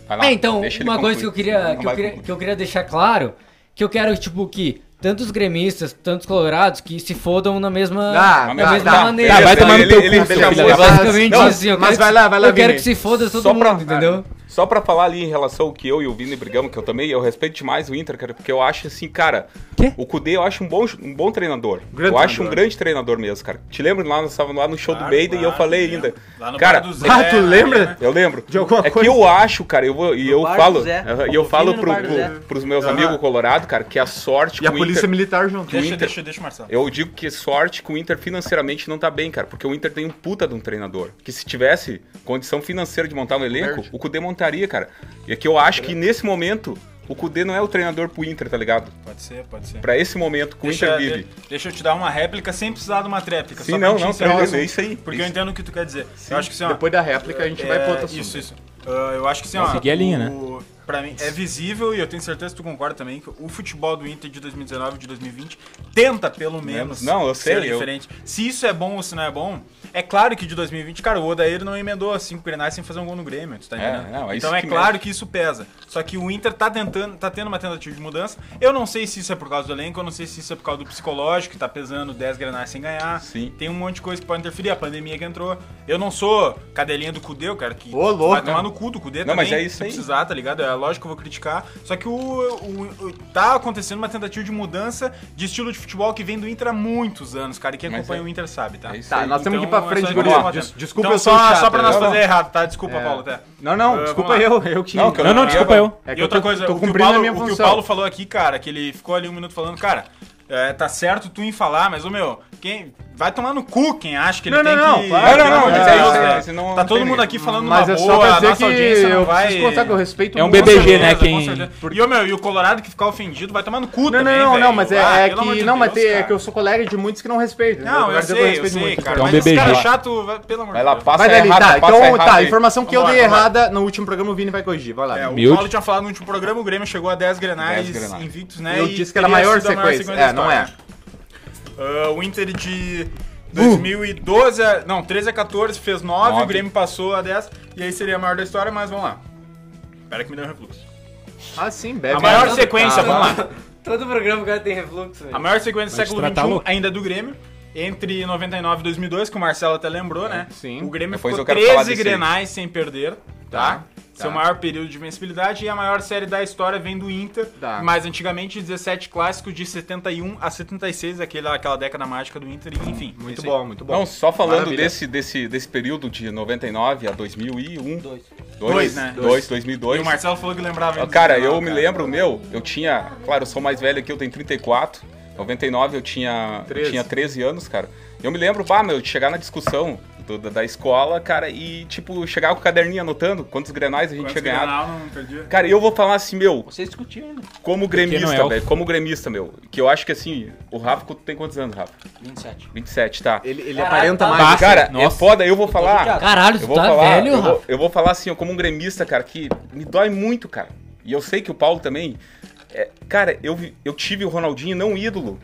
[SPEAKER 10] Vai lá,
[SPEAKER 7] É, então,
[SPEAKER 10] deixa ele
[SPEAKER 7] uma coisa que eu
[SPEAKER 10] concluir,
[SPEAKER 7] queria, que
[SPEAKER 10] senão não
[SPEAKER 7] eu
[SPEAKER 10] vai
[SPEAKER 7] queria,
[SPEAKER 10] concluir.
[SPEAKER 7] que eu queria deixar claro, que eu quero, tipo, que tantos gremistas, tantos colorados, que se fodam na mesma,
[SPEAKER 2] Dá,
[SPEAKER 7] da
[SPEAKER 10] dá,
[SPEAKER 7] mesma
[SPEAKER 2] dá.
[SPEAKER 7] maneira.
[SPEAKER 13] Tá, vai tomar no
[SPEAKER 10] Ele-
[SPEAKER 13] teu
[SPEAKER 10] ele-
[SPEAKER 13] cu,
[SPEAKER 10] ele
[SPEAKER 13] seu
[SPEAKER 10] chamou-
[SPEAKER 13] filho da
[SPEAKER 7] é, Basicamente
[SPEAKER 2] Não,
[SPEAKER 7] isso, assim, eu
[SPEAKER 2] mas
[SPEAKER 7] quero
[SPEAKER 2] vai
[SPEAKER 7] que-
[SPEAKER 2] lá, vai lá,
[SPEAKER 7] Eu quero
[SPEAKER 2] Vini.
[SPEAKER 7] que se foda todo
[SPEAKER 10] Só
[SPEAKER 7] mundo,
[SPEAKER 10] pra- É.
[SPEAKER 7] entendeu?
[SPEAKER 10] Só pra falar ali em relação ao que eu e o Vini brigamos, que eu também, eu respeito demais o Inter, cara, porque eu acho assim, cara,
[SPEAKER 13] Quê?
[SPEAKER 10] o Kudê eu acho um bom, um bom treinador.
[SPEAKER 2] Grande
[SPEAKER 10] eu acho um
[SPEAKER 2] treinador.
[SPEAKER 10] grande treinador mesmo, cara. Te lembro lá, nós estávamos lá no show do
[SPEAKER 4] Claro,
[SPEAKER 10] Maiden e eu
[SPEAKER 4] claro,
[SPEAKER 10] falei
[SPEAKER 4] lembro.
[SPEAKER 10] ainda.
[SPEAKER 4] Lá no
[SPEAKER 10] cara,
[SPEAKER 4] Bar do Zé,
[SPEAKER 2] Ah, tu
[SPEAKER 4] ali,
[SPEAKER 2] lembra?
[SPEAKER 4] né?
[SPEAKER 10] eu lembro.
[SPEAKER 2] De alguma
[SPEAKER 10] é
[SPEAKER 2] coisa.
[SPEAKER 10] que eu acho, cara, eu vou, e eu
[SPEAKER 8] Bar do
[SPEAKER 10] falo,
[SPEAKER 8] Zé.
[SPEAKER 10] aham, e eu
[SPEAKER 8] O
[SPEAKER 10] falo
[SPEAKER 8] Vini no
[SPEAKER 10] pro,
[SPEAKER 8] Bar do Zé.
[SPEAKER 10] pro, pros meus amigos colorados, cara, que a sorte
[SPEAKER 2] E a
[SPEAKER 10] que o
[SPEAKER 2] polícia
[SPEAKER 10] Inter-
[SPEAKER 2] militar junto.
[SPEAKER 10] Deixa,
[SPEAKER 4] Deixa,
[SPEAKER 10] Inter.
[SPEAKER 4] deixa, deixa, Marcelo.
[SPEAKER 10] Eu digo que sorte que o Inter financeiramente não tá bem, cara, porque o Inter tem um puta de um treinador. Que se tivesse condição financeira de montar um elenco, o Cudê montaria, cara. E é que eu acho que nesse momento, o Cudê não é o treinador pro Inter, tá ligado?
[SPEAKER 4] Pode ser, pode ser.
[SPEAKER 10] Pra esse momento que o
[SPEAKER 4] Deixa,
[SPEAKER 10] Inter vive.
[SPEAKER 4] de- deixa eu te dar uma réplica sem precisar de uma tréplica.
[SPEAKER 10] Sim,
[SPEAKER 4] só pra
[SPEAKER 10] não,
[SPEAKER 4] gente
[SPEAKER 10] não,
[SPEAKER 4] encerrar o
[SPEAKER 10] beleza,
[SPEAKER 4] assunto,
[SPEAKER 10] é isso aí.
[SPEAKER 4] Porque
[SPEAKER 10] Isso.
[SPEAKER 4] eu entendo o que tu quer dizer. eu acho que assim, ó,
[SPEAKER 2] Depois da réplica a gente vai
[SPEAKER 4] é,
[SPEAKER 2] pro outro assunto.
[SPEAKER 4] Isso, isso. Ah, eu acho que assim, ó.
[SPEAKER 13] seguir a linha, né?
[SPEAKER 4] o- Pra mim, é visível, e eu tenho certeza que tu concorda também, que o futebol do Inter de 2019 e de 2020 tenta, pelo menos,
[SPEAKER 10] Não, eu sei,
[SPEAKER 4] ser
[SPEAKER 10] eu-
[SPEAKER 4] diferente. Se isso é bom ou se não é bom, é claro que de 2020, cara, o Odair não emendou cinco grenais sem fazer um gol no Grêmio, tu tá
[SPEAKER 10] É,
[SPEAKER 4] entendendo?
[SPEAKER 10] não, é isso
[SPEAKER 4] então é
[SPEAKER 10] que
[SPEAKER 4] claro que isso pesa. Só que o Inter tá tentando, tá tendo uma tentativa de mudança. Eu não sei se isso é por causa do elenco, eu não sei se isso é por causa do psicológico, que tá pesando 10 grenais sem ganhar.
[SPEAKER 10] Sim.
[SPEAKER 4] Tem um monte de coisa que pode interferir, a pandemia que entrou. Eu não sou cadelinha do Cudeu, cara, que
[SPEAKER 2] Ô, louco,
[SPEAKER 4] vai tomar
[SPEAKER 2] né?
[SPEAKER 4] no cu do Cudê
[SPEAKER 10] Não,
[SPEAKER 4] também,
[SPEAKER 10] mas é isso
[SPEAKER 4] se
[SPEAKER 10] aí.
[SPEAKER 4] precisar, tá ligado? É lógico que eu vou criticar. Só que o, o- o- tá acontecendo uma tentativa de mudança de estilo de futebol que vem do Inter há muitos anos, cara. E quem
[SPEAKER 10] Mas
[SPEAKER 4] acompanha
[SPEAKER 10] é-
[SPEAKER 4] o Inter sabe, tá?
[SPEAKER 10] É isso
[SPEAKER 2] Tá,
[SPEAKER 10] aí.
[SPEAKER 2] nós temos que ir pra frente,
[SPEAKER 10] vamos
[SPEAKER 2] gurizada.
[SPEAKER 10] lá.
[SPEAKER 2] Des- Desculpa,
[SPEAKER 4] então,
[SPEAKER 2] eu sou
[SPEAKER 4] só,
[SPEAKER 2] chato.
[SPEAKER 4] só pra nós
[SPEAKER 2] Não,
[SPEAKER 4] fazer errado, tá? Desculpa,
[SPEAKER 2] É.
[SPEAKER 4] Paulo, tá?
[SPEAKER 2] Não, não,
[SPEAKER 4] Ah,
[SPEAKER 2] desculpa
[SPEAKER 4] vamos lá.
[SPEAKER 2] eu, eu que...
[SPEAKER 10] Não, que eu
[SPEAKER 13] Não, não,
[SPEAKER 10] ia-
[SPEAKER 13] desculpa eu.
[SPEAKER 2] É que
[SPEAKER 4] e outra
[SPEAKER 2] eu tô,
[SPEAKER 4] coisa,
[SPEAKER 2] tô
[SPEAKER 4] o, que o,
[SPEAKER 2] cumprindo
[SPEAKER 4] Paulo,
[SPEAKER 2] a minha
[SPEAKER 4] o que o
[SPEAKER 2] função.
[SPEAKER 4] Paulo falou aqui, cara, que ele ficou ali um minuto falando, cara, é, tá certo tu em falar, mas, ô meu, quem vai tomar no cu quem acha que ele
[SPEAKER 2] Não,
[SPEAKER 4] tem
[SPEAKER 2] não,
[SPEAKER 4] que...
[SPEAKER 2] não, claro,
[SPEAKER 4] tem
[SPEAKER 10] não, não,
[SPEAKER 4] que
[SPEAKER 10] mas é
[SPEAKER 4] mudar,
[SPEAKER 10] isso aí,
[SPEAKER 4] né?
[SPEAKER 10] senão
[SPEAKER 4] Tá
[SPEAKER 10] não
[SPEAKER 4] todo
[SPEAKER 10] tem
[SPEAKER 4] mundo
[SPEAKER 10] ninguém.
[SPEAKER 4] aqui falando
[SPEAKER 2] Mas
[SPEAKER 4] uma
[SPEAKER 2] é
[SPEAKER 4] boa,
[SPEAKER 2] só pra
[SPEAKER 4] a
[SPEAKER 2] dizer
[SPEAKER 4] nossa audiência
[SPEAKER 2] que
[SPEAKER 4] não
[SPEAKER 2] eu
[SPEAKER 4] vai...
[SPEAKER 2] preciso contar que eu respeito
[SPEAKER 13] É um
[SPEAKER 2] muito.
[SPEAKER 13] BBG, né,
[SPEAKER 4] Com
[SPEAKER 13] quem-
[SPEAKER 4] certeza. E, ô meu, e o colorado que ficar ofendido vai tomar no cu
[SPEAKER 2] Não,
[SPEAKER 4] também,
[SPEAKER 2] não, não,
[SPEAKER 4] velho.
[SPEAKER 2] não, mas é,
[SPEAKER 4] Ah,
[SPEAKER 2] é
[SPEAKER 4] pelo amor
[SPEAKER 2] que...
[SPEAKER 4] de
[SPEAKER 2] Não, mas
[SPEAKER 4] Deus,
[SPEAKER 2] tem- é
[SPEAKER 4] cara.
[SPEAKER 2] que eu sou colega de muitos que não respeitam. né?
[SPEAKER 4] Não, eu
[SPEAKER 2] Guarda,
[SPEAKER 4] sei, eu
[SPEAKER 2] respeito
[SPEAKER 4] sei,
[SPEAKER 2] muito.
[SPEAKER 4] cara.
[SPEAKER 13] Então,
[SPEAKER 4] Mas esse cara é
[SPEAKER 13] BBG.
[SPEAKER 4] chato, vai- pelo amor de
[SPEAKER 10] Vai lá,
[SPEAKER 4] Deus.
[SPEAKER 10] passa
[SPEAKER 2] Vai dali,
[SPEAKER 10] errado,
[SPEAKER 2] tá.
[SPEAKER 10] passa
[SPEAKER 2] Então,
[SPEAKER 10] errado
[SPEAKER 2] tá, a
[SPEAKER 10] aí.
[SPEAKER 2] informação que eu
[SPEAKER 4] Vamos
[SPEAKER 2] dei
[SPEAKER 4] lá, vamos lá.
[SPEAKER 2] errada no último programa, o Vini vai corrigir, vai lá.
[SPEAKER 4] É, o
[SPEAKER 13] Humilde.
[SPEAKER 4] Paulo tinha falado no último programa, o Grêmio chegou a 10 grenais,
[SPEAKER 10] 10 grenais.
[SPEAKER 4] invictos, né?
[SPEAKER 2] eu
[SPEAKER 4] e
[SPEAKER 2] disse que era a
[SPEAKER 4] teria
[SPEAKER 2] maior
[SPEAKER 4] sido
[SPEAKER 2] sequência.
[SPEAKER 4] sequência da
[SPEAKER 2] É, não é.
[SPEAKER 4] história. Ah, o Inter de 2012, a- não, 13 a 14 fez 9,
[SPEAKER 10] Nove.
[SPEAKER 4] o Grêmio passou a 10, e aí seria a maior da história, mas vamos lá. Espera que me deu um refluxo.
[SPEAKER 2] Ah, sim, bebe.
[SPEAKER 4] A maior
[SPEAKER 2] água.
[SPEAKER 4] sequência, vamos lá.
[SPEAKER 7] Todo programa o cara tem refluxo, velho.
[SPEAKER 4] A maior sequência do
[SPEAKER 13] Mas
[SPEAKER 4] século
[SPEAKER 13] tratar
[SPEAKER 4] XXI
[SPEAKER 13] louco.
[SPEAKER 4] ainda é do Grêmio. Entre 99 e 2002, que o Marcelo até lembrou, né?
[SPEAKER 2] sim.
[SPEAKER 4] O Grêmio
[SPEAKER 10] Depois eu
[SPEAKER 4] ficou
[SPEAKER 10] quero falar
[SPEAKER 4] 13
[SPEAKER 10] disso aí.
[SPEAKER 4] grenais sem perder, tá?
[SPEAKER 2] Tá,
[SPEAKER 4] Seu
[SPEAKER 2] tá.
[SPEAKER 4] maior período de vencibilidade. E a maior série da história vem do Inter.
[SPEAKER 2] Tá.
[SPEAKER 4] Mais antigamente, 17 clássicos de 71 a 76, aquela, aquela década mágica do Inter. Enfim, é
[SPEAKER 2] Muito
[SPEAKER 4] isso aí.
[SPEAKER 2] bom, muito bom.
[SPEAKER 10] Não, só falando
[SPEAKER 2] Maravilha.
[SPEAKER 10] desse, desse, desse período de 99 a 2001.
[SPEAKER 8] Dois.
[SPEAKER 4] Dois,
[SPEAKER 10] dois,
[SPEAKER 4] né?
[SPEAKER 10] dois,
[SPEAKER 4] E
[SPEAKER 10] 2002.
[SPEAKER 4] o Marcelo falou que lembrava.
[SPEAKER 10] Ó, Cara, eu me lembro, meu, eu tinha. Claro, eu sou mais velho aqui, eu tenho 34. 99 eu tinha, eu
[SPEAKER 2] 13.
[SPEAKER 10] tinha 13 anos, cara. Eu me lembro, bah, meu, de chegar na discussão do- da, da escola, cara, e, tipo, chegar com o caderninho anotando quantos grenais a gente tinha ganhado.
[SPEAKER 4] Grenal, não perdia.
[SPEAKER 10] Cara, e eu vou falar assim, meu,
[SPEAKER 8] Vocês né? discutiam ainda.
[SPEAKER 10] como
[SPEAKER 13] não
[SPEAKER 10] gremista,
[SPEAKER 13] é o-
[SPEAKER 10] velho, como gremista, meu, que eu acho que assim, o Rafa, tu tem quantos anos, Rafa?
[SPEAKER 8] 27.
[SPEAKER 10] 27, tá.
[SPEAKER 2] Ele, ele aparenta mais.
[SPEAKER 13] Passa.
[SPEAKER 10] Cara, é
[SPEAKER 13] Nossa.
[SPEAKER 10] foda, eu vou falar.
[SPEAKER 8] judiado.
[SPEAKER 7] Caralho,
[SPEAKER 10] Eu
[SPEAKER 7] tu
[SPEAKER 10] vou
[SPEAKER 7] tá
[SPEAKER 10] falar,
[SPEAKER 7] velho,
[SPEAKER 10] eu, vou,
[SPEAKER 7] Rafa.
[SPEAKER 10] eu vou falar assim, ó, como um gremista, cara, que me dói muito, cara. E eu sei que o Paulo também. é, cara, eu, vi- eu tive o Ronaldinho não ídolo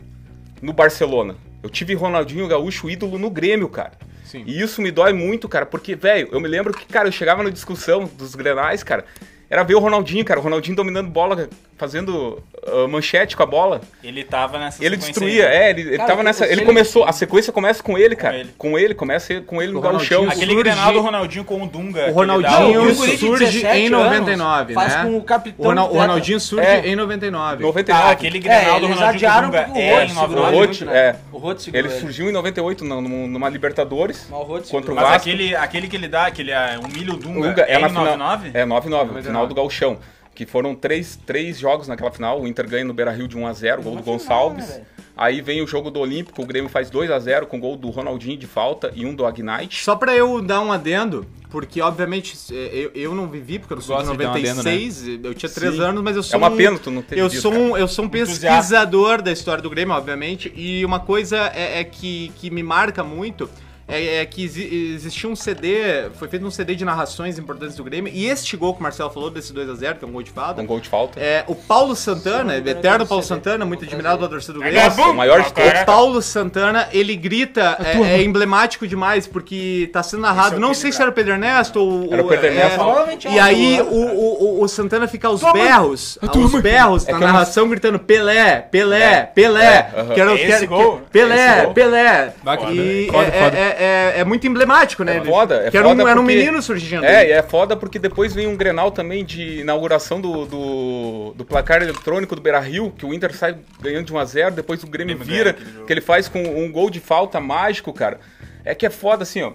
[SPEAKER 10] no Barcelona. Eu tive Ronaldinho Gaúcho ídolo no Grêmio, cara.
[SPEAKER 2] Sim.
[SPEAKER 10] E isso me dói muito, cara, porque, velho, eu me lembro que, cara, eu chegava na discussão dos grenais, cara. Era ver o Ronaldinho, cara, o Ronaldinho dominando bola, fazendo ah, manchete com a bola.
[SPEAKER 4] Ele tava nessa
[SPEAKER 10] Ele
[SPEAKER 4] sequência
[SPEAKER 10] destruía,
[SPEAKER 4] aí.
[SPEAKER 10] é, ele, ele
[SPEAKER 8] Cara,
[SPEAKER 10] tava
[SPEAKER 8] o-
[SPEAKER 10] nessa.
[SPEAKER 8] se
[SPEAKER 10] Ele
[SPEAKER 8] ele-
[SPEAKER 10] começou, a sequência começa com ele, cara.
[SPEAKER 4] ele.
[SPEAKER 10] Com ele, começa com ele no
[SPEAKER 2] O
[SPEAKER 10] galchão.
[SPEAKER 2] Ronaldinho
[SPEAKER 4] Aquele
[SPEAKER 2] Surge-
[SPEAKER 4] Grenal do Ronaldinho com o Dunga.
[SPEAKER 2] O
[SPEAKER 4] que ele dá
[SPEAKER 2] Ronaldinho
[SPEAKER 8] Não, o guri de
[SPEAKER 2] surge
[SPEAKER 8] 17
[SPEAKER 2] em
[SPEAKER 8] anos
[SPEAKER 2] 99,
[SPEAKER 8] faz
[SPEAKER 2] né?
[SPEAKER 8] com o capitão
[SPEAKER 2] O, Ronal- o
[SPEAKER 8] do É,
[SPEAKER 2] Ronaldinho surge
[SPEAKER 10] É.
[SPEAKER 2] em 99.
[SPEAKER 10] 99.
[SPEAKER 4] Tá, aquele Grenal do
[SPEAKER 8] eles
[SPEAKER 4] Ronaldinho com o
[SPEAKER 8] adiaram
[SPEAKER 4] Dunga
[SPEAKER 8] porque o
[SPEAKER 4] é
[SPEAKER 8] Rote
[SPEAKER 4] em
[SPEAKER 8] segurou
[SPEAKER 4] Nova
[SPEAKER 10] ele
[SPEAKER 4] York.
[SPEAKER 10] muito, né?
[SPEAKER 8] né? O Rote segurou
[SPEAKER 10] Ele surgiu em 98 não, num- numa Libertadores
[SPEAKER 8] Mas o Rote
[SPEAKER 10] contra o
[SPEAKER 4] Mas
[SPEAKER 10] Vasco.
[SPEAKER 4] aquele, aquele que ele dá, aquele ah, humilha o Dunga,
[SPEAKER 10] Lunga,
[SPEAKER 4] é,
[SPEAKER 10] é,
[SPEAKER 4] em
[SPEAKER 10] na final-
[SPEAKER 4] 99?
[SPEAKER 10] É 99, no final do Galchão. Que foram três, três jogos naquela final. O Inter ganha no Beira Rio de 1x0, gol do Gonçalves. Aí vem o jogo do Olímpico, o Grêmio faz 2x0 com gol do Ronaldinho de falta e um do Agnite.
[SPEAKER 2] Só pra eu dar um adendo, porque obviamente é, eu, eu não vivi, porque eu sou de
[SPEAKER 13] Gosto de dar um adendo,
[SPEAKER 2] 96, eu tinha 3
[SPEAKER 10] Sim.
[SPEAKER 2] anos, mas eu
[SPEAKER 10] É
[SPEAKER 2] sou
[SPEAKER 10] uma
[SPEAKER 2] um...
[SPEAKER 10] pena tu não ter
[SPEAKER 2] Eu
[SPEAKER 10] vivido,
[SPEAKER 2] sou,
[SPEAKER 10] cara.
[SPEAKER 2] um, eu sou um
[SPEAKER 4] Entusiasta.
[SPEAKER 2] pesquisador da história do Grêmio, obviamente, e uma coisa é, é que, que me marca muito é, é que exi- existia um CD, foi feito um CD de narrações importantes do Grêmio, e este gol que o Marcelo falou, desse 2x0, que é um gol de falta,
[SPEAKER 10] Um gol de falta.
[SPEAKER 2] é, o Paulo Santana,
[SPEAKER 8] Sim,
[SPEAKER 2] eterno Paulo
[SPEAKER 8] CD,
[SPEAKER 2] Santana, muito
[SPEAKER 8] vou
[SPEAKER 2] admirado pela
[SPEAKER 8] trazer.
[SPEAKER 2] torcida do
[SPEAKER 9] É,
[SPEAKER 2] Grêmio,
[SPEAKER 10] Nossa, o
[SPEAKER 9] Tá
[SPEAKER 10] maior de todos.
[SPEAKER 2] o Paulo Santana, ele grita, é, é emblemático demais, porque tá sendo narrado,
[SPEAKER 4] é o
[SPEAKER 2] não
[SPEAKER 4] Pedro
[SPEAKER 2] sei se era o Pedro Ernesto ou...
[SPEAKER 10] Era o
[SPEAKER 2] ou-
[SPEAKER 10] Pedro
[SPEAKER 2] é,
[SPEAKER 10] Ernesto.
[SPEAKER 8] Provavelmente
[SPEAKER 2] E
[SPEAKER 8] era o
[SPEAKER 2] aí o,
[SPEAKER 8] Pedro Ernesto.
[SPEAKER 2] o, o- o Santana fica aos berros, aos berros,
[SPEAKER 10] É
[SPEAKER 2] na
[SPEAKER 10] que eu não- É.
[SPEAKER 2] narração, gritando Pelé, Pelé, Pelé,
[SPEAKER 10] aham.
[SPEAKER 2] quero,
[SPEAKER 4] Esse
[SPEAKER 2] quero-
[SPEAKER 4] gol,
[SPEAKER 2] Pelé,
[SPEAKER 4] esse gol.
[SPEAKER 2] Pelé.
[SPEAKER 13] Bacana.
[SPEAKER 2] E
[SPEAKER 13] Foda,
[SPEAKER 2] é-
[SPEAKER 13] foda.
[SPEAKER 2] é- é, é, é muito emblemático, né?
[SPEAKER 10] É
[SPEAKER 2] Ele-
[SPEAKER 10] foda, é
[SPEAKER 2] que era um,
[SPEAKER 10] foda
[SPEAKER 2] era um
[SPEAKER 10] porque-
[SPEAKER 2] menino surgindo.
[SPEAKER 10] É,
[SPEAKER 2] ali.
[SPEAKER 10] e é foda porque depois vem um Grenal também de inauguração do, do, do placar eletrônico do Beira-Rio, que o Inter sai ganhando de 1x0, depois o Grêmio
[SPEAKER 4] Grêmio
[SPEAKER 10] vira,
[SPEAKER 4] ganha aquele jogo.
[SPEAKER 10] que ele faz com um gol de falta mágico, cara. É que é foda, assim, ó.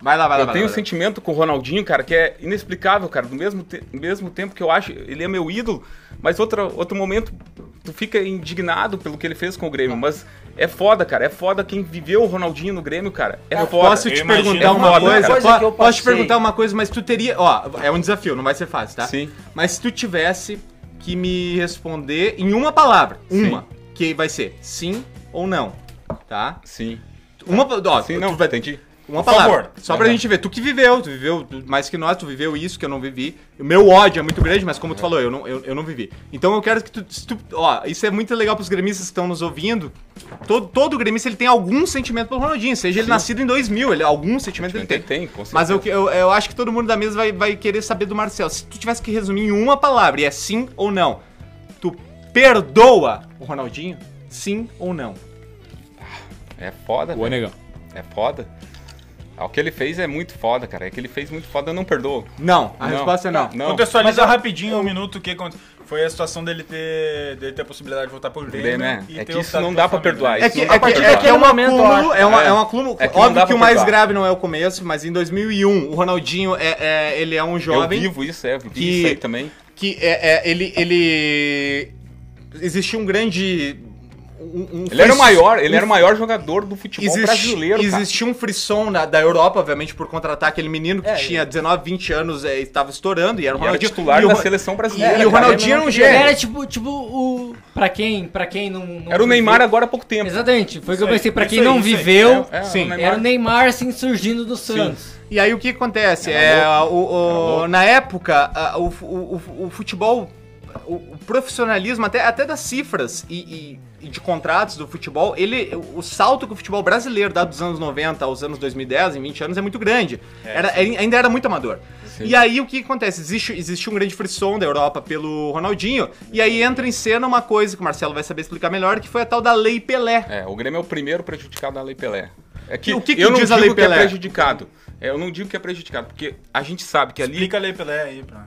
[SPEAKER 2] Vai lá, vai lá.
[SPEAKER 10] Eu
[SPEAKER 2] vai
[SPEAKER 10] tenho
[SPEAKER 2] lá, vai
[SPEAKER 10] um
[SPEAKER 2] lá.
[SPEAKER 10] sentimento com o Ronaldinho, cara, que é inexplicável, cara. Do mesmo, te- mesmo tempo que eu acho, ele é meu ídolo, mas outra, outro momento tu fica indignado pelo que ele fez com o Grêmio. Mas é foda, cara. É foda quem viveu o Ronaldinho no Grêmio, cara. É foda.
[SPEAKER 2] Posso te
[SPEAKER 13] Eu imagino
[SPEAKER 2] perguntar
[SPEAKER 10] que
[SPEAKER 2] uma
[SPEAKER 10] foda,
[SPEAKER 2] coisa?
[SPEAKER 8] cara.
[SPEAKER 2] Po-
[SPEAKER 8] É Coisa que
[SPEAKER 2] posso
[SPEAKER 8] eu
[SPEAKER 2] te
[SPEAKER 8] passei.
[SPEAKER 2] perguntar uma coisa, mas tu teria. Ó, é um desafio, não vai ser fácil, tá?
[SPEAKER 10] Sim.
[SPEAKER 2] Mas se tu tivesse que me responder em uma palavra, uma, que vai ser sim ou não, tá?
[SPEAKER 10] Sim.
[SPEAKER 2] Uma, ó,
[SPEAKER 10] Sim,
[SPEAKER 2] tu
[SPEAKER 10] não,
[SPEAKER 2] vai-
[SPEAKER 10] entendi.
[SPEAKER 2] Uma
[SPEAKER 10] Por
[SPEAKER 2] palavra.
[SPEAKER 10] favor.
[SPEAKER 2] Só pra
[SPEAKER 10] Aham.
[SPEAKER 2] gente ver. Tu que viveu, tu viveu tu- mais que nós, tu viveu isso que eu não vivi. O meu ódio é muito grande, mas como tu falou, eu não, eu, eu não vivi. Então eu quero que tu, se tu- Ó, isso é muito legal pros gremistas que estão nos ouvindo. Todo, todo gremista ele tem algum sentimento pelo Ronaldinho, seja ele nascido em 2000, ele, algum sentimento ele tem.
[SPEAKER 10] Tem, com certeza.
[SPEAKER 2] Mas eu, eu, eu acho que todo mundo da mesa vai, vai querer saber do Marcel. Se tu tivesse que resumir em uma palavra, e é sim ou não, tu perdoa o Ronaldinho? Sim ou não?
[SPEAKER 10] É foda,
[SPEAKER 13] Boa,
[SPEAKER 10] velho.
[SPEAKER 13] negão.
[SPEAKER 10] É foda. Ah, O que ele fez é muito foda, cara. É que ele fez muito foda, eu não perdoo.
[SPEAKER 2] Não, a
[SPEAKER 10] Não.
[SPEAKER 2] resposta é não.
[SPEAKER 10] Não.
[SPEAKER 4] Contextualiza rapidinho um minuto o que aconte- foi a situação dele ter, dele ter a possibilidade de voltar pro Grêmio.
[SPEAKER 10] Grêmio, é.
[SPEAKER 4] e
[SPEAKER 10] É
[SPEAKER 4] ter
[SPEAKER 10] que isso
[SPEAKER 4] optado
[SPEAKER 10] não
[SPEAKER 4] pela
[SPEAKER 10] dá pra
[SPEAKER 4] família. né?
[SPEAKER 10] perdoar.
[SPEAKER 2] É
[SPEAKER 10] Isso
[SPEAKER 2] que,
[SPEAKER 10] não
[SPEAKER 2] é,
[SPEAKER 10] dá pra
[SPEAKER 2] que, é
[SPEAKER 10] perdoar.
[SPEAKER 2] que é um
[SPEAKER 8] Momento, eu
[SPEAKER 2] acúmulo, é, uma,
[SPEAKER 10] É.
[SPEAKER 2] é um acúmulo.
[SPEAKER 10] É que não
[SPEAKER 2] óbvio
[SPEAKER 10] dá
[SPEAKER 2] que
[SPEAKER 10] pra
[SPEAKER 2] o mais
[SPEAKER 10] perdoar.
[SPEAKER 2] grave não é o começo, mas em 2001, o Ronaldinho, é, é- ele é um
[SPEAKER 10] Eu
[SPEAKER 2] jovem
[SPEAKER 10] vivo isso, é. eu Vivi
[SPEAKER 2] que-
[SPEAKER 10] isso aí também.
[SPEAKER 2] que é, é- ele, ele... Existia um grande... um- um
[SPEAKER 10] Ele era o
[SPEAKER 2] fris-
[SPEAKER 10] maior, ele
[SPEAKER 2] um
[SPEAKER 10] era o maior jogador do futebol
[SPEAKER 2] Existe-
[SPEAKER 10] brasileiro, cara.
[SPEAKER 2] Existia um frisson na- da Europa, obviamente, por contratar aquele menino que tinha 19, 20 anos é, e estava estourando, e era o
[SPEAKER 10] É, E era
[SPEAKER 2] Ronaldinho.
[SPEAKER 10] titular
[SPEAKER 2] e o
[SPEAKER 10] da
[SPEAKER 2] Ro-
[SPEAKER 10] seleção
[SPEAKER 2] e-
[SPEAKER 10] brasileira.
[SPEAKER 2] e o
[SPEAKER 10] cara.
[SPEAKER 2] Ronaldinho era um
[SPEAKER 7] Ele era
[SPEAKER 2] gênio.
[SPEAKER 7] tipo, tipo o. Pra quem, pra quem não. não
[SPEAKER 10] Era o Neymar assim.
[SPEAKER 7] viveu-
[SPEAKER 10] agora há pouco tempo.
[SPEAKER 7] Exatamente, foi o que eu
[SPEAKER 4] Isso aí,
[SPEAKER 7] pensei. Pra quem
[SPEAKER 4] isso aí,
[SPEAKER 7] não
[SPEAKER 4] isso aí.
[SPEAKER 7] viveu,
[SPEAKER 10] É, é,
[SPEAKER 2] Sim.
[SPEAKER 10] o
[SPEAKER 7] era o
[SPEAKER 10] Neymar.
[SPEAKER 7] Neymar assim surgindo do Santos.
[SPEAKER 2] E aí o que acontece? É,
[SPEAKER 10] Era
[SPEAKER 2] o- o-
[SPEAKER 10] Era louco.
[SPEAKER 2] na época, a- o, fu- o- o- o futebol, o, o profissionalismo, até, até das cifras e, e- e de contratos do futebol, ele, o salto que o futebol brasileiro dá dos anos 90 aos anos 2010, em 20 anos, é muito grande. Era- era- ainda era muito amador. E aí o que acontece? Existe, existe um grande frisson da Europa pelo Ronaldinho, e aí entra em cena uma coisa que o Marcelo vai saber explicar melhor, que foi a tal da Lei Pelé.
[SPEAKER 10] É, o Grêmio é o primeiro prejudicado da Lei Pelé. É que,
[SPEAKER 2] E o que que
[SPEAKER 10] eu não
[SPEAKER 2] diz a
[SPEAKER 10] digo
[SPEAKER 2] Lei
[SPEAKER 10] que é
[SPEAKER 2] Pelé?
[SPEAKER 10] prejudicado. É, eu não digo que é prejudicado, porque a gente sabe que ali
[SPEAKER 4] Explica a Lei Pelé aí, pra...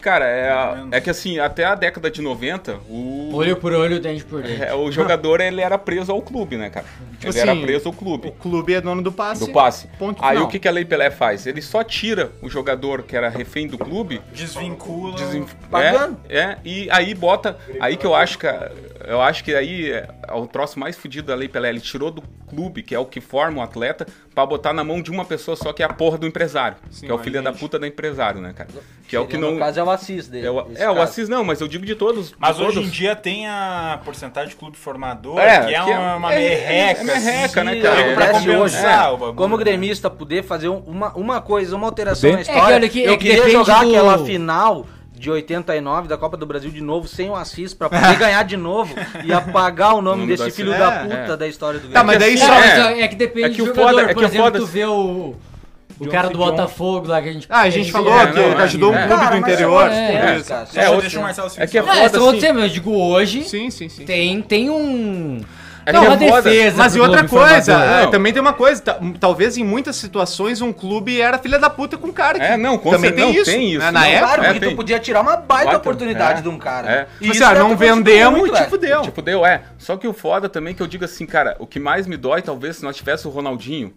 [SPEAKER 10] Cara, é,
[SPEAKER 4] Mais ou
[SPEAKER 10] a-
[SPEAKER 4] menos.
[SPEAKER 10] é que assim, até a década de 90, o,
[SPEAKER 7] Olho por olho, dente por dente.
[SPEAKER 10] é, o jogador ele era preso ao clube, né, cara? Ele
[SPEAKER 2] Tipo
[SPEAKER 10] era
[SPEAKER 2] assim,
[SPEAKER 10] preso ao
[SPEAKER 2] O
[SPEAKER 10] clube.
[SPEAKER 2] clube é dono do passe.
[SPEAKER 10] Do passe.
[SPEAKER 2] ponto
[SPEAKER 10] Aí
[SPEAKER 2] final.
[SPEAKER 10] o que, que a Lei Pelé faz? Ele só tira o jogador que era refém do clube,
[SPEAKER 4] Desvincula...
[SPEAKER 10] desin-
[SPEAKER 8] Pagando.
[SPEAKER 10] É, é, e aí bota. Aí que eu acho que. a- Eu acho que aí é é o troço mais fodido da Lei Pelé. Ele tirou do clube, que é o que forma o atleta, pra botar na mão de uma pessoa só que é a porra do empresário. que é o filho da puta do empresário, né, cara? Que é o que
[SPEAKER 8] No
[SPEAKER 10] não.
[SPEAKER 8] caso é o Assis dele.
[SPEAKER 10] É, o,
[SPEAKER 8] nesse
[SPEAKER 10] é, o
[SPEAKER 8] caso.
[SPEAKER 10] Assis não, mas eu digo de todos. de
[SPEAKER 4] Mas hoje
[SPEAKER 10] todos.
[SPEAKER 4] em dia tem a porcentagem de clube formador,
[SPEAKER 10] É,
[SPEAKER 4] que é
[SPEAKER 10] que é-
[SPEAKER 4] uma, uma
[SPEAKER 10] é-
[SPEAKER 4] merreca.
[SPEAKER 10] é merreca,
[SPEAKER 4] assim,
[SPEAKER 10] né, cara?
[SPEAKER 4] nego,
[SPEAKER 10] É,
[SPEAKER 4] pra
[SPEAKER 8] acontece
[SPEAKER 4] compensar
[SPEAKER 10] hoje.
[SPEAKER 4] o bagulho.
[SPEAKER 8] Como gremista poder fazer um- uma, uma coisa, uma alteração na
[SPEAKER 13] É que
[SPEAKER 8] história.
[SPEAKER 7] olha que-
[SPEAKER 8] eu
[SPEAKER 7] é que
[SPEAKER 8] queria
[SPEAKER 7] depende
[SPEAKER 8] jogar
[SPEAKER 7] do-
[SPEAKER 8] aquela final de 89 da Copa do Brasil de novo sem o Assis pra poder ganhar de novo e apagar o nome,
[SPEAKER 10] nome do
[SPEAKER 8] desse
[SPEAKER 10] Assis.
[SPEAKER 8] filho
[SPEAKER 2] É,
[SPEAKER 8] da puta
[SPEAKER 10] é.
[SPEAKER 8] da história do Grêmio.
[SPEAKER 2] Tá, mas daí
[SPEAKER 7] É,
[SPEAKER 2] só.
[SPEAKER 7] mas, ó,
[SPEAKER 10] é.
[SPEAKER 7] é que depende
[SPEAKER 10] É que
[SPEAKER 7] do
[SPEAKER 10] o
[SPEAKER 7] jogador.
[SPEAKER 10] foda- é
[SPEAKER 7] Por
[SPEAKER 10] que o
[SPEAKER 7] exemplo,
[SPEAKER 10] foda-
[SPEAKER 7] tu vê o, o cara do Botafogo lá que a gente...
[SPEAKER 2] Ah, a gente falou
[SPEAKER 10] É,
[SPEAKER 2] que
[SPEAKER 10] não, é,
[SPEAKER 2] ajudou um
[SPEAKER 10] é.
[SPEAKER 2] clube do
[SPEAKER 8] Cara, mas
[SPEAKER 2] interior.
[SPEAKER 8] são
[SPEAKER 7] é,
[SPEAKER 2] tudo
[SPEAKER 8] outros
[SPEAKER 2] isso.
[SPEAKER 8] tempos, cara.
[SPEAKER 4] Deixa,
[SPEAKER 10] É,
[SPEAKER 4] deixa o Marcelo se
[SPEAKER 10] é que é
[SPEAKER 7] Não,
[SPEAKER 10] foda,
[SPEAKER 7] esse é outro
[SPEAKER 10] assim.
[SPEAKER 7] tema, eu digo hoje,
[SPEAKER 2] Sim, sim, sim.
[SPEAKER 7] tem, tem um...
[SPEAKER 10] É
[SPEAKER 7] não,
[SPEAKER 10] que é
[SPEAKER 7] uma
[SPEAKER 10] foda.
[SPEAKER 7] defesa
[SPEAKER 2] Mas e
[SPEAKER 7] pro
[SPEAKER 2] outra
[SPEAKER 7] clube formador.
[SPEAKER 2] coisa, é,
[SPEAKER 10] Não.
[SPEAKER 2] também tem uma coisa, ta- um, talvez em muitas situações um clube era filha da puta com o cara. que
[SPEAKER 10] É, não, com
[SPEAKER 2] também
[SPEAKER 10] certeza.
[SPEAKER 2] tem
[SPEAKER 10] Não,
[SPEAKER 2] isso.
[SPEAKER 10] tem isso,
[SPEAKER 2] né, Na
[SPEAKER 10] não.
[SPEAKER 2] época,
[SPEAKER 8] Claro,
[SPEAKER 10] É,
[SPEAKER 8] porque tu
[SPEAKER 10] tem.
[SPEAKER 8] podia tirar uma baita
[SPEAKER 10] Baita,
[SPEAKER 8] oportunidade
[SPEAKER 10] é,
[SPEAKER 8] de um cara.
[SPEAKER 10] é.
[SPEAKER 2] tipo assim,
[SPEAKER 8] isso
[SPEAKER 2] ah,
[SPEAKER 8] era
[SPEAKER 2] não
[SPEAKER 8] acontecido
[SPEAKER 2] vendemos,
[SPEAKER 8] muito,
[SPEAKER 2] te
[SPEAKER 8] é.
[SPEAKER 2] fudeu.
[SPEAKER 10] Tipo, deu, é. Só que o foda também que eu digo assim, cara, o que mais me dói, talvez, se nós tivesse o Ronaldinho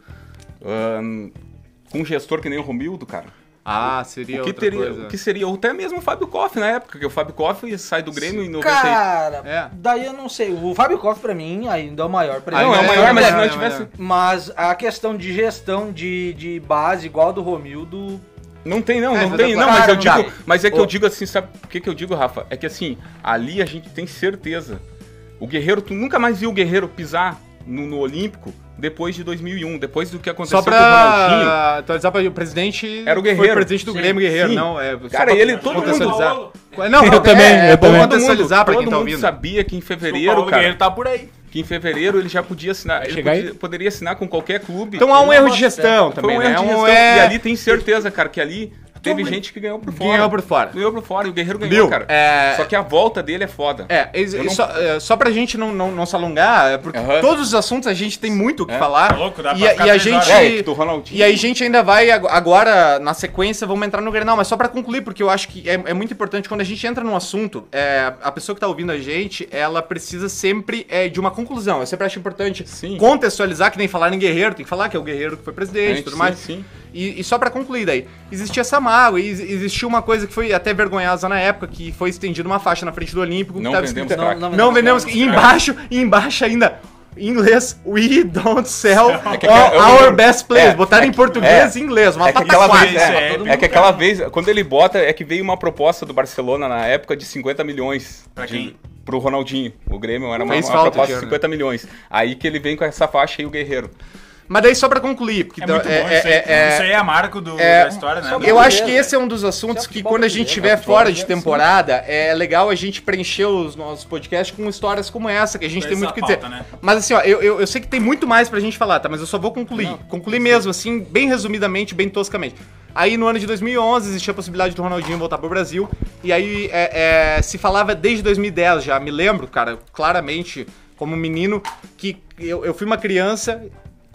[SPEAKER 10] ahn, com um gestor que nem o Romildo, cara.
[SPEAKER 2] Ah, seria
[SPEAKER 10] O que, teria, o que seria? Ou até mesmo o Fábio Koff na época, que o Fábio Koff sai do Grêmio em 96.
[SPEAKER 8] Cara,
[SPEAKER 2] É.
[SPEAKER 8] daí eu não sei. O Fábio Koff, pra mim, ainda é o maior. Pra
[SPEAKER 10] Não,
[SPEAKER 8] mim.
[SPEAKER 10] é o maior, mas se
[SPEAKER 2] não,
[SPEAKER 10] nós
[SPEAKER 2] não,
[SPEAKER 10] tivesse.
[SPEAKER 8] Mas a questão de gestão de, de base, igual a do Romildo,
[SPEAKER 10] Não tem, não,
[SPEAKER 2] É,
[SPEAKER 10] não
[SPEAKER 2] mas
[SPEAKER 10] tem,
[SPEAKER 2] eu-
[SPEAKER 10] não, mas
[SPEAKER 8] Cara,
[SPEAKER 10] eu
[SPEAKER 8] não
[SPEAKER 10] digo.
[SPEAKER 8] dá.
[SPEAKER 10] Mas é que
[SPEAKER 8] Ô.
[SPEAKER 10] eu digo assim, sabe por que, que eu digo, Rafa? É que assim, ali a gente tem certeza. O Guerreiro, tu nunca mais viu o Guerreiro pisar no, no Olímpico depois de 2001, depois do que aconteceu
[SPEAKER 2] Só
[SPEAKER 10] com o Ronaldinho.
[SPEAKER 2] pra atualizar pra o presidente.
[SPEAKER 10] Era o
[SPEAKER 2] Foi
[SPEAKER 10] Guerreiro.
[SPEAKER 2] presidente do
[SPEAKER 10] Sim,
[SPEAKER 2] Grêmio Guerreiro,
[SPEAKER 10] sim.
[SPEAKER 2] não. É, só
[SPEAKER 10] Cara,
[SPEAKER 2] pra
[SPEAKER 10] ele- todo mundo-
[SPEAKER 2] contextualizar.
[SPEAKER 4] Paulo-
[SPEAKER 2] Não, não,
[SPEAKER 13] Eu
[SPEAKER 2] é-
[SPEAKER 13] também,
[SPEAKER 2] É,
[SPEAKER 13] eu
[SPEAKER 2] bom
[SPEAKER 13] também.
[SPEAKER 2] contextualizar pra
[SPEAKER 10] todo
[SPEAKER 2] quem tá
[SPEAKER 10] mundo
[SPEAKER 2] ouvindo.
[SPEAKER 10] sabia que em
[SPEAKER 4] O
[SPEAKER 10] fevereiro,
[SPEAKER 4] Paulo
[SPEAKER 10] cara,
[SPEAKER 4] Guerreiro tá por aí.
[SPEAKER 10] que em fevereiro ele já podia assinar, ele
[SPEAKER 13] chegar aí?
[SPEAKER 10] podia- poderia assinar com qualquer clube.
[SPEAKER 2] Então há um
[SPEAKER 10] Ele
[SPEAKER 2] erro
[SPEAKER 10] não
[SPEAKER 2] de gestão
[SPEAKER 10] Foi
[SPEAKER 2] também,
[SPEAKER 10] um
[SPEAKER 2] né?
[SPEAKER 10] erro de
[SPEAKER 2] É um-
[SPEAKER 10] gestão.
[SPEAKER 2] é-
[SPEAKER 10] E ali tem certeza, cara, que ali Teve gente que ganhou por fora.
[SPEAKER 2] Ganhou por fora.
[SPEAKER 10] Ganhou por fora e o Guerreiro ganhou,
[SPEAKER 2] Bill,
[SPEAKER 10] cara.
[SPEAKER 2] é-
[SPEAKER 10] Só que a volta dele é foda.
[SPEAKER 2] É, e- e
[SPEAKER 10] não-
[SPEAKER 2] só, é, só pra gente não, não, não se alongar, é porque
[SPEAKER 10] Aham.
[SPEAKER 2] todos os assuntos a gente tem muito o que falar.
[SPEAKER 4] Tá louco, dá pra
[SPEAKER 2] e, a-
[SPEAKER 4] ficar
[SPEAKER 2] e a
[SPEAKER 4] três horas.
[SPEAKER 2] gente.
[SPEAKER 10] É, do Ronaldinho.
[SPEAKER 2] E aí a gente ainda vai ag- agora, na sequência, vamos entrar no Grenal, mas só pra concluir, porque eu acho que é, é muito importante, quando a gente entra num assunto, é, a pessoa que tá ouvindo a gente, ela precisa sempre é, de uma conclusão. Eu sempre acho importante
[SPEAKER 10] Sim.
[SPEAKER 2] contextualizar, que nem falar em guerreiro, tem que falar que é o guerreiro que foi presidente
[SPEAKER 10] Sim,
[SPEAKER 2] e tudo mais.
[SPEAKER 10] sim.
[SPEAKER 2] E, e só pra concluir daí, existia essa mágoa, e ex- existia uma coisa que foi até vergonhosa na época, que foi estendida uma faixa na frente do Olímpico,
[SPEAKER 10] Não
[SPEAKER 2] que tava
[SPEAKER 10] vendemos
[SPEAKER 2] escrito,
[SPEAKER 10] crack.
[SPEAKER 2] não, não vendemos. E embaixo, e embaixo ainda. Em inglês, we don't sell
[SPEAKER 10] É que
[SPEAKER 2] all
[SPEAKER 10] eu- eu
[SPEAKER 2] our
[SPEAKER 10] lembro-
[SPEAKER 2] best players.
[SPEAKER 10] é,
[SPEAKER 2] Botaram
[SPEAKER 10] é
[SPEAKER 2] em
[SPEAKER 10] que-
[SPEAKER 2] português
[SPEAKER 10] é.
[SPEAKER 2] e inglês. Uma
[SPEAKER 10] É que aquela
[SPEAKER 2] pataquada.
[SPEAKER 10] vez, é,
[SPEAKER 4] todo
[SPEAKER 10] é que aquela vez, quando ele bota, é que veio uma proposta do Barcelona na época de 50 milhões.
[SPEAKER 4] Pra
[SPEAKER 10] de-
[SPEAKER 4] quem?
[SPEAKER 10] Pro Ronaldinho. O Grêmio era uma,
[SPEAKER 2] Fez
[SPEAKER 10] uma
[SPEAKER 2] falta
[SPEAKER 10] proposta de
[SPEAKER 2] dinheiro,
[SPEAKER 10] 50 milhões. Aí que ele vem com essa faixa aí, o Guerreiro.
[SPEAKER 2] Mas daí só pra concluir, porque
[SPEAKER 4] É
[SPEAKER 2] então,
[SPEAKER 4] muito bom
[SPEAKER 2] é-
[SPEAKER 4] isso aí.
[SPEAKER 2] é- é-
[SPEAKER 4] isso aí é a marco do-
[SPEAKER 2] é,
[SPEAKER 4] da história, né?
[SPEAKER 2] Eu acho que
[SPEAKER 8] brasileiro,
[SPEAKER 2] esse é um dos assuntos
[SPEAKER 8] Isso é
[SPEAKER 2] que
[SPEAKER 8] futebol
[SPEAKER 2] quando a gente
[SPEAKER 8] brasileiro,
[SPEAKER 2] estiver
[SPEAKER 8] é futebol
[SPEAKER 2] fora de
[SPEAKER 8] brasileiro, sim.
[SPEAKER 2] temporada, é legal a gente preencher os nossos podcasts com histórias como essa, que a gente
[SPEAKER 4] Essa
[SPEAKER 2] tem muito o
[SPEAKER 4] é
[SPEAKER 2] que
[SPEAKER 4] a
[SPEAKER 2] dizer.
[SPEAKER 4] pauta, né?
[SPEAKER 2] Mas assim, ó, eu, eu, eu sei que tem muito mais pra gente falar, tá? Mas eu só vou concluir. concluir mesmo, assim, bem resumidamente, bem toscamente. Aí no ano de 2011 existia a possibilidade do Ronaldinho voltar pro Brasil. E aí é, é, se falava desde 2010 já. Me lembro, cara, claramente, como menino, que eu, eu fui uma criança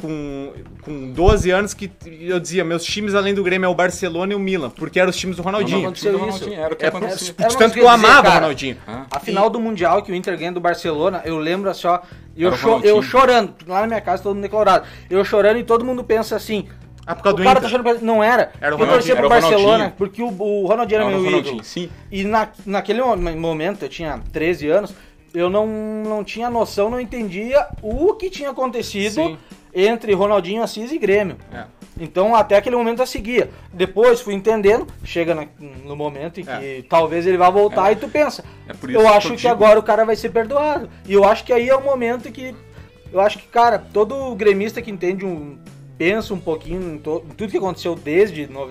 [SPEAKER 2] com, com 12 anos que eu dizia: meus times além do Grêmio é o Barcelona e o Milan, porque eram os times do Ronaldinho.
[SPEAKER 8] aconteceu
[SPEAKER 10] Do
[SPEAKER 8] isso.
[SPEAKER 10] Ronaldinho, Era o que
[SPEAKER 2] É,
[SPEAKER 10] acontecia.
[SPEAKER 2] De tanto que eu amava o Ronaldinho.
[SPEAKER 8] A final do Mundial que o Inter ganha do Barcelona, eu lembro assim, ó. Eu,
[SPEAKER 10] Era o
[SPEAKER 8] cho-
[SPEAKER 10] Ronaldinho.
[SPEAKER 8] eu chorando, lá na minha casa todo mundo declarado. Eu chorando e todo mundo pensa assim.
[SPEAKER 2] Ah, por causa do
[SPEAKER 8] o cara tá
[SPEAKER 2] Inter.
[SPEAKER 8] achando que não era.
[SPEAKER 2] Era o
[SPEAKER 8] eu torcia
[SPEAKER 10] Ronaldinho,
[SPEAKER 8] pro
[SPEAKER 10] era o
[SPEAKER 8] Barcelona,
[SPEAKER 10] Ronaldinho.
[SPEAKER 8] porque o, o Ronaldinho era
[SPEAKER 10] Era o
[SPEAKER 8] meu ídolo.
[SPEAKER 10] Ronaldinho, sim.
[SPEAKER 8] E na, naquele mo- momento, eu tinha 13 anos, eu não, não tinha noção, não entendia o que tinha acontecido entre Ronaldinho Assis e Grêmio.
[SPEAKER 10] É.
[SPEAKER 8] Então, até aquele momento eu seguia. Depois fui entendendo, chega na- no momento em que talvez ele vá voltar e tu pensa.
[SPEAKER 10] É por isso
[SPEAKER 8] eu
[SPEAKER 10] que eu
[SPEAKER 8] acho que
[SPEAKER 10] digo.
[SPEAKER 8] agora o cara vai ser perdoado. E eu acho que aí é o momento que. Eu acho que, cara, todo gremista que entende um. pensa um pouquinho em, to- em tudo que aconteceu desde no-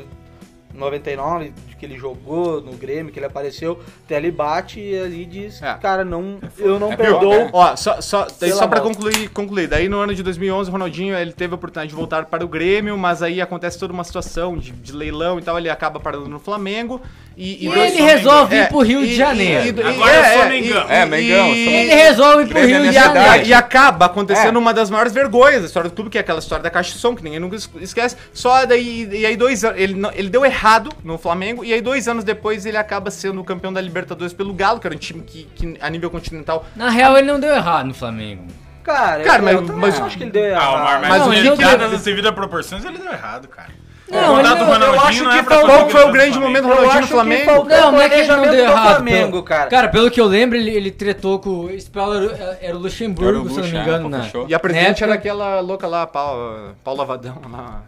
[SPEAKER 8] 99, de que ele jogou no Grêmio, que ele apareceu, até ele bate e ali diz,
[SPEAKER 2] É.
[SPEAKER 8] cara, não, eu não
[SPEAKER 10] É pior,
[SPEAKER 8] perdoo.
[SPEAKER 10] né?
[SPEAKER 2] Ó, só, só, daí
[SPEAKER 8] Pela
[SPEAKER 2] só pra
[SPEAKER 8] volta.
[SPEAKER 2] concluir, concluir, daí no ano de 2011 o Ronaldinho ele teve a oportunidade de voltar para o Grêmio, mas aí acontece toda uma situação de, de leilão e tal, ele acaba parando no Flamengo e... É,
[SPEAKER 7] E ele resolve ir pro Rio de Janeiro.
[SPEAKER 4] Agora eu sou Mengão.
[SPEAKER 10] É, Mengão, sou
[SPEAKER 7] Ele resolve ir pro
[SPEAKER 10] Grêmio é
[SPEAKER 7] Rio de
[SPEAKER 10] nessa
[SPEAKER 2] E, a-
[SPEAKER 7] Janeiro.
[SPEAKER 2] e acaba acontecendo
[SPEAKER 10] É.
[SPEAKER 2] uma das maiores vergonhas da história do clube, que é aquela história da caixa de som, que ninguém nunca es- esquece. Só daí, e aí dois anos, ele, não- ele deu errado no Flamengo, e aí dois anos depois ele acaba sendo campeão da Libertadores pelo Galo, que era um time que, que a nível continental
[SPEAKER 7] Na real, ele não deu errado no Flamengo.
[SPEAKER 8] Cara,
[SPEAKER 2] Cara,
[SPEAKER 8] eu,
[SPEAKER 2] mas-
[SPEAKER 8] eu também
[SPEAKER 2] mas-
[SPEAKER 8] acho que ele deu
[SPEAKER 4] Ah, o Mar, mas,
[SPEAKER 2] Mas
[SPEAKER 7] o
[SPEAKER 4] ele,
[SPEAKER 7] jogo-
[SPEAKER 4] dadas as devidas proporções, ele deu errado, cara.
[SPEAKER 7] Não,
[SPEAKER 4] o
[SPEAKER 7] ele
[SPEAKER 4] dado
[SPEAKER 7] não-
[SPEAKER 4] do Ronaldinho
[SPEAKER 8] eu acho
[SPEAKER 4] não
[SPEAKER 8] que
[SPEAKER 4] é pra
[SPEAKER 8] faltou-
[SPEAKER 4] fazer
[SPEAKER 2] Qual foi o
[SPEAKER 4] tanto
[SPEAKER 2] grande
[SPEAKER 4] Flamengo.
[SPEAKER 2] momento do
[SPEAKER 8] Eu
[SPEAKER 2] Ronaldinho no
[SPEAKER 8] acho que
[SPEAKER 2] Flamengo?
[SPEAKER 8] faltou-
[SPEAKER 7] Não, não é que ele não
[SPEAKER 8] planejamento
[SPEAKER 7] deu
[SPEAKER 8] do
[SPEAKER 7] errado.
[SPEAKER 8] Flamengo,
[SPEAKER 7] pelo-
[SPEAKER 8] cara.
[SPEAKER 7] Cara, pelo que eu lembro, ele, ele tretou com. Esse pau era, era o Luxemburgo,
[SPEAKER 10] Era o
[SPEAKER 7] se eu não me
[SPEAKER 10] Luxa,
[SPEAKER 7] engano. né?
[SPEAKER 10] é,
[SPEAKER 7] Na...
[SPEAKER 10] fechou.
[SPEAKER 2] E a presidente
[SPEAKER 7] Neto.
[SPEAKER 2] era aquela louca lá, Paula, Paula Vadão lá.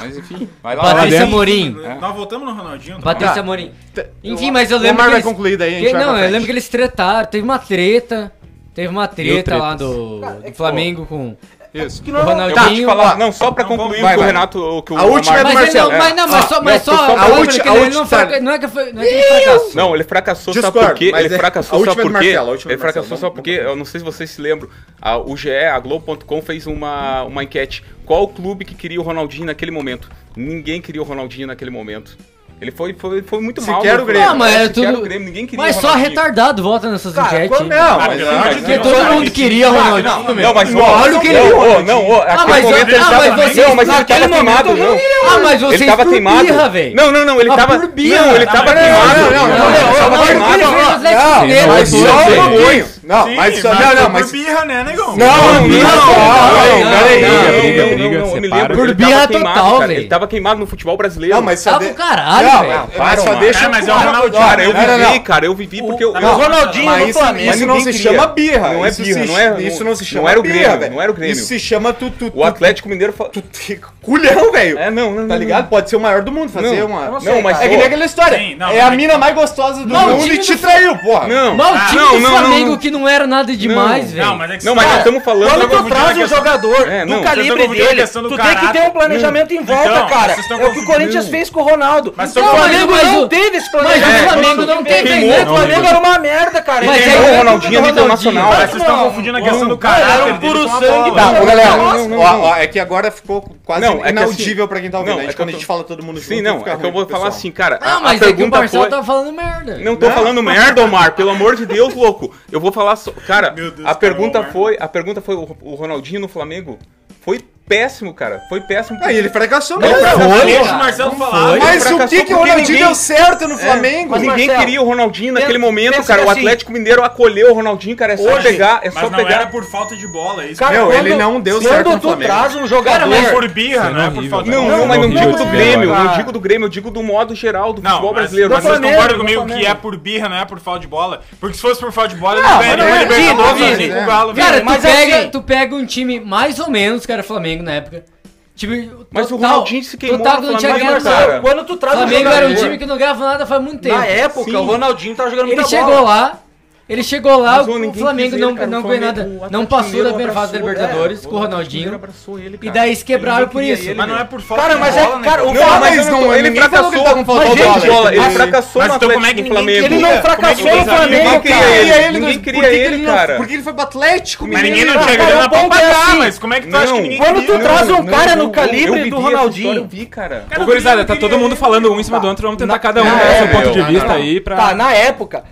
[SPEAKER 10] Mas enfim, vai lá.
[SPEAKER 7] Patrícia
[SPEAKER 2] É,
[SPEAKER 10] Vai lá.
[SPEAKER 7] Amorim.
[SPEAKER 4] Nós voltamos no Ronaldinho. não?
[SPEAKER 7] Patrícia
[SPEAKER 2] Tá.
[SPEAKER 7] Amorim.
[SPEAKER 2] T-
[SPEAKER 7] Enfim, mas eu
[SPEAKER 2] O
[SPEAKER 7] lembro.
[SPEAKER 2] Omar
[SPEAKER 7] que
[SPEAKER 2] vai
[SPEAKER 7] eles-
[SPEAKER 2] concluir daí, a gente
[SPEAKER 7] que-
[SPEAKER 2] vai
[SPEAKER 7] Não,
[SPEAKER 2] pra
[SPEAKER 7] eu
[SPEAKER 2] frente.
[SPEAKER 7] lembro que eles tretaram. Teve uma treta. Teve uma treta lá
[SPEAKER 10] tretas.
[SPEAKER 7] do,
[SPEAKER 8] Cara, é
[SPEAKER 7] do
[SPEAKER 8] que, pô,
[SPEAKER 7] Flamengo com
[SPEAKER 2] Isso.
[SPEAKER 8] que
[SPEAKER 7] o
[SPEAKER 8] não,
[SPEAKER 10] Eu
[SPEAKER 2] Tá,
[SPEAKER 10] vou te
[SPEAKER 7] Ronaldinho.
[SPEAKER 10] falar, não, só pra concluir
[SPEAKER 4] vai,
[SPEAKER 10] o que o
[SPEAKER 4] vai.
[SPEAKER 10] Renato, o que o
[SPEAKER 2] A última é Ah, do
[SPEAKER 7] mas,
[SPEAKER 10] Omar-
[SPEAKER 7] ele não,
[SPEAKER 2] Marcelo,
[SPEAKER 7] mas não, mas só, mas
[SPEAKER 10] não,
[SPEAKER 7] só
[SPEAKER 10] foi só
[SPEAKER 7] a
[SPEAKER 2] a
[SPEAKER 7] última,
[SPEAKER 2] última-
[SPEAKER 7] que
[SPEAKER 2] a
[SPEAKER 7] ele
[SPEAKER 2] última
[SPEAKER 7] não, fraca-
[SPEAKER 2] sabe?
[SPEAKER 7] não é que foi, não é que ele fracassou.
[SPEAKER 10] Não, ele fracassou, sabe
[SPEAKER 2] Discordo,
[SPEAKER 10] por quê?
[SPEAKER 2] mas
[SPEAKER 10] Ele
[SPEAKER 2] é- a
[SPEAKER 10] fracassou,
[SPEAKER 2] última
[SPEAKER 10] sabe
[SPEAKER 2] é do
[SPEAKER 10] por quê?
[SPEAKER 2] Marcelo, a última é
[SPEAKER 10] Ele
[SPEAKER 2] do Marcelo,
[SPEAKER 10] fracassou, sabe
[SPEAKER 2] não-
[SPEAKER 10] por quê? Eu não sei se vocês se lembram. A- o GE, a Globo.com, fez uma, uma enquete. Qual o clube que queria o Ronaldinho naquele momento? Ninguém queria o Ronaldinho naquero naquele momento. Ele foi, foi, foi muito mal.
[SPEAKER 2] Sequer
[SPEAKER 10] né?
[SPEAKER 2] o Grêmio.
[SPEAKER 7] Não, mas era
[SPEAKER 10] Sequer
[SPEAKER 7] tudo-
[SPEAKER 10] o Grêmio, ninguém queria
[SPEAKER 7] Mas
[SPEAKER 10] o
[SPEAKER 7] só
[SPEAKER 10] Ronaldinho.
[SPEAKER 7] retardado vota nessas
[SPEAKER 8] Cara,
[SPEAKER 7] enquetes.
[SPEAKER 8] quando-
[SPEAKER 2] Não,
[SPEAKER 4] Ah,
[SPEAKER 2] é, mas
[SPEAKER 4] pelo amor de
[SPEAKER 7] Porque
[SPEAKER 4] Deus.
[SPEAKER 7] todo mundo queria o Ronaldinho.
[SPEAKER 10] Não, mas
[SPEAKER 7] Não, olha o que ele-
[SPEAKER 10] Não, ô, não, ô, aquele
[SPEAKER 7] mas eu-
[SPEAKER 10] momento ele
[SPEAKER 7] ah,
[SPEAKER 10] tava-
[SPEAKER 7] mas vocês-
[SPEAKER 10] Não, mas ele
[SPEAKER 7] naquele
[SPEAKER 10] tava queimado, não.
[SPEAKER 7] Ah, mas vocês
[SPEAKER 10] Ele tava
[SPEAKER 7] por
[SPEAKER 10] queimado.
[SPEAKER 7] birra, velho.
[SPEAKER 10] Não, não, não, ele
[SPEAKER 7] Ah,
[SPEAKER 10] tava.
[SPEAKER 7] por birra.
[SPEAKER 10] Não, ele
[SPEAKER 4] Tá,
[SPEAKER 10] tava
[SPEAKER 4] mas-
[SPEAKER 10] queimado.
[SPEAKER 2] Não, não, não, não,
[SPEAKER 10] ele
[SPEAKER 2] não,
[SPEAKER 10] tava
[SPEAKER 2] não,
[SPEAKER 7] não,
[SPEAKER 10] queimado.
[SPEAKER 7] não,
[SPEAKER 10] Não,
[SPEAKER 7] não,
[SPEAKER 10] mas
[SPEAKER 2] não,
[SPEAKER 10] só
[SPEAKER 2] não,
[SPEAKER 10] um
[SPEAKER 2] não,
[SPEAKER 10] pouquinho.
[SPEAKER 2] Não,
[SPEAKER 4] Sim,
[SPEAKER 2] mas só.
[SPEAKER 4] mas
[SPEAKER 2] Não,
[SPEAKER 4] foi
[SPEAKER 2] não, mas.
[SPEAKER 4] Por birra, né,
[SPEAKER 2] Não,
[SPEAKER 4] negão?
[SPEAKER 2] não, não, peraí.
[SPEAKER 10] Ah, Não, não,
[SPEAKER 13] briga,
[SPEAKER 10] não,
[SPEAKER 13] briga,
[SPEAKER 10] não, eu me
[SPEAKER 13] separa.
[SPEAKER 10] lembro,
[SPEAKER 7] Por
[SPEAKER 10] ele tava
[SPEAKER 7] birra
[SPEAKER 10] queimado,
[SPEAKER 7] total,
[SPEAKER 10] cara,
[SPEAKER 7] velho.
[SPEAKER 10] Ele tava queimado no futebol brasileiro.
[SPEAKER 2] Não, mas só.
[SPEAKER 7] Tava
[SPEAKER 2] de-
[SPEAKER 7] o caralho,
[SPEAKER 2] Não,
[SPEAKER 7] velho.
[SPEAKER 2] mas- mas só deixa.
[SPEAKER 4] É, mas é o Ronaldinho.
[SPEAKER 10] Cara, eu
[SPEAKER 2] Não, não,
[SPEAKER 10] vivi,
[SPEAKER 2] não.
[SPEAKER 10] cara, eu vivi porque eu.
[SPEAKER 8] Mas o Ronaldinho
[SPEAKER 2] Mas
[SPEAKER 8] no
[SPEAKER 2] isso,
[SPEAKER 8] Flamengo.
[SPEAKER 2] isso não se
[SPEAKER 10] ninguém queria.
[SPEAKER 2] chama birra.
[SPEAKER 10] Não é
[SPEAKER 2] isso
[SPEAKER 10] birra,
[SPEAKER 2] se-
[SPEAKER 10] não é-
[SPEAKER 2] Isso
[SPEAKER 10] não-
[SPEAKER 2] não se chama
[SPEAKER 10] não era o
[SPEAKER 2] birra,
[SPEAKER 10] Grêmio,
[SPEAKER 2] velho.
[SPEAKER 10] não era o Grêmio.
[SPEAKER 2] Isso se chama tu, tu,
[SPEAKER 10] O
[SPEAKER 2] tu,
[SPEAKER 10] Atlético Mineiro. fa-
[SPEAKER 2] tu, tu- culhão, velho.
[SPEAKER 10] É, não, não.
[SPEAKER 2] Tá ligado? Pode ser o maior do mundo, fazer
[SPEAKER 10] Não.
[SPEAKER 2] uma...
[SPEAKER 8] Eu não sei,
[SPEAKER 10] Não, mas.
[SPEAKER 8] cara.
[SPEAKER 2] É que nem
[SPEAKER 10] ô,
[SPEAKER 2] aquela história.
[SPEAKER 4] Sim, não,
[SPEAKER 2] é a
[SPEAKER 4] mas-
[SPEAKER 2] mina mais gostosa do
[SPEAKER 7] Não, o
[SPEAKER 2] mundo
[SPEAKER 7] time
[SPEAKER 2] e te
[SPEAKER 7] do-
[SPEAKER 2] traiu, porra.
[SPEAKER 10] Não.
[SPEAKER 7] Mas o time do
[SPEAKER 10] Ah, não, não,
[SPEAKER 7] Flamengo
[SPEAKER 10] não.
[SPEAKER 7] que não era nada demais, velho.
[SPEAKER 4] Não, mas é que
[SPEAKER 10] Não, mas nós
[SPEAKER 4] Cara,
[SPEAKER 10] estamos falando.
[SPEAKER 8] Quando
[SPEAKER 4] Não,
[SPEAKER 8] tu traz
[SPEAKER 4] não,
[SPEAKER 8] um jogador
[SPEAKER 10] é, não.
[SPEAKER 8] do
[SPEAKER 10] Vocês
[SPEAKER 4] estão
[SPEAKER 8] calibre
[SPEAKER 4] confundindo a
[SPEAKER 8] dele,
[SPEAKER 4] questão do
[SPEAKER 8] tu tem
[SPEAKER 4] caráter.
[SPEAKER 8] que ter um planejamento em volta,
[SPEAKER 4] Então,
[SPEAKER 8] cara.
[SPEAKER 4] vocês estão
[SPEAKER 8] É o que o
[SPEAKER 4] confundindo.
[SPEAKER 8] Corinthians fez com o Ronaldo.
[SPEAKER 4] Mas
[SPEAKER 8] o
[SPEAKER 4] estão
[SPEAKER 8] Flamengo
[SPEAKER 7] confundindo, mas
[SPEAKER 8] não
[SPEAKER 7] o-
[SPEAKER 8] teve esse
[SPEAKER 7] Mas
[SPEAKER 8] planejamento.
[SPEAKER 7] o Flamengo não
[SPEAKER 4] Quem
[SPEAKER 7] teve
[SPEAKER 8] entender que o Flamengo era uma merda, cara.
[SPEAKER 7] Mas
[SPEAKER 8] Ele
[SPEAKER 7] é
[SPEAKER 8] era
[SPEAKER 7] o
[SPEAKER 8] um
[SPEAKER 7] Ronaldinho
[SPEAKER 8] puta
[SPEAKER 7] do
[SPEAKER 8] Ronaldinho.
[SPEAKER 10] né?
[SPEAKER 7] Internacional.
[SPEAKER 4] Mas vocês estão confundindo a questão do caráter
[SPEAKER 8] era um puro
[SPEAKER 4] dele com a
[SPEAKER 8] sangue,
[SPEAKER 4] bola.
[SPEAKER 8] tá?
[SPEAKER 2] Ô, galera,
[SPEAKER 8] Não, não,
[SPEAKER 2] ó, ó, é que agora ficou quase
[SPEAKER 10] Não, é que
[SPEAKER 2] assim, inaudível pra quem tá ouvindo.
[SPEAKER 10] não,
[SPEAKER 2] a gente,
[SPEAKER 10] é que
[SPEAKER 2] quando
[SPEAKER 10] eu
[SPEAKER 2] a
[SPEAKER 10] tô-
[SPEAKER 2] gente fala todo mundo
[SPEAKER 10] Sim,
[SPEAKER 2] junto,
[SPEAKER 10] não,
[SPEAKER 2] fica
[SPEAKER 10] é que eu
[SPEAKER 2] ruim
[SPEAKER 10] vou
[SPEAKER 2] pro
[SPEAKER 10] falar
[SPEAKER 2] pessoal.
[SPEAKER 10] assim, cara. a-
[SPEAKER 7] Não, mas
[SPEAKER 10] a
[SPEAKER 7] é que o
[SPEAKER 10] pergunta
[SPEAKER 7] Marcelo
[SPEAKER 10] foi-
[SPEAKER 7] tá falando merda.
[SPEAKER 10] Não tô falando merda, Omar, pelo amor de Deus, louco. Eu vou falar só. Cara,
[SPEAKER 4] Meu Deus,
[SPEAKER 10] a
[SPEAKER 4] cara,
[SPEAKER 10] pergunta
[SPEAKER 4] Omar.
[SPEAKER 10] foi, a pergunta foi o o Ronaldinho no Flamengo foi péssimo, cara. Foi péssimo.
[SPEAKER 2] Aí ele fracassou
[SPEAKER 10] Não,
[SPEAKER 2] mesmo.
[SPEAKER 10] fracassou.
[SPEAKER 4] Deixa o Marcelo falar.
[SPEAKER 10] Mas
[SPEAKER 2] Mas o
[SPEAKER 10] fracassou
[SPEAKER 2] que, que o
[SPEAKER 10] porque
[SPEAKER 2] Ronaldinho
[SPEAKER 10] ninguém-
[SPEAKER 2] deu certo no Flamengo?
[SPEAKER 8] mas-
[SPEAKER 10] Ninguém
[SPEAKER 8] Marcelo,
[SPEAKER 10] queria o Ronaldinho naquele
[SPEAKER 8] pensa-
[SPEAKER 10] momento,
[SPEAKER 8] pensa
[SPEAKER 10] cara. O
[SPEAKER 8] assim.
[SPEAKER 10] Atlético Mineiro acolheu o Ronaldinho, cara. É só
[SPEAKER 8] Hoje,
[SPEAKER 10] pegar, é
[SPEAKER 4] Mas
[SPEAKER 10] só
[SPEAKER 4] não
[SPEAKER 10] pegar.
[SPEAKER 4] era por falta de bola, é isso.
[SPEAKER 8] Cara,
[SPEAKER 2] Meu,
[SPEAKER 8] quando-
[SPEAKER 2] ele não deu certo no
[SPEAKER 8] Quando tu
[SPEAKER 2] Flamengo.
[SPEAKER 8] traz um jogador...
[SPEAKER 4] mas por birra,
[SPEAKER 3] Sendo
[SPEAKER 4] não é por
[SPEAKER 3] horrível,
[SPEAKER 4] falta de
[SPEAKER 3] cara.
[SPEAKER 10] Não,
[SPEAKER 4] bola.
[SPEAKER 10] não,
[SPEAKER 3] Não,
[SPEAKER 10] mas não
[SPEAKER 3] não,
[SPEAKER 10] digo do
[SPEAKER 3] não,
[SPEAKER 10] Grêmio,
[SPEAKER 8] não,
[SPEAKER 10] não
[SPEAKER 8] cara.
[SPEAKER 10] digo do Grêmio, eu digo do modo geral do
[SPEAKER 4] Não,
[SPEAKER 10] futebol
[SPEAKER 4] mas,
[SPEAKER 10] brasileiro.
[SPEAKER 4] mas
[SPEAKER 10] Mas,
[SPEAKER 4] vocês
[SPEAKER 8] Flamengo,
[SPEAKER 4] concordam
[SPEAKER 8] do
[SPEAKER 4] comigo
[SPEAKER 8] Flamengo.
[SPEAKER 4] que é por birra, não é por falta de bola? Porque se fosse por falta de bola, ele
[SPEAKER 8] Não,
[SPEAKER 4] não ganharia
[SPEAKER 8] mas
[SPEAKER 4] nem
[SPEAKER 8] não é,
[SPEAKER 4] Libertadores,
[SPEAKER 8] Vini,
[SPEAKER 4] nem
[SPEAKER 8] Vini.
[SPEAKER 4] com o Galo.
[SPEAKER 8] Cara,
[SPEAKER 7] Cara, é
[SPEAKER 8] mas
[SPEAKER 10] é
[SPEAKER 7] tu, pega,
[SPEAKER 8] assim-
[SPEAKER 7] tu pega um time mais ou menos, cara, Flamengo na época. Time
[SPEAKER 10] Mas o
[SPEAKER 7] total-
[SPEAKER 10] Ronaldinho se queimou
[SPEAKER 7] total
[SPEAKER 10] no
[SPEAKER 7] que não tinha
[SPEAKER 10] Flamengo,
[SPEAKER 7] ganhado
[SPEAKER 10] cara.
[SPEAKER 7] nada.
[SPEAKER 8] Marcelo, quando tu traz um
[SPEAKER 7] Flamengo era um
[SPEAKER 8] jogador...
[SPEAKER 7] time que não ganhava nada faz muito tempo.
[SPEAKER 8] Na época,
[SPEAKER 10] Sim.
[SPEAKER 8] o Ronaldinho tava jogando
[SPEAKER 7] Ele
[SPEAKER 8] muita
[SPEAKER 7] chegou
[SPEAKER 8] bola.
[SPEAKER 7] lá, ele chegou lá,
[SPEAKER 10] Mas, ô,
[SPEAKER 7] o
[SPEAKER 10] ninguém
[SPEAKER 7] Flamengo
[SPEAKER 10] quis
[SPEAKER 7] não,
[SPEAKER 10] ele, cara.
[SPEAKER 7] não
[SPEAKER 10] O
[SPEAKER 7] ganhou
[SPEAKER 10] Flamengo- o
[SPEAKER 7] nada.
[SPEAKER 10] Atlético
[SPEAKER 7] Não passou da
[SPEAKER 10] Mineiro
[SPEAKER 7] primeira fase da
[SPEAKER 10] abraçou,
[SPEAKER 7] Libertadores
[SPEAKER 10] é,
[SPEAKER 7] com o Ronaldinho.
[SPEAKER 10] abraçou ele,
[SPEAKER 7] E
[SPEAKER 10] cara.
[SPEAKER 7] daí se quebraram
[SPEAKER 10] Ninguém
[SPEAKER 7] por
[SPEAKER 10] queria
[SPEAKER 7] isso.
[SPEAKER 10] ele,
[SPEAKER 4] Mas não
[SPEAKER 10] cara.
[SPEAKER 4] é por falta
[SPEAKER 8] Cara,
[SPEAKER 4] de
[SPEAKER 8] mas é-
[SPEAKER 4] bola, né?
[SPEAKER 8] cara, o
[SPEAKER 10] Não,
[SPEAKER 8] Fala,
[SPEAKER 10] mas
[SPEAKER 2] mas
[SPEAKER 10] não,
[SPEAKER 2] não-
[SPEAKER 10] ele
[SPEAKER 2] ninguém falou que ele
[SPEAKER 10] fracassou.
[SPEAKER 2] tá com falta
[SPEAKER 10] Mas,
[SPEAKER 2] de bola.
[SPEAKER 10] gente, bola, ele
[SPEAKER 4] Mas-
[SPEAKER 10] fracassou
[SPEAKER 4] mas
[SPEAKER 10] no
[SPEAKER 4] então como é
[SPEAKER 10] Atlético
[SPEAKER 4] que
[SPEAKER 10] do
[SPEAKER 4] ninguém
[SPEAKER 10] Flamengo.
[SPEAKER 8] Ele não fracassou no
[SPEAKER 4] ninguém sabia?
[SPEAKER 8] Flamengo,
[SPEAKER 10] Ninguém
[SPEAKER 8] cara.
[SPEAKER 10] queria ele,
[SPEAKER 2] no-
[SPEAKER 10] ninguém
[SPEAKER 2] por que
[SPEAKER 10] queria
[SPEAKER 2] que
[SPEAKER 10] ele,
[SPEAKER 2] não-
[SPEAKER 10] cara.
[SPEAKER 2] Por que ele foi pro Atlético,
[SPEAKER 4] Mas ninguém
[SPEAKER 2] menino?
[SPEAKER 4] não tinha grana
[SPEAKER 8] o
[SPEAKER 4] pra
[SPEAKER 8] ponto é
[SPEAKER 4] pagar,
[SPEAKER 8] assim.
[SPEAKER 4] mas como é que tu acha que ninguém
[SPEAKER 8] Quando tu
[SPEAKER 4] queria?
[SPEAKER 8] traz um cara no
[SPEAKER 10] eu- eu
[SPEAKER 8] calibre
[SPEAKER 10] vivi
[SPEAKER 8] do
[SPEAKER 10] essa história,
[SPEAKER 8] Ronaldinho...
[SPEAKER 10] Eu vi, cara.
[SPEAKER 4] Cara,
[SPEAKER 3] Ô, gurizada,
[SPEAKER 4] eu
[SPEAKER 3] tá
[SPEAKER 4] queria
[SPEAKER 3] todo mundo
[SPEAKER 4] ele.
[SPEAKER 3] falando um em cima do outro, vamos tentar cada um
[SPEAKER 8] na-
[SPEAKER 3] dar seu
[SPEAKER 8] é,
[SPEAKER 3] ponto de
[SPEAKER 10] meu,
[SPEAKER 3] vista
[SPEAKER 10] não, não.
[SPEAKER 3] aí pra...
[SPEAKER 8] Tá, na época,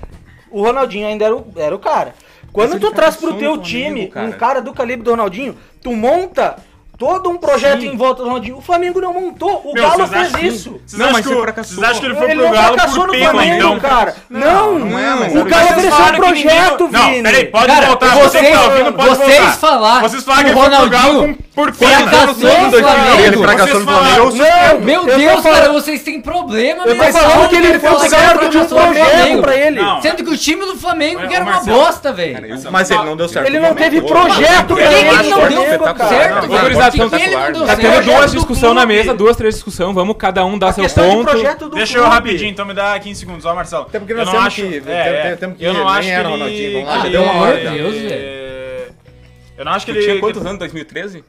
[SPEAKER 8] o Ronaldinho ainda era o, era o cara. Quando
[SPEAKER 10] ele
[SPEAKER 8] tu
[SPEAKER 10] foi
[SPEAKER 8] traz pro
[SPEAKER 10] opção
[SPEAKER 8] teu
[SPEAKER 10] do
[SPEAKER 8] time
[SPEAKER 10] Flamengo, cara.
[SPEAKER 8] um cara do calibre do Ronaldinho, tu monta todo um projeto em volta do Ronaldinho. O Flamengo não montou, o
[SPEAKER 4] Meu,
[SPEAKER 8] Galo
[SPEAKER 4] vocês
[SPEAKER 8] fez
[SPEAKER 4] acham-
[SPEAKER 8] isso.
[SPEAKER 4] Vocês
[SPEAKER 10] Não,
[SPEAKER 4] acham
[SPEAKER 10] mas
[SPEAKER 4] que
[SPEAKER 10] ele
[SPEAKER 4] o-
[SPEAKER 10] fracassou.
[SPEAKER 4] Vocês acham que ele foi
[SPEAKER 8] Ele
[SPEAKER 4] pro
[SPEAKER 8] não
[SPEAKER 4] Galo
[SPEAKER 8] fracassou
[SPEAKER 4] por
[SPEAKER 8] no
[SPEAKER 4] pena,
[SPEAKER 8] Flamengo,
[SPEAKER 4] então?
[SPEAKER 8] cara. Não,
[SPEAKER 10] não é, mas
[SPEAKER 8] o
[SPEAKER 10] sabe,
[SPEAKER 8] Galo
[SPEAKER 4] Vocês
[SPEAKER 8] ofereceu um
[SPEAKER 4] falaram que ninguém-
[SPEAKER 8] projeto, Vini.
[SPEAKER 4] Não, peraí, pode
[SPEAKER 7] Cara,
[SPEAKER 4] voltar.
[SPEAKER 7] vocês-
[SPEAKER 4] você que tá ouvindo, pode
[SPEAKER 7] vocês
[SPEAKER 4] voltar.
[SPEAKER 7] falaram
[SPEAKER 4] Vocês falaram
[SPEAKER 7] que
[SPEAKER 4] que
[SPEAKER 7] o
[SPEAKER 4] ele foi pro Galo
[SPEAKER 7] Ronaldinho
[SPEAKER 4] com- por
[SPEAKER 7] fracassou
[SPEAKER 4] pena.
[SPEAKER 7] no Flamengo.
[SPEAKER 2] Ele fracassou
[SPEAKER 4] Vocês
[SPEAKER 2] no Flamengo.
[SPEAKER 4] falaram-
[SPEAKER 8] Não,
[SPEAKER 7] Meu
[SPEAKER 8] eu tô
[SPEAKER 7] Deus,
[SPEAKER 8] falando-
[SPEAKER 7] cara, vocês têm problema,
[SPEAKER 8] Eu tô
[SPEAKER 7] meu.
[SPEAKER 8] falando que ele foi o
[SPEAKER 7] Vocês
[SPEAKER 8] certo de um
[SPEAKER 7] fracassou no
[SPEAKER 8] projeto
[SPEAKER 7] Flamengo.
[SPEAKER 8] pra ele.
[SPEAKER 4] Não.
[SPEAKER 7] Sendo que o time do Flamengo que era uma
[SPEAKER 4] Marcelo,
[SPEAKER 7] bosta, velho.
[SPEAKER 10] Cara, eu-
[SPEAKER 2] Mas ele não deu certo.
[SPEAKER 8] Ele
[SPEAKER 2] no
[SPEAKER 8] não
[SPEAKER 2] Flamengo.
[SPEAKER 8] teve projeto pra
[SPEAKER 7] Por que que
[SPEAKER 8] ele
[SPEAKER 7] ele não deu
[SPEAKER 8] Flamengo, cara.
[SPEAKER 7] certo,
[SPEAKER 10] Não,
[SPEAKER 7] velho?
[SPEAKER 3] gurizada,
[SPEAKER 7] Por que que ele não
[SPEAKER 10] espetacular,
[SPEAKER 7] deu
[SPEAKER 10] né?
[SPEAKER 3] Tá
[SPEAKER 7] certo?
[SPEAKER 3] tendo duas
[SPEAKER 8] projeto do
[SPEAKER 3] discussões na
[SPEAKER 8] clube.
[SPEAKER 3] mesa, duas, três discussões, vamos cada um dar seu
[SPEAKER 8] Questão de
[SPEAKER 3] ponto.
[SPEAKER 8] projeto do
[SPEAKER 4] Deixa eu
[SPEAKER 8] clube.
[SPEAKER 4] rapidinho, então me dá 15 segundos, ó, Marcelo.
[SPEAKER 2] Até porque
[SPEAKER 4] Eu
[SPEAKER 2] nós
[SPEAKER 4] não
[SPEAKER 2] temos
[SPEAKER 4] acho-
[SPEAKER 2] que-
[SPEAKER 4] é,
[SPEAKER 2] tem-
[SPEAKER 4] é.
[SPEAKER 2] tem- temos que
[SPEAKER 4] Eu não
[SPEAKER 2] nem
[SPEAKER 4] acho que
[SPEAKER 2] era
[SPEAKER 4] ele...
[SPEAKER 2] Ronaldinho, vamos lá,
[SPEAKER 4] que
[SPEAKER 2] já deu uma
[SPEAKER 4] ele-
[SPEAKER 7] hora. Meu Deus,
[SPEAKER 4] é, Eu não acho que
[SPEAKER 10] Tu
[SPEAKER 4] ele...
[SPEAKER 10] tinha quantos anos? 2013?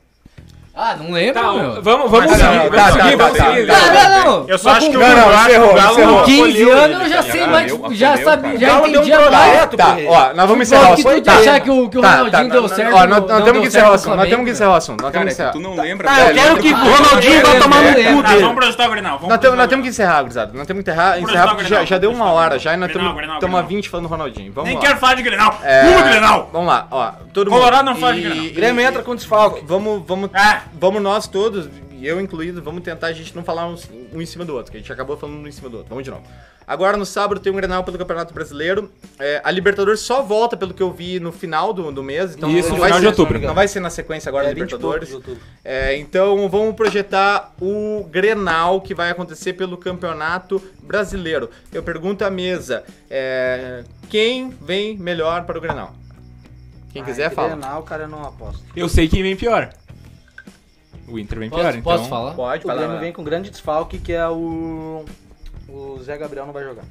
[SPEAKER 7] Ah, não lembro,
[SPEAKER 3] Tá,
[SPEAKER 7] meu.
[SPEAKER 3] vamos, vamos
[SPEAKER 4] Mas,
[SPEAKER 3] seguir,
[SPEAKER 4] não,
[SPEAKER 3] vamos
[SPEAKER 4] tá,
[SPEAKER 2] tá,
[SPEAKER 3] seguir, vamos
[SPEAKER 2] tá,
[SPEAKER 3] seguir.
[SPEAKER 2] tá, tá.
[SPEAKER 7] Ah, não, não.
[SPEAKER 4] Eu só acho que o
[SPEAKER 2] Não, não,
[SPEAKER 4] eu acho que
[SPEAKER 2] ferrou,
[SPEAKER 4] o Galo
[SPEAKER 2] ferrou.
[SPEAKER 4] não
[SPEAKER 7] 15
[SPEAKER 4] acolheu
[SPEAKER 7] anos eu
[SPEAKER 4] ele,
[SPEAKER 7] já
[SPEAKER 4] tá
[SPEAKER 7] sei
[SPEAKER 4] ligado?
[SPEAKER 7] mais,
[SPEAKER 10] Acolheu,
[SPEAKER 7] já
[SPEAKER 10] acolheu,
[SPEAKER 7] sabia,
[SPEAKER 10] cara.
[SPEAKER 7] já
[SPEAKER 8] Galo deu um
[SPEAKER 7] entendia mais.
[SPEAKER 8] projeto
[SPEAKER 2] Tá,
[SPEAKER 8] pra ele.
[SPEAKER 2] ó, nós vamos
[SPEAKER 7] Só
[SPEAKER 2] encerrar o
[SPEAKER 7] que tu
[SPEAKER 2] assunto.
[SPEAKER 7] de achar que o, que o
[SPEAKER 2] Tá,
[SPEAKER 7] Ronaldinho
[SPEAKER 2] tá,
[SPEAKER 7] deu
[SPEAKER 2] não,
[SPEAKER 7] certo.
[SPEAKER 2] Ó, nós, nós
[SPEAKER 7] não deu
[SPEAKER 2] temos que
[SPEAKER 7] certo
[SPEAKER 2] encerrar o
[SPEAKER 7] no
[SPEAKER 2] assunto. Nós
[SPEAKER 7] Flamengo,
[SPEAKER 2] temos que encerrar o assunto. Nós
[SPEAKER 10] Cara,
[SPEAKER 2] temos
[SPEAKER 10] é
[SPEAKER 2] que encerrar.
[SPEAKER 10] que tu não lembra,
[SPEAKER 8] Ah, eu
[SPEAKER 10] velho.
[SPEAKER 8] quero que o Ronaldinho vá tomar no
[SPEAKER 7] né?
[SPEAKER 8] cu
[SPEAKER 4] Tá, vamos
[SPEAKER 8] dele.
[SPEAKER 4] projetar o Grenal.
[SPEAKER 2] Nós temos, nós temos que encerrar, gurizada. Nós temos que enterrar- encerrar,
[SPEAKER 4] Grenal,
[SPEAKER 2] porque já,
[SPEAKER 4] Grenal,
[SPEAKER 2] já deu uma
[SPEAKER 4] Grenal,
[SPEAKER 2] hora já e nós
[SPEAKER 4] Grenal,
[SPEAKER 2] estamos
[SPEAKER 4] Grenal,
[SPEAKER 2] a
[SPEAKER 4] Grenal.
[SPEAKER 2] 20 falando do Ronaldinho. Vamos
[SPEAKER 4] Nem
[SPEAKER 2] lá.
[SPEAKER 4] quero falar de Grenal.
[SPEAKER 2] É,
[SPEAKER 4] Pula o Grenal.
[SPEAKER 2] Vamos lá, ó. Todo
[SPEAKER 4] Colorado não
[SPEAKER 2] mundo.
[SPEAKER 4] faz
[SPEAKER 2] E-
[SPEAKER 4] Grenal.
[SPEAKER 2] e-
[SPEAKER 8] Grêmio entra com desfalque.
[SPEAKER 2] Vamos, vamos,
[SPEAKER 4] Ah.
[SPEAKER 2] vamos nós todos, e eu incluído, vamos tentar a gente não falar uns- um em cima do outro, que a gente acabou falando um em cima do outro. Vamos de novo. Agora no sábado tem um Grenal pelo Campeonato Brasileiro. É, a Libertadores só volta, pelo que eu vi, no final do, do mês. Então
[SPEAKER 3] Isso,
[SPEAKER 2] não
[SPEAKER 3] no
[SPEAKER 2] vai
[SPEAKER 3] final
[SPEAKER 2] ser-
[SPEAKER 3] de outubro.
[SPEAKER 2] Não vai ser na sequência agora
[SPEAKER 8] É,
[SPEAKER 2] a
[SPEAKER 8] 20 e
[SPEAKER 2] Libertadores.
[SPEAKER 8] poucos de outubro.
[SPEAKER 2] É, então vamos projetar o Grenal que vai acontecer pelo Campeonato Brasileiro. Eu pergunto à mesa, é, quem vem melhor para o Grenal? Quem quiser
[SPEAKER 8] Ai,
[SPEAKER 2] fala.
[SPEAKER 8] Grenal, cara, eu não aposto.
[SPEAKER 3] Eu sei quem vem pior. O Inter vem pior,
[SPEAKER 7] Posso,
[SPEAKER 3] então.
[SPEAKER 7] posso falar?
[SPEAKER 2] Pode,
[SPEAKER 8] O
[SPEAKER 2] vai lá,
[SPEAKER 8] Grêmio
[SPEAKER 2] vai lá.
[SPEAKER 8] vem com um grande desfalque que é o. O Zé Gabriel não vai jogar.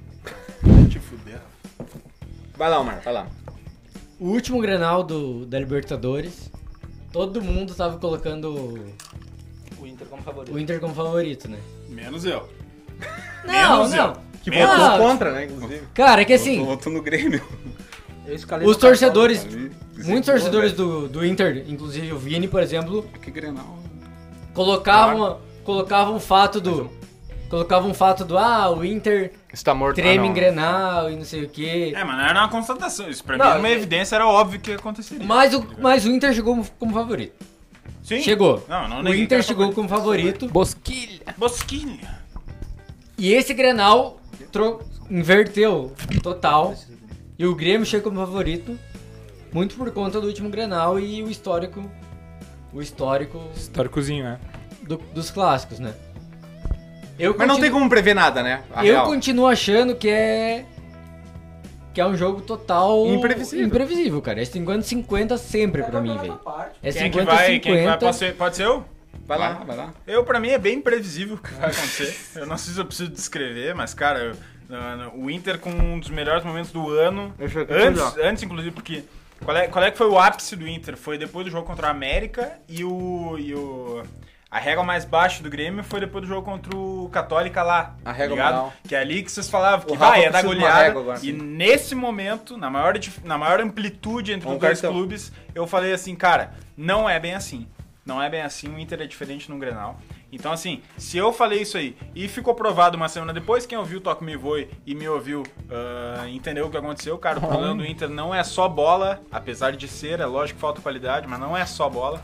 [SPEAKER 2] Vai lá, Omar, vai lá.
[SPEAKER 7] O último Grenal do, da Libertadores, todo mundo tava colocando o-
[SPEAKER 8] O Inter como favorito.
[SPEAKER 7] o Inter como favorito, né?
[SPEAKER 4] Menos eu.
[SPEAKER 7] Não,
[SPEAKER 4] Menos
[SPEAKER 7] não. Ah,
[SPEAKER 2] Que
[SPEAKER 7] Menos.
[SPEAKER 2] votou contra, né, inclusive.
[SPEAKER 7] Cara, é que
[SPEAKER 10] Eu
[SPEAKER 7] assim,
[SPEAKER 10] voto no Grêmio.
[SPEAKER 8] Eu escalei
[SPEAKER 7] os
[SPEAKER 8] no cartão,
[SPEAKER 7] torcedores,
[SPEAKER 8] cara.
[SPEAKER 7] muitos torcedores do, do Inter, inclusive o Vini, por exemplo,
[SPEAKER 2] É
[SPEAKER 10] Que Grenal.
[SPEAKER 7] colocavam, colocavam o fato do... Colocavam o fato do, ah, o Inter
[SPEAKER 2] Está morto.
[SPEAKER 7] treme
[SPEAKER 2] Ah,
[SPEAKER 7] em
[SPEAKER 2] não.
[SPEAKER 7] Grenal e não sei o quê.
[SPEAKER 4] É, mas não era uma constatação. Isso pra
[SPEAKER 8] Não,
[SPEAKER 4] mim era uma
[SPEAKER 8] é-
[SPEAKER 4] evidência, era óbvio que aconteceria.
[SPEAKER 7] Mas o, mas o Inter chegou como- como favorito.
[SPEAKER 4] é. Sim.
[SPEAKER 7] Chegou.
[SPEAKER 4] Não, não
[SPEAKER 7] o
[SPEAKER 4] neguei que
[SPEAKER 7] Inter
[SPEAKER 4] era
[SPEAKER 7] chegou
[SPEAKER 4] favorito.
[SPEAKER 7] como favorito.
[SPEAKER 3] Bosquilha.
[SPEAKER 4] Bosquinha.
[SPEAKER 7] E esse Grenal tro- inverteu total. E o Grêmio chegou como favorito. Muito por conta do último Grenal e o histórico. O histórico
[SPEAKER 3] Históricozinho, né?
[SPEAKER 7] do- dos clássicos, né? Eu
[SPEAKER 2] Mas não tem
[SPEAKER 7] continuo-
[SPEAKER 2] como prever nada, né? A
[SPEAKER 7] Eu
[SPEAKER 2] real.
[SPEAKER 7] continuo achando que é. Que é um jogo total.
[SPEAKER 2] Imprevisível.
[SPEAKER 7] Imprevisível, cara. É 50-50 sempre pra mim, velho. É 50-50.
[SPEAKER 4] Quem é que vai? Quem é que vai? Pode ser, pode ser eu?
[SPEAKER 2] Vai lá.
[SPEAKER 10] vai lá.
[SPEAKER 4] Eu, pra mim, é bem imprevisível o que vai acontecer. Eu não sei se eu preciso descrever, mas, cara, eu- na- na- o Inter com um dos melhores momentos do ano.
[SPEAKER 8] Deixa eu
[SPEAKER 4] Antes, antes inclusive, porque. Qual é, qual é que foi o ápice do Inter? Foi depois do jogo contra a América e o. E o A régua mais baixa do Grêmio foi depois do jogo contra o Católica lá.
[SPEAKER 2] A régua
[SPEAKER 4] ligado?
[SPEAKER 2] moral.
[SPEAKER 4] Que é ali que vocês falavam que
[SPEAKER 2] O Rafa
[SPEAKER 4] vai, é da
[SPEAKER 2] precisa de uma
[SPEAKER 4] goleada.
[SPEAKER 2] régua agora.
[SPEAKER 4] e nesse momento, na maior, dif- na maior amplitude entre os
[SPEAKER 2] Vamos ver,
[SPEAKER 4] dois
[SPEAKER 2] então.
[SPEAKER 4] clubes, eu falei assim, cara, não é bem assim. Não é bem assim, o Inter é diferente no Grenal. Então, assim, se eu falei isso aí e ficou provado uma semana depois, quem ouviu o Toque Me Voe e me ouviu ah, entendeu o que aconteceu, cara, o problema do Inter não é só bola, apesar de ser, é lógico que falta qualidade, mas não é só bola.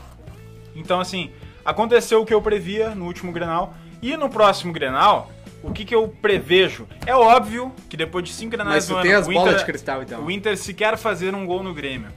[SPEAKER 4] Então, assim, aconteceu o que eu previa no último Grenal. E no próximo Grenal, o que, que eu prevejo? É óbvio que depois de cinco
[SPEAKER 2] Mas
[SPEAKER 4] Grenais no
[SPEAKER 2] tu
[SPEAKER 4] ano,
[SPEAKER 2] tem as
[SPEAKER 4] o Inter,
[SPEAKER 2] bolas de cristal, então.
[SPEAKER 4] o Inter se quer fazer um gol no Grêmio.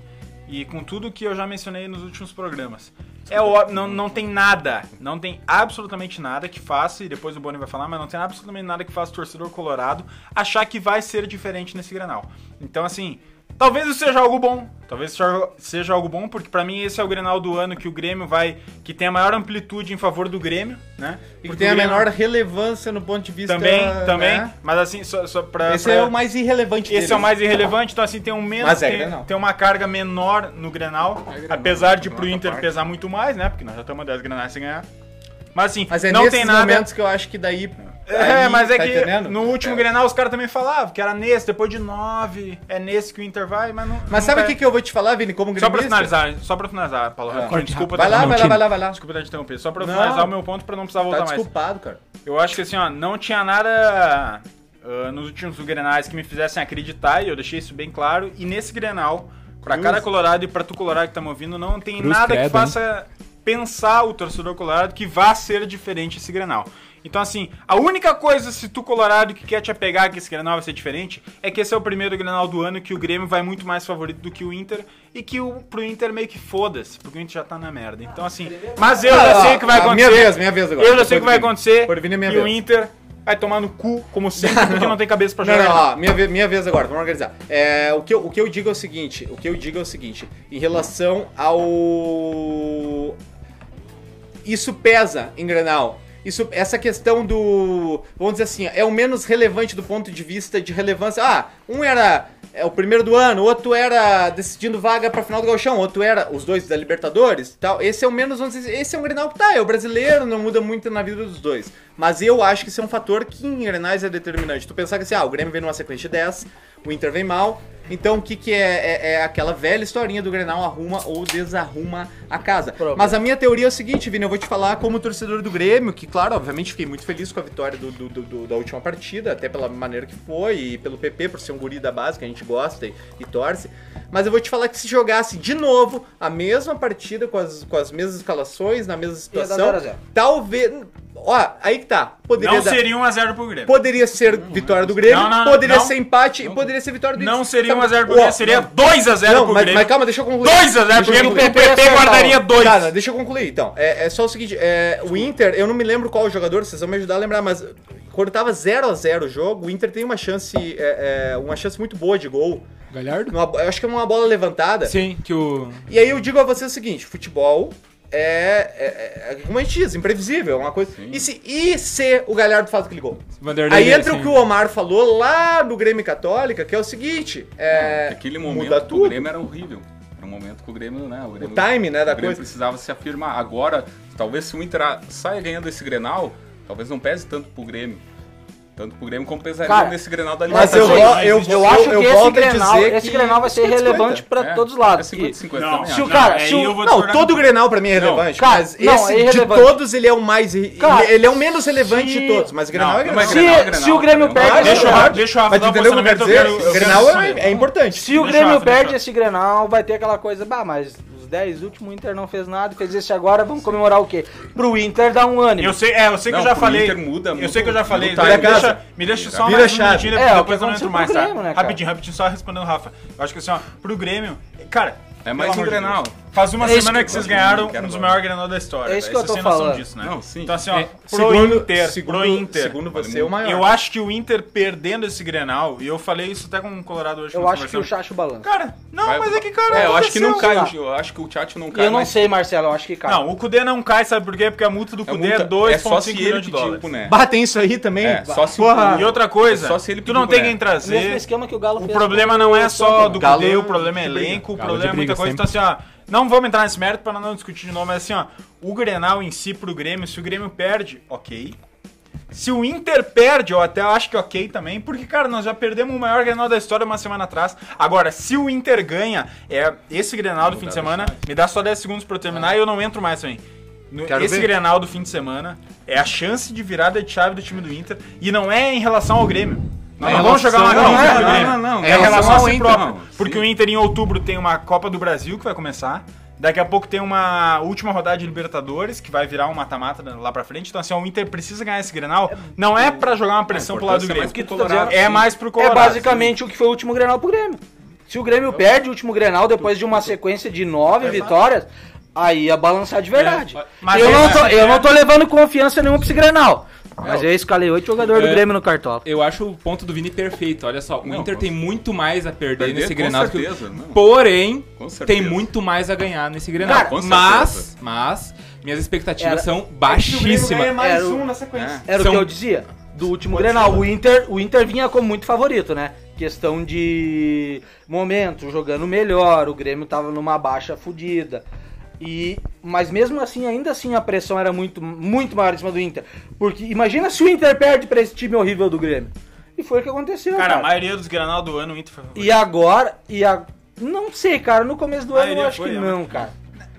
[SPEAKER 4] E com tudo que eu já mencionei nos últimos programas. É óbvio, não, não tem nada, não tem absolutamente nada que faça, e depois o Boni vai falar, mas não tem absolutamente nada que faça o torcedor colorado achar que vai ser diferente nesse Grenal. Então, assim, talvez isso seja algo bom, talvez seja- seja algo bom, porque pra mim esse é o Grenal do ano que o Grêmio vai, que tem a maior amplitude em favor do Grêmio, né?
[SPEAKER 2] E que
[SPEAKER 4] Porque
[SPEAKER 2] tem
[SPEAKER 4] o
[SPEAKER 2] a
[SPEAKER 4] Grêmio-
[SPEAKER 2] menor relevância no ponto de vista.
[SPEAKER 4] Também,
[SPEAKER 2] né?
[SPEAKER 4] também, mas assim, só, só pra...
[SPEAKER 2] Esse
[SPEAKER 4] pra-
[SPEAKER 2] é o mais irrelevante
[SPEAKER 4] esse
[SPEAKER 2] deles.
[SPEAKER 4] é o mais irrelevante, então assim, tem um menos.
[SPEAKER 2] Mas é
[SPEAKER 4] tem,
[SPEAKER 2] Grenal. É
[SPEAKER 4] tem uma carga menor no Grenal. apesar de pro Inter pesar muito mais, né? Porque nós já estamos a 10 Grenais sem ganhar. Mas assim,
[SPEAKER 2] Mas é
[SPEAKER 4] não
[SPEAKER 2] nesses
[SPEAKER 4] tem nada.
[SPEAKER 2] momentos que eu acho que daí.
[SPEAKER 4] É,
[SPEAKER 2] aí,
[SPEAKER 4] mas é
[SPEAKER 2] tá
[SPEAKER 4] que
[SPEAKER 2] entendendo?
[SPEAKER 4] no último Grenal os caras também falavam que era nesse, depois de 9, é nesse que o Inter vai, mas não. é.
[SPEAKER 2] Mas sabe o que, que eu vou te falar, Vini? Como
[SPEAKER 4] Só pra
[SPEAKER 2] gremista? Ah.
[SPEAKER 4] finalizar, só pra finalizar, Paulo. rapidinho, Desculpa
[SPEAKER 2] Vai lá,
[SPEAKER 4] te-
[SPEAKER 2] vai lá, vai lá, vai lá.
[SPEAKER 4] Desculpa te interromper. Só pra
[SPEAKER 2] Não.
[SPEAKER 4] finalizar o meu ponto pra não precisar
[SPEAKER 2] Tá
[SPEAKER 4] voltar mais.
[SPEAKER 2] desculpado, cara.
[SPEAKER 4] Eu acho que assim, ó, não tinha nada ah, nos últimos Grenais que me fizessem acreditar, e eu deixei isso bem claro. E nesse Grenal, pra cada colorado e pra tu colorado que tá me ouvindo, não tem
[SPEAKER 13] Cruz
[SPEAKER 4] nada que
[SPEAKER 13] credo,
[SPEAKER 4] faça pensar o torcedor colorado que vá ser diferente esse Grenal. Então assim, a única coisa se tu colorado que quer te apegar que esse Grenal vai ser diferente, é que esse é o primeiro Grenal do ano que o Grêmio vai muito mais favorito do que o Inter e que o pro Inter meio que foda-se, porque o Inter já tá na merda. Então assim, mas eu já sei o que vai
[SPEAKER 2] Ah,
[SPEAKER 4] acontecer.
[SPEAKER 2] Minha vez, minha vez agora.
[SPEAKER 4] Eu já sei o que vai
[SPEAKER 2] Vini.
[SPEAKER 4] acontecer.
[SPEAKER 2] Por Vini é minha
[SPEAKER 4] e
[SPEAKER 2] vez.
[SPEAKER 4] o Inter vai tomar no cu, como sempre, porque não tem cabeça pra
[SPEAKER 2] Não,
[SPEAKER 4] jogar.
[SPEAKER 2] não, ó, minha, ve- minha vez agora, vamos organizar. É, o, que eu, o que eu digo é o seguinte, o que eu digo é o seguinte, em relação ao... Isso pesa em Grenal. Isso, essa questão do... Vamos dizer assim, ó, é o menos relevante do ponto de vista de relevância. Ah, um era é, o primeiro do ano, outro era decidindo vaga pra final do Gauchão, outro era os dois da Libertadores e tal. Esse é o menos... Vamos dizer, esse é um Grenal que tá, é o brasileiro, não muda muito na vida dos dois. Mas eu acho que isso é um fator que em Grenais é determinante. Tu pensar que assim, ah, o Grêmio vem numa sequência de 10, o Inter vem mal. Então o que, que é, é- é aquela velha historinha do Grenal arruma ou desarruma a casa. Mas a minha teoria é o seguinte, Vini, eu vou te falar como torcedor do Grêmio, que claro, obviamente fiquei muito feliz com a vitória do- do- do- do- da última partida, até pela maneira que foi, e pelo PP, por ser um guri da base que a gente gosta e, e torce. Mas eu vou te falar que se jogasse de novo a mesma partida com as, com as mesmas escalações, na mesma
[SPEAKER 8] dar
[SPEAKER 2] situação,
[SPEAKER 8] 0 a 0.
[SPEAKER 2] talvez. Ó, aí que tá. Poderia
[SPEAKER 4] Não
[SPEAKER 2] dar-
[SPEAKER 4] seria 1x0 pro Grêmio.
[SPEAKER 2] Poderia ser vitória do Grêmio,
[SPEAKER 4] Não, não, não,
[SPEAKER 2] poderia
[SPEAKER 4] não.
[SPEAKER 2] ser empate e poderia ser vitória do
[SPEAKER 4] Não
[SPEAKER 2] Inter.
[SPEAKER 4] seria
[SPEAKER 2] Sabe-
[SPEAKER 4] 1x0 pro
[SPEAKER 2] Ó,
[SPEAKER 4] Grêmio, seria
[SPEAKER 2] não.
[SPEAKER 4] 2x0
[SPEAKER 2] Não,
[SPEAKER 4] pro
[SPEAKER 2] mas,
[SPEAKER 4] Grêmio.
[SPEAKER 2] mas calma, deixa eu concluir.
[SPEAKER 4] 2x0 pro
[SPEAKER 2] Deixa eu
[SPEAKER 4] Grêmio, o
[SPEAKER 2] concluir.
[SPEAKER 4] PP guardaria 2.
[SPEAKER 2] Cara, deixa eu concluir, então. É, é só o seguinte, é, o Inter, eu não me lembro qual jogador, vocês vão me ajudar a lembrar, mas quando tava 0x0 o jogo, o Inter tem uma chance, é, é, uma chance muito boa de gol.
[SPEAKER 3] Galhardo?
[SPEAKER 2] Numa- eu acho que é uma bola levantada.
[SPEAKER 3] Sim, que o.
[SPEAKER 2] E aí eu digo a você o seguinte, futebol é, é, é- é como a gente diz, imprevisível, é uma coisa... E se, e se o Galhardo faz aquele gol?
[SPEAKER 3] Vanderlei.
[SPEAKER 2] Aí entra o
[SPEAKER 3] assim.
[SPEAKER 2] que o Omar falou lá no Grêmio Católica, que é o seguinte: é.
[SPEAKER 10] Aquele
[SPEAKER 2] muda
[SPEAKER 10] momento que o
[SPEAKER 2] tudo.
[SPEAKER 10] Grêmio era horrível. Era um momento que o Grêmio, né? O, Grêmio,
[SPEAKER 2] time, né, da
[SPEAKER 10] o Grêmio
[SPEAKER 2] coisa.
[SPEAKER 10] precisava se afirmar. Agora, talvez se o Inter saia ganhando esse Grenal, talvez não pese tanto pro Grêmio. Tanto pro Grêmio como pesaria
[SPEAKER 8] Cara,
[SPEAKER 10] nesse Grenal da
[SPEAKER 2] Mas eu,
[SPEAKER 10] Libertadores.
[SPEAKER 2] vo- eu,
[SPEAKER 8] Eu acho que esse
[SPEAKER 2] volto a
[SPEAKER 8] Grenal,
[SPEAKER 2] dizer
[SPEAKER 8] esse
[SPEAKER 2] que-
[SPEAKER 8] Grenal vai ser
[SPEAKER 2] 50-50.
[SPEAKER 8] relevante pra
[SPEAKER 10] É,
[SPEAKER 8] todos os lados.
[SPEAKER 10] É 50-50
[SPEAKER 4] Não,
[SPEAKER 10] também,
[SPEAKER 8] Se o
[SPEAKER 10] acho.
[SPEAKER 8] cara,
[SPEAKER 4] aí
[SPEAKER 8] se o-
[SPEAKER 4] eu vou
[SPEAKER 2] Não,
[SPEAKER 4] discordar
[SPEAKER 2] todo
[SPEAKER 4] com-
[SPEAKER 2] Grenal pra mim é relevante.
[SPEAKER 8] Cara,
[SPEAKER 2] mas
[SPEAKER 8] não,
[SPEAKER 2] esse
[SPEAKER 8] é
[SPEAKER 2] de
[SPEAKER 8] irrelevante.
[SPEAKER 2] todos ele é o mais. irre-
[SPEAKER 8] Cara,
[SPEAKER 2] ele, ele é o menos relevante de
[SPEAKER 8] se-
[SPEAKER 2] todos, mas Grenal
[SPEAKER 4] Não,
[SPEAKER 2] é
[SPEAKER 4] não
[SPEAKER 2] Grenal.
[SPEAKER 10] Mas
[SPEAKER 8] se-
[SPEAKER 10] Grenal é Grenal,
[SPEAKER 8] se o Grêmio
[SPEAKER 10] né?
[SPEAKER 8] perde-
[SPEAKER 4] Deixa
[SPEAKER 2] Não,
[SPEAKER 4] eu, deixa
[SPEAKER 2] Mas tu
[SPEAKER 4] eu afundar o
[SPEAKER 2] entendeu o que eu
[SPEAKER 4] posicionamento.
[SPEAKER 2] quero
[SPEAKER 4] eu quero-
[SPEAKER 2] dizer?
[SPEAKER 4] eu quero
[SPEAKER 2] Grenal é,
[SPEAKER 4] responder.
[SPEAKER 2] é importante.
[SPEAKER 8] Se o
[SPEAKER 4] Deixa eu falar,
[SPEAKER 8] Grêmio perde
[SPEAKER 4] deixa eu-
[SPEAKER 8] esse Grenal, vai ter aquela coisa, bah, mas os 10 últimos o Inter não fez nada, fez esse agora, vamos comemorar o quê? Pro Inter dar um ânimo.
[SPEAKER 4] Eu sei, é, eu sei que
[SPEAKER 10] Não,
[SPEAKER 4] eu já
[SPEAKER 10] pro
[SPEAKER 4] falei.
[SPEAKER 10] Inter muda,
[SPEAKER 4] eu
[SPEAKER 10] muda
[SPEAKER 4] sei que eu já falei.
[SPEAKER 10] muda
[SPEAKER 4] Me
[SPEAKER 10] a
[SPEAKER 4] deixa,
[SPEAKER 10] casa.
[SPEAKER 4] me deixa só
[SPEAKER 2] Vira
[SPEAKER 4] mais um
[SPEAKER 2] chave.
[SPEAKER 4] minutinho,
[SPEAKER 8] É, o que
[SPEAKER 4] depois eu não
[SPEAKER 8] aconteceu
[SPEAKER 4] entro
[SPEAKER 8] com
[SPEAKER 4] mais,
[SPEAKER 8] o
[SPEAKER 4] tá?
[SPEAKER 8] Grêmio, né, cara?
[SPEAKER 4] rapidinho, rapidinho, só respondendo o Rafa. Eu acho que assim, ó, pro Grêmio, cara.
[SPEAKER 10] É mais
[SPEAKER 4] pelo
[SPEAKER 10] um
[SPEAKER 4] amor de
[SPEAKER 10] Grenal.
[SPEAKER 4] Deus, Faz uma
[SPEAKER 8] É isso
[SPEAKER 4] semana
[SPEAKER 8] que
[SPEAKER 4] que vocês
[SPEAKER 10] eu gosto,
[SPEAKER 4] ganharam
[SPEAKER 10] eu quero
[SPEAKER 4] um dos
[SPEAKER 10] agora.
[SPEAKER 4] maiores Grenal da história.
[SPEAKER 8] É isso
[SPEAKER 4] velho.
[SPEAKER 8] que eu
[SPEAKER 4] Vocês têm
[SPEAKER 8] tô
[SPEAKER 4] noção
[SPEAKER 8] falando.
[SPEAKER 4] disso, né?
[SPEAKER 10] Não, sim.
[SPEAKER 4] Então assim, ó, pro
[SPEAKER 2] Segundo-
[SPEAKER 4] Inter,
[SPEAKER 2] segundo-
[SPEAKER 4] pro Inter.
[SPEAKER 2] Segundo você, o maior.
[SPEAKER 4] Eu acho que o Inter perdendo esse Grenal, e eu falei isso até com o Colorado hoje.
[SPEAKER 8] Eu
[SPEAKER 4] nós
[SPEAKER 8] acho que o
[SPEAKER 4] conversamos.
[SPEAKER 8] Chacho balança.
[SPEAKER 4] Cara, não,
[SPEAKER 2] Ah,
[SPEAKER 10] Vai-
[SPEAKER 4] mas é que, cara.
[SPEAKER 10] É, eu acho que não
[SPEAKER 4] aconteceu.
[SPEAKER 10] cai. o- Eu acho que o Tchatcho não
[SPEAKER 8] E
[SPEAKER 10] cai.
[SPEAKER 8] eu não
[SPEAKER 10] mas
[SPEAKER 8] sei, Marcelo, eu acho que cai.
[SPEAKER 4] Não, o Cudê não cai, sabe por quê? Porque a multa do
[SPEAKER 10] a
[SPEAKER 4] Cudê é
[SPEAKER 10] multa- é só
[SPEAKER 4] 2,5
[SPEAKER 10] se
[SPEAKER 4] milhões
[SPEAKER 10] ele
[SPEAKER 4] de
[SPEAKER 10] pedir o
[SPEAKER 4] dólares.
[SPEAKER 10] boné.
[SPEAKER 2] Batem isso aí também?
[SPEAKER 10] É, só se
[SPEAKER 2] Porra.
[SPEAKER 4] E outra coisa,
[SPEAKER 10] É só se ele
[SPEAKER 4] tu
[SPEAKER 10] pedir
[SPEAKER 4] não tem
[SPEAKER 10] boné.
[SPEAKER 4] quem
[SPEAKER 8] o mesmo
[SPEAKER 4] trazer.
[SPEAKER 8] esquema que o Galo
[SPEAKER 4] O
[SPEAKER 8] fez.
[SPEAKER 4] problema não é só do
[SPEAKER 2] Galo
[SPEAKER 4] Cudê, o problema é
[SPEAKER 2] de briga.
[SPEAKER 4] elenco, o
[SPEAKER 13] Galo
[SPEAKER 4] problema é
[SPEAKER 13] de
[SPEAKER 4] muita
[SPEAKER 13] briga
[SPEAKER 4] coisa. Então,
[SPEAKER 13] sempre.
[SPEAKER 4] assim, ó, Não vamos entrar nesse mérito para não discutir de novo, mas assim, ó, o Grenal em si pro Grêmio, se o Grêmio perde, ok. Se o Inter perde, eu até acho que ok também, porque, cara, nós já perdemos o maior Grenal da história uma semana atrás. Agora, se o Inter ganha, é esse Grenal do fim de semana, me dá só 10 segundos pra eu terminar e eu não entro mais também. No-
[SPEAKER 2] Quero
[SPEAKER 4] esse
[SPEAKER 2] ver.
[SPEAKER 4] Grenal do fim de semana é a chance de virada de chave do time do Inter e não é em relação ao Grêmio. Nós
[SPEAKER 10] É
[SPEAKER 4] não
[SPEAKER 10] em
[SPEAKER 4] vamos jogar
[SPEAKER 10] relação-
[SPEAKER 4] uma
[SPEAKER 10] não,
[SPEAKER 4] crítica
[SPEAKER 10] não,
[SPEAKER 4] do
[SPEAKER 10] não,
[SPEAKER 4] Grêmio.
[SPEAKER 10] não, não.
[SPEAKER 4] É em relação a si
[SPEAKER 10] Inter,
[SPEAKER 4] próprio.
[SPEAKER 10] não.
[SPEAKER 4] Porque
[SPEAKER 10] Sim.
[SPEAKER 4] o Inter em outubro tem uma Copa do Brasil que vai começar. Daqui a pouco tem uma última rodada de Libertadores, que vai virar um mata-mata lá pra frente. Então, assim, ó, o Inter precisa ganhar esse Grenal. Não é pra jogar uma pressão pro lado do Grêmio.
[SPEAKER 10] mais pro Colorado,
[SPEAKER 4] é
[SPEAKER 10] sim.
[SPEAKER 4] mais pro
[SPEAKER 8] É
[SPEAKER 4] Colorado.
[SPEAKER 8] basicamente o que foi o último Grenal pro Grêmio. Se o Grêmio perde o último Grenal depois de uma sequência de nove vitórias, aí ia balançar de verdade.
[SPEAKER 4] Mas
[SPEAKER 8] eu,
[SPEAKER 4] é-
[SPEAKER 8] não tô, eu não tô levando confiança nenhuma pra esse Grenal. Mas eu escalei oito jogadores do
[SPEAKER 13] É.
[SPEAKER 8] Grêmio no cartola.
[SPEAKER 13] Eu acho o ponto do Vini perfeito. Olha só, o
[SPEAKER 10] Não,
[SPEAKER 13] Inter
[SPEAKER 10] com
[SPEAKER 13] tem muito mais a perder,
[SPEAKER 10] Perder,
[SPEAKER 13] nesse
[SPEAKER 10] com
[SPEAKER 13] Grenal. do que o-
[SPEAKER 10] certeza, não.
[SPEAKER 13] Porém,
[SPEAKER 10] Com certeza.
[SPEAKER 13] tem muito mais a ganhar nesse Grenal.
[SPEAKER 10] Cara, com
[SPEAKER 13] mas,
[SPEAKER 10] certeza.
[SPEAKER 13] mas, minhas expectativas
[SPEAKER 8] Era-
[SPEAKER 13] são
[SPEAKER 9] Se o Grêmio ganha
[SPEAKER 13] baixíssimas.
[SPEAKER 9] mais
[SPEAKER 8] Era o-
[SPEAKER 9] um na sequência.
[SPEAKER 8] Era
[SPEAKER 13] São-
[SPEAKER 8] o que eu dizia do último Grenal. O Inter, o Inter vinha como muito favorito, né? Questão de momento, jogando melhor, o Grêmio tava numa baixa fodida. E, mas mesmo assim, ainda assim a pressão era muito, muito maior em cima do Inter. Porque imagina se o Inter perde pra esse time horrível do Grêmio. E foi o que aconteceu,
[SPEAKER 4] Cara,
[SPEAKER 8] cara.
[SPEAKER 4] a maioria dos Grenal do ano, o Inter foi favorito.
[SPEAKER 8] É. E agora, e a... não sei, cara, no começo do
[SPEAKER 4] A
[SPEAKER 8] ano eu
[SPEAKER 4] maioria
[SPEAKER 8] acho
[SPEAKER 4] foi,
[SPEAKER 8] que
[SPEAKER 4] é,
[SPEAKER 8] não, cara.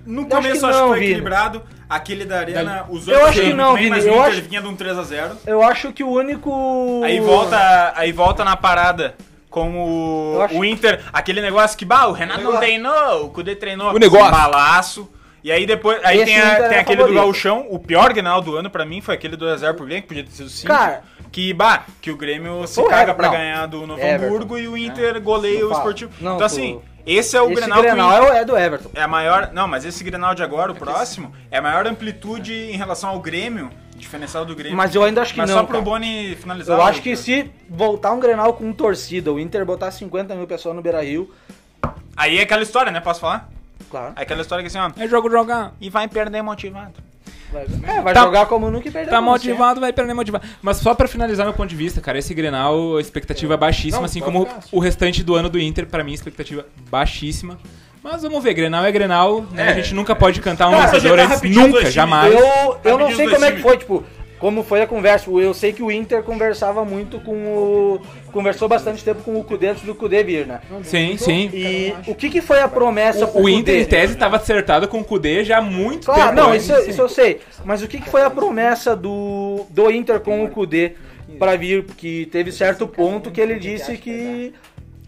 [SPEAKER 4] No
[SPEAKER 8] Eu acho
[SPEAKER 4] começo
[SPEAKER 8] que
[SPEAKER 4] eu acho que
[SPEAKER 8] não,
[SPEAKER 4] foi
[SPEAKER 8] Vini.
[SPEAKER 4] equilibrado. Aquele da Arena usou
[SPEAKER 8] Eu acho que não, Vini,
[SPEAKER 4] mas o
[SPEAKER 8] eu
[SPEAKER 4] Inter
[SPEAKER 8] acho-
[SPEAKER 4] vinha de um 3x0.
[SPEAKER 8] Eu acho que o único.
[SPEAKER 4] Aí volta, aí volta na parada com o,
[SPEAKER 8] Eu acho-
[SPEAKER 4] o Inter, aquele negócio que, bah, o Renato não treinou, o Cudê treinou. um
[SPEAKER 13] O negócio.
[SPEAKER 4] Balaço. E aí depois, aí
[SPEAKER 8] Esse
[SPEAKER 4] tem, a-
[SPEAKER 8] Inter era
[SPEAKER 4] tem aquele do
[SPEAKER 8] favorito.
[SPEAKER 4] Gauchão, o pior Grenal do ano pra mim foi aquele 2x0 pro Grêmio, que podia ter sido 5.
[SPEAKER 8] Cara.
[SPEAKER 4] que, bah, que o Grêmio se
[SPEAKER 8] Ou
[SPEAKER 4] caga
[SPEAKER 8] Everton,
[SPEAKER 4] pra
[SPEAKER 8] não.
[SPEAKER 4] ganhar do Novo
[SPEAKER 8] Everton.
[SPEAKER 4] Hamburgo e o Inter goleia
[SPEAKER 8] Não
[SPEAKER 4] o
[SPEAKER 8] fala.
[SPEAKER 4] Esportivo.
[SPEAKER 8] Não,
[SPEAKER 4] então
[SPEAKER 8] tu-
[SPEAKER 4] assim, esse é o
[SPEAKER 8] Esse
[SPEAKER 4] Grenal, que o
[SPEAKER 8] Grenal
[SPEAKER 4] Inter-
[SPEAKER 8] é o- é do Everton.
[SPEAKER 4] é a maior. Não, mas esse Grenal de agora, o próximo, é a maior amplitude em relação ao Grêmio, diferencial do Grêmio.
[SPEAKER 8] Mas eu ainda acho que
[SPEAKER 4] Mas
[SPEAKER 8] não.
[SPEAKER 4] só pro
[SPEAKER 8] cara.
[SPEAKER 4] Boni finalizar.
[SPEAKER 8] Eu acho
[SPEAKER 4] o-
[SPEAKER 8] que se voltar um Grenal com torcida, o Inter botar 50 mil pessoas no Beira Rio,
[SPEAKER 4] Aí é aquela história, né? Posso falar?
[SPEAKER 8] claro.
[SPEAKER 4] É aquela história que assim, ó.
[SPEAKER 13] É jogo jogar.
[SPEAKER 4] E vai perder motivado.
[SPEAKER 8] Vai, é, vai
[SPEAKER 13] Tá-
[SPEAKER 8] jogar como nunca e perder.
[SPEAKER 13] Tá
[SPEAKER 8] como sempre.
[SPEAKER 13] motivado, vai perder motivado. Mas só pra finalizar meu ponto de vista, cara, esse Grenal, a expectativa é baixíssima, assim como o restante do ano do Inter, pra mim, expectativa baixíssima. Mas vamos ver, Grenal é Grenal, né? a gente nunca pode cantar um
[SPEAKER 4] Cara,
[SPEAKER 13] vencedor
[SPEAKER 4] tá
[SPEAKER 13] antes,
[SPEAKER 4] rapidinho dois
[SPEAKER 13] nunca,
[SPEAKER 4] times.
[SPEAKER 13] jamais.
[SPEAKER 8] Eu, eu não
[SPEAKER 4] Rapidinho
[SPEAKER 8] sei
[SPEAKER 4] os
[SPEAKER 8] como é
[SPEAKER 4] dois
[SPEAKER 8] que foi, tipo, como foi a conversa. Eu sei que o Inter conversava muito com o. Conversou bastante tempo com o Cudê antes do Cudê vir, né?
[SPEAKER 13] Sim, sim.
[SPEAKER 8] E o que, que foi a promessa pro
[SPEAKER 13] O Inter, em
[SPEAKER 8] Kudê?
[SPEAKER 13] tese, estava acertado com o Kudê já há muito
[SPEAKER 8] Claro,
[SPEAKER 13] tempo.
[SPEAKER 8] não,
[SPEAKER 13] antes.
[SPEAKER 8] isso, isso eu sei. Mas o que, que foi a promessa do, do Inter com o Kudê para vir? Porque teve certo ponto que ele disse que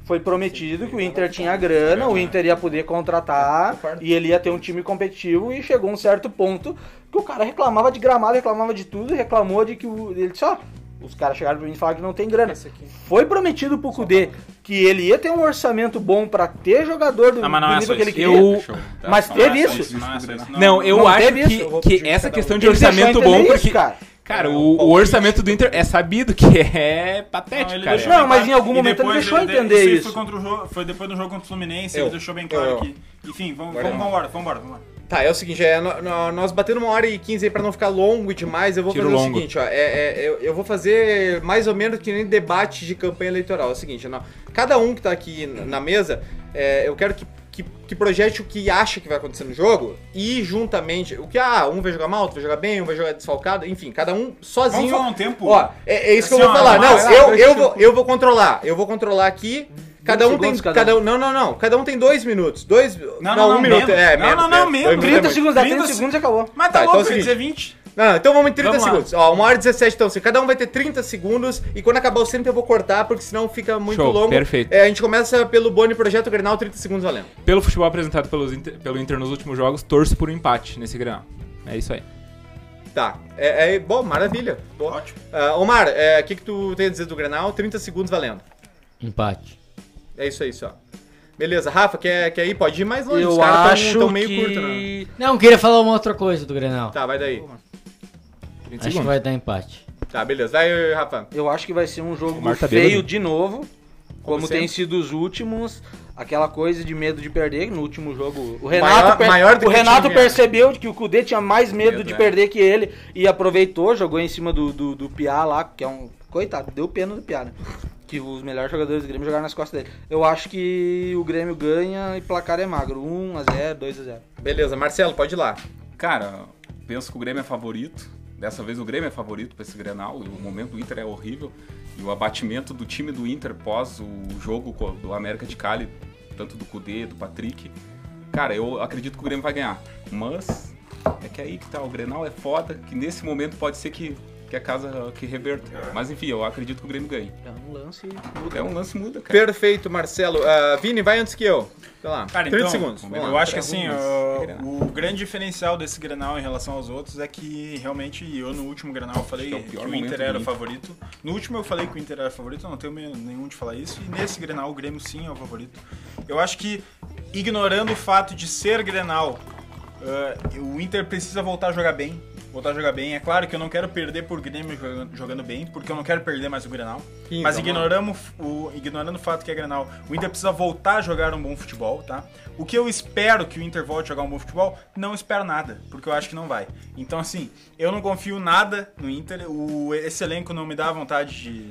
[SPEAKER 8] foi prometido que o Inter tinha grana, o Inter ia poder contratar e ele ia ter um time competitivo e chegou um certo ponto que o cara reclamava de gramado, reclamava de tudo, reclamou de que o, ele disse, ó, os caras chegaram pra mim e falaram que não tem grana. Foi prometido pro Kudê que ele ia ter um orçamento bom para ter jogador do,
[SPEAKER 4] Ah, mas não
[SPEAKER 8] do
[SPEAKER 4] é
[SPEAKER 8] nível
[SPEAKER 4] só
[SPEAKER 8] que ele
[SPEAKER 4] isso. Tá,
[SPEAKER 8] queria.
[SPEAKER 13] Eu-
[SPEAKER 8] Tá. Mas
[SPEAKER 4] é
[SPEAKER 8] teve isso.
[SPEAKER 4] assim,
[SPEAKER 13] Não, eu
[SPEAKER 8] Não
[SPEAKER 13] acho
[SPEAKER 8] teve
[SPEAKER 13] que,
[SPEAKER 8] isso, eu vou
[SPEAKER 13] que
[SPEAKER 8] pedir
[SPEAKER 13] essa questão de
[SPEAKER 8] Ele deixou
[SPEAKER 13] orçamento
[SPEAKER 8] entender
[SPEAKER 13] bom,
[SPEAKER 8] isso,
[SPEAKER 13] porque.
[SPEAKER 8] cara.
[SPEAKER 13] Cara, o, o orçamento do Inter é sabido que é patético, cara.
[SPEAKER 8] deixou- Não, mas em algum momento ele deixou entender
[SPEAKER 4] aí
[SPEAKER 8] isso.
[SPEAKER 4] Foi, contra o jogo, foi depois do jogo contra o Fluminense, ele deixou bem claro
[SPEAKER 2] eu.
[SPEAKER 4] que. Enfim, vamos, vamos, vamos embora, vamos embora, vamos embora.
[SPEAKER 2] Tá, é o seguinte, é, nó- nó- nós batendo uma hora e quinze aí pra não ficar longo demais, eu vou
[SPEAKER 13] Tiro
[SPEAKER 2] fazer
[SPEAKER 13] longo.
[SPEAKER 2] o seguinte, ó. é- é- eu, eu vou fazer mais ou menos que nem debate de campanha eleitoral. É o seguinte, nó- cada um que tá aqui n- na mesa, é, eu quero que, que, que projete o que acha que vai acontecer no jogo e juntamente. O que, ah, um vai jogar mal, outro vai jogar bem, um vai jogar desfalcado, enfim, cada um
[SPEAKER 4] Vamos
[SPEAKER 2] sozinho.
[SPEAKER 4] falar um tempo.
[SPEAKER 2] Ó, é, é isso que eu
[SPEAKER 4] Assim,
[SPEAKER 2] vou
[SPEAKER 4] ó,
[SPEAKER 2] falar.
[SPEAKER 4] vai
[SPEAKER 2] Não,
[SPEAKER 4] lá,
[SPEAKER 2] eu,
[SPEAKER 4] deixa
[SPEAKER 2] eu,
[SPEAKER 4] eu-
[SPEAKER 2] vou, eu vou controlar. Eu vou controlar aqui. Cada um tem.
[SPEAKER 8] segundos
[SPEAKER 2] Cada,
[SPEAKER 8] cada
[SPEAKER 2] um. Não, não, não. Cada um tem dois minutos. Dois.
[SPEAKER 4] Não, não,
[SPEAKER 2] um
[SPEAKER 4] não,
[SPEAKER 2] minuto.
[SPEAKER 4] menos.
[SPEAKER 2] É,
[SPEAKER 4] Não, não, não,
[SPEAKER 2] menos.
[SPEAKER 4] menos.
[SPEAKER 2] Dois minutos é muito.
[SPEAKER 8] 30 segundos, dá 30
[SPEAKER 4] 30
[SPEAKER 8] segundos e acabou.
[SPEAKER 4] Mas tá,
[SPEAKER 2] Tá, então
[SPEAKER 4] louco,
[SPEAKER 2] é o
[SPEAKER 4] eu ia dizer
[SPEAKER 2] seguinte.
[SPEAKER 4] 20.
[SPEAKER 2] Não, então vamos em 30
[SPEAKER 4] Vamos lá.
[SPEAKER 2] segundos. Ó, 1 hora e 17, então. Assim, cada um vai ter 30 segundos e quando acabar o tempo eu vou cortar, porque senão fica muito
[SPEAKER 13] Show,
[SPEAKER 2] longo.
[SPEAKER 13] perfeito.
[SPEAKER 2] É, a gente começa pelo Boni Projeto Grenal, 30 segundos valendo.
[SPEAKER 13] Pelo futebol apresentado pelos Inter- pelo Inter nos últimos jogos, torço por um empate nesse Grenal. É isso aí.
[SPEAKER 2] Tá. É, é- bom, maravilha. Boa.
[SPEAKER 4] Ótimo.
[SPEAKER 2] Ah, Omar, é, o que, que tu tem a dizer do Grenal? 30 segundos valendo.
[SPEAKER 7] Empate.
[SPEAKER 2] É isso aí, só. Beleza, Rafa, quer, quer ir? Pode ir mais longe.
[SPEAKER 8] Eu
[SPEAKER 2] Os caras tão-
[SPEAKER 8] acho
[SPEAKER 2] tão meio
[SPEAKER 8] que...
[SPEAKER 2] curto, né?
[SPEAKER 7] Não, queria falar uma outra coisa do Grenal.
[SPEAKER 2] Tá, vai daí.
[SPEAKER 7] Acho que vai dar empate.
[SPEAKER 2] Tá, beleza. Vai, Rafa.
[SPEAKER 8] Eu acho que vai ser um jogo
[SPEAKER 13] Marta
[SPEAKER 8] feio
[SPEAKER 13] bêbado.
[SPEAKER 8] de novo, como,
[SPEAKER 2] Como
[SPEAKER 8] tem
[SPEAKER 2] sempre.
[SPEAKER 8] sido os últimos. Aquela coisa de medo de perder, no último jogo.
[SPEAKER 2] Maior-
[SPEAKER 8] O Renato, per-
[SPEAKER 2] maior do que
[SPEAKER 8] o
[SPEAKER 2] o
[SPEAKER 8] Renato
[SPEAKER 2] time, é.
[SPEAKER 8] percebeu que o Kudê tinha mais medo,
[SPEAKER 10] Medo,
[SPEAKER 8] de
[SPEAKER 10] é.
[SPEAKER 8] perder que ele e aproveitou, jogou em cima do, do, do Piá lá, que é um Coitado, deu pena do piada. Que os melhores jogadores do Grêmio jogaram nas costas dele. Eu acho que o Grêmio ganha e placar é magro. 1x0, 2x0.
[SPEAKER 2] Beleza, Marcelo, pode ir lá.
[SPEAKER 10] Cara, penso que o Grêmio é favorito. Dessa vez o Grêmio é favorito para esse Grenal. O momento do Inter é horrível. E o abatimento do time do Inter pós o jogo co- do América de Cali, tanto do Kudê, do Patrick. Cara, eu acredito que o Grêmio vai ganhar. Mas é que aí que tá, o Grenal é foda, que nesse momento pode ser que, que a casa que reverta. Mas enfim, eu acredito que o Grêmio ganhe.
[SPEAKER 8] É um lance.
[SPEAKER 10] É um lance muda, cara.
[SPEAKER 2] Perfeito, Marcelo. Ah, Vini, vai antes que eu. Sei lá,
[SPEAKER 4] Cara,
[SPEAKER 2] 30
[SPEAKER 4] então,
[SPEAKER 2] segundos. Vamos
[SPEAKER 4] eu
[SPEAKER 2] lá.
[SPEAKER 4] acho que assim,
[SPEAKER 10] Três
[SPEAKER 4] ó, o grande diferencial desse Grenal em relação aos outros é que realmente eu no último Grenal eu falei
[SPEAKER 10] que é o
[SPEAKER 4] que
[SPEAKER 10] pior
[SPEAKER 4] o
[SPEAKER 10] momento
[SPEAKER 4] Inter
[SPEAKER 10] do
[SPEAKER 4] era o
[SPEAKER 10] Inter.
[SPEAKER 4] favorito. No último eu falei que o Inter era favorito, eu não tenho medo nenhum de falar isso. E nesse Grenal o Grêmio sim é o favorito. Eu acho que ignorando o fato de ser Grenal, ah, o Inter precisa voltar a jogar bem. Voltar a jogar bem. É claro que eu não quero perder por Grêmio jogando- jogando bem, porque eu não quero perder mais o Grenal.
[SPEAKER 2] Sim, vamos
[SPEAKER 4] Mas
[SPEAKER 2] lá.
[SPEAKER 4] ignorando ignoramos o, ignorando o fato que é Grenal, o Inter precisa voltar a jogar um bom futebol, tá? O que eu espero que o Inter volte a jogar um bom futebol, não espero nada, porque eu acho que não vai. Então, assim, eu não confio nada no Inter, o, esse elenco não me dá vontade de.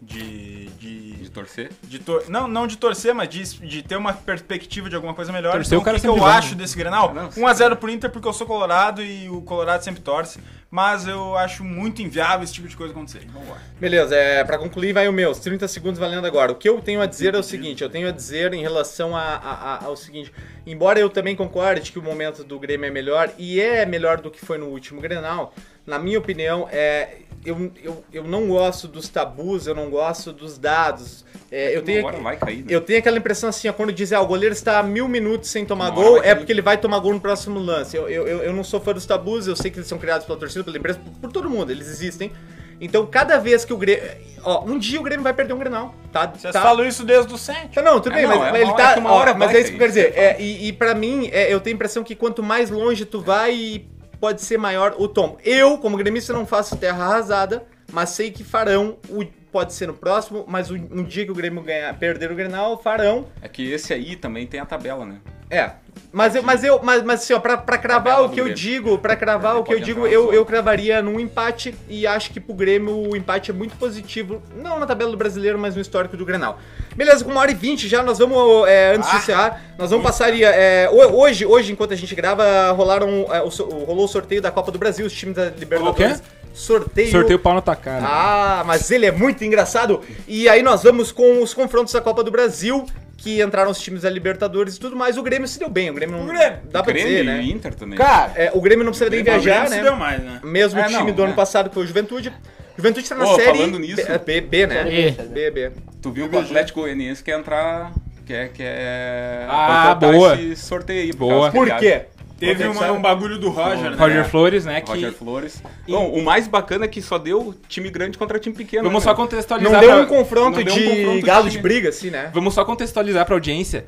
[SPEAKER 4] de. de.
[SPEAKER 10] De torcer.
[SPEAKER 4] de tor- não, não de torcer, mas de, de ter uma perspectiva de alguma coisa melhor.
[SPEAKER 13] Torcer,
[SPEAKER 4] então,
[SPEAKER 13] o cara
[SPEAKER 4] que, que eu
[SPEAKER 13] sempre joga.
[SPEAKER 4] acho desse Grenal? 1x0 pro Inter, porque eu sou colorado e o colorado sempre torce. Mas eu acho muito inviável esse tipo de coisa acontecer. Vamos lá.
[SPEAKER 2] Beleza, é, para concluir, vai o meu. os 30 segundos valendo agora. O que eu tenho a dizer é o seguinte: eu tenho a dizer em relação a, a- a- ao seguinte. Embora eu também concorde que o momento do Grêmio é melhor e é melhor do que foi no último grenal, na minha opinião, é, eu, eu, eu não gosto dos tabus, eu não gosto dos dados. É, eu tenho.
[SPEAKER 10] Agora vai cair, né?
[SPEAKER 2] Eu tenho aquela impressão assim, ó, quando dizem, ah, o goleiro está há mil minutos sem tomar
[SPEAKER 10] Uma hora
[SPEAKER 2] gol,
[SPEAKER 10] vai
[SPEAKER 2] é
[SPEAKER 10] cair.
[SPEAKER 2] porque ele vai tomar gol no próximo lance. Eu, eu, eu eu não sou fã dos tabus, eu sei que eles são criados pela torcida, pela imprensa, por, por todo mundo, eles existem. Então, cada vez que o Grêmio. Ó, um dia o Grêmio vai perder um Grenal, tá?
[SPEAKER 4] Vocês
[SPEAKER 2] tá,
[SPEAKER 4] falam isso desde o 7.
[SPEAKER 2] Tá, não, tudo
[SPEAKER 10] É,
[SPEAKER 2] bem,
[SPEAKER 10] não,
[SPEAKER 2] mas
[SPEAKER 10] é
[SPEAKER 2] mas
[SPEAKER 10] uma
[SPEAKER 2] ele
[SPEAKER 10] hora
[SPEAKER 2] tá.
[SPEAKER 10] que uma
[SPEAKER 2] ó,
[SPEAKER 10] hora
[SPEAKER 2] mas
[SPEAKER 10] vai
[SPEAKER 2] é isso que eu quero
[SPEAKER 10] cair,
[SPEAKER 2] dizer. é, e, e pra mim, é, eu tenho a impressão que quanto mais longe tu vai, e pode ser maior o tom. Eu, como gremista, não faço terra arrasada, mas sei que farão o. Pode ser no próximo, mas um, um dia que o Grêmio ganhar, perder o Grenal, farão
[SPEAKER 10] É que esse aí também tem a tabela, né?
[SPEAKER 2] é. Mas eu, mas eu, mas, mas assim, ó, pra, pra cravar
[SPEAKER 10] Tabela
[SPEAKER 2] o
[SPEAKER 10] do
[SPEAKER 2] que eu
[SPEAKER 10] Grêmio.
[SPEAKER 2] digo, pra cravar
[SPEAKER 10] Ele
[SPEAKER 2] o que eu
[SPEAKER 10] pode
[SPEAKER 2] digo,
[SPEAKER 10] entrar
[SPEAKER 2] eu,
[SPEAKER 10] no
[SPEAKER 2] eu
[SPEAKER 10] jogo.
[SPEAKER 2] cravaria num empate e acho que pro Grêmio o empate é muito positivo, não na tabela do brasileiro, mas no histórico do Grenal. Beleza, com uma hora e vinte já, nós vamos, é,
[SPEAKER 10] Ah,
[SPEAKER 2] antes de encerrar, nós vamos passar ali, é, ho- hoje, hoje, enquanto a gente grava, rolaram, é, o so- rolou o sorteio da Copa do Brasil, os times da Libertadores.
[SPEAKER 13] Rolou o quê?
[SPEAKER 2] Sorteio.
[SPEAKER 13] Sorteio o pau na tua cara.
[SPEAKER 2] Ah, mas ele é muito engraçado. E aí nós vamos com os confrontos da Copa do Brasil, que entraram os times da Libertadores e tudo mais. O Grêmio se deu bem. O Grêmio não. Dá pra
[SPEAKER 10] Grêmio
[SPEAKER 2] dizer,
[SPEAKER 10] e
[SPEAKER 2] né?
[SPEAKER 10] Inter também.
[SPEAKER 8] Cara,
[SPEAKER 2] É, o Grêmio não precisa nem
[SPEAKER 4] O Grêmio
[SPEAKER 2] viajar,
[SPEAKER 4] se
[SPEAKER 2] né?
[SPEAKER 4] deu mais, né?
[SPEAKER 2] Mesmo
[SPEAKER 10] É,
[SPEAKER 2] time
[SPEAKER 10] não,
[SPEAKER 2] do ano
[SPEAKER 10] é.
[SPEAKER 2] passado que foi o Juventude. Juventude tá na
[SPEAKER 10] Ô,
[SPEAKER 2] série
[SPEAKER 10] falando nisso-
[SPEAKER 2] B, B, B, né?
[SPEAKER 7] E-
[SPEAKER 2] B, B.
[SPEAKER 10] Tu viu que o Atlético Goianiense quer entrar. Quer, quer
[SPEAKER 13] Ah,
[SPEAKER 10] boicotar
[SPEAKER 13] boa.
[SPEAKER 10] esse sorteio aí.
[SPEAKER 13] Boa.
[SPEAKER 2] Por quê?
[SPEAKER 4] Teve uma- um bagulho do Roger, né?
[SPEAKER 13] Roger Flores, né?
[SPEAKER 10] É Roger
[SPEAKER 13] que
[SPEAKER 10] Flores. Bom, o mais bacana é que só deu time grande contra time pequeno.
[SPEAKER 13] vamos
[SPEAKER 10] né,
[SPEAKER 13] só
[SPEAKER 10] meu?
[SPEAKER 13] contextualizar.
[SPEAKER 2] Não deu
[SPEAKER 13] pra-
[SPEAKER 2] um confronto
[SPEAKER 10] não deu um
[SPEAKER 2] de
[SPEAKER 10] confronto de
[SPEAKER 2] galo de
[SPEAKER 10] time.
[SPEAKER 2] briga, assim, né?
[SPEAKER 13] Vamos só contextualizar pra audiência.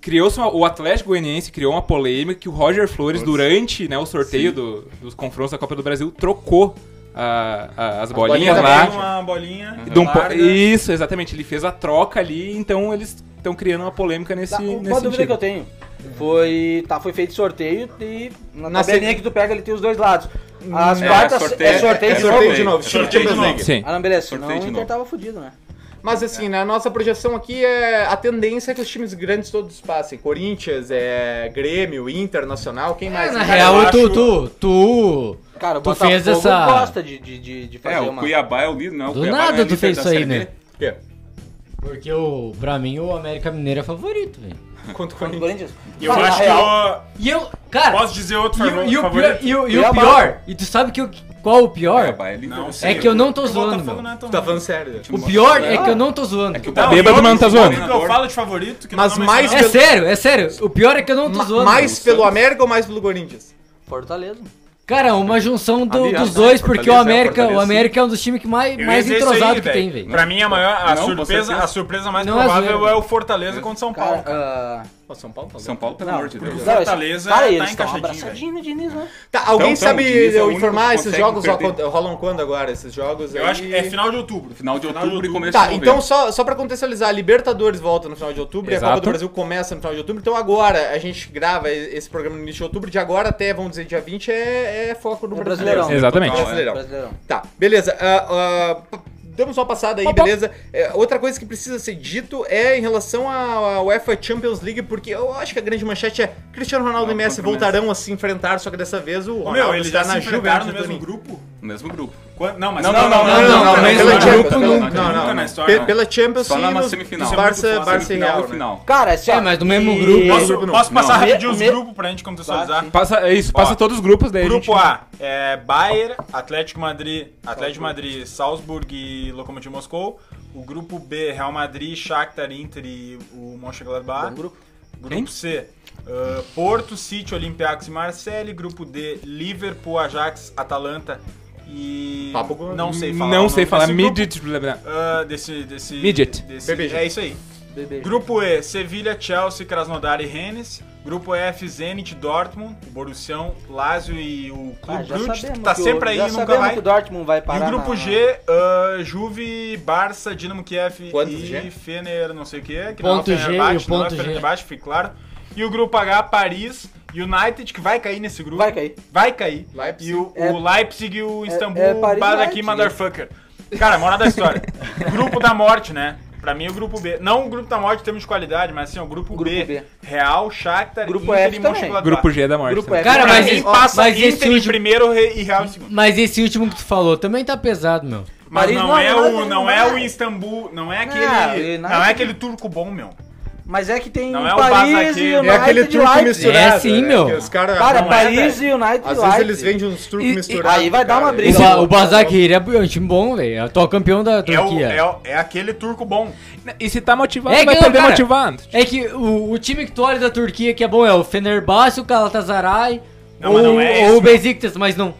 [SPEAKER 13] Criou-se uma- o Atlético Goianiense criou uma polêmica que o Roger Flores, durante né, o sorteio do- dos confrontos da Copa do Brasil, trocou a- a- as bolinhas
[SPEAKER 2] bolinhas
[SPEAKER 13] lá.
[SPEAKER 4] Tem uma bolinha.
[SPEAKER 13] De um po-
[SPEAKER 4] larga.
[SPEAKER 13] Isso, exatamente. Ele fez a troca ali, então eles estão criando uma polêmica nesse,
[SPEAKER 8] tá, uma
[SPEAKER 13] nesse
[SPEAKER 8] dúvida
[SPEAKER 13] sentido.
[SPEAKER 8] que eu tenho. Foi. Tá, foi feito sorteio e na,
[SPEAKER 2] Na
[SPEAKER 8] tabelinha
[SPEAKER 2] se-
[SPEAKER 8] que tu pega ele tem os dois lados. As
[SPEAKER 10] É,
[SPEAKER 8] quartas
[SPEAKER 10] sorteio-
[SPEAKER 8] é sorteio
[SPEAKER 10] é
[SPEAKER 8] de
[SPEAKER 2] sorteio
[SPEAKER 8] novo.
[SPEAKER 2] de novo. Estilo
[SPEAKER 4] sorteio de
[SPEAKER 2] Champions
[SPEAKER 4] novo.
[SPEAKER 2] League.
[SPEAKER 13] Sim.
[SPEAKER 8] Ah, não, beleza.
[SPEAKER 10] Sorteio
[SPEAKER 8] Senão o
[SPEAKER 10] de
[SPEAKER 8] Inter
[SPEAKER 10] novo.
[SPEAKER 8] tava fudido, né?
[SPEAKER 2] Mas assim, né, a nossa projeção aqui é. A tendência é que os times grandes todos passem. Corinthians, é, Grêmio, Internacional, quem mais?
[SPEAKER 7] na
[SPEAKER 2] Cara,
[SPEAKER 7] real,
[SPEAKER 4] eu
[SPEAKER 7] É tu,
[SPEAKER 4] acho-
[SPEAKER 7] tu, tu.
[SPEAKER 8] Cara, o
[SPEAKER 7] Tu
[SPEAKER 8] Botafogo
[SPEAKER 7] fez essa-
[SPEAKER 8] gosta de, de, de, de fazer
[SPEAKER 10] É, o
[SPEAKER 8] uma.
[SPEAKER 10] Cuiabá é o líder, não é? O
[SPEAKER 7] Do
[SPEAKER 10] Cuiabá
[SPEAKER 7] nada
[SPEAKER 10] não é
[SPEAKER 7] tu
[SPEAKER 10] líder
[SPEAKER 7] fez
[SPEAKER 10] da
[SPEAKER 7] isso aí,
[SPEAKER 10] Série B.
[SPEAKER 7] né? Porque o, pra mim o América Mineiro é favorito, velho.
[SPEAKER 2] Quanto
[SPEAKER 8] Contra o
[SPEAKER 2] Corinthians.
[SPEAKER 8] Corinthians.
[SPEAKER 4] Eu
[SPEAKER 8] Mas,
[SPEAKER 4] acho
[SPEAKER 8] na
[SPEAKER 4] que
[SPEAKER 8] real,
[SPEAKER 4] eu
[SPEAKER 7] E eu, cara,
[SPEAKER 4] posso dizer outro
[SPEAKER 7] e, o-
[SPEAKER 4] favor-
[SPEAKER 7] e o pior,
[SPEAKER 4] favorito.
[SPEAKER 7] e, o- e o
[SPEAKER 8] Cuiabá.
[SPEAKER 7] pior, e tu sabe que o, qual o pior?
[SPEAKER 10] Cuiabá é líder.
[SPEAKER 4] Não
[SPEAKER 10] da
[SPEAKER 4] sei.
[SPEAKER 7] É que eu não tô
[SPEAKER 4] Porque o
[SPEAKER 7] zoando,
[SPEAKER 4] Botafogo
[SPEAKER 7] meu.
[SPEAKER 4] não é tão
[SPEAKER 2] Tu tá
[SPEAKER 4] ruim.
[SPEAKER 2] falando sério. né?
[SPEAKER 7] O pior é que eu não tô zoando.
[SPEAKER 10] que o
[SPEAKER 4] Não,
[SPEAKER 10] Botafogo-
[SPEAKER 13] bêbado,
[SPEAKER 4] e
[SPEAKER 13] mas não tá
[SPEAKER 4] outro
[SPEAKER 13] zoando.
[SPEAKER 4] momento que Eu falo de favorito, que
[SPEAKER 2] Mas
[SPEAKER 4] não é
[SPEAKER 2] mais
[SPEAKER 4] mencionado.
[SPEAKER 7] É sério, é sério. O pior é que eu não tô
[SPEAKER 2] Ma-
[SPEAKER 7] zoando.
[SPEAKER 2] mais pelo América ou mais pelo Corinthians?
[SPEAKER 8] Fortaleza.
[SPEAKER 7] Cara, uma junção do-
[SPEAKER 10] Aliás,
[SPEAKER 7] dos dois, porque o
[SPEAKER 10] Fortaleza é
[SPEAKER 7] América, o
[SPEAKER 10] Fortaleza.
[SPEAKER 7] América é um dos times que mais,
[SPEAKER 4] Eu ia
[SPEAKER 7] mais
[SPEAKER 4] dizer isso
[SPEAKER 7] entrosado
[SPEAKER 4] aí,
[SPEAKER 7] que tem, velho.
[SPEAKER 4] Pra mim, a maior a
[SPEAKER 10] Não, com
[SPEAKER 4] surpresa,
[SPEAKER 10] certeza.
[SPEAKER 4] a surpresa mais
[SPEAKER 7] Não é
[SPEAKER 4] provável
[SPEAKER 7] zero.
[SPEAKER 4] é o Fortaleza contra o São
[SPEAKER 8] Cara,
[SPEAKER 4] Paulo.
[SPEAKER 8] ah,
[SPEAKER 2] Pô, São Paulo tá
[SPEAKER 10] São Paulo, pelo
[SPEAKER 8] não,
[SPEAKER 10] amor de Deus.
[SPEAKER 8] não, esse-
[SPEAKER 4] Fortaleza
[SPEAKER 8] cara,
[SPEAKER 4] tá
[SPEAKER 8] eles tão
[SPEAKER 4] encaixadinho,
[SPEAKER 8] abraçadinho no Diniz, né?
[SPEAKER 2] Tá, alguém
[SPEAKER 10] Então, então,
[SPEAKER 2] sabe
[SPEAKER 10] o Diniz é o único
[SPEAKER 2] informar
[SPEAKER 10] que
[SPEAKER 2] esses
[SPEAKER 10] consegue
[SPEAKER 2] jogos ó,
[SPEAKER 10] perder.
[SPEAKER 2] rolam quando agora? Esses jogos aí.
[SPEAKER 4] Eu acho que é final de outubro.
[SPEAKER 10] Final de outubro e começo de
[SPEAKER 2] Tá,
[SPEAKER 10] novembro.
[SPEAKER 2] então só, só pra contextualizar, a Libertadores volta no final de outubro e a
[SPEAKER 13] Exato.
[SPEAKER 2] Copa do Brasil começa no final de outubro. Então agora a gente grava e- esse programa no início de outubro, de agora até, vamos dizer, dia 20 é, é foco no
[SPEAKER 8] É
[SPEAKER 2] Brasileirão. É
[SPEAKER 8] Brasileirão.
[SPEAKER 13] Exatamente.
[SPEAKER 2] Brasileirão.
[SPEAKER 8] Brasileirão.
[SPEAKER 2] Tá, beleza. Ah, ah, p- Damos uma passada aí, beleza? É, outra coisa que precisa ser dito é em relação à à UEFA Champions League, porque eu acho que a grande manchete é Cristiano Ronaldo e Messi voltarão a se enfrentar, só que dessa vez o
[SPEAKER 4] Ô,
[SPEAKER 2] Ronaldo
[SPEAKER 4] meu, eles
[SPEAKER 2] está
[SPEAKER 4] já
[SPEAKER 2] na
[SPEAKER 4] se enfrentaram
[SPEAKER 2] Juventus
[SPEAKER 4] no
[SPEAKER 2] do
[SPEAKER 4] mesmo
[SPEAKER 2] Turim.
[SPEAKER 4] grupo?
[SPEAKER 10] No mesmo grupo.
[SPEAKER 4] Quan- Não, mas
[SPEAKER 10] Não, não, não,
[SPEAKER 4] nunca,
[SPEAKER 10] não, não,
[SPEAKER 4] nunca,
[SPEAKER 10] não,
[SPEAKER 4] nunca,
[SPEAKER 2] pela
[SPEAKER 4] nunca,
[SPEAKER 2] Champions,
[SPEAKER 4] nunca,
[SPEAKER 2] não,
[SPEAKER 4] nunca,
[SPEAKER 2] não,
[SPEAKER 4] nunca
[SPEAKER 2] não.
[SPEAKER 4] na história,
[SPEAKER 2] Pe-
[SPEAKER 4] não.
[SPEAKER 2] Pela Champions
[SPEAKER 10] Só
[SPEAKER 2] sim,
[SPEAKER 10] lá na
[SPEAKER 2] nos-
[SPEAKER 10] semifinal.
[SPEAKER 2] Barça, Barça e
[SPEAKER 10] Semifinal
[SPEAKER 2] Real,
[SPEAKER 10] e
[SPEAKER 2] né?
[SPEAKER 10] final.
[SPEAKER 8] Cara, assim, ó,
[SPEAKER 7] É, mas no mesmo
[SPEAKER 8] e-
[SPEAKER 7] grupo.
[SPEAKER 4] Posso, posso passar
[SPEAKER 8] Não.
[SPEAKER 4] rapidinho os
[SPEAKER 8] Me-
[SPEAKER 4] grupos pra gente contextualizar?
[SPEAKER 13] Passa, é isso, passa
[SPEAKER 4] Ó,
[SPEAKER 13] todos os grupos daí. a
[SPEAKER 4] Grupo
[SPEAKER 13] gente-
[SPEAKER 4] A é Bayern, Atlético Madrid, Atlético Madrid, Salzburg e Lokomotiv Moscou. O grupo B, é Real Madrid, Shakhtar, Inter e o
[SPEAKER 8] um
[SPEAKER 4] Mönchengladbach. Grupo, grupo C, ah, Porto, City, Olympiacos e Marseille. Grupo D, Liverpool, Ajax, Atalanta e não sei falar. o
[SPEAKER 13] Não
[SPEAKER 4] nome
[SPEAKER 13] sei falar.
[SPEAKER 4] desse grupo.
[SPEAKER 13] Midget. blá, blá.
[SPEAKER 4] Ah, desse, desse,
[SPEAKER 13] Midget.
[SPEAKER 4] desse- é isso aí. Grupo E, Sevilha, Chelsea, Krasnodar e Rennes. Grupo F, Zenit, Dortmund, Borussia, Lazio e o
[SPEAKER 8] Ah,
[SPEAKER 4] Clube
[SPEAKER 8] já
[SPEAKER 4] Brugge, que
[SPEAKER 8] sabemos
[SPEAKER 4] tá
[SPEAKER 8] que o-
[SPEAKER 4] sempre aí
[SPEAKER 8] já
[SPEAKER 4] e nunca
[SPEAKER 8] sabemos
[SPEAKER 4] vai.
[SPEAKER 8] que o Dortmund vai
[SPEAKER 4] E
[SPEAKER 8] parar.
[SPEAKER 4] o grupo
[SPEAKER 8] na-
[SPEAKER 4] G, ah, Juve, Barça, Dinamo Kiev
[SPEAKER 2] Quantos
[SPEAKER 4] e
[SPEAKER 2] G?
[SPEAKER 4] Fener, não sei o que. que
[SPEAKER 7] Ponto
[SPEAKER 4] não é
[SPEAKER 7] G e o
[SPEAKER 4] Fenerbahçe, não é
[SPEAKER 7] ponto G.
[SPEAKER 4] Fenerbahçe, fique claro. E o grupo H, Paris, United, que vai cair nesse grupo.
[SPEAKER 8] Vai cair.
[SPEAKER 4] Vai cair.
[SPEAKER 2] Leipzig.
[SPEAKER 4] E o,
[SPEAKER 8] É-
[SPEAKER 4] o Leipzig e o Istambul,
[SPEAKER 8] é Paris,
[SPEAKER 4] bada aqui,
[SPEAKER 8] Leipzig.
[SPEAKER 4] motherfucker. Cara, moral da história. grupo da morte, né? Pra mim, o grupo B. Não o grupo da morte em termos de qualidade, mas assim, o grupo,
[SPEAKER 8] Grupo
[SPEAKER 4] B,
[SPEAKER 8] B.
[SPEAKER 4] Real, Shakhtar,
[SPEAKER 8] Grupo
[SPEAKER 4] Inter
[SPEAKER 8] F
[SPEAKER 4] e
[SPEAKER 8] também.
[SPEAKER 4] Mönchengladbach.
[SPEAKER 13] Grupo G é da morte. né?
[SPEAKER 8] Grupo
[SPEAKER 13] também.
[SPEAKER 8] F.
[SPEAKER 7] Cara,
[SPEAKER 4] Pra
[SPEAKER 7] mas,
[SPEAKER 4] mim,
[SPEAKER 7] esse-
[SPEAKER 4] passa
[SPEAKER 7] mas
[SPEAKER 4] Inter
[SPEAKER 7] esse
[SPEAKER 4] em
[SPEAKER 7] último,
[SPEAKER 4] primeiro Re- e Real em segundo.
[SPEAKER 7] mas esse último que tu falou também tá pesado, meu.
[SPEAKER 4] Mas
[SPEAKER 8] Paris
[SPEAKER 4] não,
[SPEAKER 8] não,
[SPEAKER 4] é
[SPEAKER 8] nada,
[SPEAKER 4] o, não
[SPEAKER 8] não
[SPEAKER 4] é
[SPEAKER 8] vai.
[SPEAKER 4] o Istambul, não é
[SPEAKER 8] Não,
[SPEAKER 4] aquele,
[SPEAKER 8] e
[SPEAKER 4] não,
[SPEAKER 8] nada
[SPEAKER 4] é
[SPEAKER 8] que-
[SPEAKER 4] aquele turco bom, meu.
[SPEAKER 8] Mas é que tem
[SPEAKER 4] Não é o
[SPEAKER 8] Paris
[SPEAKER 4] Bazaki.
[SPEAKER 8] e
[SPEAKER 4] É
[SPEAKER 8] United
[SPEAKER 9] É aquele turco
[SPEAKER 8] Leipzig.
[SPEAKER 9] misturado.
[SPEAKER 7] É sim,
[SPEAKER 9] né,
[SPEAKER 7] meu.
[SPEAKER 9] que Os
[SPEAKER 1] Tá,
[SPEAKER 9] cara,
[SPEAKER 8] Cara,
[SPEAKER 4] Não é,
[SPEAKER 8] Paris e United
[SPEAKER 9] às vezes
[SPEAKER 8] Leipzig.
[SPEAKER 9] eles vendem uns turcos
[SPEAKER 7] E- e-
[SPEAKER 9] misturados.
[SPEAKER 8] aí vai dar
[SPEAKER 9] cara.
[SPEAKER 8] uma briga.
[SPEAKER 7] O,
[SPEAKER 8] Esse-
[SPEAKER 7] Ba- o Bazakir é, é um time bom, velho. É atual campeão da
[SPEAKER 4] É, o,
[SPEAKER 7] Turquia.
[SPEAKER 4] é, o- é aquele turco bom.
[SPEAKER 13] E se tá motivado,
[SPEAKER 7] É,
[SPEAKER 13] vai
[SPEAKER 7] ganhou,
[SPEAKER 13] perder
[SPEAKER 7] cara.
[SPEAKER 13] motivado.
[SPEAKER 7] É que o, o time que tu olha da Turquia que é bom é o Fenerbahçe, o Galatasaray
[SPEAKER 4] Não,
[SPEAKER 7] ou,
[SPEAKER 4] mas não é esse,
[SPEAKER 7] ou
[SPEAKER 4] meu.
[SPEAKER 7] o Besiktas, mas não.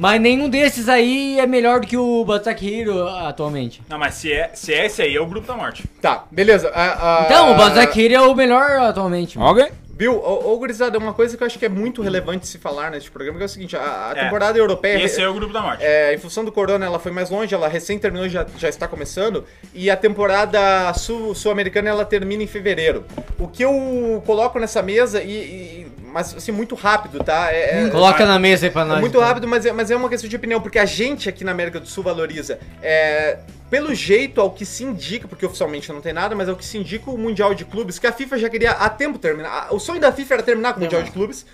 [SPEAKER 7] Mas nenhum desses aí é melhor do que o Bazakir atualmente.
[SPEAKER 4] Não, mas se é, se é esse aí, é o grupo da morte.
[SPEAKER 2] Tá, beleza. a- a-
[SPEAKER 7] Então, o Bazakir é o melhor atualmente. mano.
[SPEAKER 13] Ok?
[SPEAKER 2] Viu, ô, ô gurizada, uma coisa que eu acho que é muito relevante se falar nesse programa que é o seguinte, a, a
[SPEAKER 4] É.
[SPEAKER 2] temporada europeia...
[SPEAKER 4] esse é o grupo da morte.
[SPEAKER 2] É, em função do corona, ela foi mais longe, ela recém terminou e já, já está começando. E a temporada sul- sul-americana ela termina em fevereiro. O que eu coloco nessa mesa, e, e- mas assim, muito rápido, tá? É,
[SPEAKER 4] Ah.
[SPEAKER 2] é-
[SPEAKER 7] Coloca na mesa aí pra
[SPEAKER 2] é
[SPEAKER 7] nós.
[SPEAKER 2] muito
[SPEAKER 7] então.
[SPEAKER 2] rápido, mas é, mas é uma questão de opinião, porque a gente aqui na América do Sul valoriza. É, pelo jeito, ao que se indica, porque oficialmente não tem nada, mas ao que se indica o Mundial de Clubes, que a FIFA já queria há tempo terminar. O sonho da FIFA era terminar com o Mundial de Clubes.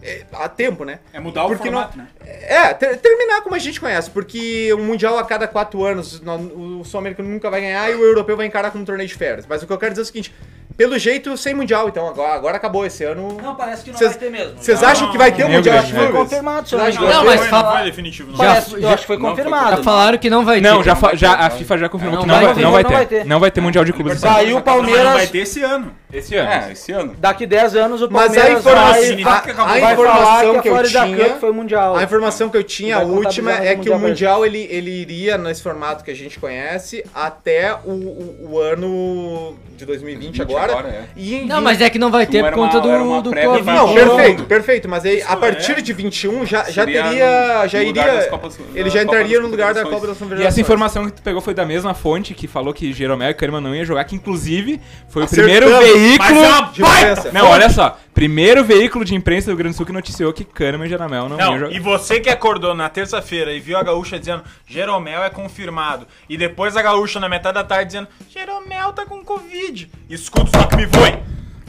[SPEAKER 2] é, há tempo, né?
[SPEAKER 4] É mudar o
[SPEAKER 2] Porque
[SPEAKER 4] formato, né?
[SPEAKER 2] É, ter- terminar como a gente conhece, porque o Mundial a cada quatro anos, no- o Sul-Americano nunca vai ganhar e o europeu vai encarar como um torneio de férias. Mas o que eu quero dizer é o seguinte: pelo jeito, sem Mundial, então, agora, agora acabou esse ano.
[SPEAKER 8] Não, parece que não
[SPEAKER 2] Cês-
[SPEAKER 8] vai ter mesmo.
[SPEAKER 2] Vocês
[SPEAKER 4] Não,
[SPEAKER 2] acham que vai ter
[SPEAKER 13] não,
[SPEAKER 2] um Mundial
[SPEAKER 13] não,
[SPEAKER 2] de
[SPEAKER 13] não,
[SPEAKER 8] Foi
[SPEAKER 2] clubes?
[SPEAKER 8] confirmado, senão
[SPEAKER 2] Não,
[SPEAKER 8] a gente vai
[SPEAKER 7] não,
[SPEAKER 8] ter.
[SPEAKER 7] mas
[SPEAKER 4] foi,
[SPEAKER 7] fala-
[SPEAKER 4] não foi definitivo, não.
[SPEAKER 7] Já-
[SPEAKER 8] Parece- eu acho que foi confirmado.
[SPEAKER 7] Já falaram que não vai
[SPEAKER 13] Não,
[SPEAKER 7] ter. então.
[SPEAKER 13] já, fa- já, a FIFA já confirmou
[SPEAKER 7] Não
[SPEAKER 13] que não
[SPEAKER 7] vai
[SPEAKER 13] vai,
[SPEAKER 7] ter,
[SPEAKER 13] não vai
[SPEAKER 8] não
[SPEAKER 13] ter.
[SPEAKER 8] vai ter.
[SPEAKER 13] Não vai ter Mundial de Clubes.
[SPEAKER 8] Tá aí o
[SPEAKER 4] Mas não vai
[SPEAKER 8] Palmeiras.
[SPEAKER 4] ter esse ano.
[SPEAKER 13] Esse ano.
[SPEAKER 10] É, esse ano.
[SPEAKER 8] Daqui 10 anos o
[SPEAKER 2] Mas a
[SPEAKER 8] Palmeiras vai,
[SPEAKER 2] informação,
[SPEAKER 4] significa
[SPEAKER 2] a,
[SPEAKER 4] que acabou.
[SPEAKER 2] a
[SPEAKER 8] vai falar que
[SPEAKER 2] informação
[SPEAKER 8] a
[SPEAKER 2] que eu
[SPEAKER 8] Florida Cup
[SPEAKER 2] tinha.
[SPEAKER 8] foi mundial.
[SPEAKER 2] A informação que eu tinha, a
[SPEAKER 8] Vai contabilizar
[SPEAKER 2] última,
[SPEAKER 8] como
[SPEAKER 2] é que o
[SPEAKER 8] Mundial
[SPEAKER 2] Mundial ele, ele iria nesse formato que a gente conhece até o, o- o ano de 2020 agora.
[SPEAKER 10] agora, é.
[SPEAKER 2] E em
[SPEAKER 7] Não, mas é que não vai ter
[SPEAKER 10] Era
[SPEAKER 7] por conta
[SPEAKER 10] uma- era
[SPEAKER 7] do,
[SPEAKER 10] uma
[SPEAKER 7] do
[SPEAKER 10] prévia
[SPEAKER 7] Covid.
[SPEAKER 10] pra-
[SPEAKER 2] Não,
[SPEAKER 10] Não,
[SPEAKER 2] perfeito, perfeito. Mas aí, a partir
[SPEAKER 4] é.
[SPEAKER 2] de 21 já, já
[SPEAKER 10] Seria
[SPEAKER 2] teria.
[SPEAKER 10] no-
[SPEAKER 2] Já
[SPEAKER 10] no lugar das
[SPEAKER 2] iria.
[SPEAKER 10] Copas-
[SPEAKER 2] ele
[SPEAKER 10] das
[SPEAKER 2] já
[SPEAKER 10] Copas
[SPEAKER 2] entraria
[SPEAKER 10] das
[SPEAKER 2] no lugar da
[SPEAKER 10] Confederações.
[SPEAKER 2] Copa das Confederações.
[SPEAKER 13] E essa informação que tu pegou foi da mesma fonte que falou que Jeromel e Kahneman não ia jogar, que inclusive foi o primeiro
[SPEAKER 2] Acertamos.
[SPEAKER 13] veículo.
[SPEAKER 4] Mas é uma
[SPEAKER 2] baita
[SPEAKER 13] Não, olha só. Primeiro veículo de imprensa do Rio Grande do Sul que noticiou que Kahneman e Jeromel não, iam
[SPEAKER 4] Não,
[SPEAKER 13] jogar.
[SPEAKER 4] e você que acordou na terça-feira e viu a gaúcha dizendo Jeromel é confirmado, e depois a gaúcha na metade da tarde dizendo Jeromel tá com Covid, escuta só que me foi.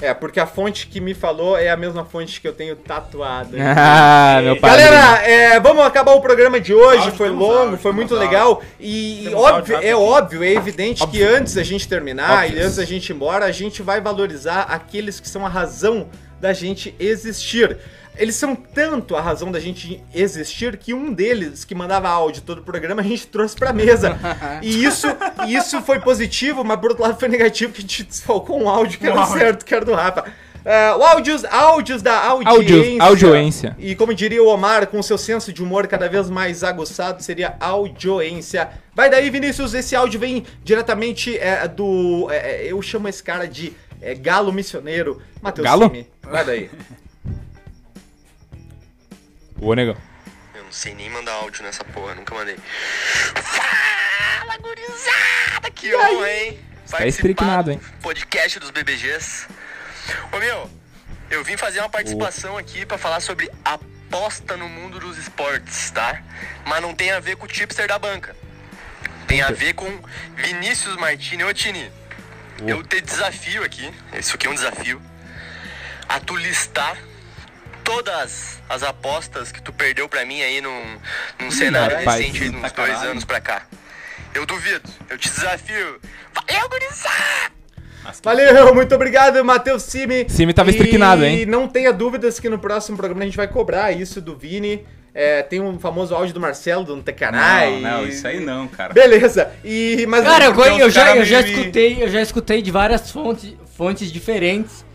[SPEAKER 2] É, porque a fonte que me falou é a mesma fonte que eu tenho tatuada.
[SPEAKER 13] Ah, meu pai.
[SPEAKER 2] Galera, é, vamos acabar o programa de hoje.
[SPEAKER 4] Áudio,
[SPEAKER 2] foi
[SPEAKER 4] temos
[SPEAKER 2] longo,
[SPEAKER 4] áudio,
[SPEAKER 2] foi
[SPEAKER 4] temos
[SPEAKER 2] muito
[SPEAKER 4] áudio.
[SPEAKER 2] legal. E
[SPEAKER 4] Temos áudio
[SPEAKER 2] óbvio,
[SPEAKER 4] rápido
[SPEAKER 2] é
[SPEAKER 4] aqui.
[SPEAKER 2] óbvio, é evidente que antes da gente terminar
[SPEAKER 13] Óbvio.
[SPEAKER 2] e antes da gente ir embora, a gente vai valorizar aqueles que são a razão da gente existir. Eles são tanto a razão da gente existir que um deles, que mandava áudio todo o programa, a gente trouxe pra mesa. E isso, e isso foi positivo, mas por outro lado foi negativo, que a gente desfalcou um áudio que era certo, que era do Rafa. Ah, o áudios, áudios da audiência.
[SPEAKER 13] Áudios, audioência.
[SPEAKER 2] E como diria o Omar, com seu senso de humor cada vez mais aguçado, seria audioência. Vai daí, Vinícius, esse áudio vem diretamente é, do. é, é, eu chamo esse cara de é, galo missioneiro, Matheus
[SPEAKER 13] Galo?
[SPEAKER 2] Simi. Vai daí.
[SPEAKER 13] Ô, negão.
[SPEAKER 1] Eu não sei nem mandar áudio nessa porra, nunca mandei. Fala, gurizada! Que honra, hein? Participar
[SPEAKER 13] estricnado,
[SPEAKER 1] do
[SPEAKER 13] hein?
[SPEAKER 1] Podcast dos BBGs. Ô, meu, eu vim fazer uma participação aqui pra falar sobre aposta no mundo dos esportes, tá? Mas não tem a ver com o tipster da banca. Tem a ver com Vinícius Martini. Ô, Tini, eu te desafio aqui. Isso aqui é um desafio. A tu listar todas as apostas que tu perdeu pra mim aí num, num cenário
[SPEAKER 3] rapaz,
[SPEAKER 1] recente, aí de uns dois anos pra cá. Eu duvido. Eu te desafio. Valeu, gurizada!
[SPEAKER 2] Valeu, muito obrigado, Matheus Cime.
[SPEAKER 3] Cime tava estricnado, hein?
[SPEAKER 2] E não tenha dúvidas que no próximo programa a gente vai cobrar isso do Vini. É, tem um famoso áudio do Marcelo, do Tecanai.
[SPEAKER 10] Não, não, isso aí não, cara.
[SPEAKER 2] Beleza. E, mas
[SPEAKER 7] Cara, eu,
[SPEAKER 10] Então,
[SPEAKER 7] eu
[SPEAKER 10] os
[SPEAKER 7] já,
[SPEAKER 10] cara
[SPEAKER 7] eu já
[SPEAKER 10] meio-
[SPEAKER 7] escutei, eu já escutei de várias fontes, fontes diferentes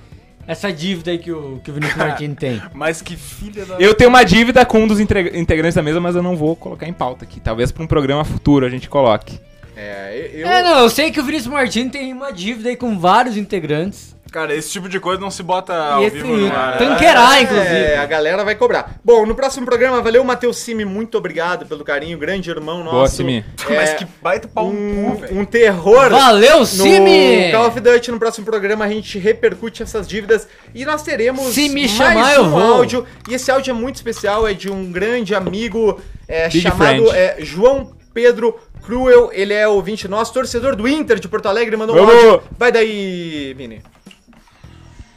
[SPEAKER 7] essa dívida aí que o, que o Vinícius Martini tem.
[SPEAKER 4] Mas que filha da.
[SPEAKER 3] Eu tenho uma dívida com um dos integra- integrantes da mesa, mas eu não vou colocar em pauta aqui. Talvez pra um programa futuro a gente coloque.
[SPEAKER 2] É, eu,
[SPEAKER 7] É, não, eu sei que o Vinícius Martini tem uma dívida aí com vários integrantes.
[SPEAKER 4] Cara, esse tipo de coisa não se bota ao
[SPEAKER 7] e esse
[SPEAKER 4] vivo no ar.
[SPEAKER 7] tanquerá,
[SPEAKER 2] É,
[SPEAKER 7] inclusive.
[SPEAKER 2] a galera vai cobrar. Bom, no próximo programa, valeu, Matheus Cime, muito obrigado pelo carinho, grande irmão nosso.
[SPEAKER 3] Boa, Cimi.
[SPEAKER 2] É,
[SPEAKER 4] Mas que baita pau no cu, velho.
[SPEAKER 2] um, um terror.
[SPEAKER 7] Valeu,
[SPEAKER 2] No
[SPEAKER 7] Cime!
[SPEAKER 2] Call of Duty, no próximo programa, a gente repercute essas dívidas e nós teremos
[SPEAKER 7] Se me
[SPEAKER 2] mais
[SPEAKER 7] chamar,
[SPEAKER 2] um
[SPEAKER 7] eu vou.
[SPEAKER 2] áudio. E esse áudio é muito especial, é de um grande amigo é,
[SPEAKER 3] Big
[SPEAKER 2] chamado
[SPEAKER 3] friend.
[SPEAKER 2] é, João Pedro Cruel. Ele é ouvinte nosso, torcedor do Inter de Porto Alegre, mandou um
[SPEAKER 3] Vamos!
[SPEAKER 2] áudio. Vai daí, Vini.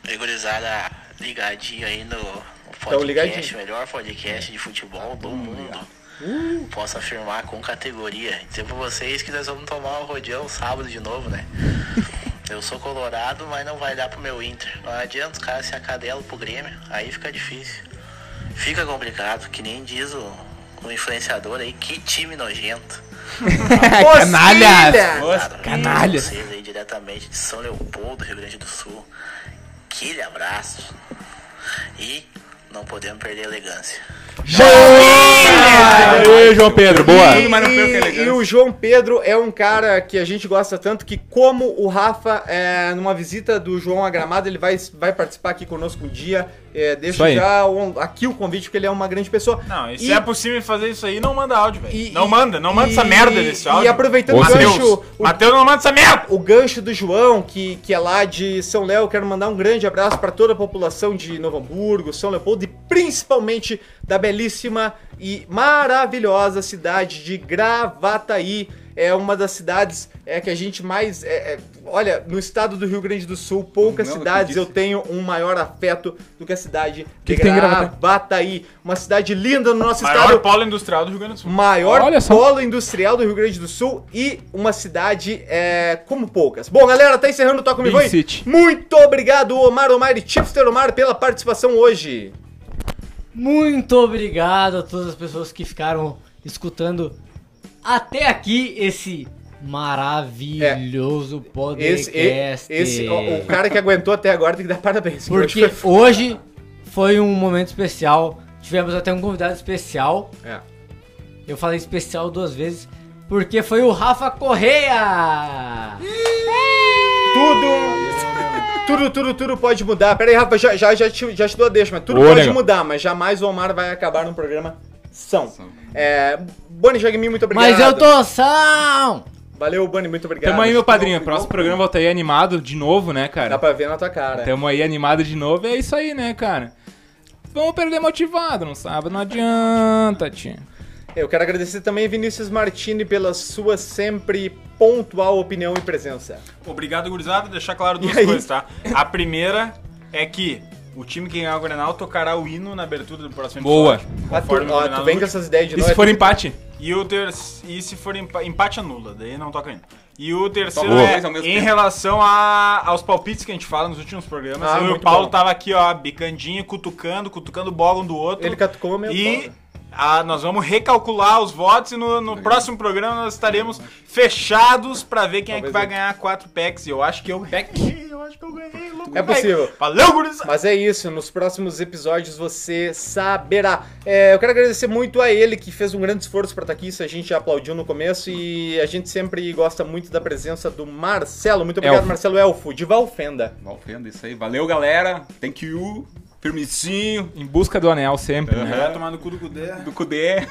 [SPEAKER 1] Aí, gurizada, ligadinho aí no podcast,
[SPEAKER 2] ligadinho.
[SPEAKER 1] o melhor podcast de futebol do mundo. Posso afirmar com categoria. Dizer pra vocês que nós vamos tomar o rodeão sábado de novo, né? Eu sou colorado, mas não vai dar pro meu Inter. Não adianta os caras se acadelam pro Grêmio, aí fica difícil. Fica complicado, que nem diz o, o influenciador aí, que time nojento.
[SPEAKER 3] Canalhas!
[SPEAKER 1] Canalha! Vocês aí diretamente de São Leopoldo, Rio Grande do Sul. Aquele abraço. E não podemos perder a elegância.
[SPEAKER 3] Aê, João Pedro,
[SPEAKER 4] Ah,
[SPEAKER 3] boa!
[SPEAKER 2] E,
[SPEAKER 4] né,
[SPEAKER 2] e- e o João Pedro é um cara que a gente gosta tanto que, como o Rafa, é, numa visita do João a Gramado, ele vai, vai participar aqui conosco um dia. É,
[SPEAKER 3] Isso
[SPEAKER 2] deixa
[SPEAKER 3] aí.
[SPEAKER 2] já um- aqui o convite, porque ele é uma grande pessoa.
[SPEAKER 4] Não, e se
[SPEAKER 2] E-
[SPEAKER 4] é possível fazer isso aí, não manda áudio,
[SPEAKER 2] E-
[SPEAKER 4] velho. Não manda, não manda essa
[SPEAKER 2] e-
[SPEAKER 4] merda desse áudio.
[SPEAKER 2] E aproveitando
[SPEAKER 3] Ô,
[SPEAKER 2] o
[SPEAKER 4] Mateus,
[SPEAKER 2] gancho, o
[SPEAKER 4] Mateus, não manda essa merda!
[SPEAKER 2] o gancho do João, que, que é lá de São Léo, quero mandar um grande abraço para toda a população de Novo Hamburgo, São Leopoldo e principalmente da belíssima e maravilhosa cidade de Gravataí. É uma das cidades é, que a gente mais. é, é, olha, no estado do Rio Grande do Sul, poucas
[SPEAKER 3] é
[SPEAKER 10] Não, eu
[SPEAKER 2] cidades eu
[SPEAKER 10] disse.
[SPEAKER 2] tenho um maior afeto do que a cidade
[SPEAKER 3] Que
[SPEAKER 2] de
[SPEAKER 3] que tem em Gravataí?
[SPEAKER 2] Gravataí. Uma cidade linda no nosso
[SPEAKER 4] Maior
[SPEAKER 2] estado
[SPEAKER 4] polo industrial do Rio Grande do Sul.
[SPEAKER 2] maior
[SPEAKER 3] Olha só.
[SPEAKER 2] polo industrial do Rio Grande do Sul e uma cidade é, como poucas. Bom, galera, tá encerrando o Toca Me
[SPEAKER 3] Big
[SPEAKER 2] Voe.
[SPEAKER 3] City.
[SPEAKER 2] Muito obrigado, Omar Omar e Chipster Omar, pela participação hoje.
[SPEAKER 7] Muito obrigado a todas as pessoas que ficaram escutando até aqui esse maravilhoso
[SPEAKER 2] Esse,
[SPEAKER 7] podcast.
[SPEAKER 2] e- esse o, o cara que aguentou até agora tem que dar parabéns.
[SPEAKER 7] Porque
[SPEAKER 2] Hoje
[SPEAKER 7] hoje
[SPEAKER 2] foi-
[SPEAKER 7] hoje foi um momento especial. Tivemos até um convidado especial.
[SPEAKER 2] É.
[SPEAKER 7] Eu falei especial duas vezes. Porque foi o Rafa Correia!
[SPEAKER 2] tudo, tudo, tudo, tudo pode mudar. Pera aí, Rafa, já, já, já, te, já te dou a deixa, mas tudo
[SPEAKER 3] Ô,
[SPEAKER 2] pode
[SPEAKER 3] nego.
[SPEAKER 2] mudar, mas jamais o Omar vai acabar num programa são. É, Boni Jagmin, muito obrigado.
[SPEAKER 7] Mas eu tô são!
[SPEAKER 2] Valeu, Boni, muito obrigado.
[SPEAKER 3] Tamo aí, meu padrinho. Próximo programa volta aí animado de novo, né,
[SPEAKER 2] tá Dá
[SPEAKER 3] cara?
[SPEAKER 2] pra é. ver na tua cara.
[SPEAKER 3] Tamo aí animado de novo. É isso aí, né, cara? Vamos perder motivado no sábado, não adianta, tia.
[SPEAKER 2] Eu quero agradecer também Vinícius Martini pela sua sempre pontual opinião e presença.
[SPEAKER 4] Obrigado, gurizada. Deixar claro duas
[SPEAKER 2] E aí?
[SPEAKER 4] coisas, tá? A primeira é que o time que ganhar o Grenal tocará o hino na abertura do próximo
[SPEAKER 3] Boa.
[SPEAKER 4] episódio.
[SPEAKER 2] Ah, tu,
[SPEAKER 4] Conforme o
[SPEAKER 2] ó,
[SPEAKER 4] Grenal
[SPEAKER 2] tu vem
[SPEAKER 4] no
[SPEAKER 2] com essas ideias de
[SPEAKER 3] E
[SPEAKER 2] novo.
[SPEAKER 3] se for empate?
[SPEAKER 4] E o ter... E se for empa- empate anula, daí não toca ainda. E o terceiro
[SPEAKER 10] Boa.
[SPEAKER 4] é
[SPEAKER 10] Dois ao mesmo
[SPEAKER 4] em
[SPEAKER 10] tempo.
[SPEAKER 4] relação a, aos palpites que a gente fala nos últimos programas.
[SPEAKER 2] Ah,
[SPEAKER 4] eu e o
[SPEAKER 2] muito
[SPEAKER 4] Paulo
[SPEAKER 2] bom.
[SPEAKER 4] tava aqui, ó, bicandinho, cutucando, cutucando bola um do outro.
[SPEAKER 2] Ele catucou o meu
[SPEAKER 4] E
[SPEAKER 2] Paulo.
[SPEAKER 4] ah, nós vamos recalcular os votos e no, no próximo programa nós estaremos fechados pra ver quem é que
[SPEAKER 2] Talvez
[SPEAKER 4] vai
[SPEAKER 2] eu.
[SPEAKER 4] ganhar quatro packs. E eu acho que eu ganhei, eu acho que eu ganhei. louco.
[SPEAKER 2] É possível.
[SPEAKER 4] Valeu, gurizada!
[SPEAKER 2] Mas é isso, nos próximos episódios você saberá. É, eu quero agradecer muito a ele que fez um grande esforço pra estar aqui, isso a gente já aplaudiu no começo e a gente sempre gosta muito da presença do Marcelo. Muito obrigado,
[SPEAKER 3] Elfo.
[SPEAKER 2] Marcelo Elfo, de Valfenda.
[SPEAKER 10] Mal vendo isso aí. Valeu, galera. Thank you. Firmicinho.
[SPEAKER 3] Em busca do anel sempre,
[SPEAKER 10] É.
[SPEAKER 3] né?
[SPEAKER 4] Vai tomar no cu do Cudê.
[SPEAKER 10] Do Cudê.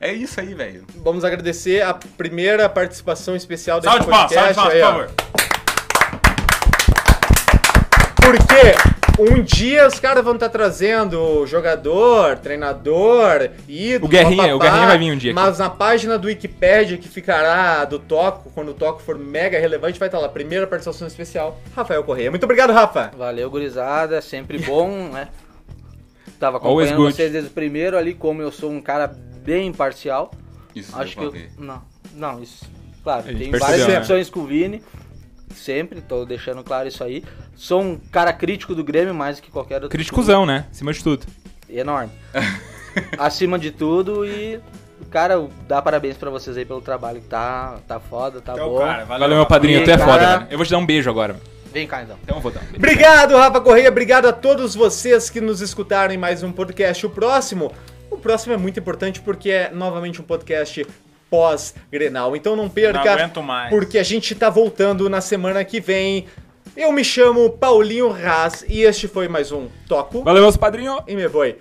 [SPEAKER 10] é isso aí, velho.
[SPEAKER 2] Vamos agradecer a primeira participação especial desse
[SPEAKER 4] Salve de palmas, salve de
[SPEAKER 2] podcast.
[SPEAKER 4] palmas,
[SPEAKER 2] aí,
[SPEAKER 4] por
[SPEAKER 2] ó.
[SPEAKER 4] favor.
[SPEAKER 2] Porque Um dia os caras vão estar trazendo jogador, treinador, ídolo,
[SPEAKER 13] O Guerrinha,
[SPEAKER 2] papapá,
[SPEAKER 13] o Guerrinha vai vir um dia aqui.
[SPEAKER 2] Mas na página do Wikipédia que ficará do Toco, quando o Toco for mega relevante, vai estar lá. Primeira participação especial, Rafael Correia. Muito obrigado, Rafa.
[SPEAKER 8] Valeu, gurizada, sempre bom, né? Tava
[SPEAKER 13] Always
[SPEAKER 8] acompanhando
[SPEAKER 13] good.
[SPEAKER 8] vocês desde o primeiro ali, como eu sou um cara bem imparcial.
[SPEAKER 10] Isso
[SPEAKER 8] acho que
[SPEAKER 10] deu
[SPEAKER 8] eu,
[SPEAKER 10] pra ver.
[SPEAKER 8] não, não, isso. Claro,
[SPEAKER 13] gente
[SPEAKER 8] tem
[SPEAKER 13] percebeu,
[SPEAKER 8] várias
[SPEAKER 13] né?
[SPEAKER 8] opções com o Vini. Sempre, tô deixando claro isso aí. Sou um cara crítico do Grêmio mais do que qualquer outro.
[SPEAKER 13] Criticuzão, né? Acima de tudo.
[SPEAKER 8] clube. Enorme. Acima de tudo e cara, dá parabéns pra vocês aí pelo trabalho que tá, tá foda, tá
[SPEAKER 4] Então,
[SPEAKER 8] bom.
[SPEAKER 4] cara, valeu.
[SPEAKER 13] Valeu, meu padrinho. Tu é
[SPEAKER 8] Cara-
[SPEAKER 13] foda, velho. Eu vou te dar um beijo agora.
[SPEAKER 8] Vem cá então.
[SPEAKER 13] Então eu vou dar um beijo.
[SPEAKER 2] Obrigado, Rafa Correia. Obrigado a todos vocês que nos escutaram em mais um podcast. O próximo, o próximo é muito importante porque é novamente um podcast pós-Grenal. Então não perca.
[SPEAKER 4] Não aguento mais.
[SPEAKER 2] Porque a gente tá voltando na semana que vem. Eu me chamo Paulinho Raz e este foi mais um Toco
[SPEAKER 13] Valeu, meus padrinhos.
[SPEAKER 2] e me foi.